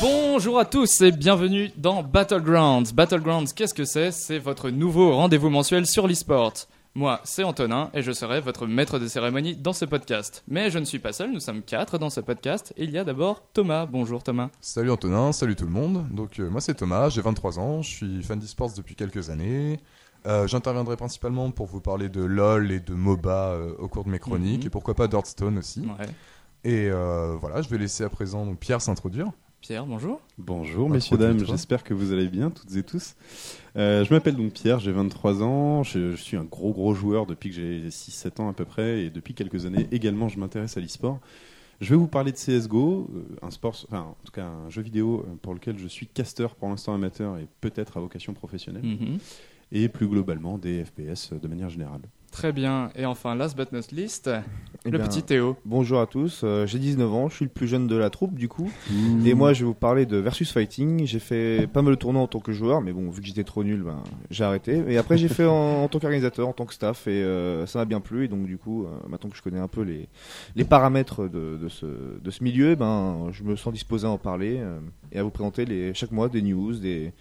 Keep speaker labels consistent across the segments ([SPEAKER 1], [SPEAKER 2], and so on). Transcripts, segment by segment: [SPEAKER 1] Bonjour à tous et bienvenue dans Battlegrounds. Battlegrounds, qu'est-ce que c'est C'est votre nouveau rendez-vous mensuel sur l'e-sport. Moi, c'est Antonin et je serai votre maître de cérémonie dans ce podcast. Mais je ne suis pas seul, nous sommes quatre dans ce podcast. Il y a d'abord Thomas. Bonjour Thomas.
[SPEAKER 2] Salut Antonin, salut tout le monde. Donc euh, moi c'est Thomas, j'ai 23 ans, je suis fan d'e-sports depuis quelques années. Euh, J'interviendrai principalement pour vous parler de LoL et de MOBA euh, au cours de mes chroniques
[SPEAKER 1] Mhm.
[SPEAKER 2] et pourquoi pas d'Hearthstone aussi.
[SPEAKER 1] Ouais.
[SPEAKER 2] Et euh, voilà, je vais laisser à présent donc, Pierre s'introduire.
[SPEAKER 1] Pierre, bonjour.
[SPEAKER 3] Bonjour
[SPEAKER 2] Bah,
[SPEAKER 3] messieurs, dames,
[SPEAKER 2] produis-toi.
[SPEAKER 3] j'espère que vous allez bien toutes et tous. Euh, je m'appelle donc Pierre, j'ai 23 ans, je, je suis un gros gros joueur depuis que j'ai 6-7 ans à peu près et depuis quelques années également je m'intéresse à l'e-sport. Je vais vous parler de CSGO, euh, un sport, enfin en tout cas un jeu vidéo euh, pour lequel je suis casteur pour l'instant amateur et peut-être à vocation professionnelle
[SPEAKER 1] Mhm.
[SPEAKER 3] et plus globalement des FPS euh, de manière générale.
[SPEAKER 1] Très bien. Et enfin, last but not least,
[SPEAKER 4] Eh
[SPEAKER 1] le
[SPEAKER 4] bien,
[SPEAKER 1] petit Théo.
[SPEAKER 4] Bonjour à tous, euh, j'ai 19 ans, je suis le plus jeune de la troupe du coup. Et moi je vais vous parler de Versus Fighting. J'ai fait pas mal de tournois en tant que joueur, mais bon, vu que j'étais trop nul, ben, j'ai arrêté. Et après j'ai fait en, en tant qu'organisateur, en tant que staff, et euh, ça m'a bien plu. Et donc du coup, euh, maintenant que je connais un peu les, les paramètres de, de ce, de ce milieu, ben, je me sens disposé à en parler euh, et à vous présenter les, chaque mois des news des,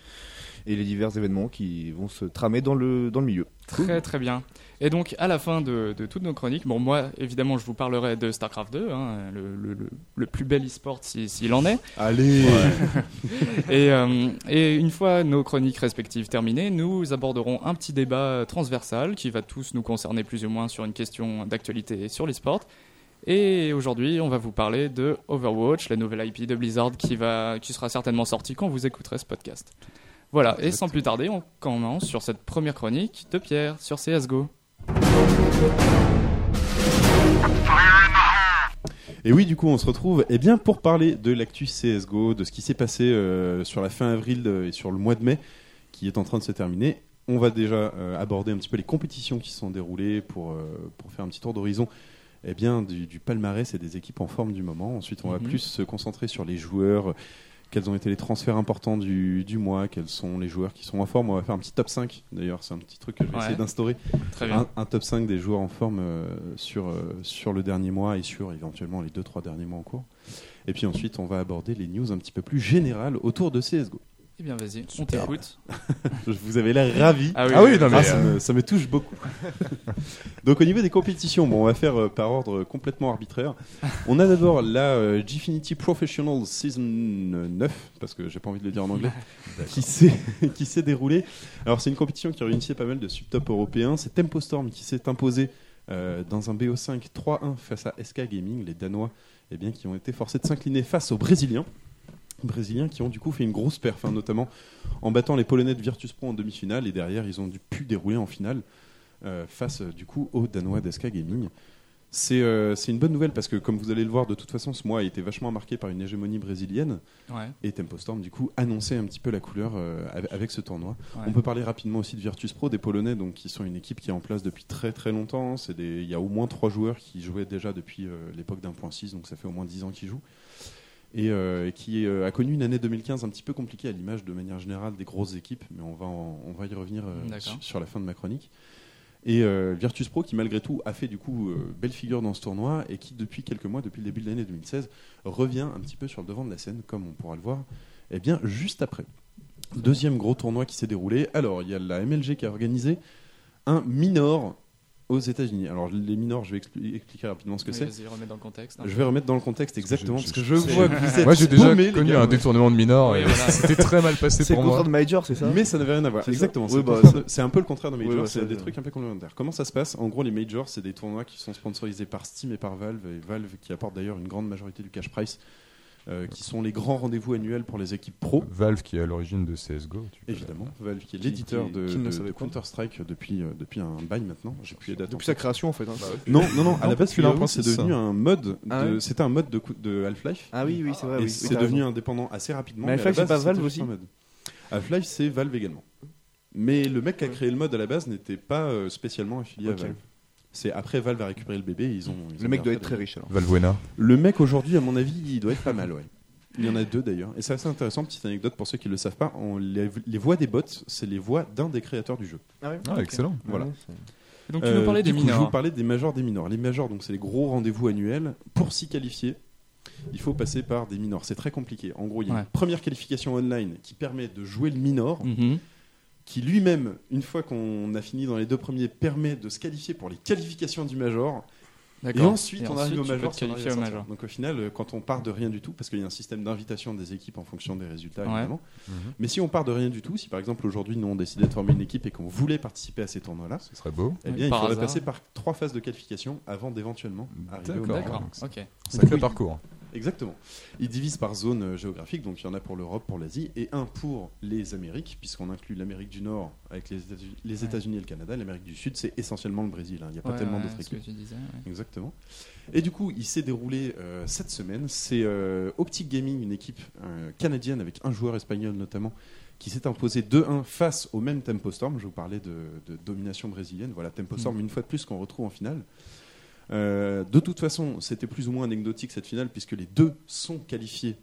[SPEAKER 4] et les divers événements qui vont se tramer dans le, dans le milieu.
[SPEAKER 1] Très très bien. Et donc à la fin de, de toutes nos chroniques, bon moi évidemment je vous parlerai de StarCraft 2, le, le- le- le plus bel e-sport si- s'il en est.
[SPEAKER 3] Allez
[SPEAKER 1] Et, euh, et une fois nos chroniques respectives terminées, nous aborderons un petit débat transversal qui va tous nous concerner plus ou moins sur une question d'actualité sur l'e-sport. Et aujourd'hui, on va vous parler de Overwatch, la nouvelle IP de Blizzard qui, va, qui sera certainement sortie quand vous écouterez ce podcast. Voilà, et sans plus tarder, on commence sur cette première chronique de Pierre sur CSGO.
[SPEAKER 3] Et oui, du coup, on se retrouve eh bien, pour parler de l'actu CSGO, de ce qui s'est passé euh, sur la fin avril euh, et sur le mois de mai qui est en train de se terminer. On va déjà euh, aborder un petit peu les compétitions qui se sont déroulées pour, euh, pour faire un petit tour d'horizon eh bien, du, du palmarès et des équipes en forme du moment. Ensuite, on va
[SPEAKER 1] Mhm.
[SPEAKER 3] plus se concentrer sur les joueurs, euh, quels ont été les transferts importants du, du mois, quels sont les joueurs qui sont en forme. On va faire un petit top 5 d'ailleurs, c'est un petit truc que je vais
[SPEAKER 1] Ouais.
[SPEAKER 3] essayer d'instaurer
[SPEAKER 1] Très bien.
[SPEAKER 3] un, un top 5 des joueurs en forme euh, sur, euh, sur le dernier mois et sur éventuellement les 2-3 derniers mois en cours. Et puis ensuite, on va aborder les news un petit peu plus générales autour de CSGO.
[SPEAKER 1] Eh bien, vas-y, on t'écoute.
[SPEAKER 3] Je Vous avez l'air ravi.
[SPEAKER 1] Ah oui,
[SPEAKER 2] Ah oui, non, mais,
[SPEAKER 3] ça,
[SPEAKER 2] euh,
[SPEAKER 3] me, ça me touche beaucoup. Donc au niveau des compétitions, bon, on va faire euh, par ordre complètement arbitraire. On a d'abord la euh, Gfinity Professional Season 9, parce que j'ai pas envie de le dire en anglais, qui s'est qui s'est déroulée. Alors c'est une compétition qui réunissait pas mal de subtops européens. C'est Tempo Storm qui s'est imposé euh, dans un BO5 3-1 face à SK Gaming, les Danois, eh bien, qui ont été forcés de s'incliner face aux Brésiliens. Brésiliens qui ont du coup fait une grosse perf, hein, notamment en battant les Polonais de Virtus Pro en demi-finale et derrière ils ont dû pu dérouler en finale euh, face euh, du coup aux Danois d'SK Gaming. C'est euh, c'est une bonne nouvelle parce que comme vous allez le voir de toute façon ce mois a été vachement marqué par une hégémonie brésilienne
[SPEAKER 1] Ouais,
[SPEAKER 3] et Tempo Storm du coup annonçait un petit peu la couleur euh, av- avec ce tournoi.
[SPEAKER 1] ouais.
[SPEAKER 3] On peut parler rapidement aussi de Virtus Pro des Polonais donc qui sont une équipe qui est en place depuis très très longtemps. C'est des- il y a au moins trois joueurs qui jouaient déjà depuis euh, l'époque d'1.6 donc ça fait au moins 10 ans qu'ils jouent. Et euh, qui euh, a connu une année 2015 un petit peu compliquée à l'image de manière générale des grosses équipes, mais on va, en- on va y revenir euh,
[SPEAKER 1] D'accord.
[SPEAKER 3] sur, sur la fin de ma chronique. Et euh, Virtus Pro qui malgré tout a fait du coup euh, belle figure dans ce tournoi et qui depuis quelques mois, depuis le début de l'année 2016, revient un petit peu sur le devant de la scène comme on pourra le voir eh bien, juste après. Deuxième gros tournoi qui s'est déroulé. Alors, il y a la MLG qui a organisé un minor aux États-Unis. Alors, les minors, je vais expli- expliquer rapidement ce que
[SPEAKER 1] Oui,
[SPEAKER 3] c'est.
[SPEAKER 1] Vas-y, remets dans le contexte. hein.
[SPEAKER 3] Je vais remettre dans le contexte
[SPEAKER 2] Parce que
[SPEAKER 3] exactement,
[SPEAKER 2] j'ai-
[SPEAKER 3] parce que
[SPEAKER 2] j'ai-
[SPEAKER 3] je
[SPEAKER 2] j'ai-
[SPEAKER 3] vois que vous êtes.
[SPEAKER 2] Moi j'ai déjà
[SPEAKER 3] paumés, les
[SPEAKER 2] connu
[SPEAKER 3] gars.
[SPEAKER 2] un détournement de mineur
[SPEAKER 1] Oui,
[SPEAKER 2] et
[SPEAKER 1] voilà.
[SPEAKER 2] c'était très mal passé
[SPEAKER 4] C'est
[SPEAKER 2] pour
[SPEAKER 4] le
[SPEAKER 2] moi.
[SPEAKER 4] contrat de Major, c'est ça
[SPEAKER 3] Mais ça n'avait rien à voir.
[SPEAKER 4] C'est ça
[SPEAKER 3] Exactement.
[SPEAKER 4] Oui,
[SPEAKER 3] c'est le
[SPEAKER 4] bah,
[SPEAKER 3] contraire de- c'est un peu le contraire de
[SPEAKER 4] Oui,
[SPEAKER 3] Major.
[SPEAKER 4] bah,
[SPEAKER 3] c'est
[SPEAKER 4] c'est-
[SPEAKER 3] des trucs un peu complémentaires. Comment ça se passe En gros, les Majors, c'est des tournois qui sont sponsorisés par Steam et par Valve. Et Valve qui apporte d'ailleurs une grande majorité du cash price, euh, qui sont les grands rendez-vous annuels pour les équipes pro.
[SPEAKER 2] Valve qui est à l'origine de CSGO. tu peux-
[SPEAKER 3] Évidemment, Valve qui est
[SPEAKER 4] Qui-
[SPEAKER 3] l'éditeur
[SPEAKER 4] qui-
[SPEAKER 3] de,
[SPEAKER 4] qui ne
[SPEAKER 3] de-
[SPEAKER 4] savait
[SPEAKER 3] de
[SPEAKER 4] pas.
[SPEAKER 3] Counter-Strike depuis, euh, depuis un bail maintenant. J'ai plus les dates. en
[SPEAKER 4] Depuis sa création en fait. hein.
[SPEAKER 2] Bah,
[SPEAKER 3] tête. Non, non, non, à la
[SPEAKER 2] Non,
[SPEAKER 3] base,
[SPEAKER 2] depuis la
[SPEAKER 3] figurez-vous, c'est
[SPEAKER 2] princesse.
[SPEAKER 3] devenu un mode.
[SPEAKER 4] Ah
[SPEAKER 3] de-
[SPEAKER 4] ouais.
[SPEAKER 3] C'était un mode de, cou- de Half-Life.
[SPEAKER 4] Ah oui, oui, c'est
[SPEAKER 3] et
[SPEAKER 4] vrai. oui, oui,
[SPEAKER 3] c'est
[SPEAKER 4] t'as
[SPEAKER 3] devenu
[SPEAKER 4] raison.
[SPEAKER 3] indépendant assez rapidement.
[SPEAKER 4] Mais
[SPEAKER 3] à la
[SPEAKER 4] Half-Life, c'est
[SPEAKER 3] base,
[SPEAKER 4] pas
[SPEAKER 3] c'était
[SPEAKER 4] Valve
[SPEAKER 3] juste un
[SPEAKER 4] aussi
[SPEAKER 3] mode. Half-Life, c'est Valve également. Mais le mec qui a créé le mode à la base n'était pas euh, spécialement affilié
[SPEAKER 4] Ok.
[SPEAKER 3] à Valve. C'est après Valve a récupéré le bébé, ils ont. ils ont
[SPEAKER 4] Le mec doit
[SPEAKER 3] fait
[SPEAKER 4] être
[SPEAKER 3] des-
[SPEAKER 4] très riche alors.
[SPEAKER 2] Valbuena.
[SPEAKER 3] le mec aujourd'hui, à mon avis, il doit être pas mal, ouais. Il y en a deux d'ailleurs. Et c'est assez intéressant, petite anecdote pour ceux qui ne le savent pas. on- les, les voix des bots, c'est les voix d'un des créateurs du jeu.
[SPEAKER 2] Ah, excellent.
[SPEAKER 3] Voilà.
[SPEAKER 1] Et donc tu nous
[SPEAKER 3] Euh,
[SPEAKER 1] parlais des
[SPEAKER 3] du coup, Je
[SPEAKER 1] mineurs.
[SPEAKER 3] vous parlais des majors, des minors. Les majors, donc c'est les gros rendez-vous annuels pour s'y qualifier. il faut passer par des minors. C'est très compliqué. En gros, il y a
[SPEAKER 1] Ouais.
[SPEAKER 3] une première qualification online qui permet de jouer le minor,
[SPEAKER 1] Mhm.
[SPEAKER 3] qui lui-même, une fois qu'on a fini dans les deux premiers, permet de se qualifier pour les qualifications du major. Et
[SPEAKER 1] D'accord.
[SPEAKER 3] ensuite, on
[SPEAKER 1] ensuite,
[SPEAKER 3] arrive au
[SPEAKER 1] tu peux
[SPEAKER 3] major.
[SPEAKER 1] te
[SPEAKER 3] si on arrive à
[SPEAKER 1] qualifier au
[SPEAKER 3] sortir.
[SPEAKER 1] major.
[SPEAKER 3] Donc au final, euh, quand on part de rien du tout, parce qu'il y a un système d'invitation des équipes en fonction des résultats,
[SPEAKER 1] Ouais.
[SPEAKER 3] évidemment.
[SPEAKER 2] Mhm.
[SPEAKER 3] Mais si on part de rien du tout, si par exemple aujourd'hui nous on décidait de former une équipe et qu'on voulait participer à ces tournois-là,
[SPEAKER 2] Ce serait beau.
[SPEAKER 3] eh
[SPEAKER 1] Oui,
[SPEAKER 3] bien il
[SPEAKER 1] par
[SPEAKER 3] faudrait
[SPEAKER 1] hasard.
[SPEAKER 3] passer par trois phases de qualification avant d'éventuellement arriver au
[SPEAKER 2] D'accord.
[SPEAKER 3] major.
[SPEAKER 1] D'accord.
[SPEAKER 2] Donc, c'est-
[SPEAKER 1] Ok.
[SPEAKER 2] Sacré
[SPEAKER 3] Oui.
[SPEAKER 2] parcours.
[SPEAKER 3] Exactement. Ils divisent par zone euh, géographique, donc il y en a pour l'Europe, pour l'Asie, et un pour les Amériques, puisqu'on inclut l'Amérique du Nord avec les États-Unis les
[SPEAKER 1] Ouais.
[SPEAKER 3] États-Unis et le Canada. L'Amérique du Sud, c'est essentiellement le Brésil, hein. il n'y a pas
[SPEAKER 1] Ouais,
[SPEAKER 3] tellement
[SPEAKER 1] ouais,
[SPEAKER 3] d'autres
[SPEAKER 1] ce que
[SPEAKER 3] équipes.
[SPEAKER 1] tu disais, ouais.
[SPEAKER 3] Exactement. Et du coup, il s'est déroulé euh, cette semaine. C'est euh, Optic Gaming, une équipe euh, canadienne avec un joueur espagnol notamment, qui s'est imposé 2-1 face au même Tempo Storm. Je vous parlais de, de domination brésilienne. Voilà, Tempo Storm, une fois de plus, qu'on retrouve en finale. Euh, de toute façon, c'était plus ou moins anecdotique cette finale, puisque les deux sont qualifiés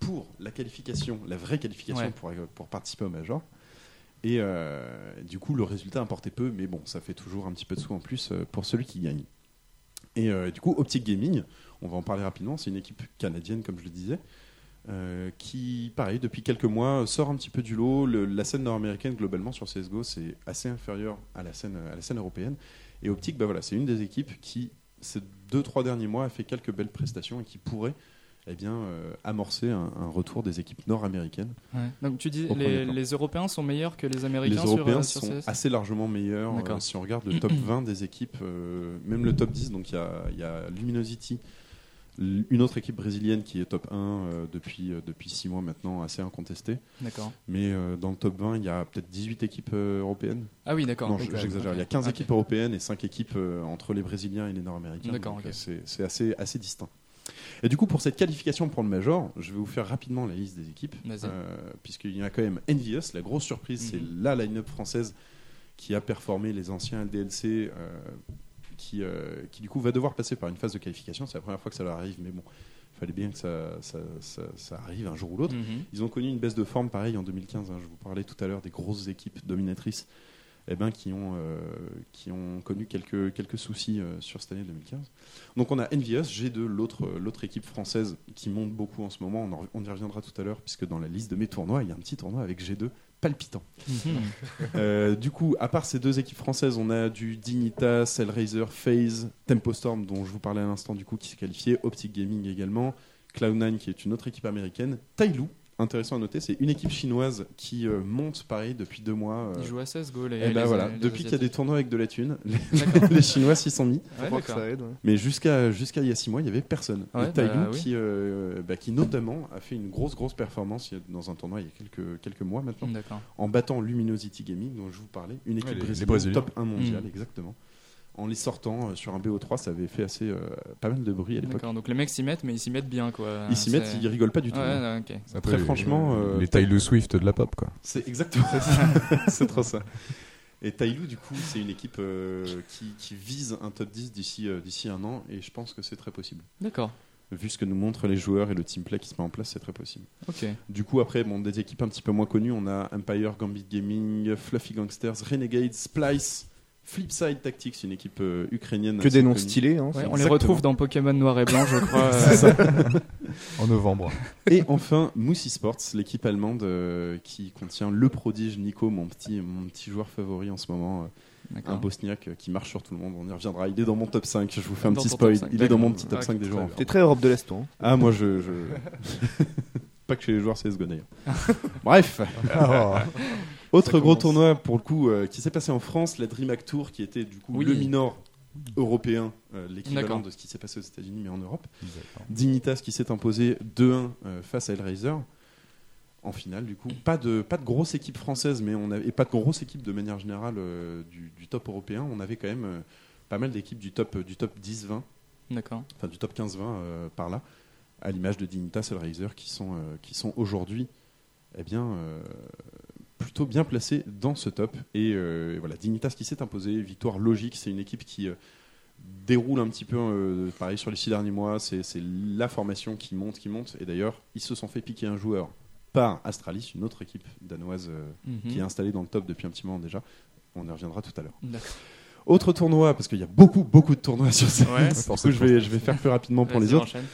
[SPEAKER 3] pour la qualification, la vraie qualification
[SPEAKER 1] Ouais.
[SPEAKER 3] pour, euh, pour participer au Major. Et euh, du coup, le résultat importait peu, mais bon, ça fait toujours un petit peu de sous en plus euh, pour celui qui gagne. Et euh, du coup, Optic Gaming, on va en parler rapidement, c'est une équipe canadienne, comme je le disais, euh, qui, pareil, depuis quelques mois, sort un petit peu du lot. Le- la scène nord-américaine, globalement, sur CSGO, c'est assez inférieur à la scène, à la scène européenne. Et Optic, bah voilà, c'est une des équipes qui, ces deux, trois derniers mois, a fait quelques belles prestations et qui pourrait eh bien, euh, amorcer un, un retour des équipes nord-américaines.
[SPEAKER 1] Ouais. Donc tu dis
[SPEAKER 3] Au premier
[SPEAKER 1] les,
[SPEAKER 3] plan.
[SPEAKER 1] les Européens sont meilleurs que les
[SPEAKER 3] Les
[SPEAKER 1] Américains sur,
[SPEAKER 3] Européens
[SPEAKER 1] euh, sur
[SPEAKER 3] sont
[SPEAKER 1] CS?
[SPEAKER 3] assez largement meilleurs. euh,
[SPEAKER 1] D'accord.
[SPEAKER 3] si on regarde le top 20 des équipes, euh, même le top 10, donc il y a, il y a Luminosity, l- une autre équipe brésilienne qui est top 1 euh, depuis, euh, depuis 6 mois maintenant, assez incontestée.
[SPEAKER 1] D'accord.
[SPEAKER 3] Mais euh, dans le top 20, il y a peut-être 18 équipes euh, européennes.
[SPEAKER 1] Ah oui, d'accord.
[SPEAKER 3] Non,
[SPEAKER 1] Ok.
[SPEAKER 3] j'exagère. Il y a
[SPEAKER 1] Ok.
[SPEAKER 3] 15
[SPEAKER 1] Ok.
[SPEAKER 3] équipes européennes et 5 équipes euh, entre les Brésiliens et les Nord-Américains.
[SPEAKER 1] D'accord,
[SPEAKER 3] Donc,
[SPEAKER 1] ok.
[SPEAKER 3] euh, C'est c'est assez, assez distinct. Et du coup, pour cette qualification pour le Major, je vais vous faire rapidement la liste des équipes.
[SPEAKER 1] Vas-y. Mhm.
[SPEAKER 3] euh, Puisqu'il y a quand même Envious, la grosse surprise, c'est la line-up française qui a performé les anciens LDLC, euh, qui, euh, qui du coup va devoir passer par une phase de qualification. C'est la première fois que ça leur arrive, mais bon, il fallait bien que ça- ça- ça- ça arrive un jour ou l'autre.
[SPEAKER 1] Mhm.
[SPEAKER 3] Ils ont connu une baisse de forme, pareil, en 2015. hein. je vous parlais tout à l'heure des grosses équipes dominatrices eh ben, qui, ont, euh, qui ont connu quelques, quelques soucis euh, sur cette année 2015. Donc on a Envious, G2, l'autre euh, l'autre équipe française qui monte beaucoup en ce moment. On, en- on y reviendra tout à l'heure, puisque dans la liste de mes tournois, il y a un petit tournoi avec G2 palpitant.
[SPEAKER 1] Mhm.
[SPEAKER 3] Euh, du coup, à part ces deux équipes françaises, on a du Dignitas, Hellraiser, FaZe, Tempo Storm, dont je vous parlais à l'instant, du coup, qui s'est qualifié, Optic Gaming également, Cloud9, qui est une autre équipe américaine, Tailou, intéressant à noter, c'est une équipe chinoise qui euh, monte, pareil, depuis deux mois. euh,
[SPEAKER 1] Ils jouent à CSGO les.
[SPEAKER 3] eh ben
[SPEAKER 1] les-
[SPEAKER 3] voilà,
[SPEAKER 1] les
[SPEAKER 3] depuis qu'il y a des
[SPEAKER 1] Asiatiques.
[SPEAKER 3] tournois avec de la thune, les,
[SPEAKER 1] D'accord.
[SPEAKER 3] les Chinois s'y sont mis.
[SPEAKER 1] Ouais,
[SPEAKER 4] Faut que
[SPEAKER 1] d'accord.
[SPEAKER 4] ça aide. ouais.
[SPEAKER 3] Mais jusqu'à jusqu'à il y a six mois, il n'y avait personne.
[SPEAKER 1] Ouais,
[SPEAKER 3] et Tailou,
[SPEAKER 1] bah oui.
[SPEAKER 3] qui, euh, bah, qui notamment a fait une grosse, grosse performance il y a- dans un tournoi il y a quelques, quelques mois maintenant
[SPEAKER 1] D'accord.
[SPEAKER 3] en battant Luminosity Gaming, dont je vous parlais, une équipe
[SPEAKER 2] Ouais, les- les
[SPEAKER 3] brésilienne,
[SPEAKER 2] Brésiliens.
[SPEAKER 3] top 1 mondial,
[SPEAKER 1] Mm.
[SPEAKER 3] exactement. En les sortant euh, sur un BO3, ça avait fait assez euh, pas mal de bruit à l'époque.
[SPEAKER 1] D'accord. Donc les mecs s'y mettent, mais ils s'y mettent bien quoi.
[SPEAKER 3] Ils s'y mettent,
[SPEAKER 1] Ah, C'est-
[SPEAKER 3] ils rigolent pas du tout.
[SPEAKER 1] Ouais,
[SPEAKER 3] hein.
[SPEAKER 1] ouais, ok.
[SPEAKER 2] Après,
[SPEAKER 3] Très
[SPEAKER 2] les-
[SPEAKER 3] franchement, euh,
[SPEAKER 2] les Taylor Swift de la pop, quoi.
[SPEAKER 3] C'est exactement ça. c'est trop ça. Et Tailou, du coup, c'est une équipe euh, qui, qui vise un top 10 d'ici euh, d'ici un an, et je pense que c'est très possible.
[SPEAKER 1] D'accord.
[SPEAKER 3] Vu ce que nous montrent les joueurs et le team play qui se met en place, c'est très possible.
[SPEAKER 1] Ok.
[SPEAKER 3] Du coup, après, bon, des équipes un petit peu moins connues, on a Empire, Gambit Gaming, Fluffy Gangsters, Renegades, Splice, Flipside Tactics, une équipe euh, ukrainienne.
[SPEAKER 4] Que
[SPEAKER 3] assez
[SPEAKER 4] des noms
[SPEAKER 3] connue.
[SPEAKER 4] stylés. Hein,
[SPEAKER 1] Ouais,
[SPEAKER 4] c'est-
[SPEAKER 1] on les
[SPEAKER 3] exactement.
[SPEAKER 1] retrouve dans Pokémon Noir et Blanc, je crois. euh,
[SPEAKER 2] En novembre.
[SPEAKER 3] Et enfin, Moosey Sports, l'équipe allemande euh, qui contient le prodige Nico, mon petit, mon petit joueur favori en ce moment, euh, un
[SPEAKER 1] D'accord.
[SPEAKER 3] bosniaque euh, qui marche sur tout le monde. On y reviendra. Il est dans mon top 5, je vous fais un
[SPEAKER 1] Dans
[SPEAKER 3] petit
[SPEAKER 1] ton
[SPEAKER 3] spoil.
[SPEAKER 1] top 5,
[SPEAKER 3] Il est dans mon
[SPEAKER 1] d'accord.
[SPEAKER 3] petit top
[SPEAKER 1] Ah,
[SPEAKER 3] 5 des
[SPEAKER 1] très
[SPEAKER 3] joueurs.
[SPEAKER 1] bien.
[SPEAKER 4] T'es très Europe de l'Est, toi. hein.
[SPEAKER 3] Ah, moi, je. je... Pas que chez les joueurs CSGO d'ailleurs. Bref. Autre
[SPEAKER 1] Oh. Ça
[SPEAKER 3] gros
[SPEAKER 1] commence.
[SPEAKER 3] tournoi pour le coup euh, qui s'est passé en France, la DreamHack Tour qui était du coup
[SPEAKER 1] Oui.
[SPEAKER 3] le minor européen, euh, l'équivalent
[SPEAKER 1] D'accord.
[SPEAKER 3] de ce qui s'est passé aux États-Unis mais en Europe. Dignitas qui s'est imposé 2-1 euh, face à Hellraiser. En finale, du coup, pas de, pas de grosse équipe française, mais on avait, et pas de grosse équipe de manière générale euh, du, du top européen. On avait quand même euh, pas mal d'équipes du top, du top 10-20
[SPEAKER 1] D'accord.
[SPEAKER 3] enfin du top 15-20 euh, par là, à l'image de Dignitas et Hellraiser qui sont, euh, qui sont aujourd'hui eh bien, euh, plutôt bien placés dans ce top. Et, euh, et voilà, Dignitas qui s'est imposé, victoire logique, c'est une équipe qui euh, déroule un petit peu euh, pareil sur les six derniers mois, c'est c'est la formation qui monte, qui monte, et d'ailleurs ils se sont fait piquer un joueur par Astralis, une autre équipe danoise euh,
[SPEAKER 1] Mhm.
[SPEAKER 3] qui est installée dans le top depuis un petit moment déjà. On y reviendra tout à l'heure.
[SPEAKER 1] D'accord.
[SPEAKER 3] Autre tournoi, parce qu'il y a beaucoup, beaucoup de tournois sur CS.
[SPEAKER 1] Ouais.
[SPEAKER 3] Du coup, je vais, je vais faire plus rapidement pour
[SPEAKER 1] Vas-y,
[SPEAKER 3] les autres.
[SPEAKER 1] enchaîne.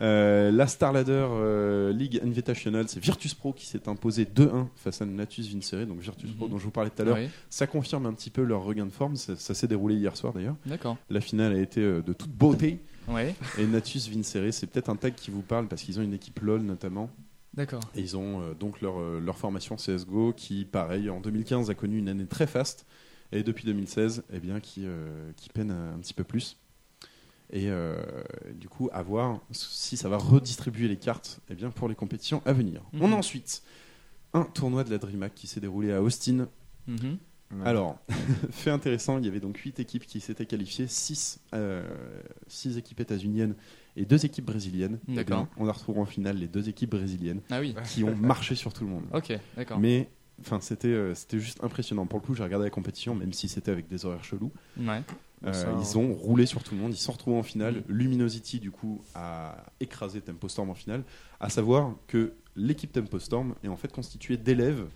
[SPEAKER 3] Euh, la Star Ladder euh, League Invitational, c'est Virtus Pro qui s'est imposé 2-1 face à Natus Vincere, donc Virtus Pro
[SPEAKER 1] Mhm.
[SPEAKER 3] dont je vous parlais tout à l'heure.
[SPEAKER 1] Oui,
[SPEAKER 3] Ça confirme un petit peu leur regain de forme, ça, ça s'est déroulé hier soir d'ailleurs.
[SPEAKER 1] D'accord.
[SPEAKER 3] La finale a été euh, de toute beauté
[SPEAKER 1] Ouais.
[SPEAKER 3] et Natus Vincere, c'est peut-être un tag qui vous parle parce qu'ils ont une équipe LOL notamment.
[SPEAKER 1] D'accord.
[SPEAKER 3] Et ils ont euh, donc leur, euh, leur formation CSGO qui, pareil, en 2015 a connu une année très faste. Et depuis 2016, eh bien, qui, euh, qui peine un petit peu plus. Et euh, du coup, à voir si ça va redistribuer les cartes eh bien, pour les compétitions à venir.
[SPEAKER 1] Mhm.
[SPEAKER 3] On a ensuite un tournoi de la DreamHack qui s'est déroulé à Austin.
[SPEAKER 1] Mhm.
[SPEAKER 4] Ouais.
[SPEAKER 3] Alors, fait intéressant, il y avait donc 8 équipes qui s'étaient qualifiées, 6, équipes états-uniennes et 2 équipes brésiliennes. Eh
[SPEAKER 1] D'accord.
[SPEAKER 3] bien, On a retrouvé en finale les deux équipes brésiliennes
[SPEAKER 1] Ah oui.
[SPEAKER 3] qui ont marché sur tout le monde.
[SPEAKER 1] Ok, d'accord.
[SPEAKER 3] Mais enfin, c'était euh, c'était juste impressionnant. Pour le coup, j'ai regardé la compétition, même si c'était avec des horaires chelous.
[SPEAKER 1] Ouais.
[SPEAKER 3] Euh,
[SPEAKER 4] Ça, hein.
[SPEAKER 3] ils ont roulé sur tout le monde. Ils se sont retrouvés en finale.
[SPEAKER 1] Mm.
[SPEAKER 3] Luminosity, du coup, a écrasé Tempo Storm en finale. À savoir que l'équipe Tempo Storm est en fait constituée d'élèves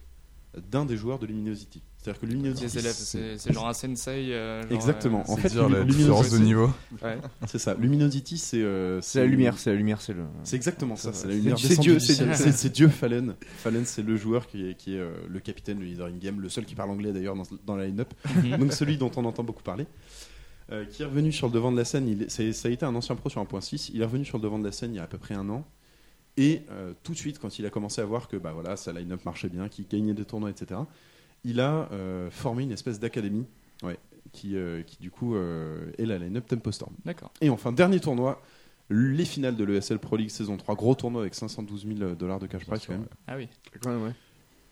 [SPEAKER 3] d'un des joueurs de Luminosity. C'est-à-dire que Luminosity,
[SPEAKER 1] Les élèves, c'est c'est genre un sensei. euh, genre,
[SPEAKER 3] Exactement.
[SPEAKER 1] euh,
[SPEAKER 3] En
[SPEAKER 2] C'est
[SPEAKER 3] fait,
[SPEAKER 2] dire la
[SPEAKER 3] lumineuse,
[SPEAKER 2] différence de
[SPEAKER 3] ouais,
[SPEAKER 2] niveau.
[SPEAKER 1] ouais.
[SPEAKER 3] c'est ça. Luminosity, c'est euh,
[SPEAKER 4] C'est la lumière, c'est la lumière, c'est le.
[SPEAKER 3] C'est exactement ça,
[SPEAKER 4] C'est
[SPEAKER 3] c'est
[SPEAKER 4] vrai.
[SPEAKER 3] la lumière
[SPEAKER 4] C'est
[SPEAKER 3] descendue
[SPEAKER 4] Dieu,
[SPEAKER 3] du
[SPEAKER 4] c'est
[SPEAKER 3] ciel.
[SPEAKER 4] Dieu.
[SPEAKER 3] C'est c'est Dieu Fallen. Fallen, c'est le joueur qui est, qui est, euh, le capitaine du Leader in Game, le seul qui parle anglais d'ailleurs dans, dans la line-up.
[SPEAKER 1] Mhm.
[SPEAKER 3] Donc celui dont on entend beaucoup parler. euh, qui est revenu sur le devant de la scène, il est- c'est- ça a été un ancien pro sur 1.6, il est revenu sur le devant de la scène il y a à peu près un an, et euh, tout de suite quand il a commencé à voir que bah, voilà, sa line-up marchait bien, qu'il gagnait des tournois, etc., il a euh, formé une espèce d'académie ouais, qui, euh, qui du coup euh, est la line-up Tempo Storm.
[SPEAKER 1] D'accord.
[SPEAKER 3] Et enfin, dernier tournoi, les finales de l'ESL Pro League saison 3, gros tournoi avec 512 000 euh, dollars de cash prize quand même.
[SPEAKER 1] Ah oui.
[SPEAKER 4] Quand même, ouais.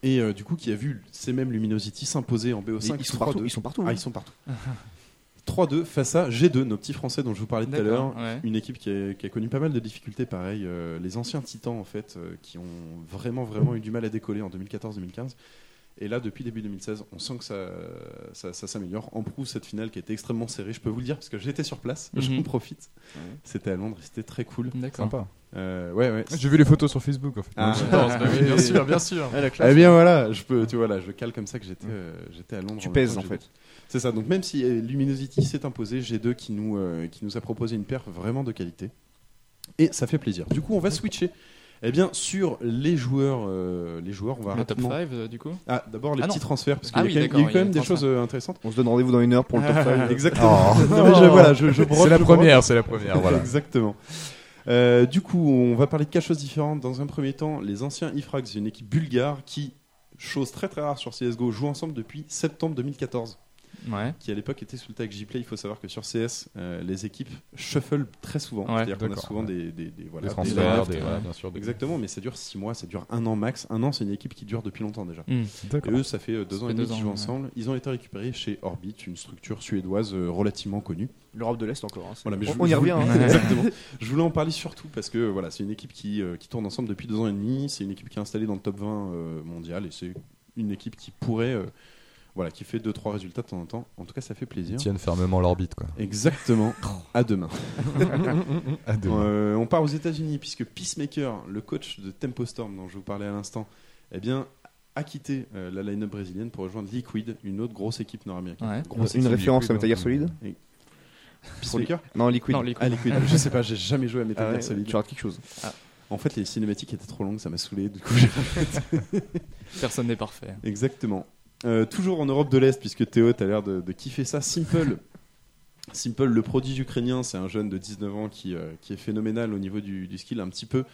[SPEAKER 3] Et euh, du coup, qui a vu ces mêmes Luminosity s'imposer en
[SPEAKER 4] Mais
[SPEAKER 3] BO5
[SPEAKER 4] Ils sont
[SPEAKER 3] 3-2.
[SPEAKER 4] partout. Ils sont partout.
[SPEAKER 3] Ah,
[SPEAKER 4] hein.
[SPEAKER 3] ils sont partout. 3-2 face à G2, nos petits Français dont je vous parlais tout à l'heure.
[SPEAKER 1] D'accord. Ouais.
[SPEAKER 3] Une équipe qui a, qui a connu pas mal de difficultés, pareil. euh, les anciens Titans, en fait, euh, qui ont vraiment, vraiment eu du mal à décoller en 2014-2015. Et là, depuis début 2016, on sent que ça, ça, ça s'améliore. En proue, cette finale qui était extrêmement serrée, je peux vous le dire, parce que j'étais sur place, j'en
[SPEAKER 1] Mhm.
[SPEAKER 3] profite.
[SPEAKER 4] Ouais.
[SPEAKER 3] C'était à Londres, et c'était très cool.
[SPEAKER 1] D'accord.
[SPEAKER 2] Sympa.
[SPEAKER 3] Euh, ouais, ouais.
[SPEAKER 2] J'ai vu les photos sur Facebook en fait.
[SPEAKER 3] Ah.
[SPEAKER 2] bien sûr, bien sûr.
[SPEAKER 4] Ah, la classe.
[SPEAKER 3] Eh bien voilà, je peux, tu vois là, je cale comme ça que j'étais,
[SPEAKER 4] Mm.
[SPEAKER 3] euh, j'étais à Londres.
[SPEAKER 4] Tu
[SPEAKER 3] même
[SPEAKER 4] pèses
[SPEAKER 3] temps
[SPEAKER 4] en
[SPEAKER 3] que
[SPEAKER 4] fait.
[SPEAKER 3] j'étais- C'est ça. Donc même si euh, Luminosity s'est imposé, G2 qui nous, euh, qui nous a proposé une paire vraiment de qualité, et ça fait plaisir. Du coup, on va switcher. Eh bien sur les joueurs, euh, les joueurs, on va
[SPEAKER 1] Le top
[SPEAKER 3] rapidement.
[SPEAKER 1] 5 du coup
[SPEAKER 3] Ah d'abord les
[SPEAKER 1] Ah non.
[SPEAKER 3] petits transferts parce
[SPEAKER 1] Ah
[SPEAKER 3] qu'il
[SPEAKER 1] oui,
[SPEAKER 3] y a quand même- il y a eu
[SPEAKER 1] d'accord,
[SPEAKER 3] quand
[SPEAKER 1] il
[SPEAKER 3] même
[SPEAKER 1] y a
[SPEAKER 3] des
[SPEAKER 1] des
[SPEAKER 3] choses euh, intéressantes.
[SPEAKER 4] On se donne rendez-vous dans une heure pour le top 5.
[SPEAKER 3] Exactement. Non, mais
[SPEAKER 2] Oh.
[SPEAKER 3] je- voilà, je, je brode,
[SPEAKER 2] C'est la
[SPEAKER 3] je brode.
[SPEAKER 2] première, c'est la première. Voilà.
[SPEAKER 3] Exactement. Euh, du coup, on va parler de quatre choses différentes. Dans un premier temps, les anciens Ifrax, une équipe bulgare qui, chose très très rare sur CSGO, joue ensemble depuis septembre 2014,
[SPEAKER 1] Ouais.
[SPEAKER 3] qui à l'époque était sous le tag Gplay. Il faut savoir que sur CS, euh, les équipes shuffle très souvent.
[SPEAKER 1] Ouais,
[SPEAKER 3] C'est-à-dire qu'on a
[SPEAKER 2] d'accord.
[SPEAKER 3] souvent des, des, des- voilà,
[SPEAKER 2] Ah, Des
[SPEAKER 3] des
[SPEAKER 2] transferts,
[SPEAKER 1] drafts,
[SPEAKER 2] des-
[SPEAKER 1] ouais.
[SPEAKER 2] voilà, bien sûr. des-
[SPEAKER 3] Exactement, mais ça dure 6 mois, ça dure un an max. Un an, c'est une équipe qui dure depuis longtemps déjà.
[SPEAKER 1] Hmm.
[SPEAKER 3] Et
[SPEAKER 2] D'accord.
[SPEAKER 3] eux, ça fait euh, deux
[SPEAKER 1] Ça
[SPEAKER 3] ans
[SPEAKER 1] fait
[SPEAKER 3] et demi
[SPEAKER 1] deux
[SPEAKER 3] qu'ils
[SPEAKER 1] ans,
[SPEAKER 3] jouent
[SPEAKER 1] ouais.
[SPEAKER 3] ensemble. Ils ont été récupérés chez Orbit, une structure suédoise euh, relativement connue.
[SPEAKER 4] L'Europe de l'Est encore. hein, c'est-
[SPEAKER 3] Voilà, mais je
[SPEAKER 4] on,
[SPEAKER 3] vous-
[SPEAKER 4] on y
[SPEAKER 3] je vous-
[SPEAKER 4] revient. hein.
[SPEAKER 3] Exactement. Je voulais en parler surtout parce que voilà, c'est une équipe qui, euh, qui tourne ensemble depuis deux ans et demi. C'est une équipe qui est installée dans le top 20 euh, mondial et c'est une équipe qui pourrait, euh, voilà, qui fait deux trois résultats de temps en temps. En tout cas, ça fait
[SPEAKER 2] Ils
[SPEAKER 3] plaisir.
[SPEAKER 2] tiennent fermement l'orbite quoi.
[SPEAKER 3] Exactement. à demain.
[SPEAKER 2] À deux.
[SPEAKER 3] Euh, on part aux États-Unis puisque Peacemaker, le coach de Tempo Storm dont je vous parlais à l'instant, eh bien a quitté euh, la line-up brésilienne pour rejoindre Liquid, une autre grosse équipe nord-américaine.
[SPEAKER 1] Ouais.
[SPEAKER 3] Grosse
[SPEAKER 4] Une
[SPEAKER 3] équipe.
[SPEAKER 4] référence à
[SPEAKER 2] Liquid,
[SPEAKER 4] Metal Gear
[SPEAKER 2] hein.
[SPEAKER 4] Solid
[SPEAKER 3] Peacemaker
[SPEAKER 4] Non, Liquid.
[SPEAKER 1] Non, les coups.
[SPEAKER 3] Ah, Liquid. je sais pas, j'ai jamais joué à Metal
[SPEAKER 4] Ah ouais,
[SPEAKER 3] Gear Solid.
[SPEAKER 4] Tu rates quelque chose.
[SPEAKER 3] En fait, les cinématiques étaient trop longues, ça m'a saoulé. Du coup, j'ai-
[SPEAKER 1] Personne n'est parfait.
[SPEAKER 3] Exactement. Euh, toujours en Europe de l'Est, puisque Théo, t'as l'air de, de kiffer ça. Simple. Simple, le prodige ukrainien, c'est un jeune de 19 ans qui, euh, qui est phénoménal au niveau du, du skill, un petit peu.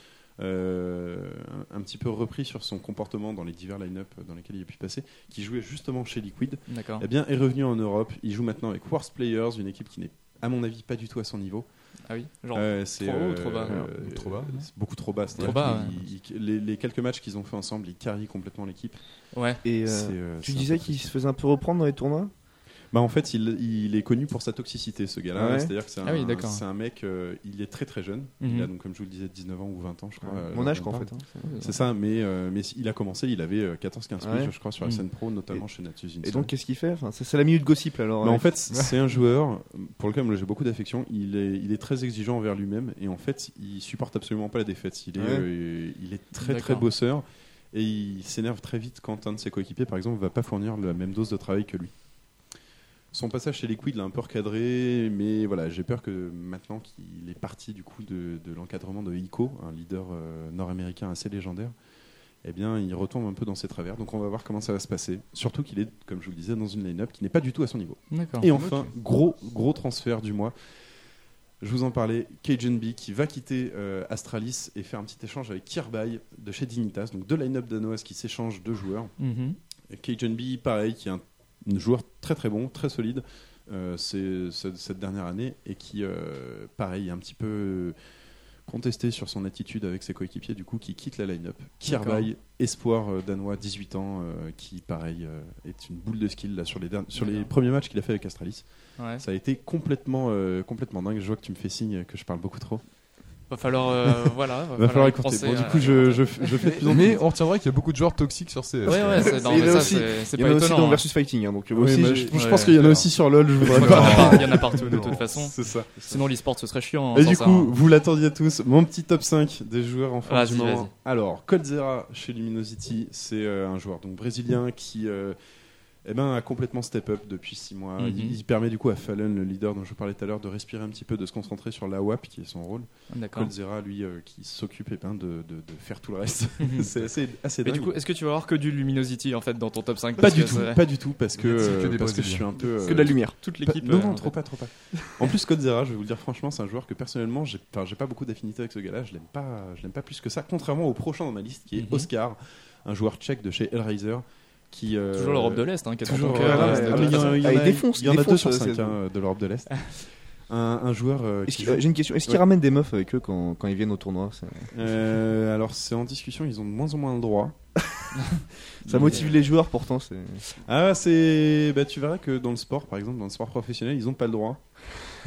[SPEAKER 3] euh, un, un petit peu repris sur son comportement dans les divers line-up dans lesquels il a pu passer, qui jouait justement chez Liquid,
[SPEAKER 1] D'accord.
[SPEAKER 3] eh bien est revenu en Europe. Il joue maintenant avec Worst Players, une équipe qui n'est, à mon avis, pas du tout à son niveau.
[SPEAKER 1] Ah oui. Genre.
[SPEAKER 3] Euh, c'est,
[SPEAKER 1] Trop haut ou trop bas
[SPEAKER 3] euh,
[SPEAKER 2] Trop bas, non
[SPEAKER 3] c'est Beaucoup trop bas.
[SPEAKER 1] Trop
[SPEAKER 3] c'est-à-dire
[SPEAKER 1] bas,
[SPEAKER 3] qu'ils- ils- les, les quelques matchs qu'ils ont fait ensemble, ils carrient complètement l'équipe.
[SPEAKER 1] Ouais.
[SPEAKER 4] Et euh,
[SPEAKER 3] C'est, euh,
[SPEAKER 4] tu
[SPEAKER 3] c'est un
[SPEAKER 4] disais
[SPEAKER 3] peu
[SPEAKER 4] qu'il
[SPEAKER 3] triste.
[SPEAKER 4] se faisait un peu reprendre dans les tournois
[SPEAKER 3] Bah, en fait, il, il est connu pour sa toxicité, ce gars-là.
[SPEAKER 4] Ouais.
[SPEAKER 3] C'est-à-dire que c'est un,
[SPEAKER 1] Ah oui, d'accord.
[SPEAKER 3] c'est un mec, euh, il est très très jeune. Il
[SPEAKER 1] Mhm.
[SPEAKER 3] a donc, comme je vous le disais, 19 ans ou 20 ans, je crois. euh,
[SPEAKER 4] Mon âge, quoi, en
[SPEAKER 3] parle.
[SPEAKER 4] fait. hein.
[SPEAKER 3] C'est ça, mais, euh, mais il a commencé, il avait euh, 14-15
[SPEAKER 4] Ah Ouais.
[SPEAKER 3] piges, je crois, sur la
[SPEAKER 1] Mhm.
[SPEAKER 3] scène pro, notamment chez Natus Vincent.
[SPEAKER 4] Et donc, qu'est-ce qu'il fait Enfin, C'est c'est la minute gossip, là, alors.
[SPEAKER 3] Mais
[SPEAKER 4] ouais.
[SPEAKER 3] en fait, c'est un joueur pour lequel moi, j'ai beaucoup d'affection. Il est, il est très exigeant envers lui-même et en fait, il supporte absolument pas la défaite. Il est,
[SPEAKER 4] Ouais.
[SPEAKER 3] euh, il est très très
[SPEAKER 1] D'accord.
[SPEAKER 3] bosseur et il s'énerve très vite quand un de ses coéquipiers, par exemple, va pas fournir la même dose de travail que lui. Son passage chez les Liquid l'a un peu recadré, mais voilà, j'ai peur que maintenant qu'il est parti du coup de, de l'encadrement de Ico, un leader euh, nord-américain assez légendaire, eh bien, il retombe un peu dans ses travers. Donc, on va voir comment ça va se passer. Surtout qu'il est, comme je vous le disais, dans une line-up qui n'est pas du tout à son niveau.
[SPEAKER 1] D'accord.
[SPEAKER 3] Et enfin, gros, gros transfert du mois. Je vous en parlais, Cajun B qui va quitter euh, Astralis et faire un petit échange avec Kirby de chez Dignitas, donc deux line-up danoises qui s'échangent deux joueurs.
[SPEAKER 1] Mhm.
[SPEAKER 3] Et Cajun B, pareil, qui est un un joueur très très bon, très solide euh, c'est- ce- cette dernière année et qui, euh, pareil, est un petit peu contesté sur son attitude avec ses coéquipiers, du coup, qui quitte la line-up. Kirby, espoir euh, danois, 18 ans, euh, qui, pareil, euh, est une boule de skill là, sur, les, derni- sur les
[SPEAKER 1] D'accord.
[SPEAKER 3] premiers matchs qu'il a fait avec Astralis.
[SPEAKER 1] Ouais.
[SPEAKER 3] Ça a été complètement, euh, complètement dingue. Je vois que tu me fais signe que je parle beaucoup trop.
[SPEAKER 1] Va falloir, euh, voilà.
[SPEAKER 3] Va falloir
[SPEAKER 1] y
[SPEAKER 3] écourter.
[SPEAKER 1] penser,
[SPEAKER 3] Bon, du
[SPEAKER 1] euh,
[SPEAKER 3] coup, je, je, je fais de plus en
[SPEAKER 2] Mais
[SPEAKER 3] plus.
[SPEAKER 2] on retiendra qu'il y a beaucoup de joueurs toxiques sur CS.
[SPEAKER 1] Ouais, ouais, c'est, non,
[SPEAKER 4] Il y
[SPEAKER 1] mais
[SPEAKER 4] en a
[SPEAKER 1] ça,
[SPEAKER 4] aussi-
[SPEAKER 1] c'est, c'est
[SPEAKER 4] Il y
[SPEAKER 1] pas
[SPEAKER 4] en a aussi
[SPEAKER 1] étonnant.
[SPEAKER 4] dans
[SPEAKER 1] hein.
[SPEAKER 4] Versus Fighting. hein, donc, moi
[SPEAKER 3] Oui,
[SPEAKER 4] aussi,
[SPEAKER 3] mais
[SPEAKER 4] j'ai-
[SPEAKER 3] euh, je, je
[SPEAKER 1] ouais,
[SPEAKER 3] pense qu'il y en a
[SPEAKER 2] d'accord.
[SPEAKER 3] aussi sur LoL, je
[SPEAKER 1] Je
[SPEAKER 3] voudrais
[SPEAKER 1] crois
[SPEAKER 3] pas.
[SPEAKER 1] qu'il y en a- Il y en a partout de toute façon.
[SPEAKER 3] C'est ça.
[SPEAKER 1] Sinon, l'e-sport, ce serait chiant. hein,
[SPEAKER 3] Et
[SPEAKER 1] sans
[SPEAKER 3] du
[SPEAKER 1] ça,
[SPEAKER 3] coup,
[SPEAKER 1] hein.
[SPEAKER 3] vous l'attendiez tous, mon petit top 5 des joueurs en forme
[SPEAKER 1] Vas-y,
[SPEAKER 3] du moment.
[SPEAKER 1] vas-y.
[SPEAKER 3] Alors, Coldzera chez Luminosity, c'est euh, un joueur donc brésilien qui euh, eh ben, a complètement step up depuis 6 mois.
[SPEAKER 1] Mhm.
[SPEAKER 3] il, il permet du coup à Fallen, le leader dont je parlais tout à l'heure, de respirer un petit peu, de se concentrer sur la WAP qui est son rôle.
[SPEAKER 1] hein. D'accord.
[SPEAKER 3] Coldzera, lui, euh, qui s'occupe eh ben, de, de- de faire tout le reste. c'est assez, assez
[SPEAKER 1] Mais
[SPEAKER 3] dingue.
[SPEAKER 1] du coup, est-ce que tu vas avoir que du Luminosity en fait dans ton top 5
[SPEAKER 3] pas
[SPEAKER 1] Parce
[SPEAKER 3] du
[SPEAKER 1] que
[SPEAKER 3] tout,
[SPEAKER 1] c'est-
[SPEAKER 3] pas du tout, parce que,
[SPEAKER 2] C'est que
[SPEAKER 3] euh,
[SPEAKER 2] des
[SPEAKER 3] parce que je
[SPEAKER 2] Brésiliens.
[SPEAKER 3] suis un peu. euh,
[SPEAKER 4] Que de la lumière.
[SPEAKER 1] Toute
[SPEAKER 3] Pas-
[SPEAKER 1] l'équipe.
[SPEAKER 3] Non,
[SPEAKER 1] euh,
[SPEAKER 3] non,
[SPEAKER 1] en
[SPEAKER 3] trop
[SPEAKER 1] fait.
[SPEAKER 3] pas, trop pas. En plus, Kodzera, je vais vous le dire franchement, c'est un joueur que personnellement, j'ai enfin, j'ai pas beaucoup d'affinité avec ce gars-là. Je l'aime pas, je l'aime pas plus que ça. Contrairement au prochain dans ma liste, qui est
[SPEAKER 1] Mhm.
[SPEAKER 3] Oscar, un joueur tchèque de chez Hellraiser, qui euh,
[SPEAKER 1] Toujours l'Europe de l'Est, hein, qui est
[SPEAKER 3] toujours,
[SPEAKER 1] en
[SPEAKER 3] euh,
[SPEAKER 1] cœur,
[SPEAKER 4] ouais,
[SPEAKER 1] euh,
[SPEAKER 3] ah,
[SPEAKER 1] de
[SPEAKER 4] ouais,
[SPEAKER 1] toute
[SPEAKER 3] mais il y en
[SPEAKER 1] façon.
[SPEAKER 3] a- il y en
[SPEAKER 4] Ah,
[SPEAKER 3] a-
[SPEAKER 4] il défonce,
[SPEAKER 3] il y en a
[SPEAKER 4] il
[SPEAKER 3] deux sur
[SPEAKER 4] défonce,
[SPEAKER 3] cinq
[SPEAKER 4] euh,
[SPEAKER 3] hein, de l'Europe de l'Est. Un, un joueur. euh, qui
[SPEAKER 4] Est-ce qu'il-
[SPEAKER 3] joue-
[SPEAKER 4] J'ai une question. Est-ce qu'ils
[SPEAKER 3] Ouais.
[SPEAKER 4] ramènent des meufs avec eux quand, quand ils viennent au tournoi Ça,
[SPEAKER 3] Euh, alors, c'est en discussion. Ils ont de moins en moins le droit.
[SPEAKER 4] ça motive les joueurs pourtant. c'est-
[SPEAKER 3] Ah, c'est. Bah, tu verras que dans le sport, par exemple, dans le sport professionnel, ils n'ont pas le droit.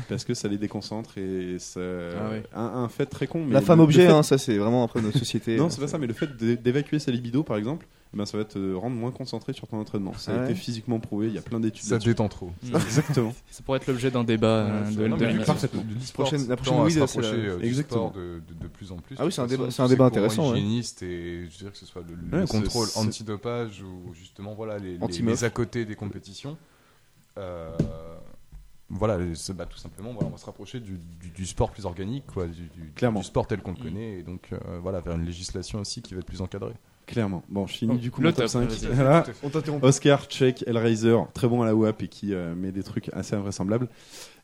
[SPEAKER 3] Parce que ça les déconcentre et ça.
[SPEAKER 1] Ah ouais.
[SPEAKER 3] un, un fait très con. Mais
[SPEAKER 4] La femme
[SPEAKER 3] le- le
[SPEAKER 4] objet,
[SPEAKER 3] fait-
[SPEAKER 4] hein, ça c'est vraiment après notre société.
[SPEAKER 3] Non, c'est pas ça, mais le fait d'é- d'évacuer sa libido, par exemple, eh ben, ça va te rendre moins concentré sur ton entraînement. Ça a
[SPEAKER 4] Ah ouais.
[SPEAKER 3] été physiquement prouvé, il y a plein d'études.
[SPEAKER 2] Ça
[SPEAKER 3] là-dessus.
[SPEAKER 2] détend trop.
[SPEAKER 1] Mm.
[SPEAKER 3] Exactement.
[SPEAKER 1] Ça pourrait être l'objet d'un débat euh,
[SPEAKER 3] Ouais,
[SPEAKER 1] de
[SPEAKER 3] c'est- non,
[SPEAKER 1] de
[SPEAKER 3] mais
[SPEAKER 1] l'animation.
[SPEAKER 2] parfaitement.
[SPEAKER 4] Prochaine- la prochaine
[SPEAKER 2] tend à
[SPEAKER 4] Louise,
[SPEAKER 2] se
[SPEAKER 4] c'est
[SPEAKER 2] rapprocher,
[SPEAKER 4] la-
[SPEAKER 2] euh, du
[SPEAKER 3] Exactement.
[SPEAKER 2] sport de, de, de plus en plus.
[SPEAKER 4] Ah oui, c'est un
[SPEAKER 2] De toute
[SPEAKER 4] débat-
[SPEAKER 2] façon,
[SPEAKER 4] c'est un
[SPEAKER 2] tous
[SPEAKER 4] débat
[SPEAKER 2] ces courants
[SPEAKER 4] intéressant, ouais.
[SPEAKER 2] hygiénistes et je dirais que ce soit le, le
[SPEAKER 3] Ouais, c'est-
[SPEAKER 2] contrôle
[SPEAKER 3] c'est-
[SPEAKER 2] antidopage ou justement voilà les, les,
[SPEAKER 4] Anti-meuf.
[SPEAKER 2] les à côté des compétitions. Euh, voilà, les- c'est- bah, tout simplement, voilà, on va se rapprocher du, du, du sport plus organique, quoi, du, du-
[SPEAKER 3] Clairement.
[SPEAKER 2] du sport tel qu'on le
[SPEAKER 1] Mm.
[SPEAKER 2] connaît, et donc euh, voilà, vers une législation aussi qui va être plus encadrée.
[SPEAKER 3] Clairement. Bon, je finis
[SPEAKER 1] Donc,
[SPEAKER 3] du coup
[SPEAKER 1] Oh, le
[SPEAKER 3] mon top
[SPEAKER 1] top,
[SPEAKER 3] 5.
[SPEAKER 1] vas-y.
[SPEAKER 3] Voilà.
[SPEAKER 2] Tout à fait.
[SPEAKER 4] On t'interrompt.
[SPEAKER 3] Oscar, Tchèque, Hellraiser, très bon à la WAP et qui euh, met des trucs assez invraisemblables.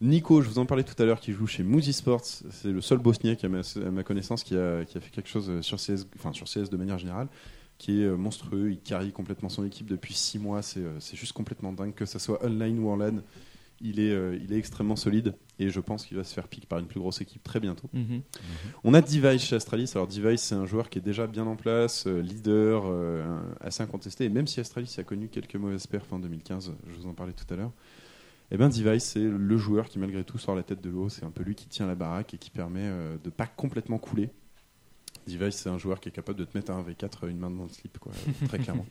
[SPEAKER 3] Nico, je vous en parlais tout à l'heure, qui joue chez Moosey Sports. C'est le seul Bosniaque à ma, à ma connaissance qui a, qui a fait quelque chose euh, sur CS, enfin sur CS de manière générale, qui est euh, monstrueux. Il carry complètement son équipe depuis 6 mois. C'est euh, c'est juste complètement dingue, que ça soit online ou en LAN. Il est, euh, il est extrêmement solide et je pense qu'il va se faire pique par une plus grosse équipe très bientôt.
[SPEAKER 1] Mhm.
[SPEAKER 3] On a Device chez Astralis. Alors Device, c'est un joueur qui est déjà bien en place, euh, leader, euh, un- assez incontesté. Et même si Astralis a connu quelques mauvaises perfs en 2015, je vous en parlais tout à l'heure, eh ben Device, c'est le joueur qui malgré tout sort la tête de l'eau. C'est un peu lui qui tient la baraque et qui permet euh, de pas complètement couler. Device, c'est un joueur qui est capable de te mettre un V4 une main dans le slip, quoi, très clairement.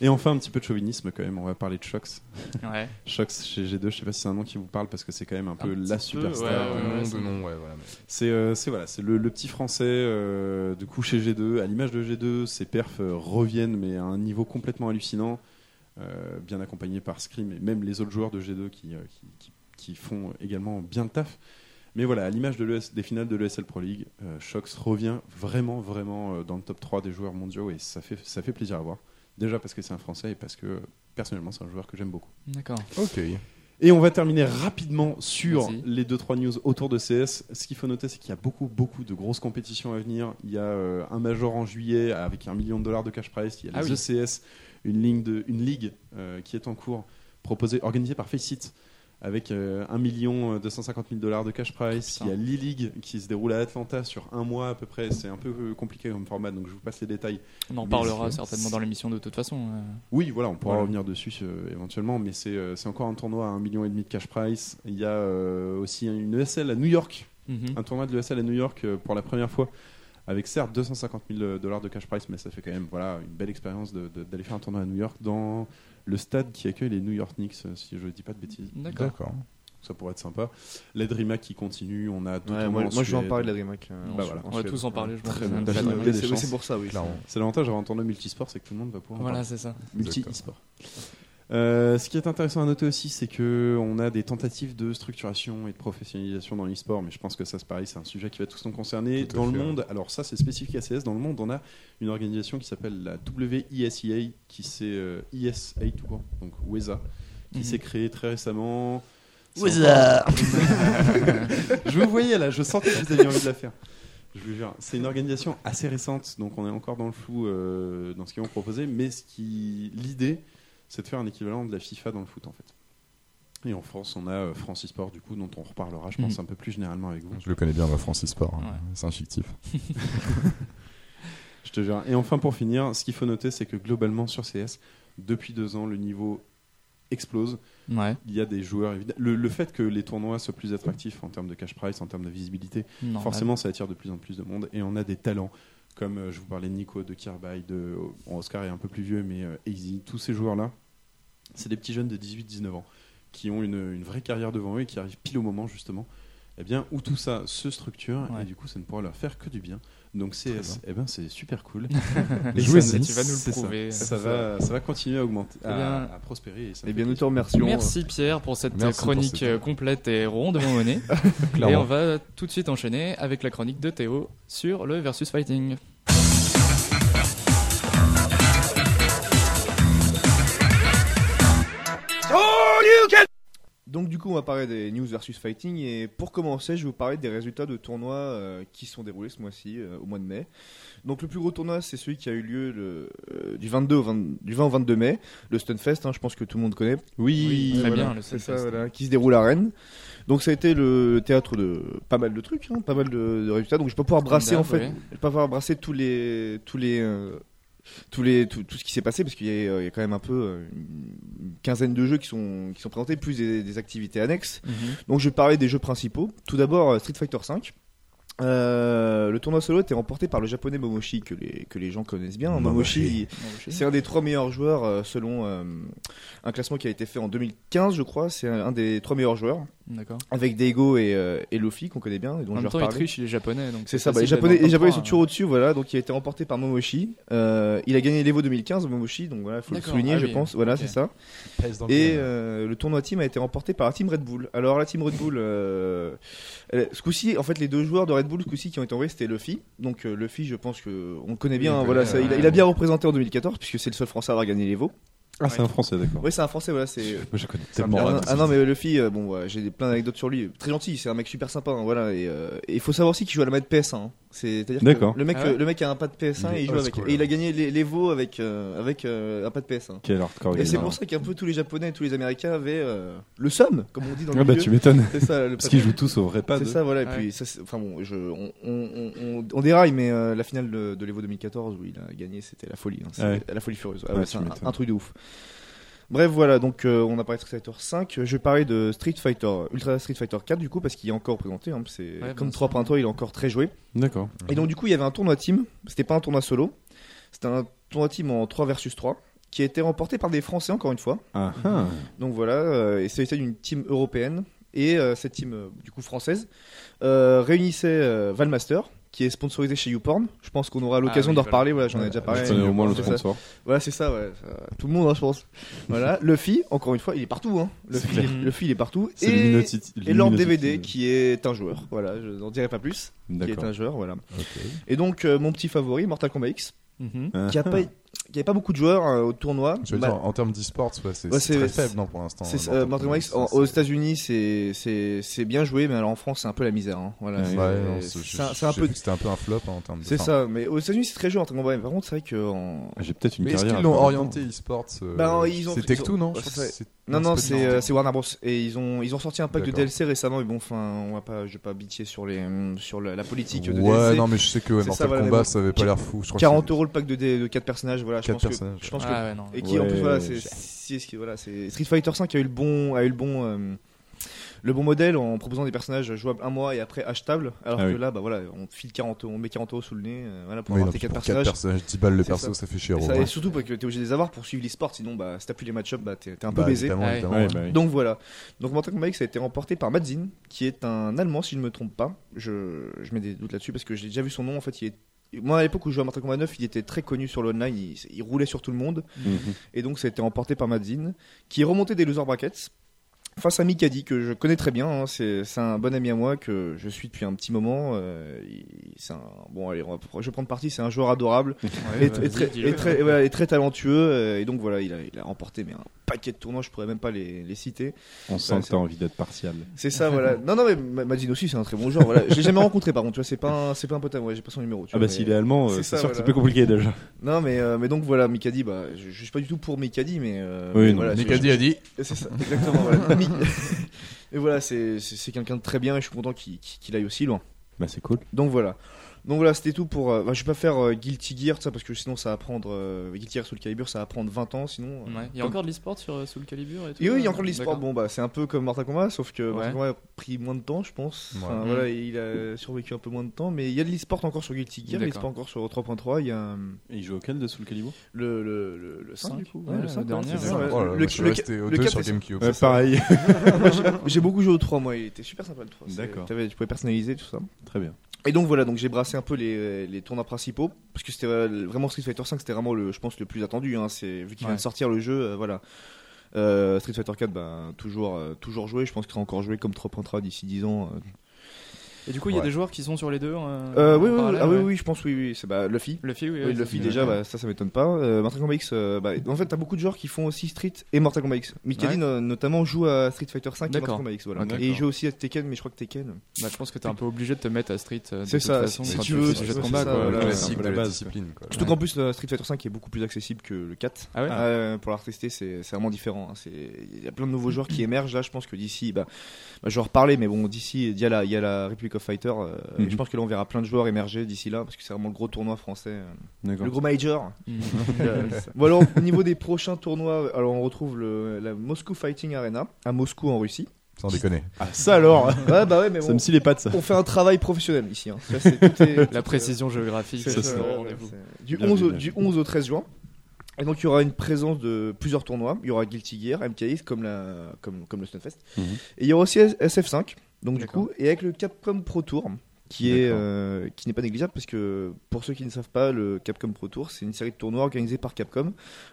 [SPEAKER 3] Et enfin, un petit peu de chauvinisme quand même. On va parler de Shox.
[SPEAKER 1] Ouais.
[SPEAKER 3] Shox chez G2, je sais pas si c'est un nom qui vous parle parce que c'est quand même un, peu
[SPEAKER 1] petit
[SPEAKER 3] la
[SPEAKER 1] peu,
[SPEAKER 3] superstar.
[SPEAKER 1] ouais, ouais,
[SPEAKER 2] Euh, de
[SPEAKER 1] ouais,
[SPEAKER 2] nom,
[SPEAKER 1] c'est-
[SPEAKER 2] de nom, Ah, ouais, voilà. mais-
[SPEAKER 3] C'est euh, c'est voilà, c'est le, le petit français euh, du coup chez G2. À l'image de G2, ses perfs euh, reviennent mais à un niveau complètement hallucinant, euh, bien accompagné par Scream et même les autres joueurs de G2 qui, euh, qui, qui- qui font également bien le taf. Mais voilà, à l'image de l'ES des finales de l'ESL Pro League, euh, Shox revient vraiment vraiment euh, dans le top 3 des joueurs mondiaux et ça fait ça fait plaisir à voir. Déjà parce que c'est un français et parce que euh, personnellement c'est un joueur que j'aime beaucoup.
[SPEAKER 1] D'accord.
[SPEAKER 2] Ok.
[SPEAKER 3] Et on va terminer rapidement sur
[SPEAKER 1] Vas-y.
[SPEAKER 3] les 2-3 news autour de CS. Ce qu'il faut noter, c'est qu'il y a beaucoup, beaucoup de grosses compétitions à venir. Il y a euh, un major en juillet avec un million de dollars de cash prize. Il y a
[SPEAKER 1] Ah
[SPEAKER 3] les
[SPEAKER 1] oui.
[SPEAKER 3] ECS, une, ligne de, une ligue euh, qui est en cours, proposée, organisée par Faceit avec euh, 1 million 250 000 dollars de cash prize.
[SPEAKER 1] Putain.
[SPEAKER 3] Il y a l'e-league qui se déroule à Atlanta sur un mois à peu près. C'est un peu euh, compliqué comme format, donc je vous passe les détails.
[SPEAKER 1] On en
[SPEAKER 3] Mais
[SPEAKER 1] parlera
[SPEAKER 3] c'est-
[SPEAKER 1] certainement dans l'émission de toute façon. euh.
[SPEAKER 3] Oui, voilà, on pourra
[SPEAKER 1] Voilà.
[SPEAKER 3] revenir dessus euh, éventuellement, mais c'est euh, c'est encore un tournoi à 1,5 million et demi de cash prize. Il y a euh, aussi une ESL à New York,
[SPEAKER 1] Mhm.
[SPEAKER 4] Ah,
[SPEAKER 3] un tournoi de l'ESL à New York euh, pour la première fois, avec certes 250 000 euh, dollars de cash prize, mais ça fait quand même voilà, une belle expérience de- de- d'aller faire un tournoi à New York dans le stade qui accueille les New York Knicks, euh, si je ne dis pas de bêtises.
[SPEAKER 1] D'accord.
[SPEAKER 2] D'accord.
[SPEAKER 3] Ça pourrait être sympa. La DreamHack qui continue, on a deux
[SPEAKER 4] Ouais,
[SPEAKER 3] tournois
[SPEAKER 4] moi,
[SPEAKER 3] en
[SPEAKER 4] moi, je vais en
[SPEAKER 3] Suède.
[SPEAKER 4] parler de la DreamHack. euh,
[SPEAKER 1] Bah
[SPEAKER 4] en
[SPEAKER 3] voilà.
[SPEAKER 4] Suède.
[SPEAKER 1] On va tous en parler, je pense.
[SPEAKER 3] Très bien.
[SPEAKER 1] de la
[SPEAKER 3] Bah,
[SPEAKER 1] DreamHack.
[SPEAKER 3] des
[SPEAKER 4] C'est
[SPEAKER 3] chances.
[SPEAKER 4] c'est pour ça, oui.
[SPEAKER 2] Clairement.
[SPEAKER 3] C'est l'avantage d'avoir un tournoi multisport, c'est que tout le monde va pouvoir en
[SPEAKER 1] Voilà, c'est ça.
[SPEAKER 3] multi-e-sport. Euh, ce qui est intéressant à noter aussi, c'est que on a des tentatives de structuration et de professionnalisation dans l'e-sport, mais je pense que ça, c'est pareil, c'est un sujet qui va tous nous concerner.
[SPEAKER 2] Tout à
[SPEAKER 3] dans le
[SPEAKER 2] fait,
[SPEAKER 3] monde, alors ça, c'est spécifique à CS, dans le monde, on a une organisation qui s'appelle la WISEA, qui c'est euh, ISA tout court, donc WESA, qui
[SPEAKER 1] Mhm.
[SPEAKER 3] s'est créée très récemment. C'est
[SPEAKER 2] E
[SPEAKER 5] Wizard.
[SPEAKER 3] je vous voyais là, je sentais que vous aviez envie de la faire. Je vous jure, c'est une organisation assez récente, donc on est encore dans le flou euh, dans ce qu'ils ont proposé, mais ce qui, l'idée, c'est de faire un équivalent de la FIFA dans le foot en fait. Et en France, on a euh, France eSport du coup, dont on reparlera, je pense, un peu plus généralement avec vous.
[SPEAKER 2] Je le connais bien, moi, Francis Sport. hein.
[SPEAKER 1] Ouais.
[SPEAKER 2] C'est un fictif.
[SPEAKER 3] Je te jure. Et enfin, pour finir, ce qu'il faut noter, c'est que globalement sur CS, depuis deux ans, le niveau explose.
[SPEAKER 1] Ouais.
[SPEAKER 3] Il y a des joueurs, évidemment. Le, le fait que les tournois soient plus attractifs en termes de cash price, en termes de visibilité,
[SPEAKER 1] normal.
[SPEAKER 3] Forcément, ça attire de plus en plus de monde et on a des talents comme euh, je vous parlais de Nico, de Kirby, de euh, bon, Oscar est un peu plus vieux, mais euh, Easy, tous ces joueurs-là, c'est des petits jeunes de 18-19 ans qui ont une, une vraie carrière devant eux et qui arrivent pile au moment justement eh bien, où tout ça se structure
[SPEAKER 1] Ouais.
[SPEAKER 3] et du coup ça ne pourra leur faire que du bien. Donc CS, eh ben, c'est super cool. Et
[SPEAKER 1] Jouez-y,
[SPEAKER 3] ça-
[SPEAKER 1] tu vas nous le
[SPEAKER 3] c'est ça.
[SPEAKER 1] prouver.
[SPEAKER 3] Ça, va, ça va continuer à augmenter, à,
[SPEAKER 1] Eh bien-
[SPEAKER 3] à prospérer. Et ça
[SPEAKER 4] Eh
[SPEAKER 3] me
[SPEAKER 4] bien,
[SPEAKER 3] fait
[SPEAKER 4] nous te
[SPEAKER 3] plaisir.
[SPEAKER 4] remercions.
[SPEAKER 1] Merci Pierre pour cette
[SPEAKER 2] Merci pour
[SPEAKER 1] chronique
[SPEAKER 2] cette-
[SPEAKER 1] euh, complète et ronde de mon monnaie. et
[SPEAKER 2] Clairement.
[SPEAKER 1] on va tout de suite enchaîner avec la chronique de Théo sur le versus fighting.
[SPEAKER 4] Donc du coup, on va parler des news versus fighting et pour commencer, je vais vous parler des résultats de tournois euh, qui sont déroulés ce mois-ci euh, au mois de mai. Donc le plus gros tournoi, c'est celui qui a eu lieu le, euh, du 22 au 20, du 20 au 22 mai, le Stunfest. hein, je pense que tout le monde connaît.
[SPEAKER 1] Oui, très
[SPEAKER 4] voilà,
[SPEAKER 1] bien, le
[SPEAKER 4] c'est ça,
[SPEAKER 1] Stunfest.
[SPEAKER 4] voilà, qui se déroule à Rennes. Donc ça a été le théâtre de pas mal de trucs, hein, pas mal de, de résultats. Donc je vais pas pouvoir brasser
[SPEAKER 1] d'hab,
[SPEAKER 4] en fait,
[SPEAKER 1] oui.
[SPEAKER 4] je vais pas pouvoir brasser tous les tous les euh, tous les tout, tout ce qui s'est passé parce qu'il y, a- euh, il y a quand même un peu euh, une une quinzaine de jeux qui sont qui sont présentés plus des, des activités annexes. Donc je vais parler des jeux principaux. Tout d'abord euh, Street Fighter 5. le tournoi solo était remporté par le japonais Momoshi que les que les gens connaissent bien.
[SPEAKER 2] Momoshi.
[SPEAKER 4] Momoshi, il-
[SPEAKER 1] bah,
[SPEAKER 4] c'est un des trois meilleurs joueurs euh, selon euh, un classement qui a été fait en 2015, je crois. C'est un un des trois meilleurs joueurs
[SPEAKER 1] D'accord.
[SPEAKER 4] avec Daigo et, euh, et Luffy qu'on connaît bien et dont
[SPEAKER 1] En
[SPEAKER 4] je vais
[SPEAKER 1] même temps, il
[SPEAKER 4] reparler.
[SPEAKER 1] triche, il est japonais. donc
[SPEAKER 4] C'est ça, bah, les
[SPEAKER 1] facile d'être dans
[SPEAKER 4] japonais,
[SPEAKER 1] le hein.
[SPEAKER 4] les japonais
[SPEAKER 1] top
[SPEAKER 4] sont toujours au-dessus, voilà, donc il a été remporté par Momoshi. Euh, il a gagné l'Evo 2015, Momoshi, donc voilà, il faut le
[SPEAKER 1] D'accord,
[SPEAKER 4] souligner,
[SPEAKER 1] ah
[SPEAKER 4] je
[SPEAKER 1] oui,
[SPEAKER 4] pense, voilà,
[SPEAKER 1] ok.
[SPEAKER 4] c'est ça.
[SPEAKER 2] Pèse dans le
[SPEAKER 4] Et
[SPEAKER 2] game.
[SPEAKER 4] euh, le tournoi team a été remporté par la team Red Bull. Alors la team Red Bull, euh, euh, ce coup-ci, en fait, les deux joueurs de Red Bull, ce coup-ci, qui ont été envoyés, c'était Luffy. Donc euh, Luffy, je pense que on le connaît bien,
[SPEAKER 2] on
[SPEAKER 4] hein,
[SPEAKER 2] le
[SPEAKER 4] voilà,
[SPEAKER 2] connaît,
[SPEAKER 4] ça, il, a,
[SPEAKER 2] ouais.
[SPEAKER 4] il a bien représenté en 2014, puisque c'est le seul Français à avoir gagné l'Evo.
[SPEAKER 3] Ah, c'est un français, d'accord.
[SPEAKER 4] Oui, c'est un Français, voilà, c'est...
[SPEAKER 3] Moi, Je connais
[SPEAKER 2] C'est un
[SPEAKER 3] tellement
[SPEAKER 4] Ah,
[SPEAKER 2] Bon,
[SPEAKER 4] non,
[SPEAKER 2] ouais,
[SPEAKER 4] ah non, mais Luffy, euh, bon, ouais, j'ai des- plein d'anecdotes sur lui. Très gentil, c'est un mec super sympa, hein, voilà. Et euh, et il faut savoir aussi qu'il joue à la main de PS1. hein. C'est-à-dire
[SPEAKER 3] D'accord.
[SPEAKER 4] que le mec, euh,
[SPEAKER 1] Ah ouais
[SPEAKER 4] le mec a un pad PS1 et il
[SPEAKER 2] Il est
[SPEAKER 4] joue
[SPEAKER 2] old
[SPEAKER 4] avec.
[SPEAKER 2] school,
[SPEAKER 4] Et il a
[SPEAKER 2] hein.
[SPEAKER 4] gagné les, les veaux avec, euh, avec euh, un pad PS1.
[SPEAKER 3] Quel hardcore
[SPEAKER 4] Et c'est
[SPEAKER 3] gamer.
[SPEAKER 4] pour ça qu'un peu tous les Japonais et tous les Américains avaient euh, le somme, comme on dit dans le
[SPEAKER 3] Ah bah,
[SPEAKER 4] milieu.
[SPEAKER 3] tu m'étonnes.
[SPEAKER 4] C'est ça, le
[SPEAKER 3] Parce
[SPEAKER 4] pad-
[SPEAKER 3] qu'ils jouent tous au vrai pad.
[SPEAKER 4] C'est ça, voilà. Et
[SPEAKER 1] Ouais.
[SPEAKER 4] puis, ça, c'est- enfin bon, je, on, on, on- on- on déraille, mais euh, la finale de, de l'Evo 2014 où il a gagné, c'était la folie. hein. C'était
[SPEAKER 3] Ouais.
[SPEAKER 4] La folie furieuse. Ah
[SPEAKER 3] Ouais,
[SPEAKER 4] ouais,
[SPEAKER 3] tu
[SPEAKER 4] c'est un,
[SPEAKER 3] m'étonnes.
[SPEAKER 4] un truc de ouf. Bref, voilà, donc euh, on a parlé de Street Fighter 5. Je vais parler de Street Fighter, Ultra Street Fighter 4 du coup, parce qu'il est encore présenté. hein, c'est,
[SPEAKER 1] bien
[SPEAKER 4] comme
[SPEAKER 1] sûr.
[SPEAKER 4] 3 printemps, il est encore très joué.
[SPEAKER 3] D'accord.
[SPEAKER 4] Et donc, du coup, il y avait un tournoi team. C'était pas un tournoi solo. C'était un tournoi team en 3 versus 3 qui a été remporté par des Français encore une fois.
[SPEAKER 3] Ah, ah.
[SPEAKER 4] Donc voilà, euh, et c'était une team européenne. Et euh, cette team, euh, du coup, française, euh, réunissait euh, Valmaster, qui est sponsorisé chez YouPorn. Je pense qu'on aura l'occasion
[SPEAKER 1] Ah oui,
[SPEAKER 4] d'en
[SPEAKER 1] voilà.
[SPEAKER 4] reparler. Voilà, j'en ai déjà parlé.
[SPEAKER 3] je connais au moins le
[SPEAKER 4] C'est ça.
[SPEAKER 3] sponsor.
[SPEAKER 4] Voilà, c'est ça, ouais. Ça- Tout le monde, hein, je pense. voilà, Luffy, encore une fois, il est partout. Hein.
[SPEAKER 3] C'est
[SPEAKER 4] Luffy,
[SPEAKER 3] clair.
[SPEAKER 4] il est- Luffy, il est partout.
[SPEAKER 3] C'est
[SPEAKER 4] Et,
[SPEAKER 3] Luminosity-
[SPEAKER 4] et Lord
[SPEAKER 3] Luminosity.
[SPEAKER 4] DVD, qui est un joueur. Voilà, je n'en dirai pas plus. Qui est
[SPEAKER 3] euh, D'accord.
[SPEAKER 4] un joueur, voilà.
[SPEAKER 2] Ok.
[SPEAKER 4] Et donc, euh, mon petit favori, Mortal Kombat X,
[SPEAKER 1] Mhm.
[SPEAKER 3] Ah,
[SPEAKER 4] qui a
[SPEAKER 3] ah.
[SPEAKER 4] pas. qui avait pas beaucoup de joueurs euh, au tournoi.
[SPEAKER 2] Je veux
[SPEAKER 4] Mal-
[SPEAKER 2] dire, en termes d'e-sports, ouais, c'est
[SPEAKER 4] Ouais,
[SPEAKER 2] c'est
[SPEAKER 4] c'est-
[SPEAKER 2] très faible non, pour l'instant.
[SPEAKER 4] C'est,
[SPEAKER 2] hein,
[SPEAKER 4] euh,
[SPEAKER 2] Mortal
[SPEAKER 4] Mortal
[SPEAKER 2] Kombat,
[SPEAKER 4] Kombat, en-
[SPEAKER 2] ça,
[SPEAKER 4] aux
[SPEAKER 2] c'est-
[SPEAKER 4] États-Unis, c'est, c'est, c'est bien joué, mais alors en France, c'est un peu la misère. hein. Voilà,
[SPEAKER 3] Ouais,
[SPEAKER 4] c'est,
[SPEAKER 2] Ouais, non,
[SPEAKER 4] c'est,
[SPEAKER 2] c'est
[SPEAKER 4] un-
[SPEAKER 2] je-
[SPEAKER 4] c'est un
[SPEAKER 2] j'ai
[SPEAKER 4] peu.
[SPEAKER 2] vu que C'était un peu un flop hein, en termes de.
[SPEAKER 4] C'est
[SPEAKER 2] enfin,
[SPEAKER 4] ça, mais aux États-Unis, c'est très joué Mortal Kombat. Mais par contre, c'est vrai que. en-
[SPEAKER 3] Ah, J'ai peut-être une
[SPEAKER 2] Mais est-ce
[SPEAKER 3] carrière.
[SPEAKER 2] qu'ils
[SPEAKER 3] à
[SPEAKER 2] l'ont
[SPEAKER 3] faire
[SPEAKER 2] orienté e-sports euh,
[SPEAKER 4] Bah, non, ils ont-
[SPEAKER 2] C'est
[SPEAKER 4] ils ont-
[SPEAKER 2] Tech2, non
[SPEAKER 4] ouais,
[SPEAKER 2] Je
[SPEAKER 4] c'est-
[SPEAKER 2] crois que c'est-
[SPEAKER 4] Non, non, c'est,
[SPEAKER 2] pas
[SPEAKER 4] euh,
[SPEAKER 2] Tech2.
[SPEAKER 4] c'est Warner Bros. Et ils ont, ils ont sorti un pack de
[SPEAKER 2] D'accord.
[SPEAKER 4] DLC récemment, mais bon, enfin, on va pas, je vais pas bitcher sur, les, sur la, la politique de
[SPEAKER 2] Ouais,
[SPEAKER 4] DLC.
[SPEAKER 2] non, mais je sais que ouais,
[SPEAKER 4] C'est
[SPEAKER 2] Mortal
[SPEAKER 4] ça, voilà,
[SPEAKER 2] Kombat,
[SPEAKER 4] mais
[SPEAKER 2] ça avait pas l'air fou. Je crois que
[SPEAKER 4] 40
[SPEAKER 2] c'est-
[SPEAKER 4] euros le pack de, dé- de 4 personnages, voilà, je
[SPEAKER 2] Quatre
[SPEAKER 4] pense que.
[SPEAKER 2] personnages,
[SPEAKER 4] Je pense que
[SPEAKER 1] Ah ouais, non.
[SPEAKER 4] Et qui en
[SPEAKER 3] Ouais,
[SPEAKER 4] plus voilà,
[SPEAKER 3] ouais,
[SPEAKER 4] c'est,
[SPEAKER 3] ouais.
[SPEAKER 4] c'est- c'est- voilà, c'est- Street Fighter 5 a eu le bon, a eu le bon, euh, le bon modèle en proposant des personnages jouables un mois et après achetables. Alors
[SPEAKER 3] Ah
[SPEAKER 4] que
[SPEAKER 3] oui.
[SPEAKER 4] là, bah voilà, on file 40, euros- on met 40 euros sous le nez, euh, voilà, pour
[SPEAKER 2] Oui, non,
[SPEAKER 4] avoir tes
[SPEAKER 2] puis
[SPEAKER 4] 4
[SPEAKER 2] pour quatre
[SPEAKER 4] personnages.
[SPEAKER 2] personnages, 10 balles le
[SPEAKER 4] C'est ça.
[SPEAKER 2] perso, ça fait chier.
[SPEAKER 4] et, ça,
[SPEAKER 2] ouais.
[SPEAKER 4] et surtout parce que t'es obligé de les avoir pour suivre les sports, sinon bah si t'as plus les match-up, bah t'es, t'es un peu
[SPEAKER 2] Bah,
[SPEAKER 4] baisé.
[SPEAKER 2] évidemment,
[SPEAKER 1] Ouais.
[SPEAKER 2] évidemment,
[SPEAKER 3] Ouais,
[SPEAKER 2] ouais.
[SPEAKER 3] bah oui.
[SPEAKER 4] Donc voilà. Donc Mortal Kombat X a été remporté par Madzin, qui est un Allemand si je ne me trompe pas. Je, je mets des doutes là-dessus parce que j'ai déjà vu son nom. En fait, il est Moi, à l'époque où je jouais à Mortal Kombat 9, il était très connu sur l'online, il, il roulait sur tout le monde.
[SPEAKER 3] Mhm.
[SPEAKER 4] Et donc, ça a été emporté par Madzin, qui est remonté des loser brackets face à Mikadi, que je connais très bien. hein. C'est c'est un bon ami à moi que je suis depuis un petit moment. euh, il- c'est un, bon, allez, on va- je vais prendre parti, c'est un joueur adorable et, et
[SPEAKER 1] vas-y,
[SPEAKER 4] très,
[SPEAKER 1] dis-le.
[SPEAKER 4] et très- et voilà, et très talentueux. euh, Et donc, voilà, il a, il a remporté mais un paquet de tournois, je pourrais même pas les- les citer.
[SPEAKER 3] On sent
[SPEAKER 4] Ouais,
[SPEAKER 3] que
[SPEAKER 4] c'est-
[SPEAKER 3] t'as envie d'être partial.
[SPEAKER 4] C'est ça, voilà. Non, non, mais Ma- Madzin aussi, c'est un très bon joueur. Voilà. Je l'ai jamais rencontré, par contre. Tu vois, c'est pas, un- c'est pas un pote à moi. J'ai pas son numéro. Tu
[SPEAKER 3] Ah
[SPEAKER 4] vois,
[SPEAKER 3] bah s'il
[SPEAKER 4] mais-
[SPEAKER 3] est allemand, euh,
[SPEAKER 4] c'est
[SPEAKER 3] c'est
[SPEAKER 4] ça,
[SPEAKER 3] sûr que c'est
[SPEAKER 4] voilà.
[SPEAKER 3] plus compliqué déjà.
[SPEAKER 4] Non, mais, euh, mais donc voilà, Mikadi. Bah, je, je suis pas du tout pour Mikadi, mais. euh,
[SPEAKER 3] Oui,
[SPEAKER 4] mais
[SPEAKER 3] non,
[SPEAKER 4] voilà, je-
[SPEAKER 2] Nikadi a dit
[SPEAKER 4] je- C'est ça, exactement. voilà. Mi- et voilà, c'est c'est- c'est quelqu'un de très bien, et je suis content qu'il qu'il- qu'il aille aussi loin.
[SPEAKER 3] Bah c'est cool.
[SPEAKER 4] Donc voilà. Donc voilà, c'était tout pour. euh, bah, je vais pas faire euh, Guilty Gear, ça, parce que sinon ça va prendre. euh, Guilty Gear sous le calibre, ça va prendre 20 ans, sinon. euh,
[SPEAKER 1] Ouais. Il y a encore de l'e-sport sur euh, Soul Calibur et tout
[SPEAKER 4] Et oui, il y a
[SPEAKER 1] euh,
[SPEAKER 4] encore de l'e-sport.
[SPEAKER 1] d'accord.
[SPEAKER 4] Bon, bah, c'est un peu comme Mortal Kombat, sauf que
[SPEAKER 1] Ouais.
[SPEAKER 4] Mortal Kombat a pris moins de temps, je pense.
[SPEAKER 2] Ouais.
[SPEAKER 4] Enfin,
[SPEAKER 1] Mhm.
[SPEAKER 4] voilà, il a survécu un peu moins de temps. Mais il y a de l'e-sport encore sur Guilty Gear, de
[SPEAKER 1] D'accord.
[SPEAKER 4] l'e-sport encore sur 3.3. Il y a euh,
[SPEAKER 3] il joue auquel de Soul Calibur
[SPEAKER 4] le, le, le, le 5,
[SPEAKER 1] Cinq,
[SPEAKER 4] du coup.
[SPEAKER 1] ouais, le
[SPEAKER 4] ouais,
[SPEAKER 1] dernier,
[SPEAKER 4] c'est ça,
[SPEAKER 1] ouais.
[SPEAKER 4] ouais.
[SPEAKER 2] Oh là là,
[SPEAKER 4] Le-
[SPEAKER 2] moi, je suis
[SPEAKER 4] le-
[SPEAKER 2] resté au
[SPEAKER 4] le
[SPEAKER 2] 2
[SPEAKER 4] quatre,
[SPEAKER 2] sur
[SPEAKER 4] c'est-
[SPEAKER 2] Gamecube.
[SPEAKER 3] ouais, Pareil.
[SPEAKER 4] J'ai beaucoup joué au 3, moi. Il était super sympa le 3. C'est-
[SPEAKER 3] D'accord.
[SPEAKER 4] t'avais- Tu pouvais personnaliser tout ça.
[SPEAKER 3] Très bien.
[SPEAKER 4] Et donc voilà, donc j'ai brassé un peu les, les tournois principaux parce que c'était euh, vraiment Street Fighter 5, c'était vraiment le, je pense le plus attendu. Hein, c'est vu qu'il vient
[SPEAKER 1] Ouais.
[SPEAKER 4] de sortir le jeu, euh, voilà. Euh, Street Fighter 4, bah, toujours, euh, toujours joué. Je pense qu'il sera encore joué comme 3.3 d'ici 10 ans. euh.
[SPEAKER 1] Et du coup, il y a
[SPEAKER 2] Ouais.
[SPEAKER 1] des joueurs qui sont sur les deux. euh,
[SPEAKER 4] Euh,
[SPEAKER 1] en
[SPEAKER 4] oui, oui, oui,
[SPEAKER 1] parallèle,
[SPEAKER 4] ah, oui,
[SPEAKER 1] ouais.
[SPEAKER 4] oui, je pense oui, oui. C'est bah, Luffy.
[SPEAKER 1] Luffy, oui.
[SPEAKER 4] Oui,
[SPEAKER 1] oui,
[SPEAKER 4] Luffy
[SPEAKER 1] c'est-
[SPEAKER 4] déjà,
[SPEAKER 1] ouais.
[SPEAKER 4] bah, ça, ça m'étonne pas. Euh, Mortal Kombat X, euh, bah, en fait, t'as beaucoup de joueurs qui font aussi Street et Mortal Kombat X.
[SPEAKER 1] Ouais.
[SPEAKER 4] Mikali, no- notamment, joue à Street Fighter 5 et
[SPEAKER 1] D'accord.
[SPEAKER 4] Mortal Kombat X. Voilà.
[SPEAKER 1] D'accord.
[SPEAKER 4] Et il joue aussi à Tekken, mais je crois que Tekken.
[SPEAKER 1] Bah, je pense que t'es un peu obligé de te mettre à Street. euh, de
[SPEAKER 4] C'est
[SPEAKER 1] toute
[SPEAKER 4] ça,
[SPEAKER 1] façon,
[SPEAKER 4] si
[SPEAKER 1] quand
[SPEAKER 4] tu
[SPEAKER 1] fais
[SPEAKER 4] veux,
[SPEAKER 1] ce
[SPEAKER 4] si
[SPEAKER 1] jeu
[SPEAKER 4] tu
[SPEAKER 1] de
[SPEAKER 4] veux,
[SPEAKER 1] combat,
[SPEAKER 4] c'est ça,
[SPEAKER 1] quoi.
[SPEAKER 2] Le
[SPEAKER 4] voilà.
[SPEAKER 2] classique
[SPEAKER 3] Ouais.
[SPEAKER 2] de
[SPEAKER 3] La
[SPEAKER 2] la
[SPEAKER 3] base.
[SPEAKER 2] discipline. quoi.
[SPEAKER 4] Surtout qu'en plus, le Street Fighter 5 est beaucoup plus accessible que le 4.
[SPEAKER 1] Ah ouais
[SPEAKER 4] Euh, pour la tester, c'est c'est vraiment différent. hein. C'est- Il y a plein de nouveaux joueurs qui émergent. Là, je pense que d'ici, bah, bah, je vais en reparler, mais bon, d'ici, il y, a la- il y a la Republic of Fighter. euh, et
[SPEAKER 3] Mhm.
[SPEAKER 4] je pense que là, on verra plein de joueurs émerger d'ici là, parce que c'est vraiment le gros tournoi français. euh,
[SPEAKER 3] D'accord.
[SPEAKER 4] le gros major.
[SPEAKER 1] Mm.
[SPEAKER 4] Bon, alors, au niveau des prochains tournois, alors on retrouve le, la Moscou Fighting Arena, à Moscou en Russie.
[SPEAKER 2] Sans déconner.
[SPEAKER 3] Ah ça alors
[SPEAKER 4] Ouais, bah ouais, mais
[SPEAKER 3] Ça
[SPEAKER 4] bon,
[SPEAKER 3] me scie les pattes ça.
[SPEAKER 4] on fait un travail professionnel ici. hein. Ça, c'est- tout est- tout
[SPEAKER 1] La
[SPEAKER 4] est-
[SPEAKER 1] précision géographique,
[SPEAKER 4] c'est
[SPEAKER 1] c'est
[SPEAKER 3] ça,
[SPEAKER 1] au
[SPEAKER 4] ouais,
[SPEAKER 1] rendez-vous.
[SPEAKER 4] ouais, c'est- Du,
[SPEAKER 3] Bien
[SPEAKER 4] 11 au,
[SPEAKER 3] vu, bien
[SPEAKER 4] du
[SPEAKER 3] vu.
[SPEAKER 4] 11 au 13 juin. Et donc, il y aura une présence de plusieurs tournois. Il y aura Guilty Gear, MKX, comme, la, comme, comme le Stunfest.
[SPEAKER 3] Mhm.
[SPEAKER 4] Et il y aura aussi SF5, donc du
[SPEAKER 1] D'accord.
[SPEAKER 4] coup, et avec le Capcom Pro Tour, qui est
[SPEAKER 3] D'accord.
[SPEAKER 4] euh, qui n'est pas négligeable, parce que pour ceux qui ne savent pas, le Capcom Pro Tour, c'est une série de tournois organisés par Capcom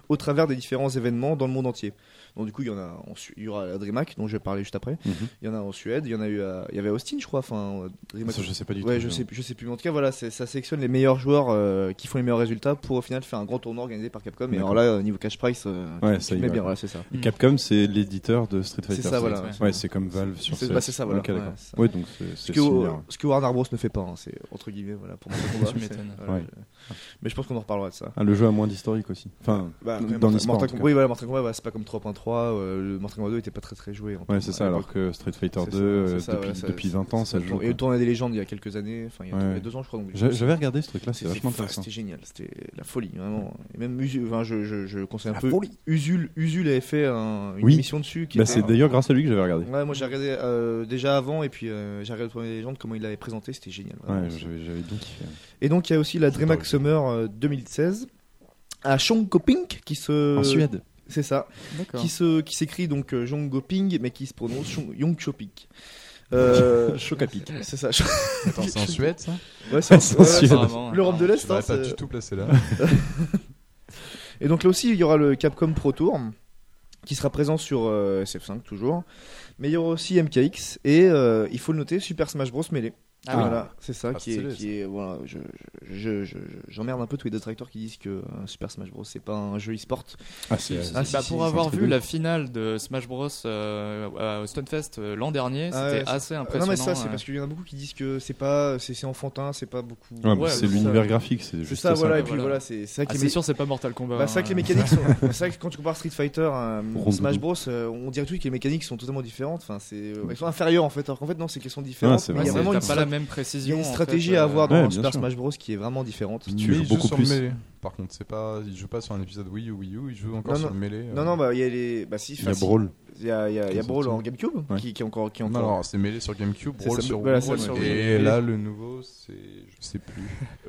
[SPEAKER 4] au travers des différents événements dans le monde entier. Donc, du coup, il y, en a, en Su- il y aura la DreamHack, dont je vais parler juste après.
[SPEAKER 3] Mhm.
[SPEAKER 4] Il y en a en Suède, il y en a eu à- il y avait à Austin, je crois. Enfin, euh, DreamHack
[SPEAKER 3] Ça, je sais pas du tout. hein.
[SPEAKER 4] Ouais, je sais, je sais plus. Mais en tout cas, voilà, c'est- ça sélectionne les meilleurs joueurs euh, qui font les meilleurs résultats pour au final faire un grand tournoi organisé par Capcom. Et
[SPEAKER 3] D'accord.
[SPEAKER 4] alors là, euh, niveau cash price, euh,
[SPEAKER 3] Ouais,
[SPEAKER 4] tu-
[SPEAKER 3] ça
[SPEAKER 4] tu
[SPEAKER 3] y
[SPEAKER 4] mets
[SPEAKER 3] va.
[SPEAKER 4] bien, voilà, c'est ça.
[SPEAKER 3] Capcom c'est l'éditeur de Street Fighter.
[SPEAKER 4] C'est ça, voilà.
[SPEAKER 1] ouais.
[SPEAKER 3] Ouais, c'est comme Valve sur
[SPEAKER 4] C'est
[SPEAKER 3] ce-
[SPEAKER 4] bah, c'est ça, voilà.
[SPEAKER 3] Ok, d'accord.
[SPEAKER 4] Ouais, c'est ça.
[SPEAKER 3] Ouais, donc c'est
[SPEAKER 4] ce,
[SPEAKER 3] c'est
[SPEAKER 4] que,
[SPEAKER 3] similaire.
[SPEAKER 4] ce que Warner Bros ne fait pas, hein, c'est entre guillemets, voilà, pour moi. c'est-
[SPEAKER 1] Tu
[SPEAKER 4] c'est-
[SPEAKER 1] m'étonnes.
[SPEAKER 4] voilà,
[SPEAKER 3] Ouais.
[SPEAKER 4] je- Mais je pense qu'on en reparlera de ça.
[SPEAKER 3] Ah, le jeu a moins d'historique aussi. Enfin, dans
[SPEAKER 4] Bah, Mortal-
[SPEAKER 3] l'e-sport. en
[SPEAKER 4] Mortal
[SPEAKER 3] tout
[SPEAKER 4] Kombat-
[SPEAKER 3] cas.
[SPEAKER 4] Oui, voilà, Mortal Kombat, voilà, c'est pas comme 3.3. euh, le Mortal Kombat 2 était pas très très joué. en
[SPEAKER 3] Ouais,
[SPEAKER 4] temps,
[SPEAKER 3] c'est
[SPEAKER 4] à
[SPEAKER 3] ça,
[SPEAKER 4] l'époque.
[SPEAKER 3] alors que Street Fighter
[SPEAKER 4] C'est
[SPEAKER 3] 2,
[SPEAKER 4] ça,
[SPEAKER 3] euh,
[SPEAKER 4] c'est
[SPEAKER 3] depuis,
[SPEAKER 4] ça, ouais, ça-
[SPEAKER 3] depuis 20 ans, ça se joue.
[SPEAKER 4] Et le tournoi des légendes il y a quelques années, enfin il y a
[SPEAKER 3] Ouais.
[SPEAKER 4] il y a deux ans je crois. donc-
[SPEAKER 3] J'a- J'avais regardé ce truc-là, c'est
[SPEAKER 4] C'était
[SPEAKER 3] vachement
[SPEAKER 4] enfin,
[SPEAKER 3] intéressant.
[SPEAKER 4] c'était génial, c'était la folie, vraiment. Et même Usul, enfin, je, je, je conseille un peu. Usul, Usul avait fait un- une
[SPEAKER 3] Oui.
[SPEAKER 4] émission dessus. Qui
[SPEAKER 3] Bah,
[SPEAKER 4] était-
[SPEAKER 3] c'est d'ailleurs grâce à lui que j'avais regardé.
[SPEAKER 4] Ouais, moi j'ai regardé euh, déjà avant et puis euh, j'ai regardé le premier légende, comment il l'avait présenté, c'était génial. vraiment.
[SPEAKER 3] Ouais, j'avais j'avais bien kiffé.
[SPEAKER 4] et donc il y a aussi la
[SPEAKER 2] Putain,
[SPEAKER 4] DreamHack
[SPEAKER 2] oui.
[SPEAKER 4] Summer euh, 2016 à Shongkoping qui se.
[SPEAKER 3] En Suède.
[SPEAKER 4] C'est ça.
[SPEAKER 1] D'accord.
[SPEAKER 4] Qui se, qui s'écrit donc euh, Shongkoping mais qui se prononce Shong- Yongchopik. Euh,
[SPEAKER 3] Chocapic.
[SPEAKER 4] c'est ça.
[SPEAKER 2] Attends, c'est en Suède ça
[SPEAKER 4] Ouais, c'est en-
[SPEAKER 3] C'est en
[SPEAKER 4] ouais,
[SPEAKER 3] Suède.
[SPEAKER 4] c'est-
[SPEAKER 1] Apparemment,
[SPEAKER 4] L'Europe de
[SPEAKER 2] Je
[SPEAKER 4] l'Est, hein,
[SPEAKER 2] l'aurais pas
[SPEAKER 4] c'est-
[SPEAKER 2] du tout placé là.
[SPEAKER 4] Et donc là aussi, il y aura le Capcom Pro Tour qui sera présent sur euh, SF5 toujours. Mais il y aura aussi MKX et euh, il faut le noter Super Smash Bros Melee.
[SPEAKER 1] Ah,
[SPEAKER 4] voilà, c'est ça
[SPEAKER 2] Ah,
[SPEAKER 4] qui est,
[SPEAKER 2] stylé,
[SPEAKER 4] qui est- voilà, je je- je- je- j'emmerde un peu tous les détracteurs qui disent que euh, Super Smash Bros c'est pas un jeu e-sport.
[SPEAKER 3] Ah, c'est.
[SPEAKER 4] Ah,
[SPEAKER 1] Bah,
[SPEAKER 4] si,
[SPEAKER 1] pour
[SPEAKER 4] si,
[SPEAKER 1] avoir
[SPEAKER 3] c'est un truc
[SPEAKER 1] vu
[SPEAKER 3] de
[SPEAKER 1] la finale de Smash Bros euh, au Stunfest euh, l'an dernier,
[SPEAKER 4] Ah
[SPEAKER 1] c'était
[SPEAKER 4] ouais,
[SPEAKER 1] assez
[SPEAKER 4] Euh, non
[SPEAKER 1] impressionnant.
[SPEAKER 4] mais ça c'est
[SPEAKER 1] euh.
[SPEAKER 4] parce qu'il y en a beaucoup qui disent que c'est pas c'est c'est enfantin, c'est pas beaucoup. euh,
[SPEAKER 3] Ouais, bah, c'est
[SPEAKER 1] c'est
[SPEAKER 3] l'univers graphique, c'est
[SPEAKER 4] C'est
[SPEAKER 3] juste
[SPEAKER 4] ça, voilà et puis
[SPEAKER 1] voilà.
[SPEAKER 4] voilà, c'est ça
[SPEAKER 1] Ah,
[SPEAKER 4] qui
[SPEAKER 1] c'est sûr, c'est pas Mortal Kombat.
[SPEAKER 4] Bah, c'est vrai que les
[SPEAKER 1] hein.
[SPEAKER 4] mécaniques sont. c'est vrai que quand tu compares Street Fighter à euh,
[SPEAKER 3] Rondoudou.
[SPEAKER 4] Smash Bros, euh, on dirait tout de suite que les mécaniques sont totalement différentes. Enfin, c'est, euh, elles sont inférieures en fait. Alors qu'en fait, non, c'est qu'elles sont
[SPEAKER 3] Ouais,
[SPEAKER 4] différentes.
[SPEAKER 3] c'est
[SPEAKER 4] mais
[SPEAKER 1] Ouais,
[SPEAKER 4] il y a
[SPEAKER 1] c'est-
[SPEAKER 4] vraiment
[SPEAKER 1] t'as
[SPEAKER 4] une,
[SPEAKER 1] pas la
[SPEAKER 4] strat-
[SPEAKER 1] même
[SPEAKER 4] il y
[SPEAKER 1] précision.
[SPEAKER 4] a une
[SPEAKER 1] en fait,
[SPEAKER 4] stratégie
[SPEAKER 1] euh,
[SPEAKER 4] à avoir dans
[SPEAKER 3] Ouais, bien
[SPEAKER 4] Super
[SPEAKER 3] sûr.
[SPEAKER 4] Smash Bros qui est vraiment différente.
[SPEAKER 3] Tu
[SPEAKER 2] Mais
[SPEAKER 3] joues
[SPEAKER 2] il joue
[SPEAKER 3] beaucoup
[SPEAKER 2] sur le
[SPEAKER 3] plus.
[SPEAKER 2] mêlée. Par contre, c'est pas, il joue pas sur euh. un épisode Wii ou Wii U, il joue encore
[SPEAKER 4] Non,
[SPEAKER 2] sur le mêlée.
[SPEAKER 4] Non, non, bah il y a les. Bah si,
[SPEAKER 3] Il y a
[SPEAKER 4] enfin, si.
[SPEAKER 3] Brawl.
[SPEAKER 4] Il y a, il y a, il y a
[SPEAKER 3] Qui est
[SPEAKER 4] Brawl
[SPEAKER 3] sorti.
[SPEAKER 4] en Gamecube
[SPEAKER 3] Ouais.
[SPEAKER 4] qui, qui est encore. Qui est
[SPEAKER 2] Non,
[SPEAKER 4] encore...
[SPEAKER 2] non, c'est mêlé sur GameCube,
[SPEAKER 4] C'est
[SPEAKER 2] Brawl
[SPEAKER 4] ça,
[SPEAKER 2] sur
[SPEAKER 4] voilà,
[SPEAKER 2] Wii.
[SPEAKER 1] c'est
[SPEAKER 4] ça.
[SPEAKER 1] sur
[SPEAKER 2] Et
[SPEAKER 1] Wii.
[SPEAKER 2] là, le nouveau, c'est. Je sais plus.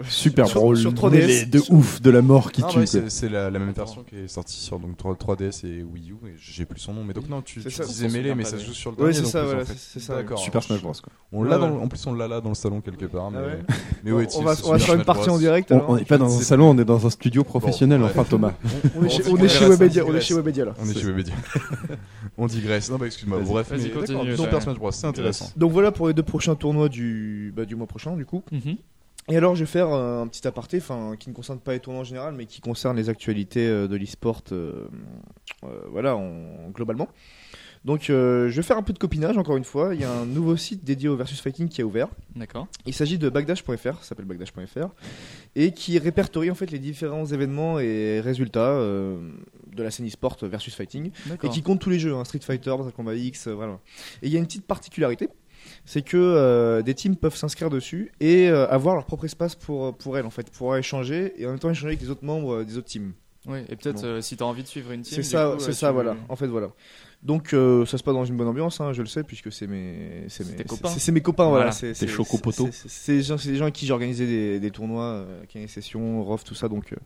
[SPEAKER 3] Super
[SPEAKER 4] Sur-
[SPEAKER 3] Brawl.
[SPEAKER 4] sur 3DS.
[SPEAKER 3] mêlé De ouf, de la mort qui
[SPEAKER 2] Non,
[SPEAKER 3] tue.
[SPEAKER 2] ouais,
[SPEAKER 3] quoi.
[SPEAKER 2] c'est c'est la, la même version qui est sortie sur donc, 3- 3DS et Wii U, et j'ai plus son nom. Mais donc, non, tu,
[SPEAKER 4] C'est
[SPEAKER 2] tu
[SPEAKER 4] ça,
[SPEAKER 2] disais
[SPEAKER 1] on s'en
[SPEAKER 2] mêlé,
[SPEAKER 1] souvient
[SPEAKER 2] mais ça
[SPEAKER 1] pas,
[SPEAKER 2] se joue sur le
[SPEAKER 4] Ouais,
[SPEAKER 2] dernier,
[SPEAKER 4] c'est
[SPEAKER 2] donc
[SPEAKER 4] ça,
[SPEAKER 2] ils ont
[SPEAKER 4] voilà,
[SPEAKER 2] fait-
[SPEAKER 4] c'est- c'est ça.
[SPEAKER 2] D'accord.
[SPEAKER 3] Super Smash Bros. quoi.
[SPEAKER 2] On l'a
[SPEAKER 4] Ouais,
[SPEAKER 2] dans-
[SPEAKER 4] ouais.
[SPEAKER 2] En plus, on l'a là dans le salon quelque part. Mais,
[SPEAKER 4] Ah ouais
[SPEAKER 2] mais
[SPEAKER 4] Bon,
[SPEAKER 2] ouais,
[SPEAKER 4] on
[SPEAKER 2] c'est-
[SPEAKER 4] va,
[SPEAKER 2] c'est
[SPEAKER 4] on va
[SPEAKER 2] Super
[SPEAKER 4] faire une
[SPEAKER 2] Smash
[SPEAKER 4] partie en
[SPEAKER 2] Bros.
[SPEAKER 4] direct. alors.
[SPEAKER 3] On n'est pas dans un
[SPEAKER 2] C'est-
[SPEAKER 3] salon, on est dans un studio professionnel,
[SPEAKER 2] ouais.
[SPEAKER 3] enfin Thomas.
[SPEAKER 4] On est chez- on est
[SPEAKER 2] digresse,
[SPEAKER 4] chez
[SPEAKER 2] on
[SPEAKER 4] Webedia, on est
[SPEAKER 2] digresse.
[SPEAKER 4] chez Webedia là.
[SPEAKER 2] On est chez Webedia. on digresse. Non, bah excuse-moi.
[SPEAKER 3] Vas-y.
[SPEAKER 2] Bref,
[SPEAKER 1] Vas-y,
[SPEAKER 2] mais-
[SPEAKER 1] continue,
[SPEAKER 2] d'accord,
[SPEAKER 1] ouais.
[SPEAKER 2] Super Smash Bros. C'est intéressant.
[SPEAKER 4] Donc voilà pour les deux prochains tournois du, bah, du mois prochain du coup.
[SPEAKER 1] Mhm.
[SPEAKER 4] Et alors je vais faire euh, un petit aparté, enfin qui ne concerne pas les tournois en général, mais qui concerne les actualités euh, de l'e-sport, euh, euh, voilà en- globalement. Donc euh, je vais faire un peu de copinage encore une fois. Il y a un nouveau site dédié au versus fighting qui a ouvert.
[SPEAKER 1] D'accord.
[SPEAKER 4] Il s'agit de Bagdash.fr, ça s'appelle Bagdash.fr, et qui répertorie en fait les différents événements et résultats euh, de la scène e-sport versus fighting, et
[SPEAKER 1] D'accord.
[SPEAKER 4] qui compte tous les jeux, hein, Street Fighter, Mortal Kombat X, euh, voilà. Et il y a une petite particularité, c'est que euh, des teams peuvent s'inscrire dessus et euh, avoir leur propre espace pour, euh, pour elles, en fait, pour échanger, et en même temps échanger avec les autres membres euh, des autres teams.
[SPEAKER 1] Ouais, et peut-être
[SPEAKER 4] Bon.
[SPEAKER 1] euh, si t'as envie de suivre une team.
[SPEAKER 4] C'est
[SPEAKER 1] du
[SPEAKER 4] ça,
[SPEAKER 1] coup,
[SPEAKER 4] c'est
[SPEAKER 1] euh,
[SPEAKER 4] ça,
[SPEAKER 1] tu-
[SPEAKER 4] voilà. En fait, voilà. Donc euh, ça se passe dans une bonne ambiance, hein, je le sais, puisque c'est mes, c'est
[SPEAKER 1] C'est
[SPEAKER 4] mes
[SPEAKER 1] tes copains.
[SPEAKER 4] c'est- c'est mes copains, voilà.
[SPEAKER 1] Voilà,
[SPEAKER 4] c'est
[SPEAKER 3] tes
[SPEAKER 4] c'est-
[SPEAKER 3] chocopotos.
[SPEAKER 4] c'est- c'est- C'est des gens, c'est des gens avec qui j'ai organisé des, des tournois, euh, Canet Session, ROF, tout ça, donc euh,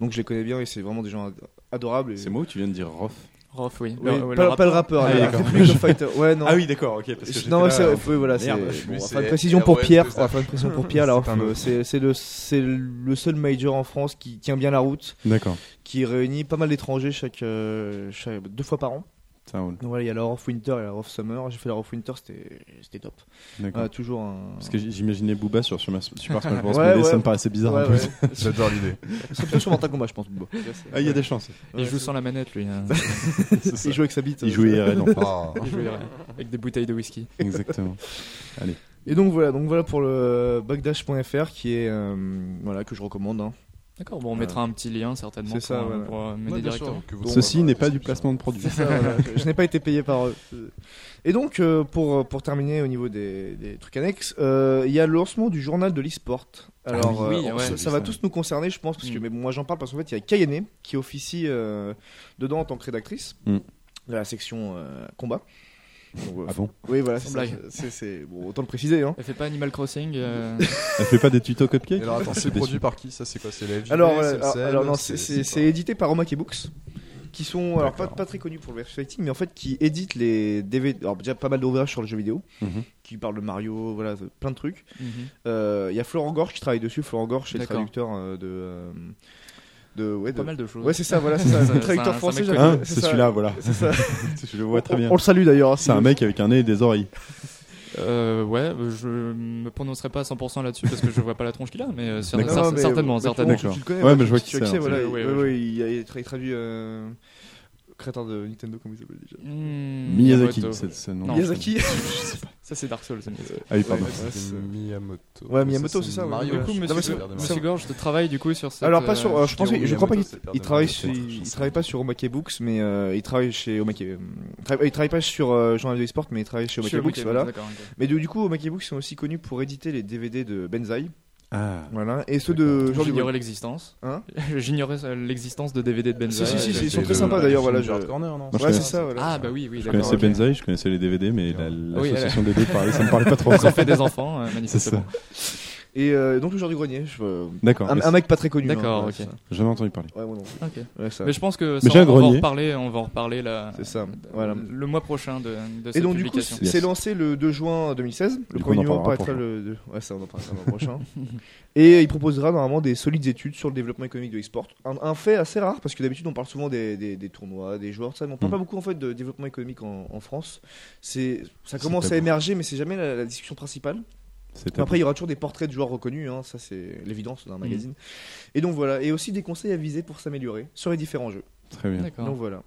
[SPEAKER 4] donc je les connais bien et c'est vraiment des gens ad- adorables. et-
[SPEAKER 3] C'est moi ou tu viens de dire Rof
[SPEAKER 1] Rof, oui.
[SPEAKER 4] Oui,
[SPEAKER 1] Le- ouais,
[SPEAKER 4] pas,
[SPEAKER 1] le
[SPEAKER 4] pas le
[SPEAKER 1] rappeur.
[SPEAKER 4] rappeur,
[SPEAKER 3] Ah,
[SPEAKER 4] le-
[SPEAKER 3] d'accord. Ah
[SPEAKER 4] Republic of Fighter. Ouais, non.
[SPEAKER 3] oui, d'accord, ok.
[SPEAKER 4] non, c'est oui, voilà, c'est
[SPEAKER 3] euh, Merde,
[SPEAKER 4] bon,
[SPEAKER 3] je suis Ah
[SPEAKER 4] on va
[SPEAKER 2] c'est
[SPEAKER 4] faire une précision pour
[SPEAKER 2] ROF,
[SPEAKER 4] Pierre,
[SPEAKER 2] c'est
[SPEAKER 4] on
[SPEAKER 2] ça.
[SPEAKER 4] va faire une précision pour Pierre là,
[SPEAKER 2] C'est un
[SPEAKER 4] enfin,
[SPEAKER 2] autre.
[SPEAKER 4] c'est c'est le c'est le seul major en France qui tient bien la route,
[SPEAKER 3] D'accord.
[SPEAKER 4] qui réunit pas mal d'étrangers chaque, euh, chaque deux fois par an.
[SPEAKER 3] Ça roule.
[SPEAKER 4] Donc voilà, il y a la Rough Winter et la Rough Summer. J'ai fait la Rough Winter, c'était c'était top.
[SPEAKER 3] D'accord.
[SPEAKER 4] Voilà, toujours un.
[SPEAKER 3] Parce que j'imaginais Booba sur Super Super Smash Bros.
[SPEAKER 4] Ouais,
[SPEAKER 3] mais
[SPEAKER 4] ouais.
[SPEAKER 3] ça me paraissait bizarre
[SPEAKER 4] Ouais,
[SPEAKER 3] un peu.
[SPEAKER 4] ouais.
[SPEAKER 2] J'adore l'idée.
[SPEAKER 4] C'est plutôt sur Mortal Kombat, je pense. Bobo.
[SPEAKER 3] Ah, il y a des chances.
[SPEAKER 1] euh, Il joue sans la manette, lui. hein.
[SPEAKER 3] C'est ça.
[SPEAKER 4] Il joue avec sa bite.
[SPEAKER 3] Il
[SPEAKER 4] euh,
[SPEAKER 3] joue IRL, en fait.
[SPEAKER 2] Ah.
[SPEAKER 1] Il joue euh, avec des bouteilles de whisky.
[SPEAKER 3] Exactement.
[SPEAKER 4] Et donc voilà, donc voilà pour le bagdash.fr qui est euh, voilà que je recommande. hein.
[SPEAKER 1] D'accord, bon, on mettra un petit lien certainement
[SPEAKER 4] C'est ça,
[SPEAKER 1] pour,
[SPEAKER 4] voilà.
[SPEAKER 1] pour, euh, mener
[SPEAKER 2] Ouais, bien sûr,
[SPEAKER 1] directement.
[SPEAKER 2] que vous-
[SPEAKER 3] Ceci
[SPEAKER 2] voilà,
[SPEAKER 3] n'est pas
[SPEAKER 2] euh, c'est
[SPEAKER 3] du
[SPEAKER 2] ça.
[SPEAKER 3] placement de produit.
[SPEAKER 4] C'est ça, voilà. Je n'ai pas été payé par eux. Et donc euh, pour pour terminer au niveau des, des trucs annexes, euh, il y a le lancement du journal de l'e-sport. Alors
[SPEAKER 1] Ah oui,
[SPEAKER 4] euh,
[SPEAKER 1] oui, ouais.
[SPEAKER 4] ça, ça va tous nous concerner, je pense, parce que
[SPEAKER 1] Mm.
[SPEAKER 4] mais bon, moi j'en parle parce qu'en fait il y a Kayane qui officie euh, dedans en tant que rédactrice
[SPEAKER 3] Mm.
[SPEAKER 4] de la section euh, combat. Donc, euh,
[SPEAKER 3] Ah bon
[SPEAKER 4] Oui, voilà, c'est
[SPEAKER 1] Sans
[SPEAKER 4] ça.
[SPEAKER 1] blague.
[SPEAKER 4] C'est- c'est- bon, autant le préciser. Hein.
[SPEAKER 1] Elle fait pas Animal Crossing euh,
[SPEAKER 3] Elle fait pas des tutos
[SPEAKER 2] Et
[SPEAKER 3] cupcakes
[SPEAKER 2] alors, attends, c'est
[SPEAKER 3] Déçu.
[SPEAKER 2] produit par qui Ça, c'est quoi C'est la LGD,
[SPEAKER 4] Alors,
[SPEAKER 2] c'est
[SPEAKER 4] voilà,
[SPEAKER 2] le
[SPEAKER 4] alors,
[SPEAKER 2] Seb,
[SPEAKER 4] alors, non, c'est- c'est c'est édité par Omake Books, qui sont alors pas,
[SPEAKER 2] D'accord.
[SPEAKER 4] pas très connus pour le versus fighting, mais en fait qui éditent les DVD. Alors déjà pas mal d'ouvrages sur le jeu vidéo,
[SPEAKER 3] Mhm.
[SPEAKER 4] qui parlent de Mario, voilà, de- plein de trucs.
[SPEAKER 1] mhm.
[SPEAKER 4] Euh, Il y a Florent Gorge qui travaille dessus. Florent Gorge, c'est le
[SPEAKER 1] D'accord.
[SPEAKER 4] traducteur euh, de. euh, de, ouais,
[SPEAKER 1] Pas
[SPEAKER 4] de-
[SPEAKER 1] mal de choses.
[SPEAKER 4] Ouais, c'est ça, voilà, c'est ça.
[SPEAKER 1] C'est
[SPEAKER 4] le
[SPEAKER 1] un-
[SPEAKER 4] traducteur
[SPEAKER 1] c'est un
[SPEAKER 4] français,
[SPEAKER 1] mec
[SPEAKER 4] j'avais-
[SPEAKER 3] Hein C'est
[SPEAKER 4] ça.
[SPEAKER 3] celui-là, voilà.
[SPEAKER 4] C'est ça.
[SPEAKER 3] Je le vois très bien.
[SPEAKER 4] On, on le salue d'ailleurs.
[SPEAKER 3] C'est un mec avec un nez et des oreilles.
[SPEAKER 1] Euh, ouais, je me prononcerai pas à 100% là-dessus parce que je vois pas la tronche qu'il a, mais, euh, cer-
[SPEAKER 4] Non,
[SPEAKER 1] cer-
[SPEAKER 4] non, mais-
[SPEAKER 1] certainement,
[SPEAKER 4] mais tu
[SPEAKER 1] certainement.
[SPEAKER 4] vois, Tu le connais,
[SPEAKER 3] Ouais, mais je vois qui
[SPEAKER 4] tu
[SPEAKER 3] c'est, hein,
[SPEAKER 4] voilà.
[SPEAKER 1] c'est-
[SPEAKER 4] il-
[SPEAKER 1] ouais,
[SPEAKER 4] ouais,
[SPEAKER 1] ouais,
[SPEAKER 4] ouais, il a- il a traduit. euh, Créateur de Nintendo, comme il s'appelle déjà. Mm.
[SPEAKER 1] Hmm,
[SPEAKER 3] Miyazaki,
[SPEAKER 1] Miyamoto.
[SPEAKER 3] c'est c'est le nom.
[SPEAKER 1] Non,
[SPEAKER 4] Miyazaki
[SPEAKER 1] Ça, c'est Dark
[SPEAKER 4] Euh,
[SPEAKER 1] Souls. ça, Miyazaki.
[SPEAKER 3] Ah oui,
[SPEAKER 2] Ouais,
[SPEAKER 3] pardon.
[SPEAKER 4] Ouais,
[SPEAKER 2] c'est
[SPEAKER 4] c'est-
[SPEAKER 2] Miyamoto.
[SPEAKER 4] Ouais, Miyamoto, c'est ça, ouais.
[SPEAKER 2] Mario.
[SPEAKER 1] Du coup,
[SPEAKER 4] Non, mais
[SPEAKER 1] monsieur,
[SPEAKER 4] c'est-
[SPEAKER 1] monsieur Gorge, je travaille du coup sur cette.
[SPEAKER 4] Alors pas
[SPEAKER 1] euh,
[SPEAKER 4] sur, euh, je pense,
[SPEAKER 2] Shigeru
[SPEAKER 4] oui, je crois pas
[SPEAKER 2] Miyamoto,
[SPEAKER 4] qu'il
[SPEAKER 2] c'est le père
[SPEAKER 4] il
[SPEAKER 2] de
[SPEAKER 4] travaille,
[SPEAKER 2] Mario,
[SPEAKER 4] sur-
[SPEAKER 2] c'est-
[SPEAKER 4] il
[SPEAKER 2] c'est-
[SPEAKER 4] travaille pas sur Omake Books, mais euh, il travaille chez Omake, euh, tra- il travaille pas sur euh, Journal de Sport, mais il travaille chez
[SPEAKER 1] Monsieur
[SPEAKER 4] Omake
[SPEAKER 1] Miyamoto,
[SPEAKER 4] Books, voilà.
[SPEAKER 1] d'accord, ok.
[SPEAKER 4] Mais du, du coup, Omake Books sont aussi connus pour éditer les DVD de Benzaï,
[SPEAKER 3] Ah.
[SPEAKER 4] voilà, et ceux de Jean
[SPEAKER 1] J'ignorais
[SPEAKER 4] Dubois.
[SPEAKER 1] l'existence.
[SPEAKER 4] Euh, Hein
[SPEAKER 1] J'ignorais euh, l'existence de DVD de Benzaï.
[SPEAKER 4] Si, si, si,
[SPEAKER 1] Euh,
[SPEAKER 4] si, ils sont
[SPEAKER 2] Et
[SPEAKER 4] très
[SPEAKER 2] le-
[SPEAKER 4] sympas d'ailleurs,
[SPEAKER 2] le
[SPEAKER 4] voilà.
[SPEAKER 2] film
[SPEAKER 4] je-
[SPEAKER 2] Hard Corner, non
[SPEAKER 3] Moi, je
[SPEAKER 4] Ouais,
[SPEAKER 3] connais-
[SPEAKER 4] c'est ça, voilà.
[SPEAKER 1] Ah bah oui, oui,
[SPEAKER 3] Je
[SPEAKER 1] d'accord.
[SPEAKER 3] connaissais
[SPEAKER 1] ok.
[SPEAKER 3] Benzaï, je connaissais les DVD, mais la-
[SPEAKER 1] Oui,
[SPEAKER 3] l'association des deux, pareil, ça me parlait pas trop.
[SPEAKER 1] Ils ont fait des enfants, euh,
[SPEAKER 3] C'est ça.
[SPEAKER 1] manifestement.
[SPEAKER 4] Et euh, donc le genre du grenier, je- euh,
[SPEAKER 3] D'accord.
[SPEAKER 4] un, un mec pas très connu. hein,
[SPEAKER 1] D'accord,
[SPEAKER 4] voilà,
[SPEAKER 1] ok.
[SPEAKER 4] c'est ça.
[SPEAKER 3] Jamais entendu parler.
[SPEAKER 4] Ouais, moi non plus.
[SPEAKER 1] Ok.
[SPEAKER 4] Ouais, ça,
[SPEAKER 1] Mais je pense que
[SPEAKER 3] Mais
[SPEAKER 1] ça,
[SPEAKER 3] j'ai un
[SPEAKER 1] on, va en
[SPEAKER 3] grenier.
[SPEAKER 1] reparler, on va en reparler là.
[SPEAKER 4] C'est ça, voilà.
[SPEAKER 1] Le mois prochain de, de cette
[SPEAKER 4] Et donc du coup,
[SPEAKER 1] publication.
[SPEAKER 4] c'est
[SPEAKER 3] Yes.
[SPEAKER 4] c'est lancé le 2 juin 2016. Le
[SPEAKER 3] Du coup, on
[SPEAKER 4] premier
[SPEAKER 3] en
[SPEAKER 4] numéro
[SPEAKER 3] parlera
[SPEAKER 4] paraîtra le. deux- Ouais, ça on en parlera le mois prochain. Et il proposera normalement des solides études sur le développement économique de l'e-sport. Un, un fait assez rare parce que d'habitude on parle souvent des, des- des tournois, des joueurs, tout ça, mais on parle
[SPEAKER 3] Mm.
[SPEAKER 4] pas beaucoup en fait de développement économique en, en France. C'est ça
[SPEAKER 3] C'est
[SPEAKER 4] commence à
[SPEAKER 3] tabou.
[SPEAKER 4] émerger, mais c'est jamais la, la discussion principale.
[SPEAKER 3] C'était
[SPEAKER 4] Après, il y aura toujours des portraits de joueurs reconnus, hein, ça c'est l'évidence
[SPEAKER 1] Hmm.
[SPEAKER 4] d'un magazine. Et donc voilà, et aussi des conseils à viser pour s'améliorer sur les différents jeux.
[SPEAKER 3] très bien.
[SPEAKER 1] D'accord.
[SPEAKER 4] Donc voilà.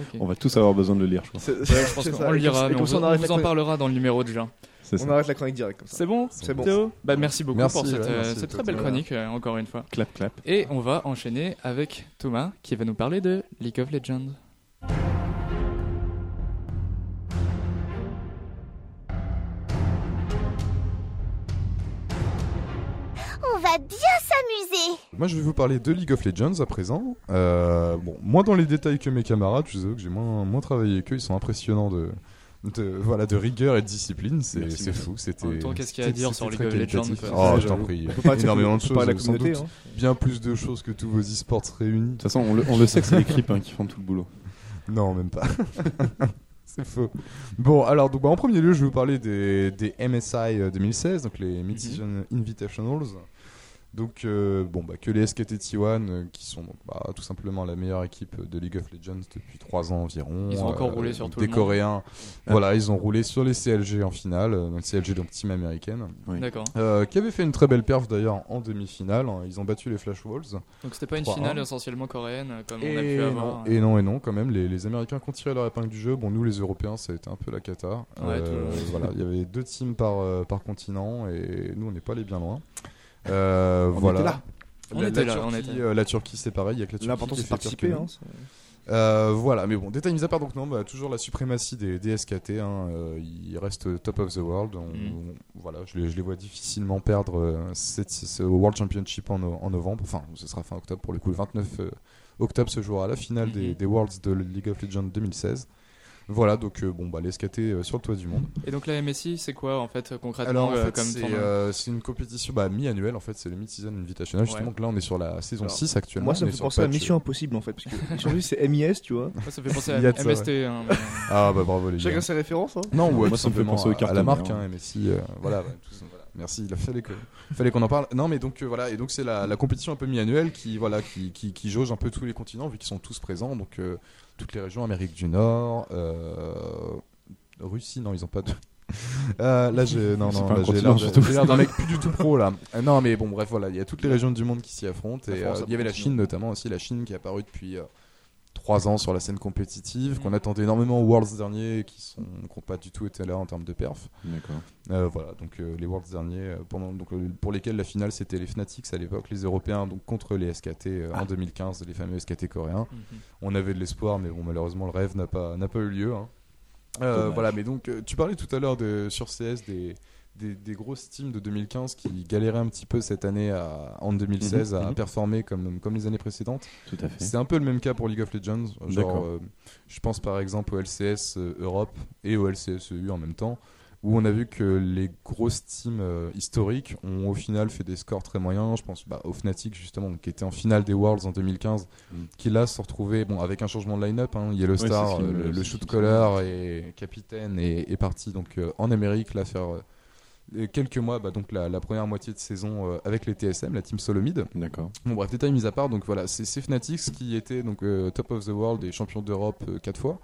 [SPEAKER 1] ok.
[SPEAKER 3] On va tous avoir besoin de le lire, je pense.
[SPEAKER 1] Ouais, je pense
[SPEAKER 4] C'est
[SPEAKER 1] qu'on
[SPEAKER 4] ça.
[SPEAKER 1] le
[SPEAKER 4] Et comme-
[SPEAKER 1] lira,
[SPEAKER 4] et
[SPEAKER 1] mais on,
[SPEAKER 4] comme ça,
[SPEAKER 1] vous-
[SPEAKER 4] on
[SPEAKER 1] on
[SPEAKER 4] arrête la
[SPEAKER 1] vous en
[SPEAKER 4] chronique.
[SPEAKER 1] parlera dans le numéro de juin.
[SPEAKER 3] C'est
[SPEAKER 4] On
[SPEAKER 3] ça.
[SPEAKER 4] arrête la chronique directe comme ça.
[SPEAKER 1] C'est bon
[SPEAKER 4] C'est bon.
[SPEAKER 1] Théo bah, Merci beaucoup
[SPEAKER 2] Merci,
[SPEAKER 1] pour cette,
[SPEAKER 2] ouais,
[SPEAKER 1] euh,
[SPEAKER 2] merci,
[SPEAKER 1] cette
[SPEAKER 2] Théo.
[SPEAKER 1] très belle
[SPEAKER 2] Voilà.
[SPEAKER 1] chronique, euh, encore une fois.
[SPEAKER 3] Clap, clap.
[SPEAKER 1] Et on va enchaîner avec Thomas qui va nous parler de League of Legends.
[SPEAKER 5] On va bien s'amuser.
[SPEAKER 2] Moi, je vais vous parler de League of Legends à présent. Euh, bon, moins dans les détails que mes camarades, je vous avoue que j'ai moins, moins travaillé qu'eux. Ils sont impressionnants de, de, voilà, de rigueur et de discipline. C'est
[SPEAKER 3] Merci,
[SPEAKER 2] c'est
[SPEAKER 3] Mathieu.
[SPEAKER 2] fou. C'était.
[SPEAKER 1] En même temps, qu'est-ce qu'il y a à
[SPEAKER 2] c'était-
[SPEAKER 1] dire sur
[SPEAKER 2] c'était
[SPEAKER 1] League of
[SPEAKER 2] très
[SPEAKER 1] Legends,
[SPEAKER 2] qualitatif.
[SPEAKER 1] quoi.
[SPEAKER 2] Oh, je t'en prie.
[SPEAKER 4] Faut pas
[SPEAKER 2] Énormément de
[SPEAKER 4] faut pas
[SPEAKER 2] choses.
[SPEAKER 4] la
[SPEAKER 2] Sans
[SPEAKER 4] communauté. hein.
[SPEAKER 2] doute bien plus de choses que tous vos e-sports réunis.
[SPEAKER 3] toute façon, on le, on le sait que c'est les creeps hein, qui font tout le boulot.
[SPEAKER 2] Non, même pas. C'est faux. Bon, alors, donc, bah, en premier lieu, je vais vous parler des, des MSI euh, 2016, donc
[SPEAKER 1] Mhm.
[SPEAKER 2] les Mid-Season Invitationals. Donc, euh, bon, bah, que les SKT T1, euh, qui sont donc, bah, tout simplement la meilleure équipe de League of Legends depuis 3 ans environ.
[SPEAKER 1] Ils ont encore roulé sur
[SPEAKER 2] donc
[SPEAKER 1] tout
[SPEAKER 2] Des
[SPEAKER 1] le monde.
[SPEAKER 2] Coréens. Voilà, ils ont roulé sur les CLG en finale, euh, donc CLG, donc team américaine,
[SPEAKER 1] D'accord.
[SPEAKER 2] euh, qui avait fait une très belle perf d'ailleurs en demi-finale. hein. Ils ont battu les Flash Wolves.
[SPEAKER 1] Donc c'était pas une
[SPEAKER 2] 3-1.
[SPEAKER 1] finale essentiellement coréenne euh, comme on a
[SPEAKER 2] Et
[SPEAKER 1] pu
[SPEAKER 2] non,
[SPEAKER 1] avoir.
[SPEAKER 2] et non, et non, quand même, les, les Américains ont tiré leur épingle du jeu. Bon, nous, les Européens, ça a été un peu la cata. Euh,
[SPEAKER 1] Ouais, tout le monde.
[SPEAKER 2] voilà, il y avait deux teams par, euh, par continent et nous, on n'est pas allés bien loin. Euh,
[SPEAKER 3] On
[SPEAKER 2] voilà.
[SPEAKER 3] était là.
[SPEAKER 1] On
[SPEAKER 2] la,
[SPEAKER 1] était
[SPEAKER 2] la
[SPEAKER 1] là, on
[SPEAKER 2] Turquie,
[SPEAKER 1] était là.
[SPEAKER 2] euh, la Turquie, c'est pareil. Il y a que la Turquie
[SPEAKER 4] L'important
[SPEAKER 2] qui
[SPEAKER 4] c'est de
[SPEAKER 2] fait pire que
[SPEAKER 4] participer.
[SPEAKER 2] nous.
[SPEAKER 4] Hein,
[SPEAKER 2] Euh, voilà, mais bon, détail mis à part, donc non, bah, toujours la suprématie des, des SKT. Hein, euh, ils restent top of the world. On-
[SPEAKER 1] Mm.
[SPEAKER 2] on- voilà, je les, je les vois difficilement perdre euh, cette- ce World Championship en, no- en novembre. Enfin, ce sera fin octobre pour le coup. Le 29 euh, octobre se jouera la finale des,
[SPEAKER 1] Mhm.
[SPEAKER 2] des Worlds de League of Legends 2016. Voilà, donc euh, bon, bah, les SKT euh, sur le toit du monde.
[SPEAKER 1] Et donc la MSI, c'est quoi en fait concrètement
[SPEAKER 2] Alors, en
[SPEAKER 1] euh,
[SPEAKER 2] fait,
[SPEAKER 1] comme
[SPEAKER 2] c'est
[SPEAKER 1] tournoi
[SPEAKER 2] euh, c'est une compétition bah, mi-annuelle, en fait, c'est le Mid-Season Invitational. Justement,
[SPEAKER 1] Ouais.
[SPEAKER 2] que là, on est sur la saison
[SPEAKER 4] Alors,
[SPEAKER 2] 6 actuellement.
[SPEAKER 4] Moi ça
[SPEAKER 2] on
[SPEAKER 4] me
[SPEAKER 2] est
[SPEAKER 4] fait
[SPEAKER 2] sur
[SPEAKER 4] penser à
[SPEAKER 2] patch-
[SPEAKER 4] Mission Impossible en fait. Parce que Mission Impossible c'est MIS, tu vois.
[SPEAKER 1] Moi, ça fait penser
[SPEAKER 2] Il y a de
[SPEAKER 1] à
[SPEAKER 2] ça,
[SPEAKER 1] MST. hein, mais-
[SPEAKER 2] Ah, bah bravo les gars.
[SPEAKER 4] Chacun ses références. Hein.
[SPEAKER 2] Non, ou
[SPEAKER 3] Moi,
[SPEAKER 2] euh,
[SPEAKER 3] ça
[SPEAKER 2] tout
[SPEAKER 3] me fait
[SPEAKER 2] simplement
[SPEAKER 3] penser aux
[SPEAKER 2] à, à
[SPEAKER 3] cartons,
[SPEAKER 2] la marque,
[SPEAKER 3] mais,
[SPEAKER 2] hein, MSI. euh, voilà, ouais, tout ça, voilà. Merci, il a- fallait que- fallait qu'on en parle. Non, mais donc euh, voilà, et donc c'est la, la compétition un peu mi-annuelle qui, voilà, qui, qui, qui jauge un peu tous les continents, vu qu'ils sont tous présents. Donc euh, toutes les régions, Amérique du Nord, euh, Russie, non, ils ont pas de. Euh, là, j'ai non,
[SPEAKER 3] C'est
[SPEAKER 2] non,
[SPEAKER 3] pas un
[SPEAKER 2] là, j'ai
[SPEAKER 3] continent,
[SPEAKER 2] l'air
[SPEAKER 3] surtout.
[SPEAKER 2] de- j'ai l'air d'un mec plus du tout pro là. Euh, Non, mais bon, bref, voilà, il y a toutes les régions du monde qui s'y affrontent.
[SPEAKER 4] La
[SPEAKER 2] Et
[SPEAKER 4] France,
[SPEAKER 2] euh,
[SPEAKER 4] la
[SPEAKER 2] il y avait la
[SPEAKER 4] Pologne.
[SPEAKER 2] Chine notamment aussi, la Chine qui est apparue depuis euh, trois ans sur la scène compétitive, qu'on
[SPEAKER 1] Mm.
[SPEAKER 2] attendait énormément aux Worlds derniers, et qui sont qui ont pas du tout été là en termes de perf.
[SPEAKER 3] D'accord.
[SPEAKER 2] Euh, voilà, donc euh, les Worlds derniers, euh, pendant, donc, euh, pour lesquels la finale c'était les Fnatics à l'époque, les Européens, donc contre les SKT euh,
[SPEAKER 4] Ah.
[SPEAKER 2] en 2015, les fameux SKT coréens.
[SPEAKER 1] Mhm.
[SPEAKER 2] On avait de l'espoir, mais bon, malheureusement, le rêve n'a pas, n'a pas eu lieu. hein. Euh,
[SPEAKER 3] Dommage.
[SPEAKER 2] voilà, mais donc, euh, tu parlais tout à l'heure de- sur CS des, des, des grosses teams de 2015 qui galéraient un petit peu cette année à- en 2016
[SPEAKER 3] Mhm,
[SPEAKER 2] à
[SPEAKER 3] mhm.
[SPEAKER 2] performer comme, comme les années précédentes.
[SPEAKER 3] Tout à fait.
[SPEAKER 2] C'est un peu le même cas pour League of Legends. Genre,
[SPEAKER 3] D'accord.
[SPEAKER 2] euh, je pense par exemple au LCS euh, Europe et au LCS EU E en même temps, où on a vu que les grosses teams euh, historiques ont au final fait des scores très moyens. Je pense bah, au Fnatic justement, donc, qui était en finale des Worlds en 2015,
[SPEAKER 3] Mm.
[SPEAKER 2] qui là se retrouvait bon, avec un changement de line-up. Hein,
[SPEAKER 3] c'est
[SPEAKER 2] Yellowstar,
[SPEAKER 3] ce qui
[SPEAKER 2] euh,
[SPEAKER 3] me-
[SPEAKER 2] le,
[SPEAKER 3] c'est
[SPEAKER 2] le
[SPEAKER 3] ce
[SPEAKER 2] shoot
[SPEAKER 3] qui me
[SPEAKER 2] caller et capitaine est, est parti donc, euh, en Amérique là faire. euh, les quelques mois, bah, donc la, la première moitié de saison euh, avec les TSM, la team Solomid.
[SPEAKER 3] D'accord.
[SPEAKER 2] Bon bref, détail mis à part, donc voilà, c'est c'est Fnatic qui était donc euh, top of the world et champion d'Europe 4 fois,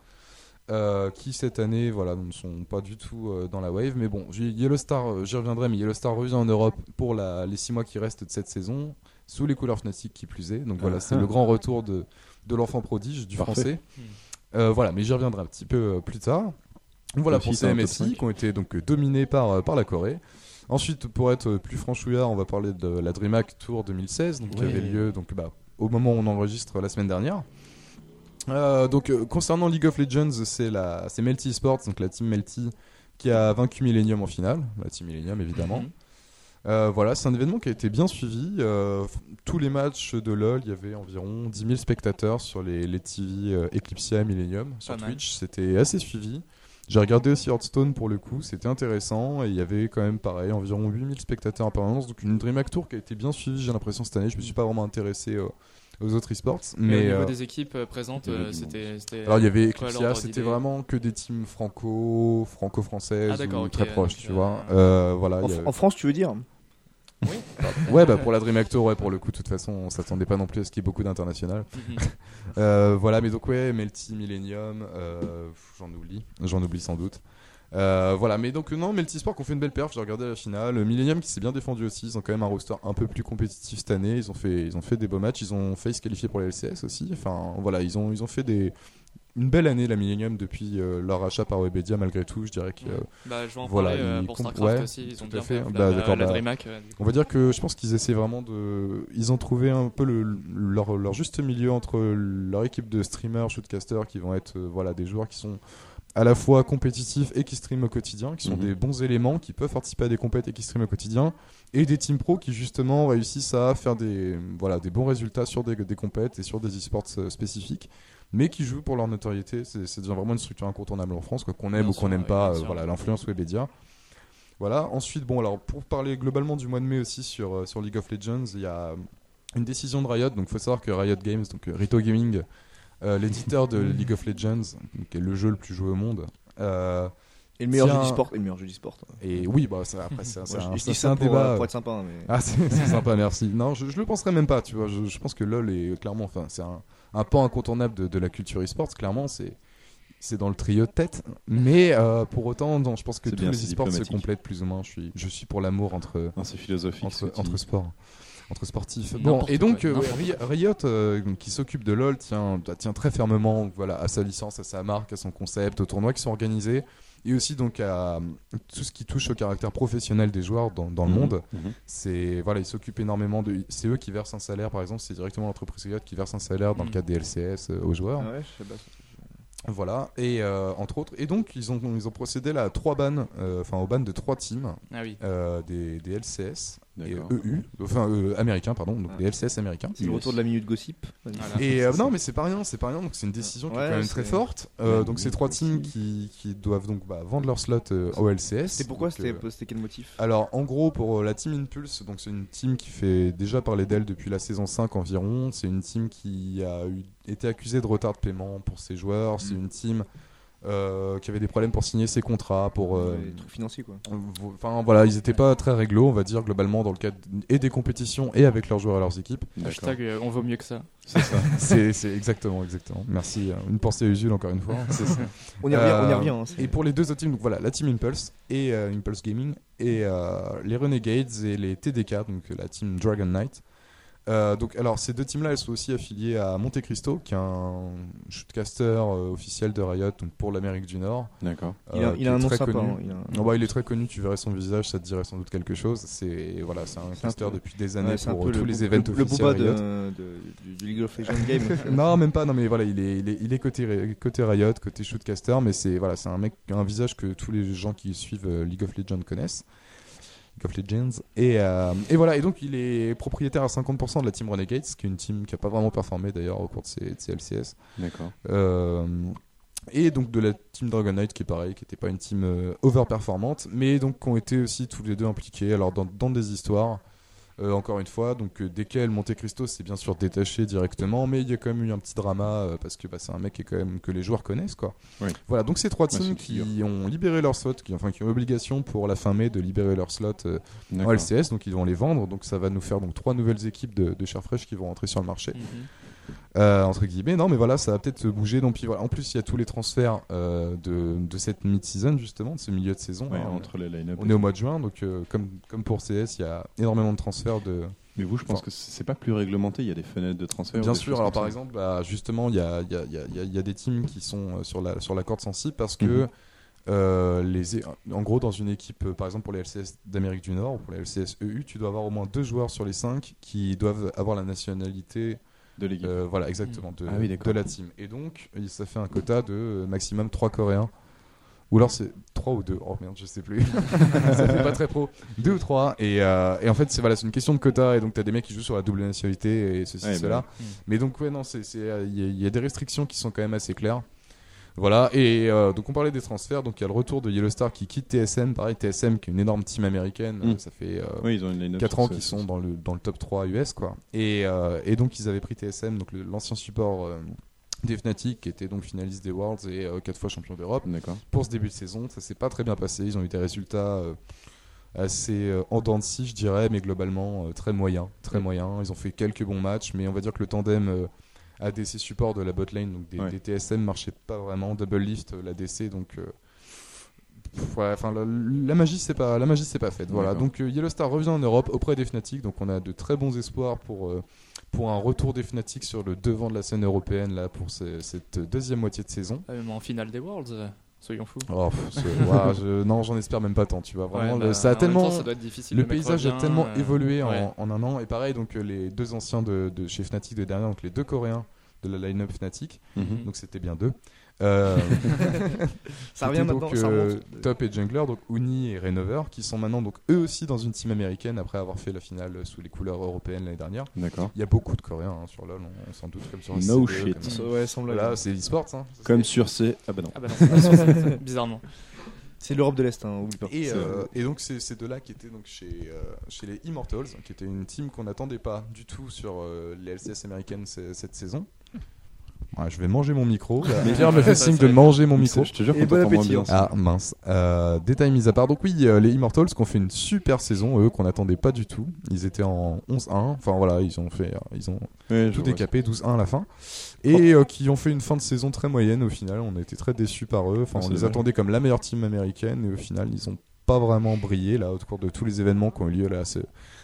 [SPEAKER 2] euh, qui cette année voilà ne sont pas du tout euh, dans la wave, mais bon, j'ai- Yellowstar, euh, j'y reviendrai, mais Yellowstar revient en Europe pour la- les 6 mois qui restent de cette saison, sous les couleurs Fnatic qui plus est, donc voilà,
[SPEAKER 3] Ah,
[SPEAKER 2] c'est
[SPEAKER 3] ah.
[SPEAKER 2] le grand retour de, de l'enfant prodige du
[SPEAKER 3] Parfait.
[SPEAKER 2] français.
[SPEAKER 1] Hmm.
[SPEAKER 2] Euh, voilà, mais j'y reviendrai un petit peu euh, plus tard. Voilà
[SPEAKER 3] Comme
[SPEAKER 2] pour
[SPEAKER 3] si
[SPEAKER 2] ces
[SPEAKER 3] c'était un top
[SPEAKER 2] MSI
[SPEAKER 3] cinq.
[SPEAKER 2] qui ont été donc euh, dominés par, euh, par la Corée. Ensuite, pour être euh, plus franchouillard, on va parler de la DreamHack Tour 2016, donc, qui
[SPEAKER 3] Ouais.
[SPEAKER 2] avait lieu donc, bah, au moment où on enregistre la semaine dernière. Euh, donc, euh, concernant League of Legends, c'est la- c'est Melty Sports, donc la team Melty, qui a vaincu Millennium en finale. La team Millennium, évidemment.
[SPEAKER 1] Mhm.
[SPEAKER 2] Euh, voilà, c'est un événement qui a été bien suivi. Euh, f- tous les matchs de LoL, il y avait environ 10 000 spectateurs sur les, les TV euh, Eclipsia Millennium, sur
[SPEAKER 1] Pas mal.
[SPEAKER 2] Twitch. C'était assez suivi. J'ai regardé aussi Hearthstone pour le coup, c'était intéressant. Et il y avait quand même, pareil, environ 8 000 spectateurs en permanence. Donc une DreamHack Tour qui a été bien suivie, j'ai l'impression, cette année. Je me suis pas vraiment intéressé euh, aux autres esports.
[SPEAKER 1] Et au
[SPEAKER 2] Mais.
[SPEAKER 1] niveau
[SPEAKER 2] euh,
[SPEAKER 1] des équipes euh, présentes,
[SPEAKER 3] il y avait
[SPEAKER 1] euh,
[SPEAKER 3] du monde.
[SPEAKER 1] c'était. c'était-
[SPEAKER 2] alors il y avait
[SPEAKER 1] Quoi,
[SPEAKER 2] Eclipsia,
[SPEAKER 1] l'ordre
[SPEAKER 2] c'était
[SPEAKER 1] d'idée
[SPEAKER 2] vraiment que des teams franco, franco-françaises,
[SPEAKER 1] Ah, d'accord,
[SPEAKER 2] ou
[SPEAKER 1] ok,
[SPEAKER 2] très proches,
[SPEAKER 1] donc,
[SPEAKER 2] tu
[SPEAKER 1] euh,
[SPEAKER 2] vois. Euh, voilà,
[SPEAKER 4] En,
[SPEAKER 2] il y
[SPEAKER 4] Fr-
[SPEAKER 2] a-
[SPEAKER 4] en France, tu veux dire
[SPEAKER 2] Ouais, bah pour la Dream Actor, ouais, pour le coup, de toute façon, on s'attendait pas non plus à ce qu'il y ait beaucoup d'international.
[SPEAKER 1] Mhm.
[SPEAKER 2] Euh, voilà, mais donc, ouais, Melty, Millennium, euh, pff, j'en oublie, j'en oublie sans doute. Euh, voilà, mais donc, non, Melty Sport qu'on fait une belle perf, j'ai regardé la finale. Euh, Millennium qui s'est bien défendu aussi, ils ont quand même un roster un peu plus compétitif cette année. Ils ont fait, ils ont fait des beaux matchs, ils ont failli se qualifier pour les LCS aussi. Enfin, voilà, ils ont, ils ont fait des. Une belle année la Millennium depuis euh, leur achat par Webedia malgré tout, je dirais que euh,
[SPEAKER 1] Bah, je vais en
[SPEAKER 2] Voilà,
[SPEAKER 1] parler euh,
[SPEAKER 2] ils
[SPEAKER 1] pour
[SPEAKER 2] comp-
[SPEAKER 1] StarCraft
[SPEAKER 2] ouais,
[SPEAKER 1] aussi, ils
[SPEAKER 2] tout
[SPEAKER 1] ont
[SPEAKER 2] à
[SPEAKER 1] bien
[SPEAKER 2] fait.
[SPEAKER 1] fait
[SPEAKER 2] Bah,
[SPEAKER 1] la,
[SPEAKER 2] d'accord,
[SPEAKER 1] la
[SPEAKER 2] bah,
[SPEAKER 1] DreamHack. euh, du coup.
[SPEAKER 2] on va dire que je pense qu'ils essaient vraiment de. Ils ont trouvé un peu le, leur, leur juste milieu entre leur équipe de streamers, shootcasters qui vont être euh, voilà, des joueurs qui sont à la fois compétitifs et qui stream au quotidien, qui sont
[SPEAKER 3] Mhm.
[SPEAKER 2] des bons éléments, qui peuvent participer à des compètes et qui stream au quotidien, et des teams pro qui justement réussissent à faire des, voilà, des bons résultats sur des, des compètes et sur des e-sports euh, spécifiques, mais qui jouent pour leur notoriété. C'est ça devient vraiment une structure incontournable en France, quoi, qu'on aime
[SPEAKER 1] Bien
[SPEAKER 2] ou qu'on
[SPEAKER 1] sûr,
[SPEAKER 2] n'aime
[SPEAKER 1] oui,
[SPEAKER 2] pas,
[SPEAKER 1] bien
[SPEAKER 2] euh,
[SPEAKER 1] sûr.
[SPEAKER 2] voilà, l'influence Webedia. Voilà, ensuite, bon, alors pour parler globalement du mois de mai aussi sur, euh, sur League of Legends, il y a une décision de Riot. Donc, faut savoir que Riot Games, donc euh, Rito Gaming, euh, l'éditeur de League of Legends, qui est le jeu le plus joué au monde. euh,
[SPEAKER 4] Et le meilleur
[SPEAKER 2] Tiens.
[SPEAKER 4] jeu d'e-sport. Et le meilleur jeu d'e-sport.
[SPEAKER 2] et oui, bah, ça, après, c'est c'est
[SPEAKER 4] Moi,
[SPEAKER 2] un,
[SPEAKER 4] je- je
[SPEAKER 2] c'est
[SPEAKER 4] dis ça
[SPEAKER 2] un
[SPEAKER 4] pour,
[SPEAKER 2] débat.
[SPEAKER 4] euh, pour être sympa, hein, mais.
[SPEAKER 2] Ah, c'est c'est sympa, merci. Non, je, je le penserais même pas, tu vois. Je, je pense que LoL est euh, clairement, enfin, c'est un, un pan incontournable de, de la culture e-sports. Clairement, c'est c'est dans le trio de tête. Mais euh, pour autant, non, je pense que
[SPEAKER 3] C'est
[SPEAKER 2] tous
[SPEAKER 3] bien,
[SPEAKER 2] les
[SPEAKER 3] c'est
[SPEAKER 2] e-sports se
[SPEAKER 3] diplomatique.
[SPEAKER 2] complètent plus ou moins. Je suis, je suis pour l'amour entre
[SPEAKER 3] Non, C'est philosophique.
[SPEAKER 2] entre,
[SPEAKER 3] c'est-
[SPEAKER 2] entre sports entre sportifs. Bon,
[SPEAKER 1] N'importe
[SPEAKER 2] et donc
[SPEAKER 1] quoi,
[SPEAKER 2] euh,
[SPEAKER 1] n'importe
[SPEAKER 2] ouais, Ri- Riot, euh, qui s'occupe de LoL, tient, bah, tient très fermement voilà, à sa licence, à sa marque, à son concept, aux tournois qui sont organisés, et aussi donc à euh, tout ce qui touche au caractère professionnel des joueurs dans, dans le
[SPEAKER 3] Mhm,
[SPEAKER 2] monde.
[SPEAKER 3] mhm.
[SPEAKER 2] C'est voilà, ils s'occupent énormément de. C'est eux qui versent un salaire, par exemple, c'est directement l'entreprise Riot qui verse un salaire dans le
[SPEAKER 1] Mhm.
[SPEAKER 2] cadre des LCS euh, aux joueurs.
[SPEAKER 4] Ah ouais, je sais pas.
[SPEAKER 2] Voilà, et euh, entre autres, et donc ils ont ils ont procédé là à trois bans, euh, enfin au ban de trois teams
[SPEAKER 1] Ah oui.
[SPEAKER 2] euh, des, des LCS et
[SPEAKER 3] D'accord.
[SPEAKER 2] EU, enfin euh, américains, pardon, donc
[SPEAKER 4] Ah.
[SPEAKER 2] des LCS américains.
[SPEAKER 4] C'est le retour de la minute gossip.
[SPEAKER 1] Voilà.
[SPEAKER 2] Et euh, non, mais c'est pas rien, c'est pas rien, donc c'est une décision qui est
[SPEAKER 4] Ouais,
[SPEAKER 2] quand même
[SPEAKER 4] c'est-
[SPEAKER 2] très forte. Euh,
[SPEAKER 4] Ouais,
[SPEAKER 2] donc
[SPEAKER 4] oui,
[SPEAKER 2] c'est trois teams
[SPEAKER 4] aussi.
[SPEAKER 2] qui, qui doivent donc bah, vendre leur slot euh, au LCS.
[SPEAKER 4] C'est pourquoi
[SPEAKER 2] Donc,
[SPEAKER 4] c'était
[SPEAKER 2] euh,
[SPEAKER 4] c'était quel motif
[SPEAKER 2] alors en gros pour euh, la team Impulse, donc c'est une team qui fait déjà parler d'elle depuis la saison 5 environ, c'est une team qui a eu- été accusée de retard de paiement pour ses joueurs,
[SPEAKER 4] Mm.
[SPEAKER 2] c'est une team euh, qui avait des problèmes pour signer ses contrats, pour euh,
[SPEAKER 4] Des trucs financiers quoi.
[SPEAKER 2] Enfin voilà, ils étaient pas très réglo, on va dire globalement dans le cadre et des compétitions et avec leurs joueurs et leurs équipes.
[SPEAKER 3] D'accord.
[SPEAKER 1] Hashtag euh, on vaut mieux que ça.
[SPEAKER 2] C'est c'est exactement, exactement. Merci, euh, une pensée à Usul encore une fois. C'est ça.
[SPEAKER 4] On y revient, on y
[SPEAKER 2] Euh,
[SPEAKER 4] revient. hein, c'est-
[SPEAKER 2] Et pour les deux autres teams, donc voilà, la team Impulse et euh, Impulse Gaming et euh, les Renegades et les TDK, donc euh, la team Dragon Knight. Euh, donc alors ces deux teams-là, elles sont aussi affiliées à Monte Cristo, qui est un shootcaster euh, officiel de Riot, donc pour l'Amérique du Nord.
[SPEAKER 3] D'accord.
[SPEAKER 4] Il a,
[SPEAKER 2] euh,
[SPEAKER 4] il
[SPEAKER 2] qui
[SPEAKER 4] a
[SPEAKER 2] est
[SPEAKER 4] un nom
[SPEAKER 2] très
[SPEAKER 4] sympa.
[SPEAKER 2] connu.
[SPEAKER 4] hein, il a un-
[SPEAKER 2] Non, bah, il est très connu, tu verrais son visage, ça te dirait sans doute quelque chose. C'est voilà, c'est un caster
[SPEAKER 4] peu-
[SPEAKER 2] depuis des années
[SPEAKER 4] Ouais, c'est un
[SPEAKER 2] pour
[SPEAKER 4] peu
[SPEAKER 2] tous
[SPEAKER 4] le,
[SPEAKER 2] les
[SPEAKER 4] le-
[SPEAKER 2] événements
[SPEAKER 4] le Boba
[SPEAKER 2] officiels.
[SPEAKER 4] de,
[SPEAKER 2] Riot.
[SPEAKER 4] de- du, du League of Legends Game.
[SPEAKER 2] Non, même pas. Non, mais voilà, il est, il est, il est côté, Ri- côté Riot, côté shootcaster, mais c'est voilà, c'est un mec, un visage que tous les gens qui suivent euh, League of Legends connaissent. League of Legends. Et, euh, et voilà, et donc il est propriétaire à 50% de la team Renegades, qui est une team qui a pas vraiment performé d'ailleurs au cours de ses, de ses LCS.
[SPEAKER 3] D'accord.
[SPEAKER 2] Euh, et donc de la team Dragon Knight qui est pareil, qui n'était pas une team euh, overperformante, mais donc qui ont été aussi tous les deux impliqués alors dans, dans des histoires. euh, encore une fois, donc euh, desquelles Monte Cristo s'est bien sûr détaché directement, mais il y a quand même eu un petit drama euh, parce que bah, c'est un mec qui est quand même que les joueurs connaissent quoi.
[SPEAKER 3] Oui.
[SPEAKER 2] Voilà, donc ces trois
[SPEAKER 3] c'est
[SPEAKER 2] teams
[SPEAKER 3] une
[SPEAKER 2] qui ont libéré leur slot, qui, enfin qui ont obligation pour la fin mai de libérer leur slot euh, en
[SPEAKER 3] D'accord.
[SPEAKER 2] LCS, donc ils vont les vendre, donc ça va nous faire donc trois nouvelles équipes de, de chair fraîche qui vont rentrer sur le marché.
[SPEAKER 1] Mhm.
[SPEAKER 2] Euh, entre guillemets. Non, mais voilà, ça va peut-être bouger. Donc, puis voilà. En plus, il y a tous les transferts euh, de, de cette mid-season, justement, de ce milieu de saison.
[SPEAKER 3] Ouais,
[SPEAKER 2] Alors,
[SPEAKER 3] entre les line-up.
[SPEAKER 2] on est au mois de juin, donc euh, comme, comme pour CS, il y a énormément de transferts. De...
[SPEAKER 3] Mais vous, je pense
[SPEAKER 2] Enfin.
[SPEAKER 3] que c'est pas plus réglementé. Il y a des fenêtres de transfert.
[SPEAKER 2] Bien
[SPEAKER 3] ou des
[SPEAKER 2] sûr,
[SPEAKER 3] choses
[SPEAKER 2] alors par
[SPEAKER 3] comme ça.
[SPEAKER 2] exemple, bah, justement, il y a, il y, a, il y, a, il y a- il y a des teams qui sont euh, sur la, sur la corde sensible parce que.
[SPEAKER 3] Mhm.
[SPEAKER 2] euh, les, en gros, dans une équipe, euh, par exemple pour les LCS d'Amérique du Nord ou pour les LCS EU, E tu dois avoir au moins deux joueurs sur les cinq qui doivent avoir la nationalité
[SPEAKER 3] de l'équipe.
[SPEAKER 2] Euh, voilà, exactement, de,
[SPEAKER 3] Ah oui,
[SPEAKER 2] de
[SPEAKER 3] d'accord.
[SPEAKER 2] la team. Et donc, il- ça fait un quota de euh, maximum 3 Coréens. Ou alors c'est 3 ou 2, oh merde, je sais plus. ça fait pas très pro. 2 ou 3. Et, euh, et en fait, c'est voilà, c'est une question de quota. Et donc, t'as des mecs qui jouent sur la double nationalité et ceci,
[SPEAKER 3] Ouais, bah
[SPEAKER 2] cela.
[SPEAKER 1] oui. Mm.
[SPEAKER 2] Mais donc, ouais, non, c'est- c'est, euh, il y, a- il y a des restrictions qui sont quand même assez claires. Voilà, et euh, donc on parlait des transferts. Donc, il y a le retour de Yellow Star qui quitte TSM. Pareil, TSM qui est une énorme team américaine.
[SPEAKER 3] Mm.
[SPEAKER 2] Ça fait. euh,
[SPEAKER 3] Oui, ils ont une line-up.
[SPEAKER 2] 4 ans
[SPEAKER 3] ça,
[SPEAKER 2] qui
[SPEAKER 3] ça,
[SPEAKER 2] sont
[SPEAKER 3] ça.
[SPEAKER 2] dans le, dans le top 3 US quoi. Et, euh, et donc ils avaient pris TSM, donc le- l'ancien support euh, des Fnatic qui était donc finaliste des Worlds et 4 fois champion d'Europe.
[SPEAKER 3] D'accord.
[SPEAKER 2] Pour ce début de saison, ça s'est pas très bien passé, ils ont eu des résultats euh, assez euh, en dents de scie je dirais, mais globalement euh, très moyens, très moyens. Ils ont fait quelques bons matchs, mais on va dire que le tandem euh, ADC support de la botlane, donc des,
[SPEAKER 3] Ouais.
[SPEAKER 2] des TSM marchait pas vraiment, double lift euh, l'ADC donc euh, pff, ouais, enfin la, la magie c'est pas la magie c'est pas faite. Voilà.
[SPEAKER 3] D'accord.
[SPEAKER 2] Donc euh, Yellow Star revient en Europe auprès des Fnatic donc on a de très bons espoirs pour euh, pour un retour des Fnatic sur le devant de la scène européenne là pour ce- cette deuxième moitié de saison.
[SPEAKER 1] Ah, même en finale des Worlds, euh, soyons fous.
[SPEAKER 2] Oh, pff, c'est- ouah, je- non, j'en espère même pas tant, tu vois. Vraiment,
[SPEAKER 1] Ouais,
[SPEAKER 2] le-
[SPEAKER 1] bah,
[SPEAKER 2] ça a
[SPEAKER 1] en même
[SPEAKER 2] tellement
[SPEAKER 1] temps, ça doit être difficile
[SPEAKER 2] le
[SPEAKER 1] de mettre
[SPEAKER 2] paysage a
[SPEAKER 1] bien,
[SPEAKER 2] tellement
[SPEAKER 1] euh,
[SPEAKER 2] évolué en-
[SPEAKER 1] ouais.
[SPEAKER 2] en, un an. Et pareil, donc euh, les deux anciens de, de chez Fnatic de dernière, donc les deux Coréens, de la line-up Fnatic.
[SPEAKER 3] Mhm.
[SPEAKER 2] Donc c'était bien deux. Euh,
[SPEAKER 4] Ça
[SPEAKER 2] c'était
[SPEAKER 4] revient maintenant,
[SPEAKER 2] donc,
[SPEAKER 4] ça
[SPEAKER 2] euh,
[SPEAKER 4] remonte.
[SPEAKER 2] Top et Jungler, donc Uni et Renover, qui sont maintenant donc eux aussi dans une team américaine après avoir fait la finale sous les couleurs européennes l'année dernière.
[SPEAKER 3] D'accord.
[SPEAKER 2] Il y a beaucoup de Coréens hein, sur LoL, on, on s'en doute comme sur
[SPEAKER 3] No
[SPEAKER 2] SCBE,
[SPEAKER 3] shit.
[SPEAKER 2] E, comme-
[SPEAKER 4] Ça- Ouais, semble
[SPEAKER 2] Voilà, c'est l'e-sport. hein.
[SPEAKER 3] Comme sur ces. Ah bah non.
[SPEAKER 1] Ah bah non, c'est pas sur cette- bizarrement.
[SPEAKER 4] C'est l'Europe de l'Est, hein, oublie pas.
[SPEAKER 2] Et,
[SPEAKER 4] C'est-
[SPEAKER 2] euh, et donc ces, ces deux-là qui étaient donc chez, euh, chez les Immortals, qui était une team qu'on n'attendait pas du tout sur euh, les LCS américaines ce- cette saison. Ouais, je vais manger mon micro. Euh, là.
[SPEAKER 1] Mais
[SPEAKER 2] Pierre me fait
[SPEAKER 1] ça,
[SPEAKER 2] signe
[SPEAKER 1] ça-
[SPEAKER 2] de manger mon micro.
[SPEAKER 3] Je te jure
[SPEAKER 4] Et
[SPEAKER 3] qu'on
[SPEAKER 4] bon
[SPEAKER 3] t'entend moins
[SPEAKER 4] appétit,
[SPEAKER 3] bien.
[SPEAKER 4] hein.
[SPEAKER 2] Ah mince. Euh, détail mis à part. Donc oui, euh, les Immortals qui ont fait une super saison, eux qu'on n'attendait pas du tout. Ils étaient en 11-1. Enfin voilà, ils ont fait, euh, ils ont
[SPEAKER 3] Ouais, je
[SPEAKER 2] tout
[SPEAKER 3] vois.
[SPEAKER 2] décapé 12-1 à la fin. Et euh, qui ont fait une fin de saison très moyenne au final. On a été très déçus par eux. Enfin,
[SPEAKER 3] Ah,
[SPEAKER 2] on
[SPEAKER 3] c'est
[SPEAKER 2] les
[SPEAKER 3] dommage.
[SPEAKER 2] attendait comme la meilleure team américaine et au final, ils ont pas vraiment brillé là au cours de tous les événements qui ont eu lieu là à ce,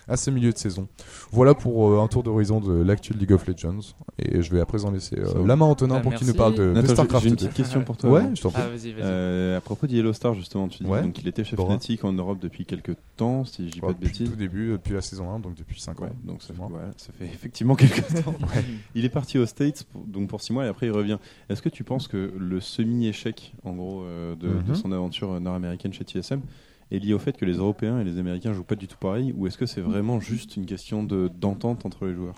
[SPEAKER 2] à ce milieu de saison. Voilà pour euh, un tour d'horizon de l'actu de League of Legends. Et je vais à présent laisser euh,
[SPEAKER 3] Ça va.
[SPEAKER 2] la main à Antonin
[SPEAKER 1] Ah,
[SPEAKER 2] pour qu'il
[SPEAKER 1] merci.
[SPEAKER 2] nous parle de, de
[SPEAKER 3] Attends, Euh, j'ai-
[SPEAKER 2] StarCraft
[SPEAKER 3] J'ai une
[SPEAKER 2] 2.
[SPEAKER 3] petite question pour toi.
[SPEAKER 2] Ouais,
[SPEAKER 3] avant.
[SPEAKER 2] je t'en prie.
[SPEAKER 1] Ah, vas-y, vas-y.
[SPEAKER 3] Euh, à propos de Yellow Star, justement, tu dis
[SPEAKER 2] Ouais.
[SPEAKER 3] donc il était chez
[SPEAKER 2] Dora.
[SPEAKER 3] Fnatic en Europe depuis quelques temps, si je dis
[SPEAKER 2] Enfin,
[SPEAKER 3] pas de
[SPEAKER 2] depuis le
[SPEAKER 3] bêtises.
[SPEAKER 2] tout début, euh, depuis la saison 1, donc depuis 5
[SPEAKER 3] Ouais,
[SPEAKER 2] ans.
[SPEAKER 3] donc ça, fait-
[SPEAKER 2] Moi.
[SPEAKER 3] voilà, ça fait effectivement quelques temps. Il est parti aux States pour- donc pour six mois et après il revient. Est-ce que tu penses que le semi-échec en gros euh, de, de
[SPEAKER 2] Mhm.
[SPEAKER 3] son aventure nord-américaine chez TSM est lié au fait que les Européens et les Américains jouent pas du tout pareil ou est-ce que c'est vraiment juste une question de d'entente entre les joueurs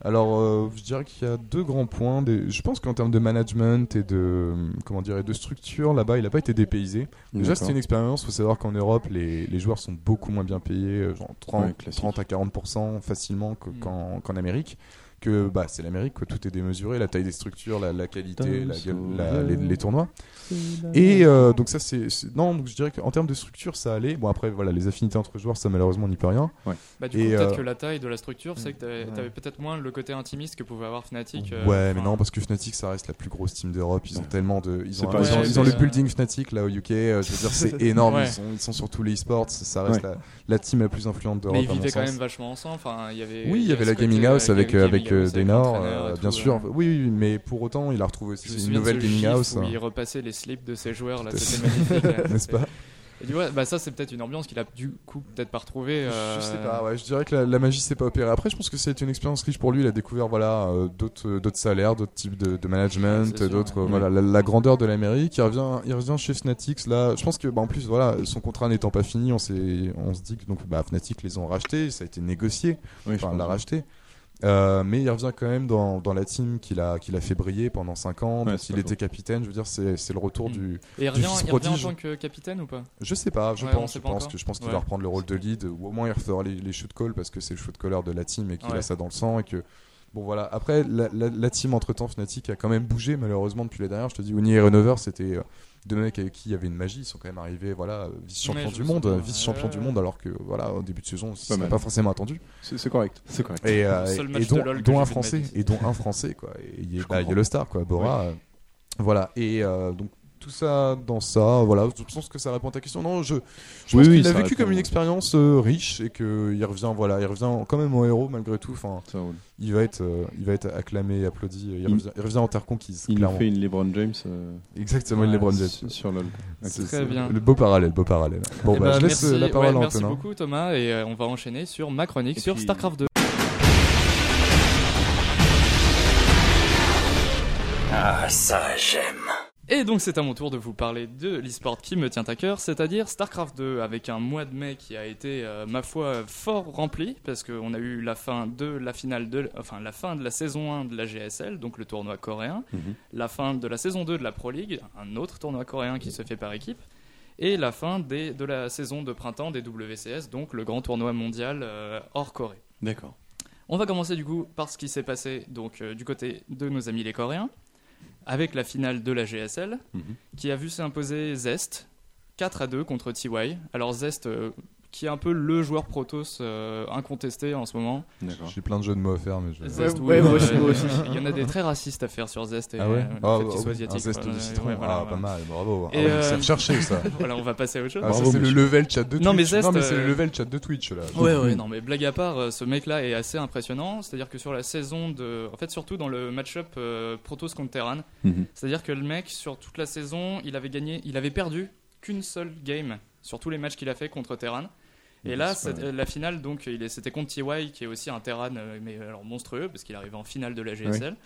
[SPEAKER 2] Alors, euh, je dirais qu'il y a deux grands points. Des- Je pense qu'en termes de management et de hum, comment dire, et de structure, là-bas, il n'a pas été dépaysé. Déjà,
[SPEAKER 3] D'accord.
[SPEAKER 2] c'était une expérience. Il faut savoir qu'en Europe, les, les joueurs sont beaucoup moins bien payés, euh, genre 30,
[SPEAKER 3] Ouais, classique.
[SPEAKER 2] 30 à 40% facilement que-
[SPEAKER 1] Mm.
[SPEAKER 2] qu'en qu'en Amérique. Que bah, c'est l'Amérique, quoi, tout est démesuré, la taille des structures, la, la qualité, la gueule- la- les, les tournois. Et euh, donc, ça, c'est. c'est- Non, donc je dirais qu'en termes de structure, ça allait. Bon, après, voilà, les affinités entre joueurs, ça, malheureusement, on n'y peut rien.
[SPEAKER 1] Bah, du
[SPEAKER 2] et,
[SPEAKER 1] coup, peut-être
[SPEAKER 2] euh,
[SPEAKER 1] que la taille de la structure, c'est que t'avais,
[SPEAKER 2] Ouais.
[SPEAKER 1] t'avais peut-être moins le côté intimiste que pouvait avoir Fnatic. euh,
[SPEAKER 2] ouais, mais
[SPEAKER 1] enfin,
[SPEAKER 2] non, parce que Fnatic, ça reste la plus grosse team d'Europe. Ils ont
[SPEAKER 3] Ouais.
[SPEAKER 2] tellement de. Ils
[SPEAKER 3] C'est
[SPEAKER 2] ont,
[SPEAKER 3] pas-
[SPEAKER 2] ils ont-
[SPEAKER 1] Ouais,
[SPEAKER 2] ils ont
[SPEAKER 1] mais,
[SPEAKER 2] le
[SPEAKER 1] euh,
[SPEAKER 2] building Fnatic là au UK. euh, je veux dire, c'est énorme.
[SPEAKER 1] Ouais.
[SPEAKER 2] Ils, sont, ils sont sur tous les esports. Ça reste
[SPEAKER 3] Ouais.
[SPEAKER 2] la, la team la plus influente d'Europe.
[SPEAKER 1] Mais ils
[SPEAKER 2] à mon
[SPEAKER 1] vivaient quand
[SPEAKER 2] sens.
[SPEAKER 1] même vachement ensemble. Enfin, il y avait,
[SPEAKER 2] Oui, il y avait
[SPEAKER 1] ce
[SPEAKER 2] la
[SPEAKER 1] côté,
[SPEAKER 2] Gaming
[SPEAKER 1] euh,
[SPEAKER 2] House avec,
[SPEAKER 1] gaming
[SPEAKER 2] avec euh,
[SPEAKER 1] house, avec
[SPEAKER 2] Daynor,
[SPEAKER 1] l'entraîneur et
[SPEAKER 2] euh,
[SPEAKER 1] tout,
[SPEAKER 2] bien sûr.
[SPEAKER 1] ouais.
[SPEAKER 2] Oui, oui, mais pour autant, il a retrouvé
[SPEAKER 1] Je me
[SPEAKER 2] aussi une
[SPEAKER 1] souviens de
[SPEAKER 2] nouvelle
[SPEAKER 1] ce
[SPEAKER 2] Gaming
[SPEAKER 1] gif
[SPEAKER 2] House.
[SPEAKER 1] où
[SPEAKER 2] hein,
[SPEAKER 1] il repassait les slips de ses joueurs là,
[SPEAKER 2] Tout à
[SPEAKER 1] c'était magnifique. là,
[SPEAKER 2] N'est-ce
[SPEAKER 1] c'était-
[SPEAKER 2] pas
[SPEAKER 1] Et du coup, bah ça c'est peut-être une ambiance qu'il a du coup peut-être pas retrouvée. euh,
[SPEAKER 2] Je sais pas, ouais, je dirais que la, la magie s'est pas opérée. Après, je pense que c'est une expérience riche pour lui. Il a découvert voilà, euh, d'autres euh, d'autres salaires, d'autres types de, de management,
[SPEAKER 1] C'est sûr,
[SPEAKER 2] d'autres.
[SPEAKER 1] ouais.
[SPEAKER 2] euh, Voilà, la, la grandeur de l'Amérique. Il revient, il revient chez Fnatic. Là, je pense que bah, en plus, voilà, son contrat n'étant pas fini, on, s'est- on se dit que donc, bah, Fnatic les ont rachetés, ça a été négocié.
[SPEAKER 3] Oui, je
[SPEAKER 2] enfin
[SPEAKER 3] pense.
[SPEAKER 2] l'a racheté. Euh, mais il revient quand même dans, dans la team qu'il a, qu'il a fait briller pendant 5 ans.
[SPEAKER 3] Ouais,
[SPEAKER 2] donc
[SPEAKER 3] c'est
[SPEAKER 2] il
[SPEAKER 3] pas
[SPEAKER 2] était capitaine, je veux dire, c'est c'est le retour
[SPEAKER 1] Mm.
[SPEAKER 2] du.
[SPEAKER 1] Et il revient,
[SPEAKER 2] fils
[SPEAKER 1] il revient en
[SPEAKER 2] prodige.
[SPEAKER 1] tant que capitaine ou pas
[SPEAKER 2] Je sais pas, je
[SPEAKER 1] Ouais, on
[SPEAKER 2] pense,
[SPEAKER 1] sait
[SPEAKER 2] je
[SPEAKER 1] pas
[SPEAKER 2] pense,
[SPEAKER 1] encore.
[SPEAKER 2] que, je pense qu'il
[SPEAKER 1] Ouais.
[SPEAKER 2] va reprendre le rôle de lead ou au moins il refera les, les shoot calls parce que c'est le shoot caller de la team et qu'il
[SPEAKER 1] Ouais.
[SPEAKER 2] a ça dans le sang et que. Bon voilà, après la, la- la team entre temps Fnatic a quand même bougé malheureusement depuis les dernières. Je te dis, Uni et Renover c'était euh, deux mecs avec qui il y avait une magie. Ils sont quand même arrivés, voilà,
[SPEAKER 1] Ouais,
[SPEAKER 2] vice-champions
[SPEAKER 1] je
[SPEAKER 2] du
[SPEAKER 1] me
[SPEAKER 2] monde,
[SPEAKER 1] souviens.
[SPEAKER 2] vice-champions
[SPEAKER 1] Ouais,
[SPEAKER 2] du
[SPEAKER 1] ouais,
[SPEAKER 2] monde alors que voilà, au début de saison, c'est
[SPEAKER 3] mal.
[SPEAKER 2] pas forcément attendu.
[SPEAKER 3] C'est c'est correct. C'est correct.
[SPEAKER 2] Et,
[SPEAKER 1] Le seul
[SPEAKER 2] euh,
[SPEAKER 1] match
[SPEAKER 2] et dont,
[SPEAKER 1] de LoL que
[SPEAKER 2] dont
[SPEAKER 1] j'ai vu de
[SPEAKER 2] un
[SPEAKER 1] ma
[SPEAKER 2] français
[SPEAKER 1] vie.
[SPEAKER 2] et dont un français quoi et il y
[SPEAKER 3] Je
[SPEAKER 2] a bah,
[SPEAKER 3] comprends.
[SPEAKER 2] Yellow Star quoi Bora euh, voilà et euh, donc tout ça dans ça voilà je pense que ça répond à ta question non je, je
[SPEAKER 3] Oui,
[SPEAKER 2] pense
[SPEAKER 3] oui,
[SPEAKER 2] qu'il l'a
[SPEAKER 3] ça
[SPEAKER 2] vécu
[SPEAKER 3] répond.
[SPEAKER 2] comme une expérience euh, riche et que il revient voilà il revient quand même en héros malgré tout enfin
[SPEAKER 3] Ça roule.
[SPEAKER 2] il va être euh, il va être acclamé et applaudi il,
[SPEAKER 3] Il-
[SPEAKER 2] revient, il revient en terre conquise
[SPEAKER 3] Il nous
[SPEAKER 2] clairement
[SPEAKER 3] fait une LeBron James euh,
[SPEAKER 2] exactement
[SPEAKER 1] Ouais,
[SPEAKER 2] il est LeBron James.
[SPEAKER 3] sur sur LoL.
[SPEAKER 2] C'est-
[SPEAKER 1] Très
[SPEAKER 2] c'est
[SPEAKER 1] bien.
[SPEAKER 2] le beau parallèle beau parallèle bon
[SPEAKER 1] Eh
[SPEAKER 2] bah,
[SPEAKER 1] ben,
[SPEAKER 2] je laisse
[SPEAKER 1] merci,
[SPEAKER 2] la parole
[SPEAKER 1] ouais,
[SPEAKER 2] à
[SPEAKER 1] Merci
[SPEAKER 2] Antonin
[SPEAKER 1] beaucoup Thomas et euh, on va enchaîner sur ma chronique
[SPEAKER 3] Et
[SPEAKER 1] sur
[SPEAKER 3] puis-
[SPEAKER 1] Starcraft 2.
[SPEAKER 5] Ah, ça, j'aime.
[SPEAKER 1] Et donc c'est à mon tour de vous parler de l'e-sport qui me tient à cœur, c'est-à-dire StarCraft 2, avec un mois de mai qui a été, euh, ma foi, fort rempli, parce qu'on a eu la fin de la finale de, enfin la fin de la saison 1 de la GSL, donc le tournoi coréen,
[SPEAKER 3] Mhm.
[SPEAKER 1] la fin de la saison 2 de la Pro League, un autre tournoi coréen qui se fait par équipe, et la fin des- de la saison de printemps des WCS, donc le grand tournoi mondial euh, hors Corée.
[SPEAKER 3] D'accord.
[SPEAKER 1] On va commencer du coup par ce qui s'est passé donc euh, du côté de nos amis les Coréens, avec la finale de la GSL,
[SPEAKER 3] Mhm.
[SPEAKER 1] qui a vu s'imposer Zest 4 à 2 contre TY. Alors Zest, euh, qui est un peu le joueur Protoss euh, incontesté en ce moment.
[SPEAKER 3] D'accord.
[SPEAKER 2] j'ai plein de jeux de mots à faire mais je...
[SPEAKER 1] Zest,
[SPEAKER 4] ouais,
[SPEAKER 1] oui,
[SPEAKER 4] moi aussi,
[SPEAKER 1] euh,
[SPEAKER 4] moi aussi.
[SPEAKER 1] Il y en a des très racistes à faire sur Zest et
[SPEAKER 2] ah ouais
[SPEAKER 1] euh, le
[SPEAKER 2] Ah,
[SPEAKER 1] fait qu'il
[SPEAKER 2] ah,
[SPEAKER 1] soit
[SPEAKER 2] oui,
[SPEAKER 1] asiatique.
[SPEAKER 2] un zeste
[SPEAKER 1] voilà,
[SPEAKER 2] de citron
[SPEAKER 1] ouais, voilà,
[SPEAKER 2] ah
[SPEAKER 1] voilà.
[SPEAKER 2] pas mal bravo Ah
[SPEAKER 1] Et,
[SPEAKER 2] ouais,
[SPEAKER 1] euh,
[SPEAKER 2] c'est recherché ça
[SPEAKER 1] Voilà, on va passer à autre chose.
[SPEAKER 2] Ah,
[SPEAKER 3] Bravo,
[SPEAKER 2] ça, c'est le
[SPEAKER 3] monsieur.
[SPEAKER 2] level chat de Twitch.
[SPEAKER 1] Non, mais Zest,
[SPEAKER 2] c'est
[SPEAKER 1] euh,
[SPEAKER 2] le level chat de Twitch là.
[SPEAKER 1] Ouais, ouais, non, mais blague à part, euh, ce mec-là est assez impressionnant. C'est-à-dire que sur la saison de. En fait, surtout dans le match-up euh, Protoss contre Terran,
[SPEAKER 3] Mhm.
[SPEAKER 1] c'est-à-dire que le mec, sur toute la saison, il avait gagné, il avait perdu qu'une seule game sur tous les matchs qu'il a fait contre Terran. Et
[SPEAKER 3] Ouais,
[SPEAKER 1] là,
[SPEAKER 3] c'est pas
[SPEAKER 1] c'est- euh, la finale, euh, donc, il est- c'était contre TY, qui est aussi un Terran, euh, mais alors monstrueux, parce qu'il arrivait en finale de la GSL.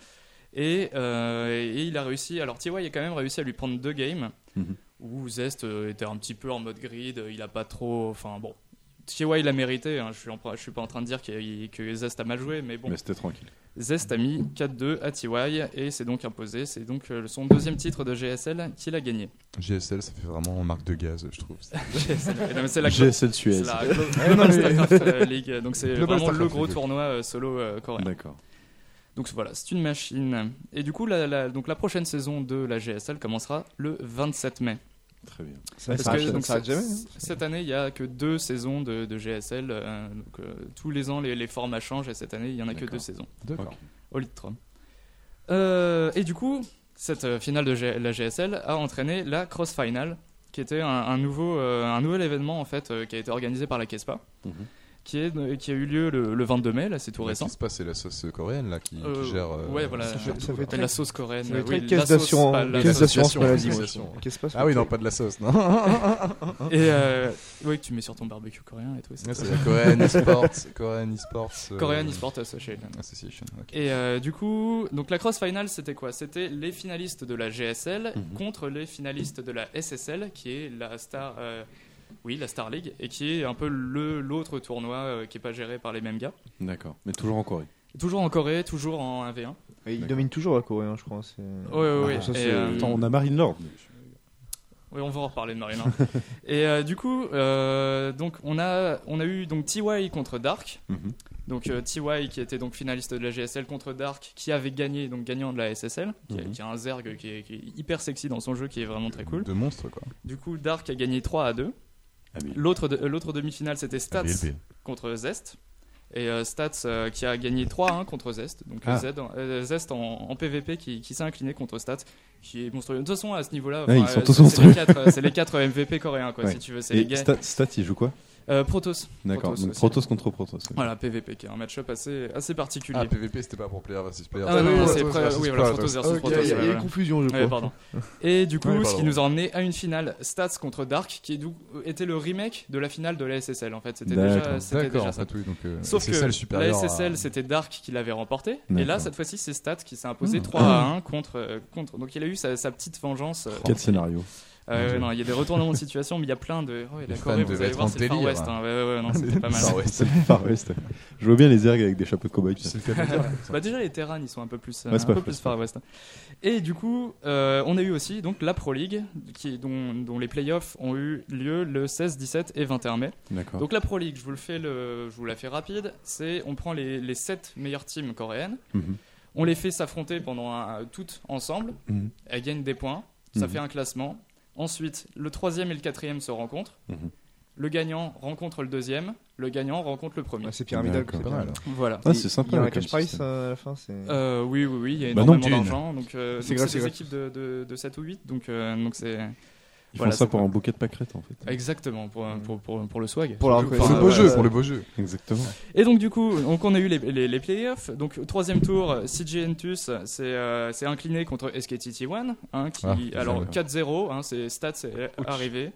[SPEAKER 1] Et, euh, et il a réussi. Alors, TY a quand même réussi à lui prendre deux games
[SPEAKER 3] Mhm.
[SPEAKER 1] où Zest euh, était un petit peu en mode grid. euh, Il a pas trop. Enfin, bon. TY l'a mérité. hein, je, suis en pra- je suis pas en train de dire qu'il- que Zest a mal joué, mais bon.
[SPEAKER 3] Mais c'était tranquille.
[SPEAKER 1] Zest a mis 4-2 à TY et c'est donc imposé. C'est donc euh, son deuxième titre de GSL qu'il a gagné.
[SPEAKER 2] GSL, ça fait vraiment marque de gaz, je trouve.
[SPEAKER 1] GSL, non, mais c'est la c'est
[SPEAKER 3] GSL Suez.
[SPEAKER 1] la Glo- Global Starcraft euh, League. Donc c'est
[SPEAKER 2] Eh Global
[SPEAKER 1] vraiment le
[SPEAKER 2] Starcraft
[SPEAKER 1] gros
[SPEAKER 2] League.
[SPEAKER 1] tournoi euh, solo euh, coréen.
[SPEAKER 3] D'accord.
[SPEAKER 1] Donc voilà, c'est une machine. Et du coup, la, la- donc la prochaine saison de la GSL commencera le 27 mai.
[SPEAKER 3] Très bien.
[SPEAKER 4] Ça
[SPEAKER 1] Parce que,
[SPEAKER 4] s'arrête-
[SPEAKER 1] donc,
[SPEAKER 4] ça s'arrête
[SPEAKER 1] c'est-
[SPEAKER 4] jamais. hein.
[SPEAKER 1] c- Cette année, il n'y a que deux saisons de, de GSL. euh, donc, euh, tous les ans, les, les formats changent et cette année, il n'y en a que
[SPEAKER 3] D'accord.
[SPEAKER 1] deux saisons.
[SPEAKER 2] D'accord.
[SPEAKER 1] Au litre. Euh, et du coup, cette euh, finale de G- la GSL a entraîné la Cross Final, qui était un, un nouveau, euh, un nouvel événement en fait, euh, qui a été organisé par la KESPA,
[SPEAKER 3] Mhm.
[SPEAKER 1] qui, est, euh, qui a eu lieu le, le 22 mai, là c'est tout récent.
[SPEAKER 2] Qu'est-ce qui se passe C'est la sauce coréenne là qui, qui
[SPEAKER 1] Euh,
[SPEAKER 2] gère. euh,
[SPEAKER 1] ouais, voilà.
[SPEAKER 2] qui
[SPEAKER 1] Ça
[SPEAKER 2] gère
[SPEAKER 4] fait-
[SPEAKER 2] tout,
[SPEAKER 4] ça fait
[SPEAKER 2] quoi.
[SPEAKER 1] Appelle La sauce coréenne.
[SPEAKER 4] Ça va être
[SPEAKER 1] oui,
[SPEAKER 4] la caisse
[SPEAKER 1] la sauce,
[SPEAKER 4] d'assurance-
[SPEAKER 1] pas la
[SPEAKER 4] caisse
[SPEAKER 1] sauce.
[SPEAKER 4] d'assurance
[SPEAKER 2] association,
[SPEAKER 4] maladie.
[SPEAKER 2] association.
[SPEAKER 4] Qu'est-ce qui se passe
[SPEAKER 2] Ah oui, non, pas de la sauce, non. Ouais,
[SPEAKER 1] Et euh, oui, que tu mets sur ton barbecue coréen et tout. c'est ça.
[SPEAKER 2] c'est la Korean Esports. Korean Esports. euh,
[SPEAKER 1] Korean Esport Association.
[SPEAKER 2] Association. ok.
[SPEAKER 1] Et euh, du coup, donc la cross finale, c'était quoi C'était les finalistes de la GSL
[SPEAKER 3] Mhm.
[SPEAKER 1] contre les finalistes de la SSL, qui est la Star, euh, oui, la Star League, et qui est un peu le l'autre tournoi euh, qui est pas géré par les mêmes gars.
[SPEAKER 3] D'accord. Mais toujours en Corée.
[SPEAKER 1] Toujours en Corée, toujours en 1v1.
[SPEAKER 4] Et Il
[SPEAKER 3] D'accord.
[SPEAKER 4] domine toujours la Corée, hein, je crois. c'est-
[SPEAKER 1] Ouais, ouais, ouais.
[SPEAKER 4] Ah, ça,
[SPEAKER 1] Et,
[SPEAKER 4] c'est-
[SPEAKER 1] euh,
[SPEAKER 3] Attends, on a Marine Lord.
[SPEAKER 1] Oui, on va en reparler de Marina. et euh, du coup, euh, donc on a on a eu donc TY contre Dark.
[SPEAKER 3] Mhm.
[SPEAKER 1] Donc euh, TY qui était donc finaliste de la GSL contre Dark qui avait gagné donc gagnant de la SSL qui, a-
[SPEAKER 3] Mhm.
[SPEAKER 1] qui a un zerg qui est, qui est hyper sexy dans son jeu qui est vraiment très cool.
[SPEAKER 2] De monstres, quoi.
[SPEAKER 1] Du coup Dark a gagné 3 à 2.
[SPEAKER 3] Ah oui.
[SPEAKER 1] L'autre de- euh, l'autre demi-finale c'était
[SPEAKER 3] Ah,
[SPEAKER 1] Stats
[SPEAKER 2] BLB.
[SPEAKER 1] contre Zest et euh, Stats euh, qui a gagné 3 à 1 contre Zest. Donc euh,
[SPEAKER 3] Ah.
[SPEAKER 1] Zed en- euh, Zest en, en PVP qui, qui s'est incliné contre Stats qui est monstrueux. De toute façon à ce niveau-là
[SPEAKER 3] Ouais,
[SPEAKER 1] enfin,
[SPEAKER 3] ils sont
[SPEAKER 1] euh,
[SPEAKER 3] tous
[SPEAKER 1] c'est- c'est les
[SPEAKER 3] monstrueux.
[SPEAKER 1] quatre, euh, c'est les 4 MVP coréens quoi
[SPEAKER 3] Ouais.
[SPEAKER 1] si tu veux, c'est les
[SPEAKER 3] Et
[SPEAKER 1] gars.
[SPEAKER 3] Stat, Stat, il joue quoi
[SPEAKER 1] Euh, Protoss.
[SPEAKER 3] D'accord.
[SPEAKER 1] Protoss
[SPEAKER 3] donc
[SPEAKER 1] aussi.
[SPEAKER 3] Protoss contre Protoss. oui.
[SPEAKER 1] Voilà, PVP qui est un match-up assez, assez particulier.
[SPEAKER 2] Ah, PVP, c'était pas pour player versus player.
[SPEAKER 1] Ah, non,
[SPEAKER 2] oui,
[SPEAKER 1] non,
[SPEAKER 2] Protoss
[SPEAKER 1] c'est pré-
[SPEAKER 2] versus
[SPEAKER 1] oui, voilà,
[SPEAKER 2] Protoss.
[SPEAKER 1] Protoss versus
[SPEAKER 2] Ok,
[SPEAKER 4] Il y a- il y a- il y a
[SPEAKER 1] Protoss,
[SPEAKER 4] une confusion, je
[SPEAKER 1] Ouais,
[SPEAKER 4] crois.
[SPEAKER 1] pardon. Et du coup,
[SPEAKER 2] Oui,
[SPEAKER 1] ce
[SPEAKER 2] pardon.
[SPEAKER 1] qui nous a emmené à une finale Stats contre Dark, qui du- était le remake de la finale de la SSL. En fait, c'était déjà,
[SPEAKER 3] D'accord.
[SPEAKER 1] Euh, c'était
[SPEAKER 2] D'accord,
[SPEAKER 1] déjà
[SPEAKER 2] en
[SPEAKER 1] ça.
[SPEAKER 2] fait, oui. Donc, euh,
[SPEAKER 1] Sauf
[SPEAKER 2] SSL
[SPEAKER 1] que la
[SPEAKER 2] supérieur à-
[SPEAKER 1] SSL, c'était Dark qui l'avait remporté. Et
[SPEAKER 3] D'accord.
[SPEAKER 1] là, cette fois-ci, c'est Stats qui s'est
[SPEAKER 2] Ah.
[SPEAKER 1] imposé 3 à 1 contre, euh, contre. Donc, il a eu sa, sa petite vengeance. euh,
[SPEAKER 2] Oh,
[SPEAKER 3] Quel scénario
[SPEAKER 1] euh, non, il y a des retournements de situation, mais il y a plein de. Oh, et la
[SPEAKER 2] Les
[SPEAKER 1] Corée,
[SPEAKER 2] fans
[SPEAKER 1] vous
[SPEAKER 2] devaient
[SPEAKER 1] allez
[SPEAKER 2] être
[SPEAKER 1] voir,
[SPEAKER 2] en
[SPEAKER 1] c'est le Far
[SPEAKER 2] délire,
[SPEAKER 1] West.
[SPEAKER 2] hein.
[SPEAKER 1] hein. Ouais, ouais, ouais, non, c'était pas mal.
[SPEAKER 2] Far West.
[SPEAKER 3] C'est le Far West. Je vois bien les ergs avec des chapeaux de cow-boy.
[SPEAKER 2] C'est le cas de le dire.
[SPEAKER 1] Bah déjà les Terran ils sont un peu plus euh,
[SPEAKER 3] Ouais,
[SPEAKER 1] un
[SPEAKER 3] c'est pas
[SPEAKER 1] peu
[SPEAKER 3] faux,
[SPEAKER 1] plus
[SPEAKER 3] c'est
[SPEAKER 1] Far West. Et du coup, euh, on a eu aussi donc la Pro League qui dont, dont les playoffs ont eu lieu le 16, 17 et 21 mai.
[SPEAKER 3] D'accord.
[SPEAKER 1] Donc la Pro League, je vous le fais le je vous la fais rapide, c'est on prend les les 7 meilleures teams coréennes,
[SPEAKER 3] Mhm.
[SPEAKER 1] on les fait s'affronter pendant un- euh, toutes ensemble,
[SPEAKER 3] Mhm.
[SPEAKER 1] elles gagnent des points, ça
[SPEAKER 3] Mhm.
[SPEAKER 1] fait un classement. Ensuite, le troisième et le quatrième se rencontrent.
[SPEAKER 3] Mhm.
[SPEAKER 1] Le gagnant rencontre le deuxième, le gagnant rencontre le premier.
[SPEAKER 4] Ouais, C'est pyramidal.
[SPEAKER 3] D'accord.
[SPEAKER 4] c'est
[SPEAKER 2] Pas mal. hein.
[SPEAKER 4] pyramidal.
[SPEAKER 1] Voilà.
[SPEAKER 3] Ah, c'est sympa.
[SPEAKER 4] Il y a un
[SPEAKER 3] comme
[SPEAKER 4] cash price
[SPEAKER 3] système.
[SPEAKER 4] euh, à la fin. c'est-
[SPEAKER 1] Euh, oui, oui, oui, il y a
[SPEAKER 3] Bah
[SPEAKER 1] énormément
[SPEAKER 3] non,
[SPEAKER 1] d'argent. Donc, euh,
[SPEAKER 4] C'est
[SPEAKER 1] donc
[SPEAKER 4] grave,
[SPEAKER 1] c'est des
[SPEAKER 4] c'est
[SPEAKER 1] équipes de, de, de 7 ou 8. Donc, euh, donc c'est
[SPEAKER 3] Ils
[SPEAKER 1] Voilà,
[SPEAKER 3] font ça
[SPEAKER 1] c'est
[SPEAKER 3] pour
[SPEAKER 1] pas-
[SPEAKER 3] un bouquet de pâquerettes en fait.
[SPEAKER 1] exactement pour, pour, pour, pour le swag.
[SPEAKER 4] Pour la
[SPEAKER 2] Pour
[SPEAKER 4] reconnaissance.
[SPEAKER 2] le
[SPEAKER 1] Enfin,
[SPEAKER 2] beau
[SPEAKER 1] ouais,
[SPEAKER 2] jeu,
[SPEAKER 1] ouais.
[SPEAKER 2] pour le beau jeu.
[SPEAKER 3] Exactement.
[SPEAKER 1] Et donc, du coup, donc, on a eu les, les, les playoffs. Donc, au troisième tour, euh, CJ Entus euh, s'est euh, s'est incliné contre SKTT1. Hein, qui,
[SPEAKER 2] Ah,
[SPEAKER 1] alors,
[SPEAKER 2] ouais.
[SPEAKER 1] 4-0, hein, c'est stats est arrivé.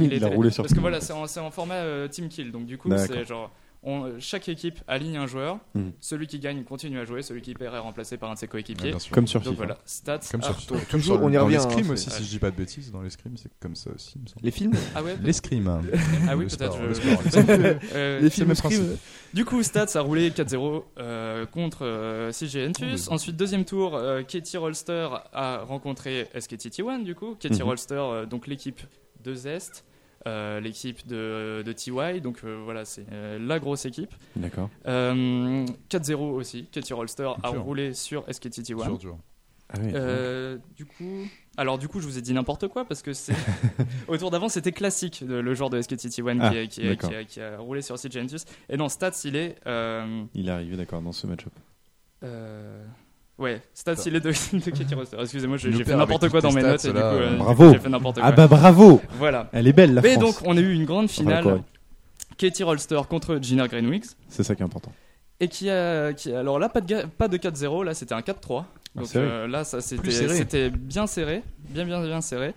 [SPEAKER 3] Il, a
[SPEAKER 1] était-
[SPEAKER 3] roulé sur
[SPEAKER 1] Parce que
[SPEAKER 3] tout le
[SPEAKER 1] voilà,
[SPEAKER 3] monde.
[SPEAKER 1] c'est en, c'est en format euh, team kill. Donc, du coup,
[SPEAKER 3] D'accord.
[SPEAKER 1] c'est genre. on- chaque équipe aligne un joueur.
[SPEAKER 3] Mhm.
[SPEAKER 1] Celui qui gagne continue à jouer. Celui qui perd est remplacé par un de ses coéquipiers.
[SPEAKER 2] Bien sûr.
[SPEAKER 3] Comme sur
[SPEAKER 1] donc
[SPEAKER 3] Ah, FIFA.
[SPEAKER 1] voilà, stats.
[SPEAKER 2] Comme sur
[SPEAKER 1] Arto.
[SPEAKER 2] FIFA. Comme
[SPEAKER 4] Toujours,
[SPEAKER 2] sur-
[SPEAKER 4] on y revient,
[SPEAKER 2] Dans l'escrime
[SPEAKER 4] hein,
[SPEAKER 2] aussi,
[SPEAKER 1] c'est-
[SPEAKER 2] si je dis pas de bêtises, dans l'escrime, c'est comme ça aussi, il me semble.
[SPEAKER 4] Les films
[SPEAKER 1] Ah ouais,
[SPEAKER 2] L'escrime. hein.
[SPEAKER 1] Ah oui,
[SPEAKER 2] Le
[SPEAKER 1] peut-être,
[SPEAKER 2] sport,
[SPEAKER 1] je-
[SPEAKER 2] le sport, le sport.
[SPEAKER 1] Euh,
[SPEAKER 4] Les
[SPEAKER 1] c'est le
[SPEAKER 4] films
[SPEAKER 1] même principe. Du coup, Stats a roulé 4-0 euh, contre euh, CG Entus. Ensuite, deuxième tour, euh, Katie Rolster a rencontré SKTT1, du coup. Katie
[SPEAKER 3] Mhm.
[SPEAKER 1] Rolster, euh, donc l'équipe de Zest, euh, l'équipe de, de TY, donc euh, voilà, c'est euh, la grosse équipe.
[SPEAKER 3] D'accord.
[SPEAKER 1] Euh, 4-0 aussi, Katie Rolster a
[SPEAKER 2] Dur.
[SPEAKER 1] roulé sur SKTT1.
[SPEAKER 2] Dur, dur.
[SPEAKER 3] Ah oui.
[SPEAKER 1] Euh, du coup, alors du coup, je vous ai dit n'importe quoi parce que c'est au tour d'avant, c'était classique le, le joueur de SKTT1
[SPEAKER 3] Ah,
[SPEAKER 1] qui, a- qui a-
[SPEAKER 3] d'accord.
[SPEAKER 1] qui a- qui a roulé sur CJ Entus. Et non, Stats, il est euh,
[SPEAKER 3] Il est arrivé d'accord dans ce match-up.
[SPEAKER 1] euh, ouais, Stats, il est de, de Kiki Roster. Excusez-moi, j'ai
[SPEAKER 2] Nous
[SPEAKER 1] j'ai fait
[SPEAKER 2] perd
[SPEAKER 1] n'importe
[SPEAKER 2] avec
[SPEAKER 1] quoi
[SPEAKER 2] toutes
[SPEAKER 1] dans mes
[SPEAKER 2] tes
[SPEAKER 1] notes
[SPEAKER 2] stats,
[SPEAKER 1] et du coup,
[SPEAKER 2] là.
[SPEAKER 1] euh, du coup,
[SPEAKER 3] Bravo.
[SPEAKER 1] j'ai fait n'importe quoi.
[SPEAKER 3] Ah bah bravo
[SPEAKER 1] Voilà.
[SPEAKER 3] Elle est belle la
[SPEAKER 1] Mais
[SPEAKER 3] France.
[SPEAKER 1] donc, on a eu une grande finale.
[SPEAKER 3] Corée.
[SPEAKER 1] Katie Rolster contre Gina Greenwicks.
[SPEAKER 3] C'est ça qui est important.
[SPEAKER 1] Et qui a, qui a- alors là pas de ga- pas de 4-0, là c'était un 4-3.
[SPEAKER 3] Ah,
[SPEAKER 1] Donc
[SPEAKER 3] c'est vrai.
[SPEAKER 1] euh, là ça c'était
[SPEAKER 2] Plus serré.
[SPEAKER 1] c'était bien serré, bien bien bien serré.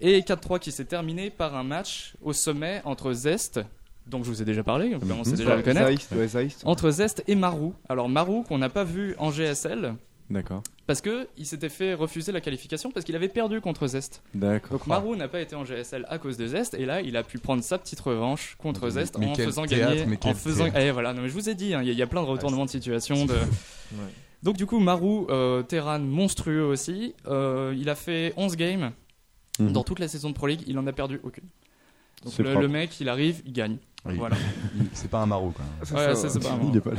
[SPEAKER 1] Et 4-3 qui s'est terminé par un match au sommet entre Zest, dont je vous ai déjà parlé, on
[SPEAKER 2] Mhm.
[SPEAKER 1] commençait déjà à le connaître,
[SPEAKER 4] Zaïst, ouais, Zaïst.
[SPEAKER 1] entre Zest et Marou. Alors Marou qu'on n'a pas vu en GSL,
[SPEAKER 3] D'accord.
[SPEAKER 1] Parce que il s'était fait refuser la qualification parce qu'il avait perdu contre Zest.
[SPEAKER 3] D'accord.
[SPEAKER 1] Donc Marou n'a pas été en GSL à cause de Zest et là il a pu prendre sa petite revanche contre
[SPEAKER 2] Mais-
[SPEAKER 1] Zest
[SPEAKER 2] mais
[SPEAKER 1] en
[SPEAKER 2] quel
[SPEAKER 1] faisant
[SPEAKER 2] théâtre,
[SPEAKER 1] gagner,
[SPEAKER 2] mais quel
[SPEAKER 1] en faisant.
[SPEAKER 2] théâtre.
[SPEAKER 1] Eh, voilà, non mais je vous ai dit, hein, il y, a- il y a plein de retournements de situation. De...
[SPEAKER 4] Ouais.
[SPEAKER 1] Donc du coup Marou, euh, Terran monstrueux aussi. euh, il a fait 11 games
[SPEAKER 3] Mhm.
[SPEAKER 1] dans toute la saison de Pro League, il en a perdu aucune. Donc
[SPEAKER 3] C'est
[SPEAKER 1] le,
[SPEAKER 3] propre.
[SPEAKER 1] le mec, il arrive, il gagne.
[SPEAKER 2] Oui.
[SPEAKER 1] Voilà.
[SPEAKER 2] Il- C'est pas un maraud, quoi. hein.
[SPEAKER 1] Ouais, ça, c'est pas
[SPEAKER 3] Il
[SPEAKER 1] marrant.
[SPEAKER 3] est pas là.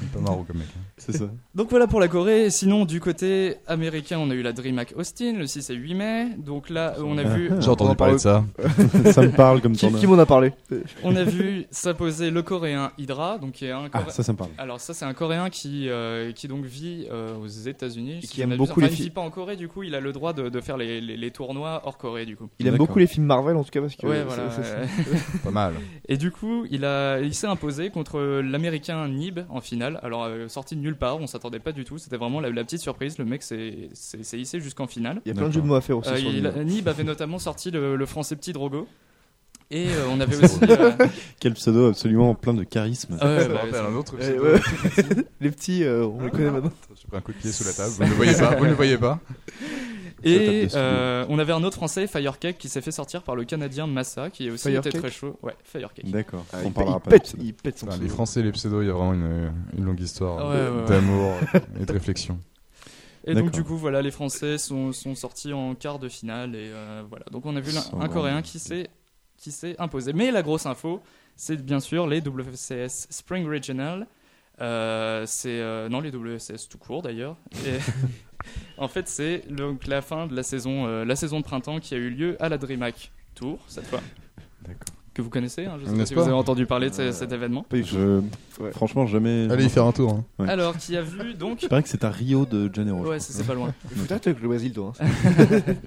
[SPEAKER 2] C'est pas un maraud comme mec. hein.
[SPEAKER 3] C'est ça.
[SPEAKER 1] Donc voilà pour la Corée. Sinon, du côté américain, on a eu la DreamHack Austin le 6 et 8 mai. Donc là, on a vu,
[SPEAKER 2] J'ai entendu parler de ça.
[SPEAKER 3] ça me parle comme
[SPEAKER 4] Qui,
[SPEAKER 3] t'en as.
[SPEAKER 4] qui m'en a parlé
[SPEAKER 1] on a vu s'imposer le Coréen Hydra, donc qui est un
[SPEAKER 3] Ah,
[SPEAKER 1] Coré-
[SPEAKER 3] ça, ça me parle.
[SPEAKER 1] Alors ça, c'est un Coréen qui euh, qui donc vit euh, aux États-Unis.
[SPEAKER 4] Et
[SPEAKER 1] si
[SPEAKER 4] qui
[SPEAKER 1] je
[SPEAKER 4] aime
[SPEAKER 1] ne m'abuse.
[SPEAKER 4] beaucoup
[SPEAKER 1] Enfin,
[SPEAKER 4] les
[SPEAKER 1] il vit
[SPEAKER 4] filles.
[SPEAKER 1] pas en Corée, du coup, il a le droit de, de faire les, les- les tournois hors Corée, du coup.
[SPEAKER 4] Il aime
[SPEAKER 3] D'accord.
[SPEAKER 4] beaucoup les films Marvel en tout cas parce que
[SPEAKER 1] Ouais, voilà.
[SPEAKER 4] c'est- c'est-
[SPEAKER 1] ouais.
[SPEAKER 2] Pas mal.
[SPEAKER 1] Et du coup, il a il s'est imposé contre l'Américain Nib en finale. Alors euh, sorti de nulle part, on s'attendait pas du tout. C'était vraiment la, la petite surprise. Le mec s'est s'est s'est hissé jusqu'en finale.
[SPEAKER 4] il y a plein de jeux de mots à faire aussi
[SPEAKER 1] Euh,
[SPEAKER 4] sur le
[SPEAKER 1] il-
[SPEAKER 4] livre.
[SPEAKER 1] Nib avait notamment sorti le, le français Petit Drogo. Et euh, on avait aussi. euh,
[SPEAKER 3] Quel pseudo absolument plein de charisme.
[SPEAKER 1] ah ouais,
[SPEAKER 2] Ça me
[SPEAKER 1] bah,
[SPEAKER 2] rappelle un autre.
[SPEAKER 4] Eh,
[SPEAKER 2] pseudo.
[SPEAKER 4] ouais. les petits, euh, on les connaît maintenant.
[SPEAKER 2] J'ai pris un coup de pied sous la table. Vous ne le voyez pas. Vous ne le voyez pas.
[SPEAKER 3] tape
[SPEAKER 1] Et
[SPEAKER 3] dessus.
[SPEAKER 1] euh, on avait un autre français, Firecake, qui s'est fait sortir par le Canadien Massa, qui aussi
[SPEAKER 4] Firecake
[SPEAKER 1] était très chaud. Ouais, Firecake.
[SPEAKER 3] D'accord. On
[SPEAKER 4] il,
[SPEAKER 3] parlera
[SPEAKER 4] il
[SPEAKER 3] pas.
[SPEAKER 4] pète, il pète son
[SPEAKER 2] Putain, les
[SPEAKER 4] pseudo.
[SPEAKER 2] Français et les pseudos, il y a vraiment une, une longue histoire
[SPEAKER 1] Ouais, ouais, ouais.
[SPEAKER 2] d'amour et de réflexion.
[SPEAKER 1] Et donc,
[SPEAKER 3] D'accord.
[SPEAKER 1] du coup, voilà, les Français sont, sont sortis en quart de finale. Et euh, voilà. Donc, on a vu l'un-
[SPEAKER 3] Sans
[SPEAKER 1] un Coréen
[SPEAKER 3] grande-
[SPEAKER 1] qui s'est qui s'est imposé. Mais la grosse info, c'est bien sûr les WCS Spring Regional. Euh, c'est euh, non les WCS tout court d'ailleurs. Et en fait, c'est donc la fin de la saison, euh, la saison de printemps qui a eu lieu à la DreamHack Tour cette fois.
[SPEAKER 3] D'accord.
[SPEAKER 1] Que vous connaissez, hein, je sais pas
[SPEAKER 2] N'est-ce
[SPEAKER 1] si vous
[SPEAKER 2] pas
[SPEAKER 1] avez entendu parler de ce-
[SPEAKER 4] Euh,
[SPEAKER 1] cet événement.
[SPEAKER 4] Pas du tout.
[SPEAKER 3] Je-
[SPEAKER 4] Ouais.
[SPEAKER 3] Franchement, jamais.
[SPEAKER 2] Allez y faire un tour. hein.
[SPEAKER 3] Ouais.
[SPEAKER 1] Alors, qui a vu donc
[SPEAKER 3] Il paraît que c'est à Rio de Janeiro. je
[SPEAKER 1] Ouais,
[SPEAKER 3] crois.
[SPEAKER 1] c'est c'est pas loin.
[SPEAKER 4] Faut t'arrêter avec le Brésil, toi. hein.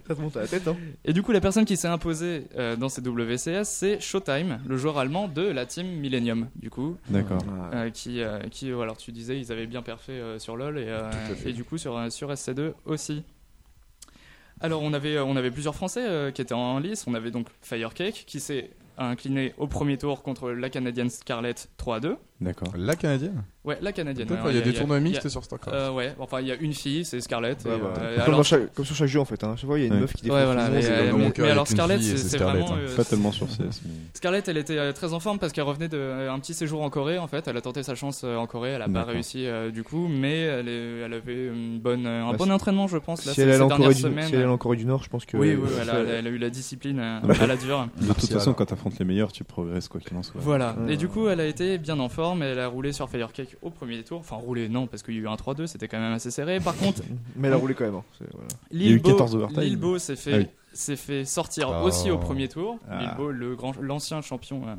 [SPEAKER 4] ça te monte à la tête, hein.
[SPEAKER 1] Et du coup, la personne qui s'est imposée euh, dans ces WCS, c'est Showtime, le joueur allemand de la team Millennium, du coup,
[SPEAKER 3] D'accord.
[SPEAKER 2] Ah
[SPEAKER 1] euh, qui, euh, qui, euh, alors tu disais, ils avaient bien perfait euh, sur LoL et, euh, et du coup sur, euh, sur SC2 aussi. Alors, on avait, euh, on avait plusieurs Français euh, qui étaient en lice. On avait donc Firecake qui s'est incliné au premier tour contre la Canadienne Scarlett 3 à 2.
[SPEAKER 3] D'accord.
[SPEAKER 2] La Canadienne.
[SPEAKER 1] Ouais, la Canadienne.
[SPEAKER 2] Putain,
[SPEAKER 1] ouais,
[SPEAKER 2] il y a des tournois
[SPEAKER 1] il y a-
[SPEAKER 2] mixtes sur StarCraft.
[SPEAKER 1] Euh, ouais, enfin il y a une fille, c'est Scarlett.
[SPEAKER 4] Ouais,
[SPEAKER 1] et,
[SPEAKER 4] bah,
[SPEAKER 1] euh,
[SPEAKER 4] comme,
[SPEAKER 1] alors-
[SPEAKER 4] dans chaque- comme sur chaque jeu en fait, hein. chaque fois il y a une
[SPEAKER 3] Ouais.
[SPEAKER 4] meuf qui défend
[SPEAKER 1] Ouais,
[SPEAKER 4] son
[SPEAKER 1] voilà,
[SPEAKER 4] nom,
[SPEAKER 1] mais,
[SPEAKER 4] c'est
[SPEAKER 1] euh,
[SPEAKER 2] dans
[SPEAKER 1] mais-
[SPEAKER 2] mon cœur,
[SPEAKER 1] mais
[SPEAKER 2] il y a
[SPEAKER 1] alors
[SPEAKER 2] qu'une
[SPEAKER 1] Scarlett,
[SPEAKER 2] fille et
[SPEAKER 1] c'est
[SPEAKER 2] c'est
[SPEAKER 1] c'est
[SPEAKER 2] Scarlett,
[SPEAKER 1] vraiment.
[SPEAKER 2] hein.
[SPEAKER 1] euh,
[SPEAKER 3] Pas tellement sur CS. mais-
[SPEAKER 1] Scarlett, elle était euh, très en forme parce qu'elle revenait d'un petit séjour en Corée. En fait, elle a tenté sa chance euh, en Corée, elle a pas
[SPEAKER 3] D'accord.
[SPEAKER 1] réussi euh, du coup, mais elle, est- elle avait une bonne, euh, un
[SPEAKER 4] Bah,
[SPEAKER 1] bon
[SPEAKER 4] si-
[SPEAKER 1] entraînement, je pense, là,
[SPEAKER 4] si
[SPEAKER 1] ces,
[SPEAKER 4] elle
[SPEAKER 1] ces
[SPEAKER 4] allait en Corée
[SPEAKER 1] dernières
[SPEAKER 4] du-
[SPEAKER 1] semaines.
[SPEAKER 4] si elle allait en Corée du Nord, je pense que.
[SPEAKER 1] oui, oui, elle a, elle a eu la discipline euh, à la dure.
[SPEAKER 3] De toute
[SPEAKER 2] Martial.
[SPEAKER 3] façon, quand t'affrontes les meilleurs, tu progresses quoi qu'il en soit.
[SPEAKER 1] Voilà.
[SPEAKER 4] Ouais.
[SPEAKER 1] Et du coup, elle a été bien en forme. Elle a roulé sur Firecake au premier tour. Enfin, roulé, non, parce qu'il y a eu un 3-2, c'était quand même assez serré. Par contre,
[SPEAKER 4] Mais elle a roulé quand même. hein. C'est- voilà.
[SPEAKER 1] Il
[SPEAKER 3] y a eu 14 overtime.
[SPEAKER 1] s'est fait,
[SPEAKER 3] Ah oui.
[SPEAKER 1] s'est fait sortir
[SPEAKER 2] Oh.
[SPEAKER 1] aussi au premier tour.
[SPEAKER 3] Ah.
[SPEAKER 1] Lilbo, le grand, l'ancien champion, euh,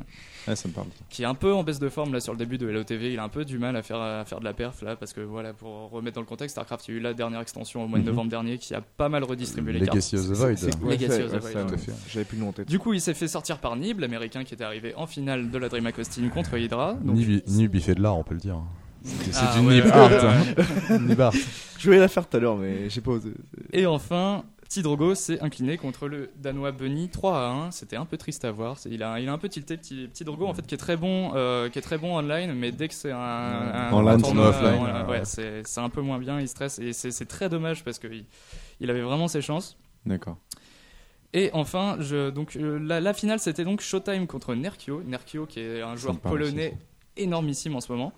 [SPEAKER 3] Ah, ça me parle.
[SPEAKER 1] qui est un peu en baisse de forme là sur le début de LOTV, il a un peu du mal à faire, à faire de la perf là, parce que voilà, pour remettre dans le contexte, StarCraft, il y a eu la dernière extension au mois de
[SPEAKER 3] Mhm.
[SPEAKER 1] novembre dernier qui a pas mal redistribué les cartes.
[SPEAKER 2] Legacy of the Void.
[SPEAKER 4] C'est-
[SPEAKER 1] Les gars,
[SPEAKER 4] ça-
[SPEAKER 1] si,
[SPEAKER 4] ouais,
[SPEAKER 1] ouais,
[SPEAKER 4] ça,
[SPEAKER 2] Tout à
[SPEAKER 1] ouais.
[SPEAKER 2] fait.
[SPEAKER 4] J'avais plus le nom en tête.
[SPEAKER 1] Du coup, il s'est fait sortir par Nib, l'américain qui était arrivé en finale de la DreamHack Austin contre Hydra. Donc,
[SPEAKER 2] Nib Nib, il fait de l'art, on peut le dire. C'est
[SPEAKER 1] Ah,
[SPEAKER 2] du
[SPEAKER 1] ouais,
[SPEAKER 2] Nib
[SPEAKER 1] ouais,
[SPEAKER 2] art.
[SPEAKER 1] ouais, ouais.
[SPEAKER 2] hein. Nib art.
[SPEAKER 4] Je voulais la faire tout à l'heure, mais j'ai pas osé.
[SPEAKER 1] Et enfin, Petit Drogo s'est incliné contre le Danois Bunny 3 à 1. C'était un peu triste à voir. C'est- Il a, il a un peu tilté, petit, petit Drogo, en fait, qui est très bon, euh, qui est très bon online, mais dès que c'est un, un,
[SPEAKER 3] En
[SPEAKER 1] un tournoi,
[SPEAKER 3] LAN,
[SPEAKER 2] tournoi offline,
[SPEAKER 1] euh,
[SPEAKER 3] Ah
[SPEAKER 2] euh,
[SPEAKER 1] ouais,
[SPEAKER 2] ouais.
[SPEAKER 1] c'est c'est un peu moins bien. Il stresse et c'est c'est très dommage parce que il, il avait vraiment ses chances.
[SPEAKER 3] D'accord.
[SPEAKER 1] Et enfin, je, donc euh, la, la finale, c'était donc Showtime contre Nerkio. Nerkio, qui est un joueur
[SPEAKER 3] me parle
[SPEAKER 1] polonais énormissime en ce moment.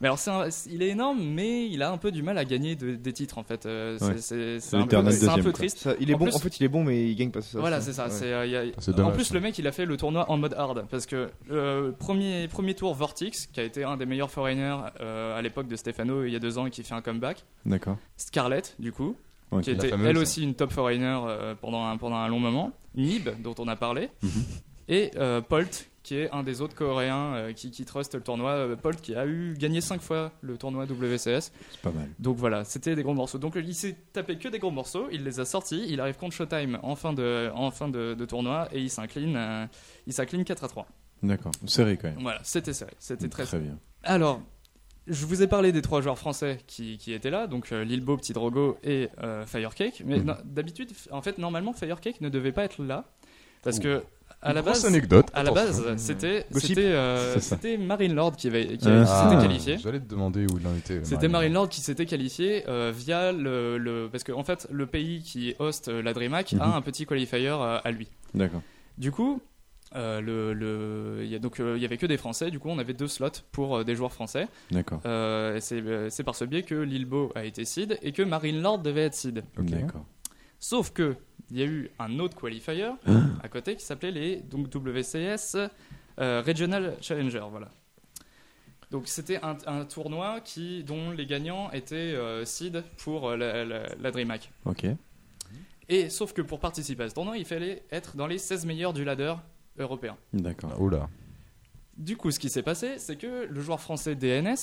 [SPEAKER 1] Mais alors, c'est un- il est énorme, mais il a un peu du mal à gagner de- des titres en fait. Euh, c'est-
[SPEAKER 3] Ouais.
[SPEAKER 1] c'est-
[SPEAKER 3] C'est
[SPEAKER 1] C'est un, peu-
[SPEAKER 3] l'éternel
[SPEAKER 1] c'est un peu
[SPEAKER 3] deuxième, quoi.
[SPEAKER 1] triste.
[SPEAKER 4] Ça, il est
[SPEAKER 1] En
[SPEAKER 4] bon,
[SPEAKER 1] plus-
[SPEAKER 4] en fait, il est bon, mais il gagne pas. ça,
[SPEAKER 1] Voilà, c'est ça.
[SPEAKER 4] hein. ouais.
[SPEAKER 1] c'est, euh, y a-
[SPEAKER 2] C'est
[SPEAKER 1] en
[SPEAKER 2] dommage,
[SPEAKER 1] plus,
[SPEAKER 2] ça.
[SPEAKER 1] le mec, il a fait le tournoi en mode hard. Parce que le premier, premier tour, Vortex, qui a été un des meilleurs foreigners euh, à l'époque de Stefano il y a deux ans et qui fait un comeback.
[SPEAKER 3] D'accord.
[SPEAKER 1] Scarlett, du coup,
[SPEAKER 3] Ok,
[SPEAKER 1] qui
[SPEAKER 2] la
[SPEAKER 1] était
[SPEAKER 2] fameuse.
[SPEAKER 1] elle aussi une top foreigner euh, pendant, un, pendant un long moment. Nib, dont on a parlé.
[SPEAKER 2] Mhm.
[SPEAKER 1] Et euh, Polt, qui est un des autres Coréens euh, qui, qui trust le tournoi. Euh, Polt, qui a eu gagné cinq fois le tournoi WCS.
[SPEAKER 3] C'est pas mal.
[SPEAKER 1] Donc voilà, c'était des gros morceaux. Donc euh, il s'est tapé que des gros morceaux, il les a sortis, il arrive contre Showtime en fin de, en fin de, de tournoi et il s'incline euh, il s'incline 4 à 3.
[SPEAKER 3] D'accord. Serré quand même.
[SPEAKER 1] Voilà, c'était serré, c'était très serré.
[SPEAKER 3] bien.
[SPEAKER 1] Alors, je vous ai parlé des trois joueurs français qui, qui étaient là, donc euh, Lilbo, Petit Drogo et euh, Firecake. Mais
[SPEAKER 3] Mhm.
[SPEAKER 1] non, d'habitude, en fait, normalement, Firecake ne devait pas être là parce que à la
[SPEAKER 2] Grosse
[SPEAKER 1] base,
[SPEAKER 2] anecdote.
[SPEAKER 1] à la
[SPEAKER 2] attention.
[SPEAKER 1] base, c'était
[SPEAKER 4] Gossip.
[SPEAKER 1] c'était euh,
[SPEAKER 3] C'est ça.
[SPEAKER 1] c'était Marine Lord qui avait qui,
[SPEAKER 3] Ah.
[SPEAKER 1] qui s'était qualifiée.
[SPEAKER 2] J'allais te demander où il en était.
[SPEAKER 1] C'était Marine Lord qui s'était qualifiée euh, via le, le- parce que en fait le pays qui hoste euh, la DreamHack a
[SPEAKER 3] Mhm.
[SPEAKER 1] un petit qualifier euh, à lui.
[SPEAKER 3] D'accord.
[SPEAKER 1] Du coup, euh, le, le- il y a donc euh, il y avait que des Français. Du coup, on avait deux slots pour euh, des joueurs français.
[SPEAKER 3] D'accord.
[SPEAKER 1] Euh, c'est euh, c'est par ce biais que Lilbo a été seed et que Marine Lord devait être seed.
[SPEAKER 3] D'accord.
[SPEAKER 1] Sauf que il y a eu un autre qualifier à côté qui s'appelait les donc WCS euh, Regional Challenger, voilà. Donc c'était un, un tournoi qui dont les gagnants étaient euh, seed pour euh, la, la, la DreamHack.
[SPEAKER 3] Ok.
[SPEAKER 1] Et sauf que pour participer à ce tournoi, il fallait être dans les 16 meilleurs du ladder européen.
[SPEAKER 3] D'accord.
[SPEAKER 2] Oh là.
[SPEAKER 1] Du coup, ce qui s'est passé, c'est que le joueur français DNS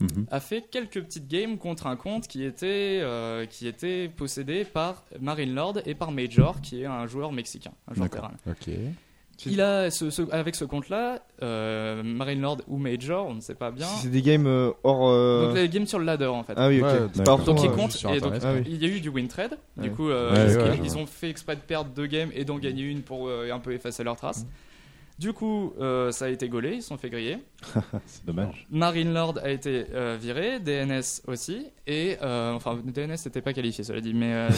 [SPEAKER 3] Mhm.
[SPEAKER 1] a fait quelques petites games contre un compte qui était, euh, qui était possédé par Marine Lord et par Major, qui est un joueur mexicain, un joueur
[SPEAKER 3] D'accord.
[SPEAKER 1] terrain.
[SPEAKER 2] Ok.
[SPEAKER 1] Il a ce- ce- avec ce compte-là, euh, Marine Lord ou Major, on ne sait pas bien.
[SPEAKER 4] C'est des games euh, hors. euh,
[SPEAKER 1] Donc les games sur le ladder en fait.
[SPEAKER 4] Ah oui, ok.
[SPEAKER 2] Ouais,
[SPEAKER 4] C'est pas
[SPEAKER 2] d'accord.
[SPEAKER 4] hors
[SPEAKER 1] donc
[SPEAKER 4] tournoi.
[SPEAKER 1] ils
[SPEAKER 2] ouais,
[SPEAKER 1] comptent
[SPEAKER 2] sur
[SPEAKER 1] et donc,
[SPEAKER 2] Internet,
[SPEAKER 4] ouais.
[SPEAKER 1] il y a eu du win trade. Du
[SPEAKER 4] Ouais.
[SPEAKER 1] coup, euh,
[SPEAKER 3] Ouais,
[SPEAKER 1] parce
[SPEAKER 2] ouais,
[SPEAKER 1] qu'ils-
[SPEAKER 2] je
[SPEAKER 1] ils
[SPEAKER 2] vois.
[SPEAKER 1] ont fait exprès de perdre deux games et d'en gagner une pour euh, un peu effacer leur trace. Du coup, euh, ça a été gaulé, ils se sont fait griller.
[SPEAKER 3] C'est dommage.
[SPEAKER 1] Marine Lord a été euh, viré, DNS aussi, et euh, enfin DNS n'était pas qualifié, cela dit, mais euh,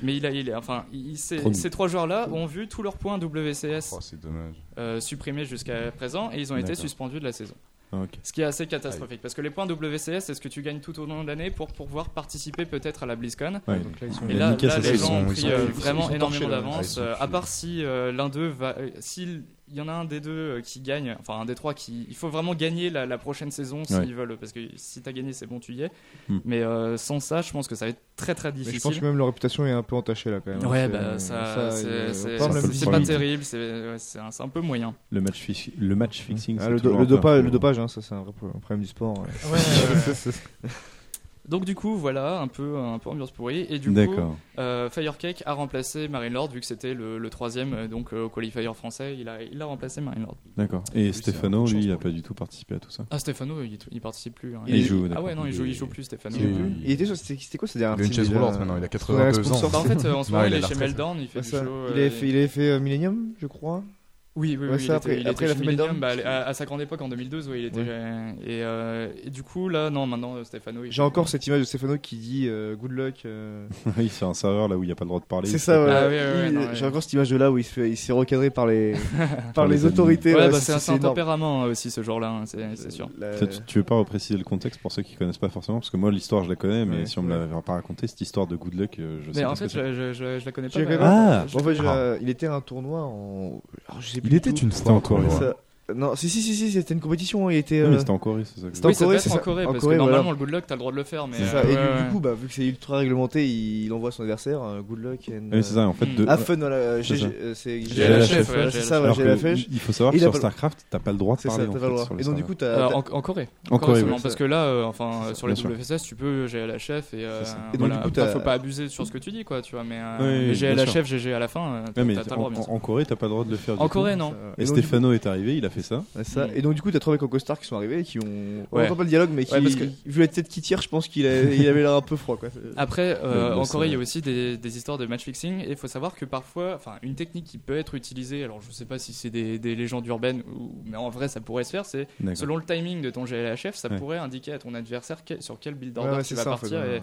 [SPEAKER 1] mais il a, il est, enfin, il, il- ces-
[SPEAKER 3] Trop nul.
[SPEAKER 1] ces trois joueurs-là ont vu tous leurs points WCS
[SPEAKER 2] Oh, c'est dommage.
[SPEAKER 1] euh, supprimés jusqu'à présent et ils ont été
[SPEAKER 3] D'accord.
[SPEAKER 1] suspendus de la saison.
[SPEAKER 3] Ok.
[SPEAKER 1] Ce qui est assez catastrophique parce que les points WCS, c'est ce que tu gagnes tout au long de l'année pour pouvoir participer peut-être à la BlizzCon.
[SPEAKER 3] Ouais.
[SPEAKER 6] Donc là, ils sont
[SPEAKER 1] Et
[SPEAKER 3] Il a
[SPEAKER 1] là,
[SPEAKER 3] niqué
[SPEAKER 1] là,
[SPEAKER 3] sa
[SPEAKER 1] les
[SPEAKER 3] saison,
[SPEAKER 1] gens ont
[SPEAKER 2] ils
[SPEAKER 1] pris
[SPEAKER 2] sont-
[SPEAKER 1] euh,
[SPEAKER 2] ils sont-
[SPEAKER 1] vraiment
[SPEAKER 2] ils sont
[SPEAKER 1] énormément
[SPEAKER 2] torchés, là, ouais. Ah, ils
[SPEAKER 1] d'avance,
[SPEAKER 2] sont
[SPEAKER 1] euh, à
[SPEAKER 2] cuits.
[SPEAKER 1] part si euh, l'un d'eux va. euh, S'il y en a un des deux euh, qui gagne, enfin un des trois qui. Il faut vraiment gagner la, la prochaine saison s'ils
[SPEAKER 3] Ouais.
[SPEAKER 1] veulent, parce que si t'as gagné, c'est bon, tu y es.
[SPEAKER 3] Hmm.
[SPEAKER 1] Mais euh, sans ça, je pense que ça va être très très
[SPEAKER 4] Mais je pense
[SPEAKER 1] difficile.
[SPEAKER 4] que même leur réputation est un peu entachée là quand même.
[SPEAKER 1] Ouais,
[SPEAKER 4] C'est-
[SPEAKER 1] bah ça,
[SPEAKER 4] euh,
[SPEAKER 1] c'est-
[SPEAKER 4] on
[SPEAKER 1] c'est
[SPEAKER 4] parle
[SPEAKER 1] c'est- c'est
[SPEAKER 3] un peu le
[SPEAKER 4] de la
[SPEAKER 1] pas
[SPEAKER 4] musique.
[SPEAKER 3] problème.
[SPEAKER 1] terrible, c'est ouais, c'est un, c'est un peu moyen.
[SPEAKER 3] Le match, fi- le match fixing.
[SPEAKER 4] Ah,
[SPEAKER 3] c'est
[SPEAKER 4] le, do-
[SPEAKER 3] toujours
[SPEAKER 4] le
[SPEAKER 3] un peu
[SPEAKER 4] dopa-
[SPEAKER 3] un
[SPEAKER 4] le
[SPEAKER 3] peu-
[SPEAKER 4] dopage, hein, ça c'est un vrai pro- problème du sport. ouais.
[SPEAKER 6] Ouais, ouais,
[SPEAKER 1] Donc du coup, voilà, un peu, un peu ambiance pourrie. Et du coup,
[SPEAKER 3] D'accord.
[SPEAKER 1] Euh, Firecake a remplacé Marine Lord vu que c'était le, le troisième euh, donc euh, au qualifier français il a, il a remplacé Marine Lord
[SPEAKER 3] D'accord. Et
[SPEAKER 2] c'est
[SPEAKER 3] Stefano,
[SPEAKER 2] un peu de
[SPEAKER 3] lui, il
[SPEAKER 2] chance
[SPEAKER 3] a pas du tout participé à tout ça.
[SPEAKER 1] ah Stefano il, il participe plus hein.
[SPEAKER 3] Il joue,
[SPEAKER 1] ah
[SPEAKER 3] d'accord.
[SPEAKER 1] ouais non il joue, il joue
[SPEAKER 3] Il-
[SPEAKER 1] plus Stefano
[SPEAKER 2] il joue
[SPEAKER 1] Ouais.
[SPEAKER 2] plus.
[SPEAKER 4] Il était sur. C'était c'était quoi ce dernier
[SPEAKER 2] Il a une chaise roulante maintenant, il a 82 ans.
[SPEAKER 1] Bah, en fait euh, en ce moment
[SPEAKER 2] Non, il
[SPEAKER 1] il,
[SPEAKER 2] a
[SPEAKER 1] est
[SPEAKER 2] la
[SPEAKER 1] chez
[SPEAKER 2] retraite.
[SPEAKER 1] Meldown il fait du show
[SPEAKER 4] ça. il,
[SPEAKER 1] euh,
[SPEAKER 4] avait fait, il avait fait euh, Millennium, je crois.
[SPEAKER 1] oui oui,
[SPEAKER 4] Ouais,
[SPEAKER 1] oui, il était,
[SPEAKER 4] ça, après-
[SPEAKER 1] il était
[SPEAKER 4] après, il a
[SPEAKER 1] chez
[SPEAKER 4] fait
[SPEAKER 1] Millennium,
[SPEAKER 4] Meltdown.
[SPEAKER 1] bah, à, à sa grande époque en 2012 ouais, il était
[SPEAKER 4] Ouais.
[SPEAKER 1] et, euh, et du coup là non maintenant euh, Stefano il
[SPEAKER 4] J'ai encore cette image de Stefano qui dit euh, Good luck. euh,
[SPEAKER 3] il c'est un serveur là où il n'y a pas le droit de parler.
[SPEAKER 4] C'est ça,
[SPEAKER 1] ouais.
[SPEAKER 4] voilà.
[SPEAKER 1] Ah ouais, ouais,
[SPEAKER 4] Il-
[SPEAKER 1] non, ouais.
[SPEAKER 4] J'ai encore cette image de là où il se fait- il s'est recadré par les, par
[SPEAKER 3] les
[SPEAKER 4] les autorités.
[SPEAKER 1] Ouais,
[SPEAKER 4] là,
[SPEAKER 1] bah, c'est un- c'est un
[SPEAKER 4] énorme.
[SPEAKER 1] tempérament euh, aussi ce genre là c'est c'est sûr
[SPEAKER 4] La-
[SPEAKER 3] Tu, tu- tu veux pas repréciser le contexte pour ceux qui connaissent pas forcément parce que moi l'histoire je la connais mais
[SPEAKER 4] Ouais,
[SPEAKER 3] si on me
[SPEAKER 4] ouais.
[SPEAKER 3] l'avait pas raconté cette histoire de Good Luck euh, je sais
[SPEAKER 1] mais
[SPEAKER 3] pas
[SPEAKER 1] en
[SPEAKER 3] ce que
[SPEAKER 1] fait
[SPEAKER 3] c'est.
[SPEAKER 1] je, je, je, je la connais
[SPEAKER 4] Tu
[SPEAKER 1] pas
[SPEAKER 4] la connais
[SPEAKER 1] mais-
[SPEAKER 3] pas Ah,
[SPEAKER 4] Bon, en fait, je- euh, il était à un tournoi en. alors, je sais plus
[SPEAKER 2] Il était
[SPEAKER 4] du tout.
[SPEAKER 2] une hein. star en
[SPEAKER 3] C'était en
[SPEAKER 2] Corée.
[SPEAKER 3] Corée.
[SPEAKER 4] Ça- Non, si, si, si, si, c'était une compétition. Il était.
[SPEAKER 3] Non, mais
[SPEAKER 4] euh,
[SPEAKER 3] c'était en Corée c'est ça. que je-
[SPEAKER 4] C'était
[SPEAKER 1] oui
[SPEAKER 4] en
[SPEAKER 1] ça doit
[SPEAKER 4] Corée,
[SPEAKER 1] être
[SPEAKER 4] c'est
[SPEAKER 1] en
[SPEAKER 4] ça.
[SPEAKER 1] Corée
[SPEAKER 4] En
[SPEAKER 1] parce que
[SPEAKER 4] Corée, voilà.
[SPEAKER 1] normalement le good luck t'as le droit de le faire mais
[SPEAKER 4] C'est
[SPEAKER 1] euh,
[SPEAKER 4] ça. Et
[SPEAKER 1] ouais,
[SPEAKER 4] du, du
[SPEAKER 1] ouais.
[SPEAKER 4] coup, bah, vu que c'est ultra réglementé, il, il envoie son adversaire euh, Good luck. And,
[SPEAKER 3] Ouais, c'est ça en fait de...
[SPEAKER 4] Ah, fun, voilà, euh,
[SPEAKER 3] C'est
[SPEAKER 4] GG,
[SPEAKER 3] ça.
[SPEAKER 4] euh, c'est
[SPEAKER 1] GLHF,
[SPEAKER 4] voilà,
[SPEAKER 1] ouais,
[SPEAKER 4] c'est ça, voilà,
[SPEAKER 3] Alors
[SPEAKER 4] j'ai
[SPEAKER 3] que
[SPEAKER 4] la flèche.
[SPEAKER 3] il faut savoir
[SPEAKER 4] Il
[SPEAKER 3] que
[SPEAKER 4] a
[SPEAKER 3] sur
[SPEAKER 4] pas le-
[SPEAKER 3] StarCraft t'as pas le droit de
[SPEAKER 4] C'est
[SPEAKER 3] parler
[SPEAKER 4] ça,
[SPEAKER 3] en
[SPEAKER 4] t'as
[SPEAKER 3] fait,
[SPEAKER 4] pas le droit.
[SPEAKER 3] sur le
[SPEAKER 4] Et donc, du
[SPEAKER 3] serveur.
[SPEAKER 4] coup, t'as.
[SPEAKER 1] Euh,
[SPEAKER 4] t'as-
[SPEAKER 1] en, en Corée.
[SPEAKER 3] En Corée,
[SPEAKER 1] seulement,
[SPEAKER 3] oui.
[SPEAKER 1] parce que là, euh, enfin, euh, sur les
[SPEAKER 3] Bien sûr.
[SPEAKER 1] WSS, tu peux GLHF et, euh,
[SPEAKER 3] C'est ça.
[SPEAKER 1] voilà.
[SPEAKER 4] Et donc, du coup,
[SPEAKER 1] Après,
[SPEAKER 4] t'as-
[SPEAKER 1] faut pas abuser sur ce que tu dis, quoi, tu vois. Mais, euh,
[SPEAKER 3] Oui, oui,
[SPEAKER 1] mais
[SPEAKER 3] bien
[SPEAKER 1] GLHF, GG à la fin, euh,
[SPEAKER 3] Ouais, mais
[SPEAKER 1] t'as t'as le
[SPEAKER 3] en,
[SPEAKER 1] droit, bien sûr.
[SPEAKER 3] en- en Corée t'as pas le droit de le faire du
[SPEAKER 1] En
[SPEAKER 3] tout.
[SPEAKER 1] Corée, non.
[SPEAKER 4] ça-
[SPEAKER 3] Et
[SPEAKER 4] donc, du
[SPEAKER 3] Stefano est arrivé il a fait ça
[SPEAKER 4] coup, ça.
[SPEAKER 1] Mm.
[SPEAKER 4] Et donc, du coup, t'as trois mecs en costard qui sont arrivés et qui ont. On
[SPEAKER 1] Ouais.
[SPEAKER 4] entend pas le dialogue, mais qui.
[SPEAKER 1] Ouais, parce que-
[SPEAKER 4] Vu la tête qui tire, je pense qu'il a- il avait l'air un peu froid, quoi.
[SPEAKER 1] Après, euh,
[SPEAKER 3] Ouais,
[SPEAKER 1] en
[SPEAKER 3] c'est
[SPEAKER 1] Corée, il y a
[SPEAKER 3] vrai.
[SPEAKER 1] aussi des, des histoires de match fixing. Et il faut savoir que parfois, enfin, une technique qui peut être utilisée, alors je sais pas si c'est des, des légendes urbaines, ou, mais en vrai, ça pourrait se faire. C'est
[SPEAKER 3] D'accord.
[SPEAKER 1] selon le timing de ton GLHF, ça
[SPEAKER 3] Ouais.
[SPEAKER 1] pourrait indiquer à ton adversaire quel- sur quel build
[SPEAKER 4] Ouais,
[SPEAKER 1] order
[SPEAKER 4] ouais,
[SPEAKER 1] tu
[SPEAKER 4] c'est
[SPEAKER 1] vas
[SPEAKER 4] ça, en
[SPEAKER 1] partir.
[SPEAKER 4] fait,
[SPEAKER 1] et-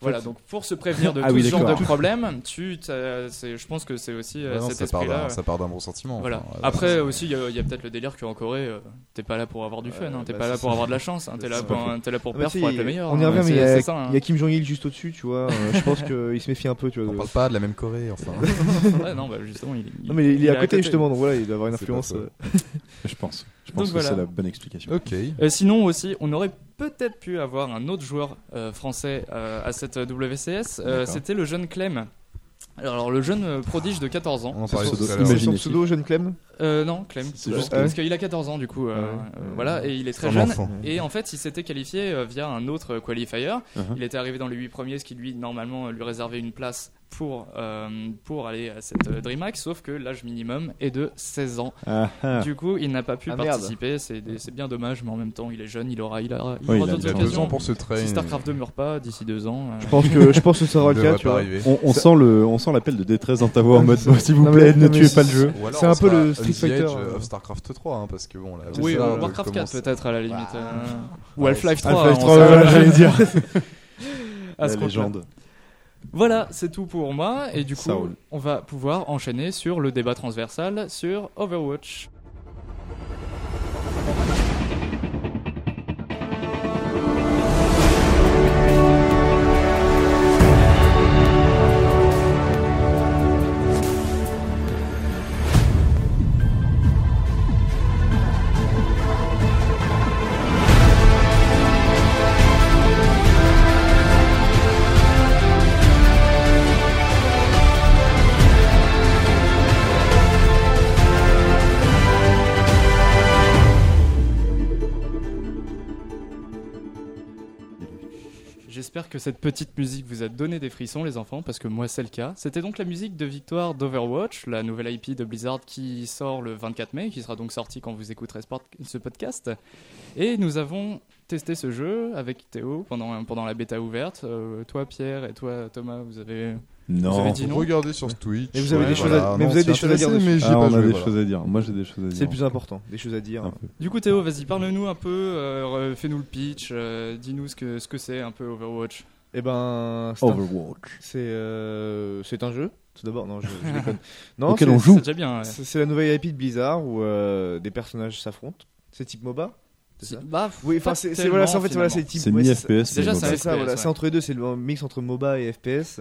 [SPEAKER 1] Voilà, donc pour se prévenir de
[SPEAKER 3] Ah
[SPEAKER 1] tout
[SPEAKER 3] oui,
[SPEAKER 1] ce genre
[SPEAKER 3] d'accord.
[SPEAKER 1] de problème, tu, t'as- c'est- je pense que c'est aussi euh,
[SPEAKER 2] Ouais, non,
[SPEAKER 1] cet
[SPEAKER 2] ça, part
[SPEAKER 1] esprit-là.
[SPEAKER 2] d'un, ça part d'un bon sentiment.
[SPEAKER 1] Voilà.
[SPEAKER 2] enfin, euh,
[SPEAKER 1] Après
[SPEAKER 2] c'est-
[SPEAKER 1] aussi, il y a, il y a peut-être le délire qu'en Corée, euh, t'es pas là pour avoir du fun, hein,
[SPEAKER 4] Ouais,
[SPEAKER 1] t'es
[SPEAKER 4] bah,
[SPEAKER 1] pas là
[SPEAKER 4] c'est
[SPEAKER 1] pour
[SPEAKER 4] ça.
[SPEAKER 1] avoir de la chance, hein, t'es là,
[SPEAKER 4] C'est
[SPEAKER 1] pour-
[SPEAKER 3] pas
[SPEAKER 1] t'es là pour
[SPEAKER 4] Ah,
[SPEAKER 1] perdre,
[SPEAKER 4] si,
[SPEAKER 1] pour être le meilleur.
[SPEAKER 4] On y
[SPEAKER 1] hein,
[SPEAKER 4] revient, mais il y,
[SPEAKER 1] c'est-
[SPEAKER 4] a-
[SPEAKER 1] c'est ça, hein.
[SPEAKER 4] il y a Kim Jong-il juste au-dessus, tu vois. euh, je pense qu'il se méfie un peu, tu vois.
[SPEAKER 2] On
[SPEAKER 4] de-
[SPEAKER 2] parle pas de la même Corée, enfin.
[SPEAKER 1] Ouais, non, bah, justement, il,
[SPEAKER 4] Non, mais il est à côté, justement, donc voilà, il doit avoir une
[SPEAKER 2] C'est
[SPEAKER 4] influence.
[SPEAKER 2] pas faux.
[SPEAKER 4] euh.
[SPEAKER 3] je pense je
[SPEAKER 1] Donc
[SPEAKER 3] pense que
[SPEAKER 1] voilà.
[SPEAKER 3] c'est la bonne explication
[SPEAKER 2] ok.
[SPEAKER 1] Euh, sinon aussi, on aurait peut-être pu avoir un autre joueur euh, français euh, à cette WCS. euh,
[SPEAKER 3] D'accord.
[SPEAKER 1] C'était le jeune Clem. Alors, alors, le jeune euh, prodige de 14 ans.
[SPEAKER 2] On en parlait
[SPEAKER 3] Ça se
[SPEAKER 2] tout à
[SPEAKER 3] doit-
[SPEAKER 2] l'heure.
[SPEAKER 4] C'est son
[SPEAKER 3] Imaginez-vous.
[SPEAKER 4] pseudo, jeune Clem.
[SPEAKER 1] Euh, non, Clem.
[SPEAKER 3] C'est
[SPEAKER 1] tout
[SPEAKER 3] juste
[SPEAKER 1] juste,
[SPEAKER 4] que-
[SPEAKER 1] Parce qu'il a 14 ans, du coup. euh,
[SPEAKER 4] Ah ouais.
[SPEAKER 1] euh, voilà, et il est très
[SPEAKER 2] un
[SPEAKER 1] jeune.
[SPEAKER 2] enfant.
[SPEAKER 1] Et en fait, il s'était qualifié euh, via un autre qualifier.
[SPEAKER 3] Uh-huh.
[SPEAKER 1] Il était arrivé dans les 8 premiers, ce qui lui, normalement, lui réservait une place pour, euh, pour aller à cette euh, DreamHack, sauf que l'âge minimum est de 16 ans.
[SPEAKER 4] Ah, ah.
[SPEAKER 1] Du coup, il n'a pas pu
[SPEAKER 6] Ah, merde.
[SPEAKER 1] participer, c'est des- c'est bien dommage, mais en même temps, il est jeune, il aura, il aura, il
[SPEAKER 3] Oui,
[SPEAKER 1] aura
[SPEAKER 3] il a-
[SPEAKER 1] d'autres
[SPEAKER 2] Il a deux
[SPEAKER 1] occasions.
[SPEAKER 2] ans pour se train.
[SPEAKER 1] Si StarCraft 2 meurt pas d'ici deux ans, euh,
[SPEAKER 4] Je pense que je pense que ça
[SPEAKER 2] il
[SPEAKER 4] sera le
[SPEAKER 2] devrait
[SPEAKER 4] cas,
[SPEAKER 2] pas
[SPEAKER 4] tu vois.
[SPEAKER 2] arriver.
[SPEAKER 3] On, on sent le, on sent l'appel de détresse dans ta voix en mode
[SPEAKER 4] Ça-
[SPEAKER 3] s'il vous
[SPEAKER 4] non,
[SPEAKER 3] plaît,
[SPEAKER 4] mais-
[SPEAKER 3] ne
[SPEAKER 4] non, mais
[SPEAKER 3] tuez
[SPEAKER 4] c'est-
[SPEAKER 3] pas le jeu.
[SPEAKER 2] Ou alors,
[SPEAKER 4] C'est un
[SPEAKER 2] on
[SPEAKER 4] peu
[SPEAKER 2] sera
[SPEAKER 4] le
[SPEAKER 2] on
[SPEAKER 4] Street
[SPEAKER 2] the
[SPEAKER 4] Fighter,
[SPEAKER 2] edge
[SPEAKER 4] euh.
[SPEAKER 2] of StarCraft 3, hein, parce que bon, là,
[SPEAKER 1] oui,
[SPEAKER 2] ça,
[SPEAKER 1] euh,
[SPEAKER 2] euh,
[SPEAKER 1] Warcraft
[SPEAKER 2] commence-
[SPEAKER 1] 4 peut-être à la limite. euh, Ou
[SPEAKER 2] Ouais,
[SPEAKER 1] Half-Life 3.
[SPEAKER 3] Half-Life
[SPEAKER 1] on
[SPEAKER 3] 3,
[SPEAKER 1] sait
[SPEAKER 3] voilà,
[SPEAKER 1] pas.
[SPEAKER 3] j'allais dire.
[SPEAKER 1] À
[SPEAKER 3] La
[SPEAKER 1] ce compte-là.
[SPEAKER 3] légende.
[SPEAKER 1] Voilà, c'est tout pour moi. Et du coup,
[SPEAKER 3] Ça roule.
[SPEAKER 1] on va pouvoir enchaîner sur le débat transversal sur Overwatch. J'espère que cette petite musique vous a donné des frissons, les enfants, parce que moi, c'est le cas. C'était donc la musique de victoire d'Overwatch, la nouvelle IP de Blizzard qui sort le 24 mai, qui sera donc sortie quand vous écouterez ce pod- ce podcast. Et nous avons testé ce jeu avec Théo pendant, pendant la bêta ouverte. Euh, toi, Pierre, et toi, Thomas, vous avez. Vous avez
[SPEAKER 3] Non.
[SPEAKER 1] dit non
[SPEAKER 2] Regardez sur Twitch.
[SPEAKER 4] Mais vous avez
[SPEAKER 2] ouais,
[SPEAKER 4] des choses à-
[SPEAKER 2] voilà,
[SPEAKER 4] mais
[SPEAKER 2] non,
[SPEAKER 4] vous avez
[SPEAKER 2] c'est
[SPEAKER 4] des choses à dire
[SPEAKER 2] intéressé, Mais
[SPEAKER 4] dessus.
[SPEAKER 2] j'ai
[SPEAKER 3] Ah,
[SPEAKER 2] pas
[SPEAKER 3] on a
[SPEAKER 2] joué,
[SPEAKER 3] des
[SPEAKER 2] voilà.
[SPEAKER 3] choses à dire. Moi, j'ai des choses à
[SPEAKER 4] C'est le
[SPEAKER 3] dire.
[SPEAKER 4] plus important, des choses à dire.
[SPEAKER 3] Un peu.
[SPEAKER 1] Du coup, Théo, vas-y, parle-nous un peu, euh, re- fais-nous le pitch, euh, dis-nous ce que ce que c'est un peu Overwatch.
[SPEAKER 4] Eh ben, c'est un-
[SPEAKER 3] Overwatch.
[SPEAKER 4] c'est euh, c'est un jeu. Tout d'abord, non, je, je déconne. Non,
[SPEAKER 3] Auquel
[SPEAKER 4] c'est-
[SPEAKER 3] on joue.
[SPEAKER 1] C'est déjà bien. ouais.
[SPEAKER 4] C'est c'est la nouvelle IP de Blizzard où euh, des personnages s'affrontent. C'est type MOBA C'est ça
[SPEAKER 1] Bah,
[SPEAKER 4] Oui, enfin,
[SPEAKER 1] pas
[SPEAKER 4] c'est c'est-
[SPEAKER 1] tellement,
[SPEAKER 4] voilà, c'est en fait, voilà, c'est
[SPEAKER 1] finalement.
[SPEAKER 4] type.
[SPEAKER 3] C'est
[SPEAKER 4] ouais,
[SPEAKER 3] mi FPS.
[SPEAKER 4] c'est-
[SPEAKER 1] Déjà,
[SPEAKER 3] mais
[SPEAKER 1] ça
[SPEAKER 3] bon.
[SPEAKER 4] C'est ça,
[SPEAKER 1] FPS,
[SPEAKER 4] voilà,
[SPEAKER 1] ouais.
[SPEAKER 4] c'est entre les deux, c'est le mix entre MOBA et FPS.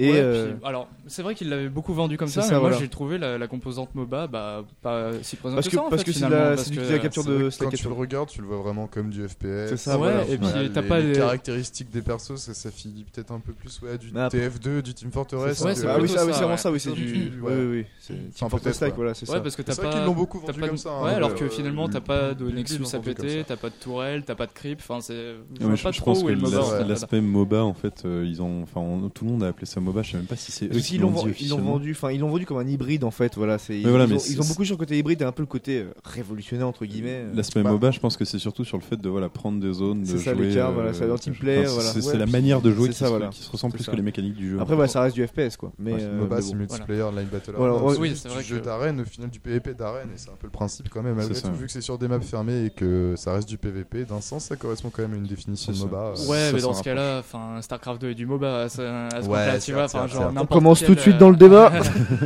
[SPEAKER 4] Et
[SPEAKER 1] Ouais,
[SPEAKER 4] euh,
[SPEAKER 1] puis, alors, c'est vrai qu'il l'avait beaucoup vendu comme
[SPEAKER 4] c'est
[SPEAKER 1] ça,
[SPEAKER 4] ça,
[SPEAKER 1] mais moi
[SPEAKER 4] voilà.
[SPEAKER 1] j'ai trouvé la, la composante MOBA bah, pas si présente
[SPEAKER 4] parce
[SPEAKER 1] que,
[SPEAKER 4] que,
[SPEAKER 1] ça. en
[SPEAKER 4] parce
[SPEAKER 1] fait,
[SPEAKER 4] que c'est de
[SPEAKER 1] finalement,
[SPEAKER 4] la,
[SPEAKER 1] parce
[SPEAKER 4] c'est du-
[SPEAKER 1] que-
[SPEAKER 4] de la capture de. c'est de
[SPEAKER 2] Quand
[SPEAKER 4] la
[SPEAKER 2] tu le
[SPEAKER 4] capture.
[SPEAKER 2] regardes, tu le vois vraiment comme du FPS.
[SPEAKER 4] C'est ça,
[SPEAKER 1] Ouais,
[SPEAKER 4] voilà.
[SPEAKER 1] et puis
[SPEAKER 2] Voilà,
[SPEAKER 1] t'as
[SPEAKER 2] les-
[SPEAKER 1] pas
[SPEAKER 2] les
[SPEAKER 1] les-
[SPEAKER 2] caractéristiques des persos, ça s'affilie peut-être un peu plus ouais, du
[SPEAKER 4] Mais après-
[SPEAKER 2] TF2, du Team Fortress.
[SPEAKER 1] C'est ça,
[SPEAKER 2] du-
[SPEAKER 1] c'est
[SPEAKER 4] ah oui,
[SPEAKER 1] plutôt
[SPEAKER 4] ça, oui,
[SPEAKER 1] ça,
[SPEAKER 4] c'est vraiment
[SPEAKER 1] ouais.
[SPEAKER 4] ça, oui, c'est
[SPEAKER 1] C'est
[SPEAKER 4] du.
[SPEAKER 2] du-
[SPEAKER 4] Oui, oui, oui, c'est Team
[SPEAKER 2] Enfin,
[SPEAKER 4] Fortress
[SPEAKER 2] peut-être,
[SPEAKER 4] Strike,
[SPEAKER 2] ouais.
[SPEAKER 4] voilà, c'est
[SPEAKER 1] Ouais,
[SPEAKER 4] ça.
[SPEAKER 1] parce que
[SPEAKER 2] C'est
[SPEAKER 1] t'as
[SPEAKER 2] vrai
[SPEAKER 1] pas.
[SPEAKER 2] qu'ils l'ont beaucoup
[SPEAKER 1] t'as
[SPEAKER 2] vendu
[SPEAKER 1] pas
[SPEAKER 2] comme
[SPEAKER 1] de-
[SPEAKER 2] ça. hein,
[SPEAKER 1] ouais,
[SPEAKER 2] le-
[SPEAKER 1] alors que finalement t'as pas de
[SPEAKER 2] le-
[SPEAKER 1] Nexus
[SPEAKER 2] l'ont
[SPEAKER 1] à
[SPEAKER 2] vendu comme
[SPEAKER 1] péter,
[SPEAKER 2] ça.
[SPEAKER 1] t'as pas de tourelle, t'as pas de creep, enfin c'est. Je
[SPEAKER 3] Ouais,
[SPEAKER 1] vois
[SPEAKER 3] je,
[SPEAKER 1] pas
[SPEAKER 3] je
[SPEAKER 1] trop
[SPEAKER 3] pense
[SPEAKER 1] où
[SPEAKER 3] que
[SPEAKER 1] est le MOBA.
[SPEAKER 3] l'as-
[SPEAKER 1] en fait.
[SPEAKER 3] l'aspect MOBA, en fait, euh, ils ont, enfin, on- tout le monde a appelé ça MOBA. Je sais même pas si c'est. eux
[SPEAKER 4] Aussi,
[SPEAKER 3] qui
[SPEAKER 4] ils l'ont
[SPEAKER 3] dit
[SPEAKER 4] vendu, ils l'ont
[SPEAKER 3] officiellement.
[SPEAKER 4] vendu, enfin, ils l'ont vendu comme un hybride en fait, voilà. c'est- Ils,
[SPEAKER 3] voilà,
[SPEAKER 4] ils
[SPEAKER 3] mais
[SPEAKER 4] ont,
[SPEAKER 3] c'est-
[SPEAKER 4] ils ont beaucoup sur le côté hybride et un peu le côté euh, révolutionnaire entre guillemets. euh.
[SPEAKER 3] L'aspect
[SPEAKER 2] Bah.
[SPEAKER 3] MOBA, je pense que c'est surtout sur le fait de voilà, prendre des zones, de
[SPEAKER 4] C'est ça,
[SPEAKER 3] jouer.
[SPEAKER 4] l'écart, voilà, c'est dans Team
[SPEAKER 3] enfin,
[SPEAKER 4] Play,
[SPEAKER 3] c'est-
[SPEAKER 4] voilà.
[SPEAKER 3] C'est c'est
[SPEAKER 4] Ouais,
[SPEAKER 3] la
[SPEAKER 4] puis
[SPEAKER 3] manière de
[SPEAKER 4] c'est
[SPEAKER 3] jouer qui,
[SPEAKER 4] ça,
[SPEAKER 3] se,
[SPEAKER 4] voilà.
[SPEAKER 3] qui se ressent
[SPEAKER 4] C'est
[SPEAKER 3] plus
[SPEAKER 4] ça.
[SPEAKER 3] que les mécaniques du jeu.
[SPEAKER 4] Après, voilà, ça reste du FPS quoi. Mais
[SPEAKER 3] Ouais, c'est
[SPEAKER 4] euh,
[SPEAKER 2] MOBA,
[SPEAKER 4] mais
[SPEAKER 2] c'est
[SPEAKER 4] bon.
[SPEAKER 2] multiplayer, line battle.
[SPEAKER 4] Voilà,
[SPEAKER 2] arena,
[SPEAKER 4] ouais,
[SPEAKER 2] c'est
[SPEAKER 1] oui,
[SPEAKER 2] du-
[SPEAKER 1] c'est vrai
[SPEAKER 2] du jeu
[SPEAKER 1] que-
[SPEAKER 2] d'arène, au final du PvP d'arène, et c'est un peu le principe quand même, malgré
[SPEAKER 3] C'est ça.
[SPEAKER 2] tout, vu que c'est sur des maps fermées et que ça reste du PvP, d'un sens ça correspond quand même à une définition de
[SPEAKER 3] C'est ça.
[SPEAKER 2] MOBA. euh,
[SPEAKER 1] Ouais,
[SPEAKER 3] Ça
[SPEAKER 1] mais
[SPEAKER 3] s'en
[SPEAKER 1] dans ce
[SPEAKER 3] rapproche.
[SPEAKER 1] cas-là, enfin, Starcraft 2 est du MOBA à ce, à ce
[SPEAKER 2] Ouais,
[SPEAKER 1] là
[SPEAKER 2] c'est
[SPEAKER 1] tu vois.
[SPEAKER 2] vrai,
[SPEAKER 1] Enfin,
[SPEAKER 2] c'est
[SPEAKER 1] genre,
[SPEAKER 2] vrai. On
[SPEAKER 1] n'importe
[SPEAKER 4] commence
[SPEAKER 1] quel,
[SPEAKER 4] tout de suite
[SPEAKER 1] euh,
[SPEAKER 4] dans le débat.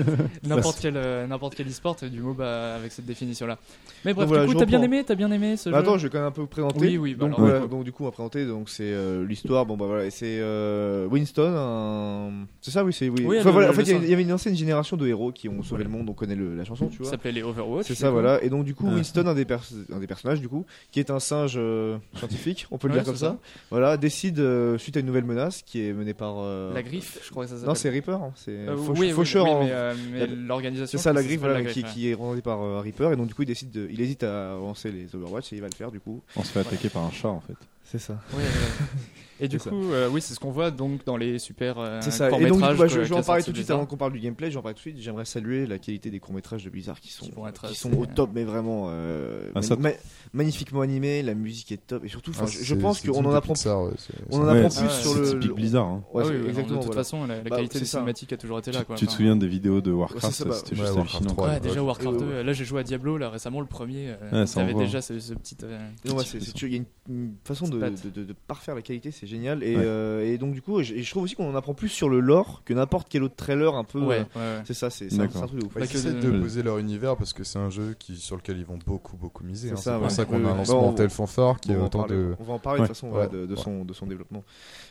[SPEAKER 1] n'importe quel, euh, n'importe quel e-sport est du MOBA avec cette définition-là. Mais bref,
[SPEAKER 4] Donc voilà,
[SPEAKER 1] du
[SPEAKER 4] je
[SPEAKER 1] coup, t'as bien
[SPEAKER 4] reprends.
[SPEAKER 1] aimé, t'as bien aimé ce
[SPEAKER 4] Bah,
[SPEAKER 1] jeu.
[SPEAKER 4] attends, je vais quand même un peu présenter.
[SPEAKER 1] Oui, oui, bah
[SPEAKER 4] donc,
[SPEAKER 1] alors,
[SPEAKER 4] voilà,
[SPEAKER 1] ouais.
[SPEAKER 4] donc du coup, on va présenter. Donc c'est euh, l'histoire. Bon bah voilà, et c'est euh, Winston. un- C'est ça, oui, c'est oui.
[SPEAKER 1] Oui,
[SPEAKER 4] Enfin,
[SPEAKER 1] le-
[SPEAKER 4] voilà, en
[SPEAKER 1] le
[SPEAKER 4] fait, il y avait-
[SPEAKER 1] singe.
[SPEAKER 4] il y avait une ancienne génération de héros qui ont sauvé le monde. On connaît le- la chanson, tu
[SPEAKER 1] Ça
[SPEAKER 4] vois.
[SPEAKER 1] s'appelait les Overwatch.
[SPEAKER 4] C'est
[SPEAKER 1] du
[SPEAKER 4] ça,
[SPEAKER 1] coup.
[SPEAKER 4] voilà. Et donc du coup,
[SPEAKER 1] Ouais.
[SPEAKER 4] Winston, un des, pers- un des personnages du coup, qui est un singe euh, scientifique, on peut le
[SPEAKER 1] Ouais,
[SPEAKER 4] dire comme
[SPEAKER 1] c'est
[SPEAKER 4] ça. Voilà, décide euh, suite à une nouvelle menace qui est menée par. euh,
[SPEAKER 1] La griffe, je crois que ça s'appelle.
[SPEAKER 4] Non, c'est Reaper. hein, C'est
[SPEAKER 1] Euh,
[SPEAKER 4] fauche-
[SPEAKER 1] oui, oui,
[SPEAKER 4] faucheur.
[SPEAKER 1] oui,
[SPEAKER 4] en-
[SPEAKER 1] mais, euh, mais
[SPEAKER 4] la-
[SPEAKER 1] l'organisation.
[SPEAKER 4] C'est ça,
[SPEAKER 1] je
[SPEAKER 4] la
[SPEAKER 1] pense que
[SPEAKER 4] griffe,
[SPEAKER 1] s'appelle
[SPEAKER 4] voilà, qui,
[SPEAKER 1] la griffe,
[SPEAKER 4] qui est représentée par euh, Reaper. Et donc du coup, il décide, de- il hésite à lancer les Overwatch et il va le faire du coup.
[SPEAKER 3] On se fait attaquer par un chat en fait.
[SPEAKER 4] C'est ça.
[SPEAKER 1] ouais. Ouais, ouais. Et du
[SPEAKER 4] C'est ça.
[SPEAKER 1] coup, euh, oui, c'est ce qu'on voit donc dans les super euh,
[SPEAKER 4] C'est ça. Et donc, du coup,
[SPEAKER 1] courts-métrages
[SPEAKER 4] bah, je,
[SPEAKER 1] que-
[SPEAKER 4] je vais
[SPEAKER 1] qu'a
[SPEAKER 4] en parler
[SPEAKER 1] sorti
[SPEAKER 4] tout de suite
[SPEAKER 1] Blizzard.
[SPEAKER 4] avant qu'on parle du gameplay. J'en parle tout de suite. J'aimerais saluer la qualité des courts métrages de Blizzard qui sont,
[SPEAKER 1] Qui vont être
[SPEAKER 4] qui
[SPEAKER 1] assez,
[SPEAKER 4] sont au
[SPEAKER 1] euh,
[SPEAKER 4] top, mais vraiment euh,
[SPEAKER 3] Ah, ça-
[SPEAKER 4] mani- ma- magnifiquement animés. La musique est top et surtout, enfin,
[SPEAKER 2] Ah,
[SPEAKER 4] je,
[SPEAKER 2] c'est-
[SPEAKER 4] je pense
[SPEAKER 2] c'est
[SPEAKER 4] qu'on
[SPEAKER 2] digne
[SPEAKER 4] en
[SPEAKER 2] de
[SPEAKER 4] apprend.
[SPEAKER 2] Pixar, ouais, c'est-
[SPEAKER 4] On en
[SPEAKER 3] Ouais,
[SPEAKER 4] apprend
[SPEAKER 3] c'est-
[SPEAKER 4] plus
[SPEAKER 1] c'est
[SPEAKER 4] sur le.
[SPEAKER 3] C'est typique Blizzard. hein.
[SPEAKER 4] Ouais,
[SPEAKER 1] Ah
[SPEAKER 4] c'est
[SPEAKER 1] oui, oui,
[SPEAKER 4] exactement.
[SPEAKER 1] De toute
[SPEAKER 4] voilà.
[SPEAKER 1] façon, la, la
[SPEAKER 4] Bah,
[SPEAKER 1] qualité
[SPEAKER 4] c'est
[SPEAKER 1] des
[SPEAKER 4] ça.
[SPEAKER 1] cinématiques a toujours été
[SPEAKER 3] Tu,
[SPEAKER 1] là. Quoi.
[SPEAKER 3] tu te souviens des vidéos de Warcraft
[SPEAKER 4] ça, bah,
[SPEAKER 2] ouais,
[SPEAKER 3] C'était juste
[SPEAKER 2] Warcraft
[SPEAKER 3] hallucinant.
[SPEAKER 2] trois,
[SPEAKER 1] Ouais,
[SPEAKER 2] Ouais,
[SPEAKER 1] déjà Warcraft
[SPEAKER 4] ouais,
[SPEAKER 1] 2,
[SPEAKER 4] ouais.
[SPEAKER 1] là j'ai joué à Diablo là récemment le premier, euh,
[SPEAKER 3] Ouais, ça
[SPEAKER 1] t'avais
[SPEAKER 3] envoie.
[SPEAKER 1] déjà ce, ce petit... euh,
[SPEAKER 4] Non, ouais,
[SPEAKER 1] petit-
[SPEAKER 4] c'est- c'est sûr, il y a une, une façon de,
[SPEAKER 1] Petite
[SPEAKER 4] de, de- de parfaire la qualité, c'est génial. Et,
[SPEAKER 3] Ouais.
[SPEAKER 4] euh, et donc, du coup, je, et je trouve aussi qu'on en apprend plus sur le lore que n'importe quel autre trailer un peu.
[SPEAKER 1] Ouais,
[SPEAKER 4] euh,
[SPEAKER 1] ouais, ouais.
[SPEAKER 4] C'est ça, c'est c'est un,
[SPEAKER 3] D'accord.
[SPEAKER 4] c'est un truc de ouf.
[SPEAKER 2] Ouais,
[SPEAKER 1] Pas
[SPEAKER 2] ils
[SPEAKER 1] que
[SPEAKER 2] essaient
[SPEAKER 1] de-
[SPEAKER 2] de poser leur univers parce que c'est un jeu qui, sur lequel ils vont beaucoup beaucoup miser.
[SPEAKER 4] C'est
[SPEAKER 2] hein.
[SPEAKER 4] ça,
[SPEAKER 2] C'est pour
[SPEAKER 4] ouais.
[SPEAKER 2] ça qu'on
[SPEAKER 4] Ouais,
[SPEAKER 2] a
[SPEAKER 4] ouais.
[SPEAKER 2] un lancement
[SPEAKER 4] Bon,
[SPEAKER 2] tel fanfare qui
[SPEAKER 4] on,
[SPEAKER 2] a
[SPEAKER 4] va en
[SPEAKER 2] autant
[SPEAKER 4] parler,
[SPEAKER 2] de.
[SPEAKER 4] on va en parler de
[SPEAKER 3] Ouais,
[SPEAKER 4] toute façon voilà,
[SPEAKER 2] ouais,
[SPEAKER 4] de, de
[SPEAKER 2] ouais.
[SPEAKER 4] Son, de son développement.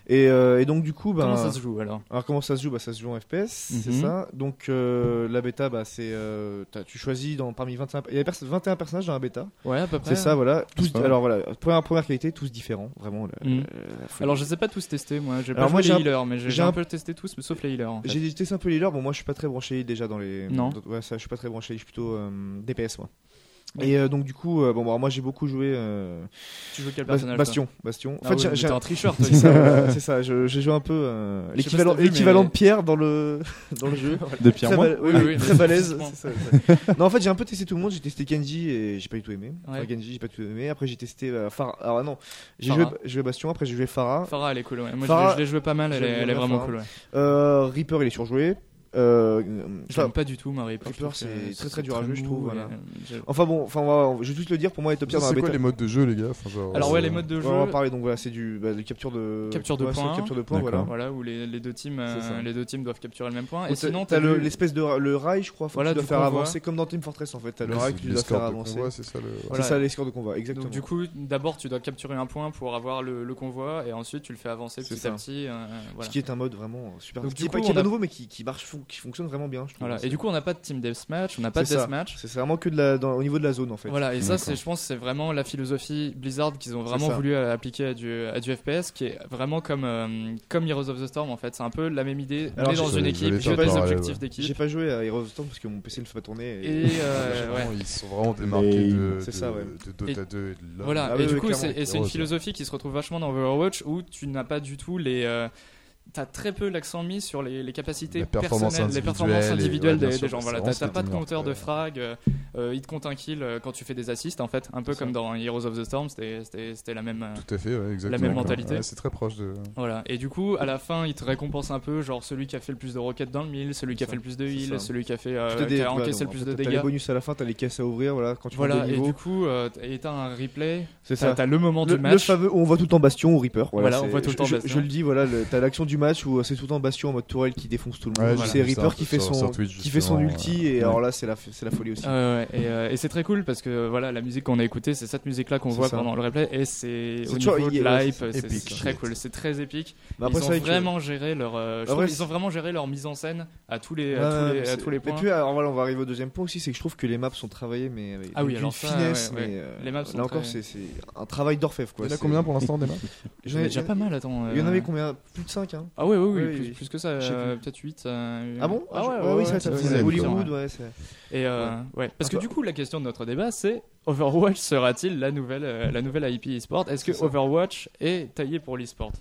[SPEAKER 4] Et, euh, et donc, du coup, ben,
[SPEAKER 1] Comment ça se joue alors
[SPEAKER 4] Alors comment ça se joue bah, Ça se joue en FPS, c'est
[SPEAKER 1] Mhm.
[SPEAKER 4] ça. Donc euh, la bêta, bah, c'est euh, t'as- tu choisis dans, parmi 25, il y a pers- 21 personnages dans la bêta.
[SPEAKER 1] Ouais à peu près.
[SPEAKER 4] C'est ça, voilà. Tous,
[SPEAKER 3] pas mal.
[SPEAKER 4] alors voilà, première, première qualité, tous différents, vraiment. la-
[SPEAKER 1] Mhm.
[SPEAKER 4] la- la folie.
[SPEAKER 1] Alors je sais pas tous tester moi, j'ai pas
[SPEAKER 4] Alors, moi,
[SPEAKER 1] joué
[SPEAKER 4] j'ai
[SPEAKER 1] les healers mais j'ai
[SPEAKER 4] j'ai
[SPEAKER 1] j'ai un
[SPEAKER 4] un-
[SPEAKER 1] peu testé tous mais sauf les healers en fait.
[SPEAKER 4] j'ai testé un peu les leurs. Bon, moi je suis pas très branché déjà dans les.
[SPEAKER 1] Non.
[SPEAKER 4] dans- ouais, ça, je suis pas très branché. Je suis plutôt euh, DPS moi. Et euh, donc du coup, euh, bon, bah, moi j'ai beaucoup joué euh,
[SPEAKER 1] Tu joues quel
[SPEAKER 4] Bas-
[SPEAKER 1] personnage toi
[SPEAKER 4] Bastion. Bastion.
[SPEAKER 1] Ah oui, mais
[SPEAKER 4] j'ai-
[SPEAKER 1] t'es un tricheur, toi,
[SPEAKER 4] C'est ça, c'est ça, je- j'ai joué un peu euh,
[SPEAKER 1] Je sais pas si
[SPEAKER 4] l'équivalent
[SPEAKER 1] t'as vu,
[SPEAKER 4] l'équivalent
[SPEAKER 1] mais-
[SPEAKER 4] de Pierre dans le dans le jeu.
[SPEAKER 3] De Pierre
[SPEAKER 4] Très
[SPEAKER 3] moi
[SPEAKER 4] bal- oui,
[SPEAKER 1] Ah
[SPEAKER 4] oui,
[SPEAKER 1] oui,
[SPEAKER 4] très
[SPEAKER 1] mais-
[SPEAKER 4] balèze.
[SPEAKER 1] effectivement.
[SPEAKER 4] c'est ça, c'est ça. non, en fait, j'ai un peu testé tout le monde. J'ai testé Genji et j'ai pas du tout aimé. Enfin,
[SPEAKER 1] Ouais.
[SPEAKER 4] Genji, j'ai pas du tout aimé. Après, j'ai testé euh, Phara- Ah non, j'ai joué,
[SPEAKER 1] Phara.
[SPEAKER 4] j'ai joué Bastion. Après, j'ai joué Farah.
[SPEAKER 1] Farah, elle est cool. ouais. Moi, je
[SPEAKER 4] Ah. Farah-
[SPEAKER 1] l'ai- je l'ai joué pas mal, elle est,
[SPEAKER 4] J'aime
[SPEAKER 1] elle est
[SPEAKER 4] bien
[SPEAKER 1] vraiment
[SPEAKER 4] Farah.
[SPEAKER 1] cool. ouais.
[SPEAKER 4] Euh, Reaper, il est surjoué. Euh,
[SPEAKER 1] Je
[SPEAKER 4] enfin,
[SPEAKER 1] l'aime pas du tout, Marie. euh,
[SPEAKER 4] Reaper, c'est très, très dur à jouer, je trouve, voilà. enfin bon, enfin, on va- on- je vais tous le dire. Pour moi, elle est top tier dans la
[SPEAKER 2] C'est quoi
[SPEAKER 4] bêta.
[SPEAKER 2] les modes de jeu, les gars Enfin, genre,
[SPEAKER 1] Alors,
[SPEAKER 2] euh,
[SPEAKER 1] ouais, les modes de
[SPEAKER 4] Ouais,
[SPEAKER 1] jeu.
[SPEAKER 4] on va parler. Donc voilà, c'est du bah, de capture de
[SPEAKER 1] Capture de
[SPEAKER 4] ouais, c'est
[SPEAKER 1] points.
[SPEAKER 4] Capture de points, voilà.
[SPEAKER 2] D'accord.
[SPEAKER 1] Voilà, où les, les deux teams, euh,
[SPEAKER 4] C'est ça.
[SPEAKER 1] les deux teams doivent capturer le même point.
[SPEAKER 4] Ou
[SPEAKER 1] Et sinon,
[SPEAKER 4] t'as
[SPEAKER 1] t'as
[SPEAKER 4] le-
[SPEAKER 1] vu-
[SPEAKER 4] l'espèce de le rail, je crois, faut
[SPEAKER 1] Voilà,
[SPEAKER 4] que tu
[SPEAKER 1] du
[SPEAKER 4] dois faire
[SPEAKER 1] convoi.
[SPEAKER 4] avancer comme dans Team Fortress en fait. T'as le
[SPEAKER 2] les-
[SPEAKER 4] rail que tu
[SPEAKER 2] les
[SPEAKER 4] dois
[SPEAKER 2] scores
[SPEAKER 4] faire
[SPEAKER 2] de
[SPEAKER 4] avancer.
[SPEAKER 2] convoi, c'est ça le.
[SPEAKER 1] Voilà.
[SPEAKER 4] C'est ça les scores de convoi, exactement.
[SPEAKER 1] Donc du coup, d'abord tu dois capturer un point pour avoir le, le convoi et ensuite tu le fais avancer
[SPEAKER 4] C'est
[SPEAKER 1] petit
[SPEAKER 4] ça.
[SPEAKER 1] à petit. euh, euh, voilà.
[SPEAKER 4] Ce qui est un mode vraiment euh, super.
[SPEAKER 1] Donc,
[SPEAKER 4] qui
[SPEAKER 1] du
[SPEAKER 4] est pas,
[SPEAKER 1] coup,
[SPEAKER 4] qui est
[SPEAKER 1] on
[SPEAKER 4] pas
[SPEAKER 1] a-
[SPEAKER 4] nouveau, mais qui, qui marche, fou- qui fonctionne vraiment bien. Je trouve.
[SPEAKER 1] Voilà.
[SPEAKER 4] C'est-
[SPEAKER 1] Et du coup, on n'a pas de team deathmatch, on n'a pas de
[SPEAKER 4] C'est ça.
[SPEAKER 1] deathmatch.
[SPEAKER 4] c'est vraiment que de la, dans- au niveau de la zone en fait.
[SPEAKER 1] Voilà, et ça,
[SPEAKER 2] D'accord.
[SPEAKER 1] c'est, je pense, c'est vraiment la philosophie Blizzard qu'ils ont vraiment
[SPEAKER 4] ça.
[SPEAKER 1] voulu euh, appliquer à du, à du FPS, qui est vraiment comme, euh, comme Heroes of the Storm en fait. C'est un peu la même idée.
[SPEAKER 4] Alors,
[SPEAKER 1] on est dans
[SPEAKER 2] je-
[SPEAKER 1] une
[SPEAKER 2] je
[SPEAKER 1] équipe,
[SPEAKER 2] voulais
[SPEAKER 1] j'ai
[SPEAKER 2] faire
[SPEAKER 1] des
[SPEAKER 2] parallèle,
[SPEAKER 1] objectifs
[SPEAKER 2] ouais.
[SPEAKER 4] J'ai
[SPEAKER 1] d'équipe.
[SPEAKER 4] pas joué à Heroes of the Storm parce que mon PC ne le fait pas tourner.
[SPEAKER 1] Et
[SPEAKER 4] Et...
[SPEAKER 1] euh, ouais.
[SPEAKER 2] Vraiment, Ils sont vraiment démarqués
[SPEAKER 3] Et-
[SPEAKER 2] de,
[SPEAKER 4] C'est
[SPEAKER 2] de-
[SPEAKER 4] ça, ouais.
[SPEAKER 2] de Dota 2 et de LoL.
[SPEAKER 1] Voilà,
[SPEAKER 4] Ah
[SPEAKER 1] et
[SPEAKER 4] oui,
[SPEAKER 1] du
[SPEAKER 4] oui,
[SPEAKER 1] coup,
[SPEAKER 4] clairement.
[SPEAKER 1] c'est, et c'est une
[SPEAKER 2] Heureusement.
[SPEAKER 1] philosophie qui se retrouve vachement dans Overwatch où tu n'as pas du tout les. euh, T'as très peu l'accent mis sur les, les capacités
[SPEAKER 2] La performance
[SPEAKER 1] personnelles, les performances
[SPEAKER 2] individuelle et-
[SPEAKER 1] individuelles
[SPEAKER 2] ouais, bien
[SPEAKER 1] des,
[SPEAKER 2] sûr,
[SPEAKER 1] des gens.
[SPEAKER 2] c'est
[SPEAKER 1] Voilà,
[SPEAKER 2] vraiment
[SPEAKER 1] t'as
[SPEAKER 2] ce
[SPEAKER 1] t'as
[SPEAKER 2] qui
[SPEAKER 1] pas de
[SPEAKER 2] était
[SPEAKER 1] compteur de
[SPEAKER 2] ignoré.
[SPEAKER 1] frag, euh, euh, il te compte un kill euh, quand tu fais des assists en fait, un peu
[SPEAKER 4] C'est
[SPEAKER 1] comme
[SPEAKER 4] ça.
[SPEAKER 1] dans Heroes of the Storm, c'était- c'était c'était la même. euh,
[SPEAKER 2] Tout à fait, ouais, exactement.
[SPEAKER 1] même
[SPEAKER 2] quoi.
[SPEAKER 1] mentalité.
[SPEAKER 2] Ouais, c'est très proche de.
[SPEAKER 1] voilà, et du coup, à la fin, il te récompense un peu, genre celui qui a fait le plus de roquettes dans le mille, celui qui a
[SPEAKER 4] C'est
[SPEAKER 1] fait le plus de
[SPEAKER 4] c'est
[SPEAKER 1] heal,
[SPEAKER 4] ça.
[SPEAKER 1] celui qui a fait euh,
[SPEAKER 4] Tout est des-
[SPEAKER 1] qui a
[SPEAKER 4] voilà,
[SPEAKER 1] encaissé
[SPEAKER 4] donc,
[SPEAKER 1] le
[SPEAKER 4] en
[SPEAKER 1] plus
[SPEAKER 4] fait,
[SPEAKER 1] de
[SPEAKER 4] T'as les
[SPEAKER 1] dégâts.
[SPEAKER 4] bonus à la fin, t'as les caisses à ouvrir, voilà. Quand tu montes
[SPEAKER 1] Voilà,
[SPEAKER 4] de
[SPEAKER 1] et
[SPEAKER 4] niveau,
[SPEAKER 1] du coup, euh, et t'as un replay,
[SPEAKER 4] c'est
[SPEAKER 1] t'as
[SPEAKER 4] ça.
[SPEAKER 1] t'as le moment
[SPEAKER 4] Le,
[SPEAKER 1] du
[SPEAKER 4] le
[SPEAKER 1] match.
[SPEAKER 4] fameux, on voit tout le temps Bastion ou Reaper. Voilà,
[SPEAKER 1] Voilà, on
[SPEAKER 4] c'est-
[SPEAKER 1] voit tout le
[SPEAKER 4] je-
[SPEAKER 1] temps
[SPEAKER 4] je,
[SPEAKER 1] Bastion.
[SPEAKER 4] je le dis, voilà, le- t'as l'action du match où euh, c'est tout le temps Bastion en mode tourelle qui défonce tout le
[SPEAKER 2] Ouais,
[SPEAKER 4] monde.
[SPEAKER 2] j'ai
[SPEAKER 4] C'est
[SPEAKER 2] vu ça un
[SPEAKER 4] Reaper
[SPEAKER 2] peu
[SPEAKER 4] qui fait
[SPEAKER 2] sur-
[SPEAKER 4] son,
[SPEAKER 2] sur Twitch,
[SPEAKER 4] qui fait son
[SPEAKER 2] justement,
[SPEAKER 4] ulti,
[SPEAKER 2] ouais.
[SPEAKER 4] et
[SPEAKER 2] Ouais.
[SPEAKER 4] alors là, c'est la, c'est la folie aussi.
[SPEAKER 1] Ouais, ouais, et, euh, et c'est très cool parce que euh, voilà la musique qu'on a écoutée c'est cette musique là qu'on
[SPEAKER 4] C'est
[SPEAKER 1] voit
[SPEAKER 4] ça.
[SPEAKER 1] pendant le replay et c'est
[SPEAKER 4] C'est
[SPEAKER 1] au
[SPEAKER 4] toujours-
[SPEAKER 1] niveau de
[SPEAKER 4] il- ouais,
[SPEAKER 1] l'hype
[SPEAKER 4] c'est
[SPEAKER 1] c'est
[SPEAKER 2] épique,
[SPEAKER 1] c'est très
[SPEAKER 2] shit.
[SPEAKER 1] cool c'est très épique
[SPEAKER 4] Mais après,
[SPEAKER 1] ils
[SPEAKER 4] c'est
[SPEAKER 1] ont
[SPEAKER 4] vrai que-
[SPEAKER 1] vraiment géré leur euh, je
[SPEAKER 4] Après,
[SPEAKER 1] trouve
[SPEAKER 4] c'est-
[SPEAKER 1] ils ont vraiment géré leur mise en scène à tous les
[SPEAKER 4] Ouais,
[SPEAKER 1] à tous
[SPEAKER 4] mais
[SPEAKER 1] les, à
[SPEAKER 4] c'est-
[SPEAKER 1] tous les points
[SPEAKER 4] Et puis, alors voilà, on va arriver au deuxième point aussi, c'est que je trouve que les maps sont travaillées, mais avec
[SPEAKER 1] Ah oui,
[SPEAKER 4] une
[SPEAKER 1] alors ça,
[SPEAKER 4] finesse.
[SPEAKER 1] ouais, ouais.
[SPEAKER 4] mais, euh,
[SPEAKER 1] Les maps
[SPEAKER 4] là
[SPEAKER 1] sont
[SPEAKER 4] encore,
[SPEAKER 1] très-
[SPEAKER 4] c'est c'est un travail d'orfèvre. quoi.
[SPEAKER 2] Il y en a
[SPEAKER 4] C'est-
[SPEAKER 2] combien pour l'instant des maps
[SPEAKER 1] j'en ai déjà pas mal attends
[SPEAKER 4] Il y en
[SPEAKER 1] euh,
[SPEAKER 4] avait combien Plus de 5 hein.
[SPEAKER 1] ah ouais ouais, ouais,
[SPEAKER 4] Oui,
[SPEAKER 1] plus,
[SPEAKER 4] oui.
[SPEAKER 1] plus que ça
[SPEAKER 4] Je sais
[SPEAKER 1] euh,
[SPEAKER 4] plus.
[SPEAKER 1] peut-être 8
[SPEAKER 4] Ah bon
[SPEAKER 1] ah ouais,
[SPEAKER 4] je-
[SPEAKER 1] ouais,
[SPEAKER 4] oui,
[SPEAKER 1] ouais,
[SPEAKER 4] ça, ça
[SPEAKER 1] ouais,
[SPEAKER 4] faisait
[SPEAKER 2] ouais,
[SPEAKER 4] Hollywood, Ah bah.
[SPEAKER 1] ouais.
[SPEAKER 4] ouais. c'est-
[SPEAKER 1] et euh, ouais parce que du coup la question de notre débat c'est Overwatch sera-t-il la nouvelle euh, la nouvelle IP e-sport est-ce que
[SPEAKER 4] C'est ça. Ah
[SPEAKER 1] Overwatch est taillé pour l'e-sport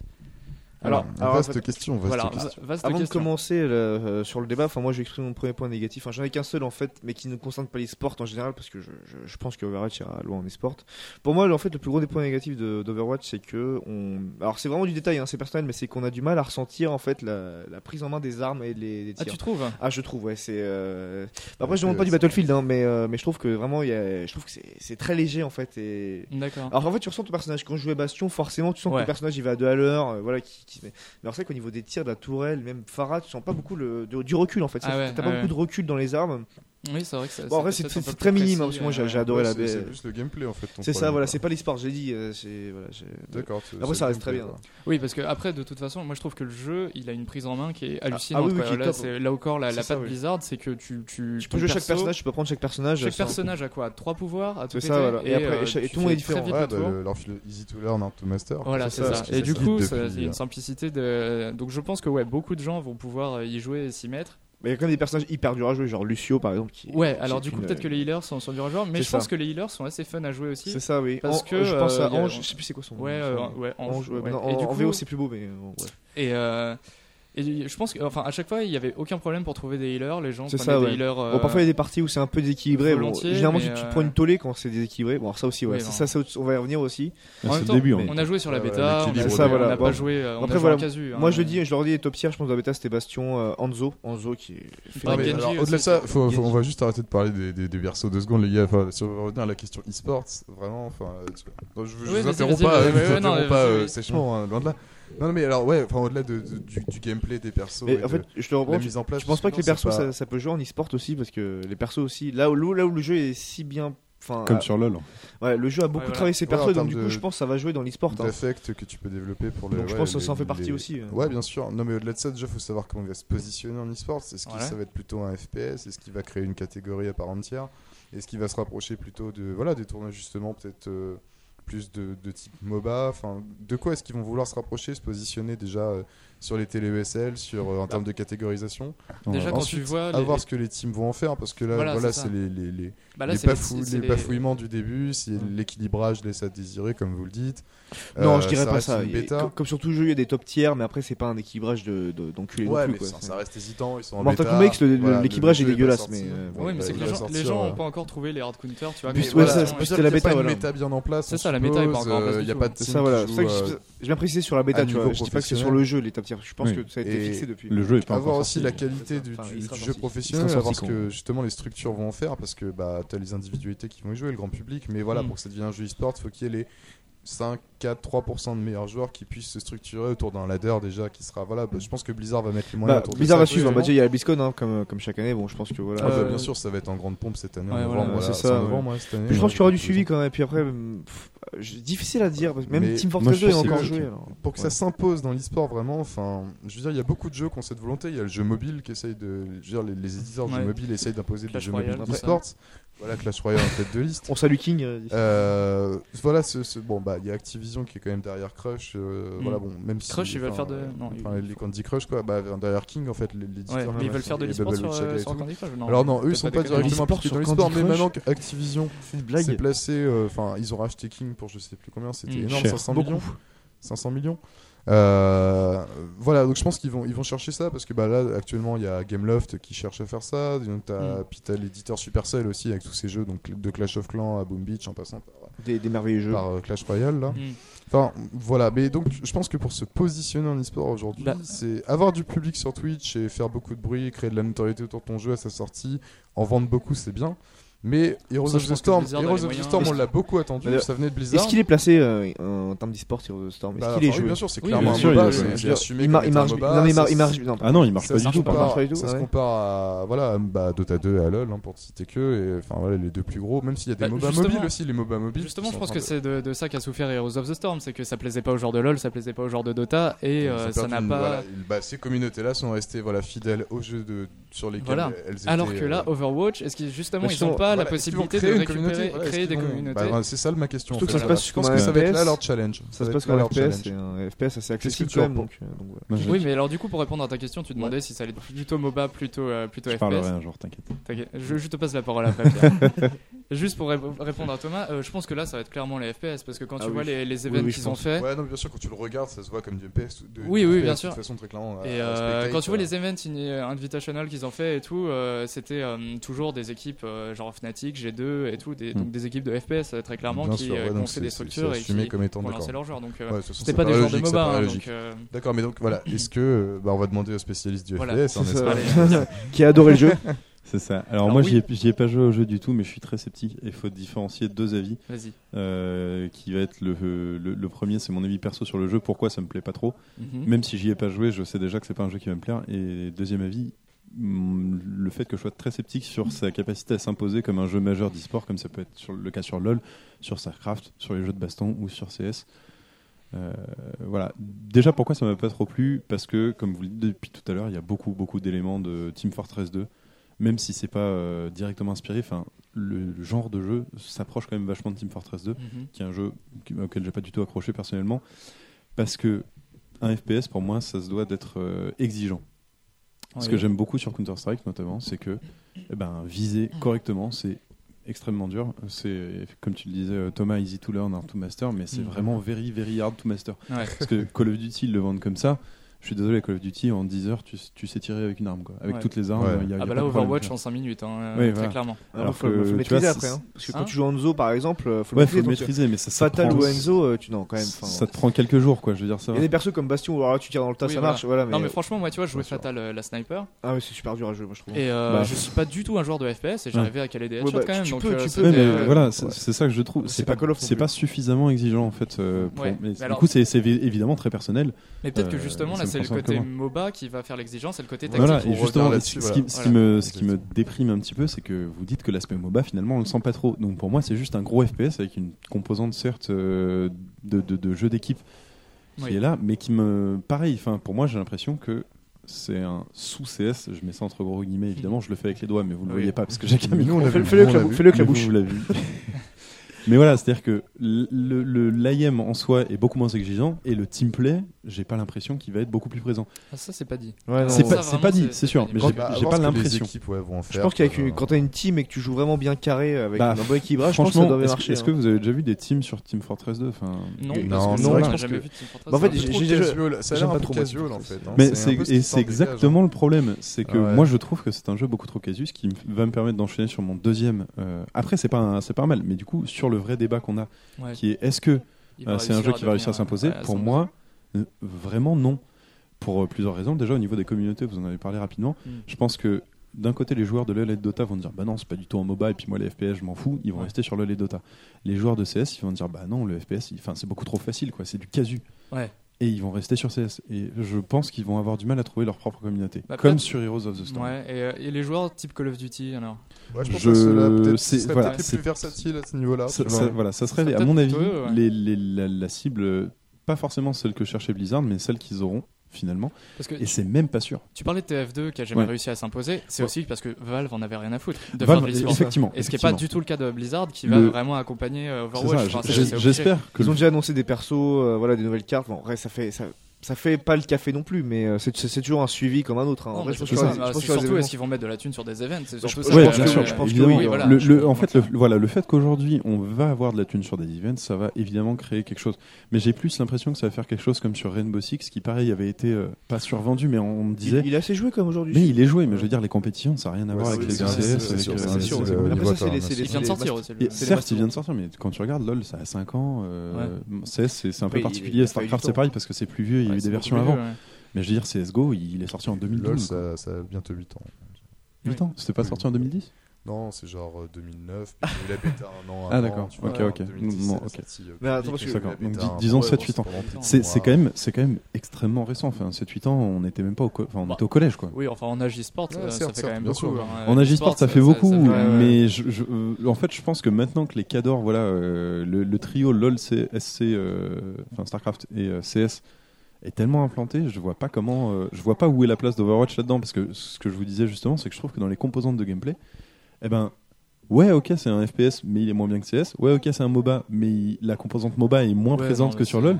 [SPEAKER 2] Alors,
[SPEAKER 4] Alors, alors,
[SPEAKER 2] vaste
[SPEAKER 4] en fait,
[SPEAKER 2] question, vaste
[SPEAKER 1] voilà
[SPEAKER 2] question.
[SPEAKER 1] va- vaste
[SPEAKER 4] Avant de
[SPEAKER 1] question
[SPEAKER 4] commencer le- euh, sur le débat, enfin moi je vais exprimer mon premier point négatif. Enfin, j'en ai qu'un seul en fait, mais qui ne concerne pas les sports en général, parce que je, je- je pense que Overwatch ira loin en esport. Pour moi, en fait, le plus gros des points négatifs de- d'Overwatch, c'est que on. Alors c'est vraiment du détail, hein, c'est personnel, mais c'est qu'on a du mal à ressentir en fait la, la prise en main des armes et les, des
[SPEAKER 1] ah
[SPEAKER 4] tirs.
[SPEAKER 1] tu trouves
[SPEAKER 4] Ah, je trouve, ouais, c'est. euh, Après, je
[SPEAKER 2] Ouais,
[SPEAKER 4] demande
[SPEAKER 2] c'est-
[SPEAKER 4] pas du Battlefield, hein, mais, euh, mais je trouve que vraiment, il y a... je trouve que c'est- c'est très léger en fait. Et...
[SPEAKER 1] D'accord.
[SPEAKER 4] Alors en fait, tu ressens ton personnage. Quand je jouais Bastion, forcément, tu sens
[SPEAKER 1] Hein. Ouais.
[SPEAKER 4] que ton personnage il va à deux à l'heure, euh, voilà. Qui, qui... Mais alors c'est vrai qu'au niveau des tirs, de la tourelle, même Farah, tu sens pas beaucoup le... de- du recul en fait.
[SPEAKER 1] Ah
[SPEAKER 4] Ça,
[SPEAKER 1] ouais, ah
[SPEAKER 4] T'as pas
[SPEAKER 1] ouais.
[SPEAKER 4] beaucoup de recul dans les armes.
[SPEAKER 1] Oui, c'est vrai que ça.
[SPEAKER 4] Bon, en vrai,
[SPEAKER 1] c'est
[SPEAKER 4] c'est
[SPEAKER 1] peut-être un peu
[SPEAKER 4] c'est
[SPEAKER 1] plus
[SPEAKER 4] très minime, hein,
[SPEAKER 1] précis,
[SPEAKER 4] parce que moi
[SPEAKER 1] euh,
[SPEAKER 4] j'ai j'ai adoré
[SPEAKER 2] Ouais,
[SPEAKER 4] la
[SPEAKER 2] c'est- C'est
[SPEAKER 4] BA.
[SPEAKER 2] plus le gameplay en fait. ton
[SPEAKER 4] C'est ça,
[SPEAKER 2] problème,
[SPEAKER 4] voilà,
[SPEAKER 2] quoi.
[SPEAKER 4] c'est pas l'e-sport, j'ai dit. euh, c'est- voilà, j'ai-
[SPEAKER 2] D'accord. c'est-
[SPEAKER 4] Après,
[SPEAKER 2] c'est
[SPEAKER 4] ça
[SPEAKER 2] le
[SPEAKER 4] reste très
[SPEAKER 2] gameplay,
[SPEAKER 4] bien. hein.
[SPEAKER 2] quoi.
[SPEAKER 1] Oui, parce que après, de toute façon, moi je trouve que le jeu, il a une prise en main qui est hallucinante.
[SPEAKER 4] ah oui, oui,
[SPEAKER 1] quoi.
[SPEAKER 4] qui est
[SPEAKER 1] là,
[SPEAKER 4] top.
[SPEAKER 1] c'est- là encore, la,
[SPEAKER 4] C'est
[SPEAKER 1] la
[SPEAKER 4] ça,
[SPEAKER 1] patte
[SPEAKER 4] oui.
[SPEAKER 1] Blizzard, c'est que tu, tu,
[SPEAKER 4] Tu peux jouer chaque personnage, tu peux prendre chaque personnage.
[SPEAKER 1] Chaque
[SPEAKER 4] sans-
[SPEAKER 1] personnage a quoi Trois pouvoirs à tout
[SPEAKER 4] C'est ça,
[SPEAKER 1] péter, euh,
[SPEAKER 4] voilà. Et après, et chaque- et
[SPEAKER 1] tu
[SPEAKER 4] tout le monde est
[SPEAKER 1] fais très
[SPEAKER 4] différent.
[SPEAKER 1] vite
[SPEAKER 2] Ouais,
[SPEAKER 1] le
[SPEAKER 2] bah,
[SPEAKER 1] tour.
[SPEAKER 2] le- leur philo- easy to learn, hard to master.
[SPEAKER 1] Voilà, c'est hein.
[SPEAKER 4] ça,
[SPEAKER 1] ça.
[SPEAKER 2] ce qui
[SPEAKER 1] Et du
[SPEAKER 2] s'explique
[SPEAKER 1] coup,
[SPEAKER 2] depuis,
[SPEAKER 1] ça- il y a
[SPEAKER 2] euh,
[SPEAKER 1] une simplicité de. Donc, je pense que ouais, beaucoup de gens vont pouvoir euh, y jouer et s'y mettre.
[SPEAKER 4] Mais il y a quand même des personnages hyper durs à jouer, genre Lucio par exemple. Qui...
[SPEAKER 1] Ouais,
[SPEAKER 4] qui
[SPEAKER 1] alors
[SPEAKER 4] est
[SPEAKER 1] du coup,
[SPEAKER 4] une-
[SPEAKER 1] peut-être que les healers sont, sont durs à jouer, mais
[SPEAKER 4] C'est
[SPEAKER 1] je pense
[SPEAKER 4] ça.
[SPEAKER 1] que les healers sont assez fun à jouer aussi.
[SPEAKER 4] C'est ça, oui.
[SPEAKER 1] Parce
[SPEAKER 4] En-
[SPEAKER 1] que,
[SPEAKER 4] je pense
[SPEAKER 1] euh,
[SPEAKER 4] à
[SPEAKER 1] il y a-
[SPEAKER 4] Ange, je sais plus c'est quoi son nom.
[SPEAKER 1] Ouais, euh,
[SPEAKER 4] son-
[SPEAKER 1] ouais, en,
[SPEAKER 4] Ange, ouais,
[SPEAKER 1] ouais.
[SPEAKER 4] non,
[SPEAKER 1] Et
[SPEAKER 4] en,
[SPEAKER 1] du
[SPEAKER 4] en
[SPEAKER 1] coup-
[SPEAKER 4] VO c'est plus beau, mais euh, bon, ouais.
[SPEAKER 1] Et, euh, et je pense que, enfin, à chaque fois, il y avait aucun problème pour trouver des healers. Les gens
[SPEAKER 4] C'est
[SPEAKER 1] prenaient
[SPEAKER 4] ça,
[SPEAKER 1] des
[SPEAKER 4] ouais.
[SPEAKER 1] healers. euh,
[SPEAKER 4] Bon, parfois il y a des parties où c'est un peu déséquilibré. Bon,
[SPEAKER 1] volontiers,
[SPEAKER 4] généralement,
[SPEAKER 1] mais,
[SPEAKER 4] tu, tu te
[SPEAKER 1] euh,
[SPEAKER 4] prends une tollée quand c'est déséquilibré. Bon, alors ça aussi, ouais.
[SPEAKER 1] Oui,
[SPEAKER 4] ça,
[SPEAKER 1] non.
[SPEAKER 4] ça, ça, on va y revenir aussi.
[SPEAKER 1] En
[SPEAKER 3] C'est
[SPEAKER 1] même
[SPEAKER 3] le
[SPEAKER 1] temps,
[SPEAKER 3] début. hein.
[SPEAKER 4] mais-
[SPEAKER 1] On a joué sur la
[SPEAKER 2] Ouais,
[SPEAKER 1] bêta, on
[SPEAKER 2] l'équilibre
[SPEAKER 1] a,
[SPEAKER 4] des- Ça,
[SPEAKER 1] on a
[SPEAKER 4] voilà.
[SPEAKER 1] pas
[SPEAKER 4] Bon.
[SPEAKER 1] joué, euh, on
[SPEAKER 4] Après,
[SPEAKER 1] a joué
[SPEAKER 4] voilà.
[SPEAKER 1] en casu. hein.
[SPEAKER 4] Moi, je dis, je leur dis les top tiers, je pense, dans la bêta, c'était Bastion, euh, Anzo. Anzo qui est.
[SPEAKER 1] Ouais,
[SPEAKER 2] Non,
[SPEAKER 1] Bah,
[SPEAKER 2] mais
[SPEAKER 1] Genji
[SPEAKER 2] alors,
[SPEAKER 1] aussi,
[SPEAKER 2] Au-delà de ça,
[SPEAKER 1] c'est-
[SPEAKER 2] faut- faut-
[SPEAKER 4] Genji.
[SPEAKER 2] on va juste arrêter de parler des, des, des berceaux deux secondes, les gars. Enfin, si on veut revenir à la question e-sports, vraiment, enfin, euh, tu vois. Non, je, je
[SPEAKER 1] Oui,
[SPEAKER 2] vous
[SPEAKER 1] vas-y,
[SPEAKER 2] interromps
[SPEAKER 1] vas-y,
[SPEAKER 2] pas,
[SPEAKER 1] vas-y,
[SPEAKER 2] euh, je
[SPEAKER 1] ouais,
[SPEAKER 2] vous
[SPEAKER 1] ouais, non,
[SPEAKER 2] interromps
[SPEAKER 1] mais
[SPEAKER 2] pas
[SPEAKER 1] vas-y,
[SPEAKER 2] euh,
[SPEAKER 1] vas-y.
[SPEAKER 2] sèchement, hein, loin de là. Non, non, mais alors, ouais, enfin, au-delà de, de- du, du gameplay des persos, et
[SPEAKER 4] Mais en
[SPEAKER 2] de
[SPEAKER 4] fait, je te
[SPEAKER 2] la
[SPEAKER 4] reprends.
[SPEAKER 2] mise en place.
[SPEAKER 4] Je pense pas que les
[SPEAKER 2] sinon, c'est
[SPEAKER 4] persos, ça, ça peut jouer en e-sport aussi, parce que les persos aussi, là où, là où le jeu est si bien. Enfin,
[SPEAKER 3] Comme
[SPEAKER 4] ah,
[SPEAKER 3] sur LoL.
[SPEAKER 4] ouais, le jeu a beaucoup
[SPEAKER 1] voilà.
[SPEAKER 4] travaillé ses
[SPEAKER 2] Ouais, en
[SPEAKER 4] persos, donc
[SPEAKER 2] termes
[SPEAKER 4] du coup,
[SPEAKER 2] de-
[SPEAKER 4] je pense que ça va jouer dans l'e-sport. hein.
[SPEAKER 2] d'affect que tu peux développer pour le.
[SPEAKER 4] Donc je
[SPEAKER 2] ouais,
[SPEAKER 4] pense que
[SPEAKER 2] les-
[SPEAKER 4] ça en fait partie
[SPEAKER 2] les-
[SPEAKER 4] aussi. hein.
[SPEAKER 2] Ouais, bien sûr. Non, mais au-delà de ça, déjà, faut savoir comment il va se positionner en e-sport. Est-ce que
[SPEAKER 1] Ouais.
[SPEAKER 2] ça va être plutôt un FPS Est-ce qu'il va créer une catégorie à part entière Est-ce qu'il va se rapprocher plutôt de voilà des tournois justement peut-être euh, plus de, de type MOBA enfin, De quoi est-ce qu'ils vont vouloir se rapprocher, se positionner déjà euh, sur les télé-ESL, sur, euh, en
[SPEAKER 4] Bah.
[SPEAKER 2] termes de catégorisation
[SPEAKER 1] Déjà, quand
[SPEAKER 2] Ensuite,
[SPEAKER 1] tu vois.
[SPEAKER 2] À
[SPEAKER 1] les-
[SPEAKER 2] voir ce que les teams vont en faire, parce que là,
[SPEAKER 1] Voilà,
[SPEAKER 2] voilà,
[SPEAKER 1] c'est
[SPEAKER 2] c'est
[SPEAKER 1] ça.
[SPEAKER 2] les, les, les-
[SPEAKER 1] bah là,
[SPEAKER 2] les
[SPEAKER 1] c'est les-
[SPEAKER 2] bafou-
[SPEAKER 1] c'est
[SPEAKER 2] les bafouillements du début, c'est l'équilibrage laisse à désirer, comme vous le dites.
[SPEAKER 4] Non,
[SPEAKER 2] Euh,
[SPEAKER 4] je dirais pas
[SPEAKER 2] reste
[SPEAKER 4] ça.
[SPEAKER 2] une
[SPEAKER 4] Il y a-
[SPEAKER 2] bêta.
[SPEAKER 4] Comme, comme sur tout jeu, il y a des top tiers, mais après, c'est pas un équilibrage de- de- d'enculé
[SPEAKER 2] Ouais,
[SPEAKER 4] non
[SPEAKER 2] mais
[SPEAKER 4] plus.
[SPEAKER 2] ça,
[SPEAKER 4] quoi.
[SPEAKER 2] ça reste hésitant, ils sont en
[SPEAKER 4] Mortal
[SPEAKER 2] bêta.
[SPEAKER 4] Kombat X, le- le-
[SPEAKER 2] Voilà, le-
[SPEAKER 4] l'équilibrage
[SPEAKER 2] le
[SPEAKER 4] est
[SPEAKER 2] jeu
[SPEAKER 4] dégueulasse,
[SPEAKER 2] pas
[SPEAKER 4] mais, euh,
[SPEAKER 2] sorti.
[SPEAKER 1] Oui, mais c'est que les
[SPEAKER 2] il va
[SPEAKER 1] gens, les
[SPEAKER 2] sortir,
[SPEAKER 1] gens
[SPEAKER 2] euh,
[SPEAKER 1] n'ont pas encore trouvé les hard counter, tu vois.
[SPEAKER 4] Puis,
[SPEAKER 1] mais
[SPEAKER 4] ouais,
[SPEAKER 1] voilà,
[SPEAKER 4] ça,
[SPEAKER 1] ils
[SPEAKER 4] c'est
[SPEAKER 1] ont-
[SPEAKER 4] parce que la
[SPEAKER 2] Il y a
[SPEAKER 4] bêta,
[SPEAKER 2] pas une
[SPEAKER 4] voilà.
[SPEAKER 2] méta bien en place.
[SPEAKER 1] C'est
[SPEAKER 2] on
[SPEAKER 1] ça, la méta est pas
[SPEAKER 2] suppose,
[SPEAKER 1] encore en place
[SPEAKER 2] euh,
[SPEAKER 1] du
[SPEAKER 2] Il n'y a
[SPEAKER 1] tout,
[SPEAKER 2] pas de
[SPEAKER 4] C'est
[SPEAKER 2] team
[SPEAKER 4] ça, voilà.
[SPEAKER 2] qui
[SPEAKER 4] C'est
[SPEAKER 2] joue,
[SPEAKER 4] vrai que
[SPEAKER 2] euh,
[SPEAKER 4] c'est- Je viens préciser sur la bêta,
[SPEAKER 2] à
[SPEAKER 4] tu vois.
[SPEAKER 2] niveau
[SPEAKER 4] Je dis pas que c'est
[SPEAKER 2] professionnel.
[SPEAKER 4] sur le jeu, les top tiers. Je pense
[SPEAKER 3] Oui.
[SPEAKER 4] que ça a été
[SPEAKER 2] Et
[SPEAKER 4] fixé depuis. Bah,
[SPEAKER 3] Le jeu est pas
[SPEAKER 2] avoir
[SPEAKER 3] encore
[SPEAKER 2] aussi la
[SPEAKER 3] sorti.
[SPEAKER 2] qualité
[SPEAKER 4] Enfin,
[SPEAKER 2] du,
[SPEAKER 4] il
[SPEAKER 2] du-
[SPEAKER 4] sera
[SPEAKER 2] du jeu
[SPEAKER 4] sorti.
[SPEAKER 2] professionnel,
[SPEAKER 6] Il sera
[SPEAKER 2] voir
[SPEAKER 6] sorti
[SPEAKER 2] ce que justement les structures vont en faire, parce que bah, tu as les individualités qui vont y jouer, le grand public, mais voilà,
[SPEAKER 1] Mm.
[SPEAKER 2] pour que ça devienne un jeu e-sport, faut qu'il y ait les 5, 4, 3% de meilleurs joueurs qui puissent se structurer autour d'un ladder déjà qui sera. Voilà, bah, je pense que Blizzard va mettre les moyens
[SPEAKER 4] Bah,
[SPEAKER 2] autour de
[SPEAKER 4] bizarre
[SPEAKER 2] ça.
[SPEAKER 4] à suivre.
[SPEAKER 1] oui,
[SPEAKER 4] Bah, déjà, il y a la BlizzCon, hein, comme, comme chaque année. Bon, je pense que voilà.
[SPEAKER 2] Ah, bah,
[SPEAKER 1] Euh,
[SPEAKER 2] bien sûr, ça va être en grande pompe cette année, en
[SPEAKER 1] ouais, voilà,
[SPEAKER 2] novembre,
[SPEAKER 1] ouais,
[SPEAKER 2] voilà,
[SPEAKER 4] c'est
[SPEAKER 2] c'est
[SPEAKER 4] ça,
[SPEAKER 2] en novembre, ouais, cette année.
[SPEAKER 4] Puis je pense
[SPEAKER 2] ouais,
[SPEAKER 4] qu'il y aura du
[SPEAKER 2] tous les
[SPEAKER 4] suivi
[SPEAKER 2] ans.
[SPEAKER 4] quand même. Et puis après, hum, pff, je- difficile à dire. parce que Même
[SPEAKER 2] Mais
[SPEAKER 4] Team
[SPEAKER 3] moi,
[SPEAKER 4] Fortress
[SPEAKER 3] je
[SPEAKER 4] 2 est
[SPEAKER 3] pense que-
[SPEAKER 4] encore joué. alors.
[SPEAKER 2] Pour que ça s'impose dans l'e-sport vraiment, enfin, je veux dire, il y a beaucoup de jeux qui ont cette volonté. Il y a le jeu mobile qui essaye de. Je veux dire, les, les éditeurs de
[SPEAKER 1] Ouais.
[SPEAKER 2] jeux mobile essayent d'imposer des
[SPEAKER 1] Clash
[SPEAKER 2] jeux
[SPEAKER 1] Royale,
[SPEAKER 2] mobiles
[SPEAKER 1] tout ça.
[SPEAKER 2] e-sport. Voilà, Clash Royale en tête de liste.
[SPEAKER 4] On salue King. euh,
[SPEAKER 2] Euh, voilà, ce, ce- bon bah il y a Activision qui est quand même derrière Crush. euh,
[SPEAKER 1] Mm.
[SPEAKER 2] Voilà bon, même si
[SPEAKER 1] Crush, ils veulent faire
[SPEAKER 2] enfin,
[SPEAKER 1] de. Non, ils-
[SPEAKER 2] enfin, les Candy Crush quoi, bah derrière King en fait les l'éditeur,
[SPEAKER 1] Ouais, mais ils veulent faire de
[SPEAKER 2] et
[SPEAKER 1] l'e-sport
[SPEAKER 2] Bubble
[SPEAKER 1] sur,
[SPEAKER 2] Checker
[SPEAKER 1] euh,
[SPEAKER 2] et
[SPEAKER 1] sur
[SPEAKER 2] tout.
[SPEAKER 1] Candy Crush. Non,
[SPEAKER 2] Alors non, eux ils
[SPEAKER 1] peut-être
[SPEAKER 2] sont
[SPEAKER 1] pas
[SPEAKER 2] pas
[SPEAKER 1] déconner.
[SPEAKER 2] directement
[SPEAKER 6] L'e-sport
[SPEAKER 2] impliqués
[SPEAKER 6] sur
[SPEAKER 2] dans l'e-sport,
[SPEAKER 6] Candy
[SPEAKER 2] mais
[SPEAKER 6] Crush
[SPEAKER 2] maintenant qu'Activision
[SPEAKER 6] C'est une
[SPEAKER 2] s'est
[SPEAKER 6] blague.
[SPEAKER 2] placé, euh, enfin ils ont racheté King pour je sais plus combien, c'était
[SPEAKER 1] Mm.
[SPEAKER 2] énorme,
[SPEAKER 3] Cher.
[SPEAKER 2] 500 millions. 500 millions. Euh, voilà, donc je pense qu'ils vont, ils vont chercher ça parce que bah, là actuellement il y a Gameloft qui cherche à faire ça. Donc t'as,
[SPEAKER 1] Mm.
[SPEAKER 2] Puis t'as l'éditeur Supercell aussi avec tous ces jeux, donc de Clash of Clans à Boom Beach en passant par
[SPEAKER 4] Des, des merveilleux jeux.
[SPEAKER 2] par euh, Clash Royale là.
[SPEAKER 1] Mm.
[SPEAKER 2] Enfin voilà, mais donc je pense que pour se positionner en e-sport aujourd'hui,
[SPEAKER 1] Bah.
[SPEAKER 2] c'est avoir du public sur Twitch et faire beaucoup de bruit, créer de la notoriété autour de ton jeu à sa sortie, en vendre beaucoup c'est bien. Mais Heroes
[SPEAKER 1] Ça, je
[SPEAKER 2] of
[SPEAKER 1] pense
[SPEAKER 2] the
[SPEAKER 1] que
[SPEAKER 2] Storm,
[SPEAKER 1] Blizzard a
[SPEAKER 2] Heroes
[SPEAKER 1] les
[SPEAKER 2] of the
[SPEAKER 1] moyens.
[SPEAKER 2] Storm on l'a beaucoup attendu,
[SPEAKER 4] Bah,
[SPEAKER 2] ça venait de
[SPEAKER 4] Est-ce
[SPEAKER 2] Blizzard.
[SPEAKER 4] qu'il est placé euh, en termes d'e-sport sur le Storm Est-ce
[SPEAKER 2] Bah,
[SPEAKER 4] qu'il est
[SPEAKER 2] enfin, oui,
[SPEAKER 4] joué
[SPEAKER 2] bien sûr, c'est
[SPEAKER 1] Oui,
[SPEAKER 2] clairement
[SPEAKER 1] bien
[SPEAKER 2] un
[SPEAKER 1] sûr,
[SPEAKER 2] MOBA,
[SPEAKER 1] il-
[SPEAKER 2] c'est-
[SPEAKER 1] ouais.
[SPEAKER 2] c'est assumé
[SPEAKER 4] il,
[SPEAKER 2] comme
[SPEAKER 4] mar- il
[SPEAKER 2] étant un
[SPEAKER 4] marche,
[SPEAKER 2] MOBA,
[SPEAKER 4] non, mais il mar-
[SPEAKER 2] ça-
[SPEAKER 4] il marche, non,
[SPEAKER 3] Ah non, il marche
[SPEAKER 2] ça
[SPEAKER 3] pas
[SPEAKER 2] se
[SPEAKER 3] du tout.
[SPEAKER 2] compare-
[SPEAKER 4] pardon. Marche pas du tout,
[SPEAKER 2] ça se
[SPEAKER 4] ouais.
[SPEAKER 2] compare à, voilà, bah, Dota 2 à LoL, hein, pour ne citer que, et, enfin voilà, les deux plus gros, même s'il y a des
[SPEAKER 1] Bah,
[SPEAKER 2] MOBA
[SPEAKER 1] justement-
[SPEAKER 2] mobiles aussi, les MOBA mobiles.
[SPEAKER 1] Justement,
[SPEAKER 2] qui
[SPEAKER 1] je
[SPEAKER 2] sont
[SPEAKER 1] pense
[SPEAKER 2] en
[SPEAKER 1] que
[SPEAKER 2] train de-
[SPEAKER 1] c'est de, de ça qu'a souffert Heroes of the Storm, c'est que ça plaisait pas aux joueurs de LoL, ça plaisait pas aux joueurs de Dota, et
[SPEAKER 2] Ils ont
[SPEAKER 1] euh,
[SPEAKER 2] perdu
[SPEAKER 1] ça n'a
[SPEAKER 2] une-
[SPEAKER 1] pas.
[SPEAKER 2] voilà, il- bah, ces communautés-là sont restées voilà, fidèles aux jeux de, sur lesquels
[SPEAKER 1] Voilà.
[SPEAKER 2] elles étaient.
[SPEAKER 1] Alors que là,
[SPEAKER 2] euh,
[SPEAKER 1] Overwatch, est-ce qu'ils justement ils
[SPEAKER 4] Bah,
[SPEAKER 1] n'ont
[SPEAKER 4] justement,
[SPEAKER 1] pas
[SPEAKER 2] voilà,
[SPEAKER 1] la
[SPEAKER 2] est-ce qu'ils vont
[SPEAKER 1] possibilité de
[SPEAKER 2] créer
[SPEAKER 1] récupérer,
[SPEAKER 2] une communauté Voilà,
[SPEAKER 1] créer
[SPEAKER 2] est-ce
[SPEAKER 1] des
[SPEAKER 2] qu'ils vont-
[SPEAKER 1] communautés
[SPEAKER 2] Bah, c'est ça ma question. en
[SPEAKER 4] Surtout
[SPEAKER 2] fait.
[SPEAKER 4] que ça se passe
[SPEAKER 2] Je
[SPEAKER 4] comme
[SPEAKER 2] pense
[SPEAKER 4] un
[SPEAKER 2] que ça va être
[SPEAKER 4] FPS.
[SPEAKER 2] là leur challenge.
[SPEAKER 4] Ça se
[SPEAKER 2] va
[SPEAKER 4] passe
[SPEAKER 2] être là
[SPEAKER 4] comme un
[SPEAKER 2] leur
[SPEAKER 4] FPS,
[SPEAKER 2] challenge.
[SPEAKER 4] c'est un FPS assez accessible
[SPEAKER 2] que tu
[SPEAKER 4] quand même.
[SPEAKER 2] reprends
[SPEAKER 4] Donc, euh, donc voilà.
[SPEAKER 3] Moi, je-
[SPEAKER 1] Oui, mais alors du coup, pour répondre à ta question, tu demandais si ça allait être plutôt MOBA, plutôt, euh, plutôt
[SPEAKER 3] Je
[SPEAKER 1] FPS.
[SPEAKER 3] parlerai un jour, t'inquiète.
[SPEAKER 1] T'inquiète, je, je te passe la parole après. Pierre. Juste pour rép- répondre à Thomas, euh, je pense que là, ça va être clairement les FPS parce que quand
[SPEAKER 4] Ah
[SPEAKER 1] tu
[SPEAKER 4] oui.
[SPEAKER 1] vois les, les
[SPEAKER 4] Oui,
[SPEAKER 1] events
[SPEAKER 4] oui, je
[SPEAKER 1] qu'ils ont
[SPEAKER 4] pense.
[SPEAKER 1] fait.
[SPEAKER 2] Ouais, non, bien sûr, quand tu le regardes, ça se voit comme du FPS. de-
[SPEAKER 1] Oui,
[SPEAKER 2] du
[SPEAKER 1] oui,
[SPEAKER 2] FPS,
[SPEAKER 1] bien
[SPEAKER 2] de
[SPEAKER 1] sûr.
[SPEAKER 2] toute façon, très clairement. à-
[SPEAKER 1] Et
[SPEAKER 2] à
[SPEAKER 1] euh,
[SPEAKER 2] spectate,
[SPEAKER 1] quand tu vois
[SPEAKER 2] euh,
[SPEAKER 1] les events in- euh, invitational qu'ils ont fait et tout, euh, c'était euh, toujours des équipes euh, genre Fnatic, G2 et tout, des, donc des équipes de FPS euh, très clairement
[SPEAKER 2] bien
[SPEAKER 1] qui,
[SPEAKER 2] sûr,
[SPEAKER 1] euh,
[SPEAKER 2] ouais,
[SPEAKER 1] qui
[SPEAKER 2] donc
[SPEAKER 1] ont fait
[SPEAKER 2] c'est-
[SPEAKER 1] des
[SPEAKER 2] c'est
[SPEAKER 1] structures et
[SPEAKER 2] assumé
[SPEAKER 1] qui
[SPEAKER 2] comme étant
[SPEAKER 1] ont
[SPEAKER 2] d'accord.
[SPEAKER 1] lancé leurs joueurs. Donc euh,
[SPEAKER 2] Ouais, de toute façon,
[SPEAKER 1] c'était
[SPEAKER 2] ça
[SPEAKER 1] pas des
[SPEAKER 2] paraît
[SPEAKER 1] joueurs de
[SPEAKER 2] logique, ça
[SPEAKER 1] MOBA.
[SPEAKER 2] paraît
[SPEAKER 1] hein,
[SPEAKER 2] logique.
[SPEAKER 1] donc, euh,
[SPEAKER 2] D'accord, mais donc voilà, est-ce que. euh, bah, on va demander aux spécialistes du
[SPEAKER 1] Voilà,
[SPEAKER 2] FPS, hein,
[SPEAKER 4] c'est
[SPEAKER 2] n'est-ce
[SPEAKER 4] ça.
[SPEAKER 2] pas
[SPEAKER 1] allez.
[SPEAKER 4] Qui a adoré le jeu.
[SPEAKER 3] C'est ça. Alors,
[SPEAKER 1] Alors
[SPEAKER 3] moi,
[SPEAKER 1] Ah oui.
[SPEAKER 3] j'y ai, j'y ai pas joué au jeu du tout, mais je suis très sceptique. Il faut différencier deux avis.
[SPEAKER 1] Vas-y.
[SPEAKER 3] euh, qui va être le, le- le premier, c'est mon avis perso sur le jeu. Pourquoi ça me plaît pas trop
[SPEAKER 1] Mhm.
[SPEAKER 3] Même si j'y ai pas joué, je sais déjà que c'est pas un jeu qui va me plaire. Et deuxième avis, mm, le fait que je sois très sceptique sur sa capacité à s'imposer comme un jeu majeur d'e-sport, comme ça peut être sur le cas sur LoL, sur StarCraft, sur les jeux de baston ou sur CS. Euh, voilà. Déjà, pourquoi ça m'a pas trop plu Parce que, comme vous le dites depuis tout à l'heure, il y a beaucoup, beaucoup d'éléments de Team Fortress 2. Même si c'est pas euh, directement inspiré, enfin, le, le genre de jeu s'approche quand même vachement de Team Fortress 2
[SPEAKER 1] Mhm.
[SPEAKER 3] qui est un jeu qui- auquel j'ai pas du tout accroché personnellement, parce que un FPS pour moi ça se doit d'être euh, exigeant. Ce
[SPEAKER 1] Oui.
[SPEAKER 3] que j'aime beaucoup sur Counter Strike notamment, c'est que eh ben viser correctement c'est extrêmement dur. C'est comme tu le disais euh, Thomas, easy to learn, hard to master, mais c'est
[SPEAKER 1] Mm.
[SPEAKER 3] vraiment very very hard to master.
[SPEAKER 1] Ouais. Ah
[SPEAKER 3] Parce que Call of Duty ils le vendent comme ça. Je suis désolé, Call of Duty en 10 heures tu, tu sais tirer avec une arme quoi, avec
[SPEAKER 1] Ouais.
[SPEAKER 3] toutes les armes.
[SPEAKER 2] Ouais.
[SPEAKER 3] il y a- il y a
[SPEAKER 1] Ah bah
[SPEAKER 3] pas
[SPEAKER 1] là,
[SPEAKER 3] de problème.
[SPEAKER 1] Overwatch en 5 minutes, hein, euh,
[SPEAKER 3] Oui,
[SPEAKER 1] très
[SPEAKER 3] voilà.
[SPEAKER 1] clairement.
[SPEAKER 4] Alors, faut,
[SPEAKER 3] que,
[SPEAKER 4] faut
[SPEAKER 3] tu
[SPEAKER 4] le
[SPEAKER 3] vois,
[SPEAKER 4] maîtriser
[SPEAKER 3] c'est-
[SPEAKER 4] après. hein. Parce que
[SPEAKER 1] Hein
[SPEAKER 4] quand tu joues Enzo, par exemple, euh, faut le
[SPEAKER 3] Ouais, faut le
[SPEAKER 4] maîtriser. donc,
[SPEAKER 3] maîtriser, mais ça, ça
[SPEAKER 4] Fatal
[SPEAKER 3] prend-
[SPEAKER 4] ou Enzo, euh, tu non quand même. enfin,
[SPEAKER 3] ça te prend quelques jours quoi. Je veux dire ça.
[SPEAKER 4] Il y
[SPEAKER 3] va.
[SPEAKER 4] a des persos comme Bastion où alors là, tu tires dans le tas,
[SPEAKER 1] Oui,
[SPEAKER 4] ça
[SPEAKER 1] voilà.
[SPEAKER 4] marche. Voilà, mais,
[SPEAKER 1] Non mais franchement moi tu vois je jouais
[SPEAKER 4] Bien sûr.
[SPEAKER 1] Fatal euh, la sniper
[SPEAKER 4] ah ouais, c'est super dur à jouer, moi je trouve.
[SPEAKER 1] et euh,
[SPEAKER 3] Bah.
[SPEAKER 1] je suis pas du tout un joueur de FPS et j'arrivais à caler des
[SPEAKER 4] Ouais,
[SPEAKER 1] headshots
[SPEAKER 4] bah,
[SPEAKER 1] quand
[SPEAKER 4] tu-
[SPEAKER 1] même
[SPEAKER 4] tu
[SPEAKER 1] donc
[SPEAKER 4] peux-
[SPEAKER 1] euh,
[SPEAKER 4] tu
[SPEAKER 1] c'était,
[SPEAKER 4] peux,
[SPEAKER 3] Ouais, mais
[SPEAKER 1] euh,
[SPEAKER 3] voilà, c'est
[SPEAKER 4] ouais.
[SPEAKER 3] c'est ça que je trouve.
[SPEAKER 4] C'est pas Call of non
[SPEAKER 3] C'est
[SPEAKER 4] plus.
[SPEAKER 3] pas suffisamment exigeant en fait. euh, pour-
[SPEAKER 1] Ouais.
[SPEAKER 3] mais
[SPEAKER 1] Mais
[SPEAKER 3] du
[SPEAKER 1] alors-
[SPEAKER 3] coup, c'est c'est évi- évidemment très personnel.
[SPEAKER 1] mais peut-être que
[SPEAKER 3] euh,
[SPEAKER 1] justement
[SPEAKER 3] ça
[SPEAKER 1] là
[SPEAKER 3] me
[SPEAKER 1] c'est le
[SPEAKER 3] concerne
[SPEAKER 1] côté
[SPEAKER 3] que
[SPEAKER 1] MOBA qui va faire l'exigence et le côté tactique
[SPEAKER 3] Voilà.
[SPEAKER 2] on
[SPEAKER 3] Et
[SPEAKER 2] revient
[SPEAKER 3] justement, ce,
[SPEAKER 2] là-dessus,
[SPEAKER 3] ce qui,
[SPEAKER 2] voilà.
[SPEAKER 3] ce qui me, ce qui me déprime un petit peu, c'est que vous dites que l'aspect MOBA finalement on le sent pas trop. Donc pour moi, c'est juste un gros FPS avec une composante certes euh, de, de- de jeu d'équipe qui
[SPEAKER 1] Oui.
[SPEAKER 3] est là, mais qui me pareil. Enfin, pour moi, j'ai l'impression que c'est un sous CS. Je mets ça entre gros guillemets. Évidemment, je le fais avec les doigts, mais vous le
[SPEAKER 1] Oui.
[SPEAKER 3] voyez pas parce que j'ai qu'un
[SPEAKER 2] Mais nous, on
[SPEAKER 3] micro.
[SPEAKER 2] l'a
[SPEAKER 4] Fais-
[SPEAKER 2] vu,
[SPEAKER 4] Fais-le
[SPEAKER 2] on
[SPEAKER 4] avec la
[SPEAKER 2] l'a
[SPEAKER 4] bou-
[SPEAKER 2] vu.
[SPEAKER 4] fais-le avec la bouche.
[SPEAKER 3] Vous l'avez vu. Mais voilà, c'est-à-dire que l'IM le, le- l'IM en soi est beaucoup moins exigeant et le team play, j'ai pas l'impression qu'il va être beaucoup plus présent.
[SPEAKER 1] Ah, ça, c'est pas dit.
[SPEAKER 4] Ouais,
[SPEAKER 3] C'est
[SPEAKER 1] non,
[SPEAKER 3] pas,
[SPEAKER 1] ça,
[SPEAKER 3] c'est
[SPEAKER 1] vraiment,
[SPEAKER 3] pas dit,
[SPEAKER 1] c'est-
[SPEAKER 3] c'est sûr,
[SPEAKER 1] c'est
[SPEAKER 3] mais
[SPEAKER 1] pas
[SPEAKER 3] j'ai
[SPEAKER 1] dit.
[SPEAKER 2] Bah, à
[SPEAKER 3] j'ai
[SPEAKER 2] voir
[SPEAKER 3] pas
[SPEAKER 2] ce que
[SPEAKER 3] l'impression.
[SPEAKER 2] Les équipes ouais, vont en faire.
[SPEAKER 4] Je pense qu'avec
[SPEAKER 2] quoi.
[SPEAKER 4] une- quand t'as une team et que tu joues vraiment bien carré avec
[SPEAKER 3] Bah,
[SPEAKER 4] un bon équilibrage, je pense que ça
[SPEAKER 3] Franchement,
[SPEAKER 4] devait
[SPEAKER 3] est-ce
[SPEAKER 4] marcher. hein.
[SPEAKER 3] est-ce que vous avez déjà vu des teams sur Team Fortress 2 enfin,
[SPEAKER 1] Non,
[SPEAKER 4] Non,
[SPEAKER 1] parce que
[SPEAKER 2] non,
[SPEAKER 1] c'est vrai que
[SPEAKER 2] je
[SPEAKER 1] j'ai
[SPEAKER 4] pense
[SPEAKER 1] jamais
[SPEAKER 4] que-
[SPEAKER 1] vu de Team Fortress.
[SPEAKER 4] Bah, en
[SPEAKER 1] C'est
[SPEAKER 4] fait,
[SPEAKER 1] un peu
[SPEAKER 4] j'ai-
[SPEAKER 1] trop-
[SPEAKER 2] Trop
[SPEAKER 4] j'ai-
[SPEAKER 2] casual, Ça a
[SPEAKER 4] j'aime
[SPEAKER 2] l'air un
[SPEAKER 4] pas
[SPEAKER 2] peu
[SPEAKER 4] trop, moi,
[SPEAKER 2] casual
[SPEAKER 4] ce
[SPEAKER 2] en
[SPEAKER 4] truc.
[SPEAKER 2] fait. hein.
[SPEAKER 3] Mais
[SPEAKER 2] un
[SPEAKER 3] c'est
[SPEAKER 2] peu ce
[SPEAKER 3] et
[SPEAKER 2] qui
[SPEAKER 3] c'est
[SPEAKER 2] s'en dégage,
[SPEAKER 3] exactement
[SPEAKER 2] hein.
[SPEAKER 3] le problème, c'est que
[SPEAKER 2] Ouais.
[SPEAKER 3] moi je trouve que c'est un jeu beaucoup trop casus qui me- va me permettre d'enchaîner sur mon deuxième. euh, après c'est pas un- c'est pas mal, mais du coup sur le vrai débat qu'on a,
[SPEAKER 1] Ouais,
[SPEAKER 3] qui est est-ce que
[SPEAKER 1] il va
[SPEAKER 3] euh, c'est un jeu qui va réussir à
[SPEAKER 1] devenir,
[SPEAKER 3] s'imposer
[SPEAKER 1] ouais,
[SPEAKER 3] Pour
[SPEAKER 1] s'imposer.
[SPEAKER 3] moi, euh, vraiment non. Pour euh, plusieurs raisons. Déjà au niveau des communautés, vous en avez parlé rapidement.
[SPEAKER 1] Mm.
[SPEAKER 3] Je pense que d'un côté, les joueurs de LoL et de Dota vont dire bah non, c'est pas du tout un MOBA, et puis moi, les FPS, je m'en fous, ils vont
[SPEAKER 1] Ouais.
[SPEAKER 3] rester sur LoL et E Dota. Les joueurs de CS, ils vont dire bah non, le FPS, il- enfin, c'est beaucoup trop facile, quoi, c'est du casu.
[SPEAKER 1] Ouais.
[SPEAKER 3] Et ils vont rester sur CS. Et je pense qu'ils vont avoir du mal à trouver leur propre communauté.
[SPEAKER 1] Bah,
[SPEAKER 3] comme
[SPEAKER 1] peut-être-
[SPEAKER 3] sur Heroes of the Storm.
[SPEAKER 1] Ouais, et, euh, et les joueurs type Call of Duty, alors
[SPEAKER 2] Ouais, je pense
[SPEAKER 3] Je-
[SPEAKER 2] que cela peut-être
[SPEAKER 3] c'est-
[SPEAKER 2] serait
[SPEAKER 3] voilà,
[SPEAKER 2] peut-être les
[SPEAKER 3] c'est-
[SPEAKER 2] plus versatile à ce niveau-là.
[SPEAKER 3] Ça-
[SPEAKER 2] tu
[SPEAKER 3] ça-
[SPEAKER 2] vois.
[SPEAKER 3] voilà, ça
[SPEAKER 1] Ça
[SPEAKER 3] serait,
[SPEAKER 1] serait
[SPEAKER 3] à mon avis,
[SPEAKER 1] peut-être eux, ouais.
[SPEAKER 3] les- les- la, la cible, euh, pas forcément celle que cherchait Blizzard, mais celle qu'ils auront finalement.
[SPEAKER 1] Parce que
[SPEAKER 3] Et c'est même pas sûr.
[SPEAKER 1] tu parlais de TF2 qui a jamais
[SPEAKER 3] Ouais.
[SPEAKER 1] réussi à s'imposer, c'est
[SPEAKER 3] Ouais.
[SPEAKER 1] aussi parce que Valve en avait rien à foutre de
[SPEAKER 3] Valve,
[SPEAKER 1] faire de l'e-sport.
[SPEAKER 3] effectivement.
[SPEAKER 1] Et ce qui n'est
[SPEAKER 3] effectivement.
[SPEAKER 1] pas du tout le cas de Blizzard qui
[SPEAKER 3] Le-
[SPEAKER 1] va vraiment accompagner euh,
[SPEAKER 3] C'est
[SPEAKER 1] Overwatch.
[SPEAKER 3] ça,
[SPEAKER 1] Enfin,
[SPEAKER 3] j-
[SPEAKER 1] c'est-
[SPEAKER 3] j-
[SPEAKER 1] c'est
[SPEAKER 3] J'espère que
[SPEAKER 4] Ils
[SPEAKER 3] le-
[SPEAKER 4] ont déjà annoncé des persos, euh, voilà, des nouvelles cartes. Bon, ouais, ça fait ça, ça fait pas le café non plus, mais euh, c'est c'est- c'est toujours un suivi comme un autre. hein. En
[SPEAKER 1] Non,
[SPEAKER 4] vrai,
[SPEAKER 1] mais
[SPEAKER 4] je pense
[SPEAKER 1] c'est
[SPEAKER 4] qu'il y aura-
[SPEAKER 1] ça. bah,
[SPEAKER 4] je
[SPEAKER 1] C'est
[SPEAKER 4] pense qu'il y aura des
[SPEAKER 1] surtout,
[SPEAKER 4] événements.
[SPEAKER 1] est-ce qu'ils vont mettre de la thune sur des events C'est surtout
[SPEAKER 4] je
[SPEAKER 1] ça.
[SPEAKER 3] Ouais,
[SPEAKER 4] pense
[SPEAKER 1] euh,
[SPEAKER 3] bien
[SPEAKER 4] que-
[SPEAKER 3] sûr,
[SPEAKER 4] je pense que
[SPEAKER 3] évidemment.
[SPEAKER 4] oui,
[SPEAKER 1] voilà.
[SPEAKER 3] Le- le- en fait, le, voilà, le fait qu'aujourd'hui on va avoir de la thune sur des events, ça va évidemment créer quelque chose. Mais j'ai plus l'impression que ça va faire quelque chose comme sur Rainbow Six, qui pareil avait été euh, pas survendu, mais on, on me disait.
[SPEAKER 4] Il, il a assez joué comme aujourd'hui.
[SPEAKER 3] Mais il est joué, mais je veux dire, les compétitions, ça n'a rien à
[SPEAKER 2] Ouais,
[SPEAKER 3] voir
[SPEAKER 2] c'est-
[SPEAKER 3] avec les
[SPEAKER 2] c'est-
[SPEAKER 3] RTS.
[SPEAKER 2] c'est-
[SPEAKER 3] avec,
[SPEAKER 2] c'est
[SPEAKER 3] euh,
[SPEAKER 2] sûr,
[SPEAKER 3] c'est-
[SPEAKER 2] c'est
[SPEAKER 3] c'est-
[SPEAKER 2] sûr,
[SPEAKER 3] c'est-
[SPEAKER 2] le-
[SPEAKER 3] voilà.
[SPEAKER 2] le-
[SPEAKER 4] Après ça, c'est
[SPEAKER 2] Voilà,
[SPEAKER 4] les-
[SPEAKER 2] quoi,
[SPEAKER 4] c'est les-
[SPEAKER 1] Il vient de
[SPEAKER 4] c'est les-
[SPEAKER 1] sortir aussi.
[SPEAKER 3] Et
[SPEAKER 1] le-
[SPEAKER 4] c'est-
[SPEAKER 3] certes, il vient de sortir, mais quand tu regardes LoL, ça a 5 ans. euh, CS, c'est c'est un peu
[SPEAKER 4] Oui, il-
[SPEAKER 3] particulier.
[SPEAKER 4] il a fallu du
[SPEAKER 3] StarCraft, c'est
[SPEAKER 4] temps.
[SPEAKER 3] pareil parce que c'est plus vieux, il y a
[SPEAKER 1] Ouais,
[SPEAKER 3] eu
[SPEAKER 1] c'est
[SPEAKER 3] des versions
[SPEAKER 1] beaucoup mieux,
[SPEAKER 3] avant.
[SPEAKER 1] ouais.
[SPEAKER 3] Mais je veux dire, CSGO, il est sorti en
[SPEAKER 2] LOL,
[SPEAKER 3] 2012.
[SPEAKER 2] ça, ça a bientôt 8 ans.
[SPEAKER 3] 8 ans, c'était pas
[SPEAKER 2] Oui.
[SPEAKER 3] sorti en 2010
[SPEAKER 2] Non, c'est genre euh, 2009. puis il y a eu la bêta un an
[SPEAKER 3] Ah,
[SPEAKER 2] avant,
[SPEAKER 3] d'accord.
[SPEAKER 2] tu vois,
[SPEAKER 3] Ok,
[SPEAKER 2] en
[SPEAKER 3] ok.
[SPEAKER 2] 2010,
[SPEAKER 3] Non,
[SPEAKER 2] c'est la
[SPEAKER 3] ok.
[SPEAKER 2] sortie, euh,
[SPEAKER 4] Mais attends,
[SPEAKER 2] publique,
[SPEAKER 4] parce que-
[SPEAKER 2] la
[SPEAKER 3] donc,
[SPEAKER 2] bêta,
[SPEAKER 3] dis- disons
[SPEAKER 2] ouais,
[SPEAKER 3] 7-8
[SPEAKER 2] pendant longtemps, hein.
[SPEAKER 3] C'est
[SPEAKER 2] voilà.
[SPEAKER 3] c'est quand même, c'est quand même extrêmement récent. Enfin, 7-8 ans, on était même pas au, co- enfin, on
[SPEAKER 1] Bah.
[SPEAKER 3] était au collège, quoi.
[SPEAKER 1] Oui, enfin en âge e-sport,
[SPEAKER 2] Ouais,
[SPEAKER 1] euh, ça
[SPEAKER 2] certes,
[SPEAKER 1] fait quand même
[SPEAKER 2] bien sûr.
[SPEAKER 1] beaucoup.
[SPEAKER 3] En agi sport, ça fait beaucoup, mais je- je- euh, en fait, je pense que maintenant que les cadors, voilà, euh, le, le trio LoL, C- SC, euh, enfin Starcraft et euh, CS est tellement implanté, je vois pas comment, euh, je vois pas où est la place d'Overwatch là-dedans, parce que ce que je vous disais justement, c'est que je trouve que dans les composantes de gameplay, eh ben, ouais, ok, c'est un FPS, mais il est moins bien que CS. Ouais, ok, c'est un MOBA, mais il- la composante MOBA est moins présente que sur LoL.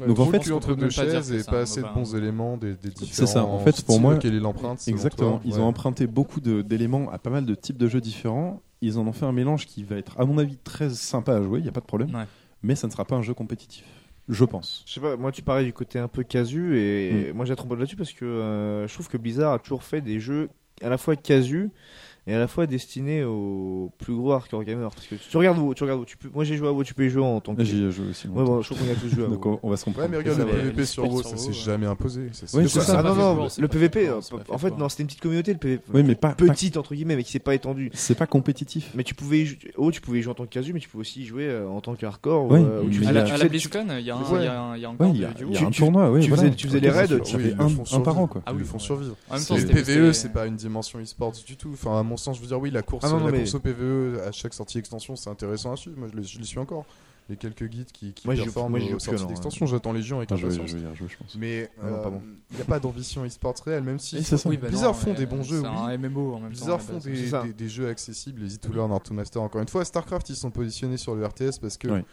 [SPEAKER 2] Ouais,
[SPEAKER 3] Donc, en
[SPEAKER 2] trop
[SPEAKER 3] fait,
[SPEAKER 2] le cul
[SPEAKER 1] je pense qu'on
[SPEAKER 2] entre
[SPEAKER 1] peut
[SPEAKER 2] deux
[SPEAKER 1] même pas dire
[SPEAKER 2] chaises
[SPEAKER 1] que
[SPEAKER 2] et
[SPEAKER 1] c'est
[SPEAKER 2] pas
[SPEAKER 1] un
[SPEAKER 2] assez de
[SPEAKER 1] MOBA.
[SPEAKER 2] bons éléments des, des différents.
[SPEAKER 3] C'est ça, en fait, pour
[SPEAKER 2] styles,
[SPEAKER 3] moi-
[SPEAKER 2] Quelle est l'empreinte selon
[SPEAKER 3] Exactement.
[SPEAKER 2] toi
[SPEAKER 3] Ils
[SPEAKER 2] Ouais.
[SPEAKER 3] ont emprunté beaucoup de- d'éléments à pas mal de types de jeux différents. Ils en ont fait un mélange qui va être, à mon avis, très sympa à jouer. Il n'y a pas de problème.
[SPEAKER 1] Ouais.
[SPEAKER 3] Mais ça ne sera pas un jeu compétitif, je pense.
[SPEAKER 4] Je sais pas, moi tu parlais du côté un peu casu et moi j'ai la trompe là-dessus parce que euh, je trouve que Blizzard a toujours fait des jeux à la fois casu et à la fois destinés aux plus gros hardcore gamers. Parce que tu regardes où, tu regardes où, tu peux, moi j'ai joué à WoW, tu peux y jouer en tant que.
[SPEAKER 3] J'y ai joué aussi.
[SPEAKER 4] Ouais,
[SPEAKER 3] longtemps.
[SPEAKER 4] bon, je trouve qu'on y a tous joué à
[SPEAKER 3] Donc
[SPEAKER 4] WoW.
[SPEAKER 3] on, on va se comprendre.
[SPEAKER 2] Ouais, mais regarde
[SPEAKER 1] Ça
[SPEAKER 2] le
[SPEAKER 1] va,
[SPEAKER 2] PVP
[SPEAKER 1] les
[SPEAKER 2] sur
[SPEAKER 1] specs
[SPEAKER 2] WoW,
[SPEAKER 1] sur
[SPEAKER 2] ça
[SPEAKER 1] WoW,
[SPEAKER 2] s'est
[SPEAKER 1] ouais.
[SPEAKER 2] jamais imposé. c'est
[SPEAKER 3] Ouais,
[SPEAKER 2] sûr.
[SPEAKER 3] c'est ça.
[SPEAKER 4] Ah non,
[SPEAKER 1] pas fait
[SPEAKER 4] non,
[SPEAKER 1] fort, c'est
[SPEAKER 4] le
[SPEAKER 1] pas
[SPEAKER 4] PVP,
[SPEAKER 1] fait fort,
[SPEAKER 4] euh,
[SPEAKER 1] c'est pas fait
[SPEAKER 4] en fait,
[SPEAKER 1] fort.
[SPEAKER 4] non, c'était une petite communauté, le PVP,
[SPEAKER 3] Oui, mais pas. pas-
[SPEAKER 4] petite entre guillemets, mais qui s'est pas étendue.
[SPEAKER 3] C'est pas compétitif.
[SPEAKER 4] Mais tu pouvais, y jou- oh, tu pouvais y jouer en tant que casu, mais tu pouvais aussi y jouer euh, en tant que hardcore.
[SPEAKER 3] Oui,
[SPEAKER 4] ou, euh, ou tu
[SPEAKER 3] mais
[SPEAKER 1] À
[SPEAKER 4] faisais,
[SPEAKER 1] la,
[SPEAKER 4] tu
[SPEAKER 1] à la
[SPEAKER 4] faisais-
[SPEAKER 1] BlizzCon, il y a un,
[SPEAKER 4] Ouais.
[SPEAKER 1] il y a un- il y a
[SPEAKER 3] Ouais,
[SPEAKER 1] encore
[SPEAKER 3] il y
[SPEAKER 1] du
[SPEAKER 3] a,
[SPEAKER 1] duo.
[SPEAKER 3] il y a
[SPEAKER 4] Tu-
[SPEAKER 3] un
[SPEAKER 4] tu-
[SPEAKER 3] tournoi. Ouais,
[SPEAKER 4] tu
[SPEAKER 3] voilà.
[SPEAKER 4] faisais- tu faisais les
[SPEAKER 3] Ok,
[SPEAKER 4] raids,
[SPEAKER 3] c'est
[SPEAKER 4] tu
[SPEAKER 3] sûr.
[SPEAKER 2] faisais-
[SPEAKER 3] Oui, un,
[SPEAKER 2] ils le font
[SPEAKER 3] un par
[SPEAKER 2] sur-
[SPEAKER 3] an, quoi.
[SPEAKER 1] Ah
[SPEAKER 2] Ils
[SPEAKER 1] oui,
[SPEAKER 2] le font survivre.
[SPEAKER 1] En même temps,
[SPEAKER 2] C'est- le
[SPEAKER 1] c'était-
[SPEAKER 2] PVE, E, c'est
[SPEAKER 1] c'était-
[SPEAKER 2] pas une dimension e-sport du tout. Enfin, à mon sens, je veux dire, oui, la course,
[SPEAKER 4] Ah non, non,
[SPEAKER 2] la
[SPEAKER 4] mais-
[SPEAKER 2] course au PVE à chaque sortie extension, c'est intéressant à suivre. Moi, je les, je les suis encore. Les quelques guides qui, qui
[SPEAKER 4] Moi, j'y joue-
[SPEAKER 2] performent
[SPEAKER 4] moi, j'y joue
[SPEAKER 2] aux
[SPEAKER 4] plus,
[SPEAKER 2] sorties
[SPEAKER 4] alors,
[SPEAKER 2] d'extension, j'attends les gens avec
[SPEAKER 3] Enfin, je, vais-
[SPEAKER 2] impatience.
[SPEAKER 3] je vais y rejouer, je pense.
[SPEAKER 2] Mais
[SPEAKER 4] Ah non,
[SPEAKER 2] euh,
[SPEAKER 4] pas bon.
[SPEAKER 2] il n'y a pas d'ambition e-sport réelle, même si
[SPEAKER 3] Et c'est ça.
[SPEAKER 1] Oui, bah non,
[SPEAKER 2] Blizzard font
[SPEAKER 1] mais
[SPEAKER 2] des bons jeux,
[SPEAKER 1] C'est
[SPEAKER 2] oui.
[SPEAKER 1] un MMO en même temps.
[SPEAKER 2] Blizzard
[SPEAKER 1] à la
[SPEAKER 2] font
[SPEAKER 1] base.
[SPEAKER 2] des,
[SPEAKER 4] ça.
[SPEAKER 2] des- des jeux accessibles, les e learn Art to Master. Encore une fois, StarCraft, ils sont positionnés sur le RTS parce que
[SPEAKER 3] Ouais.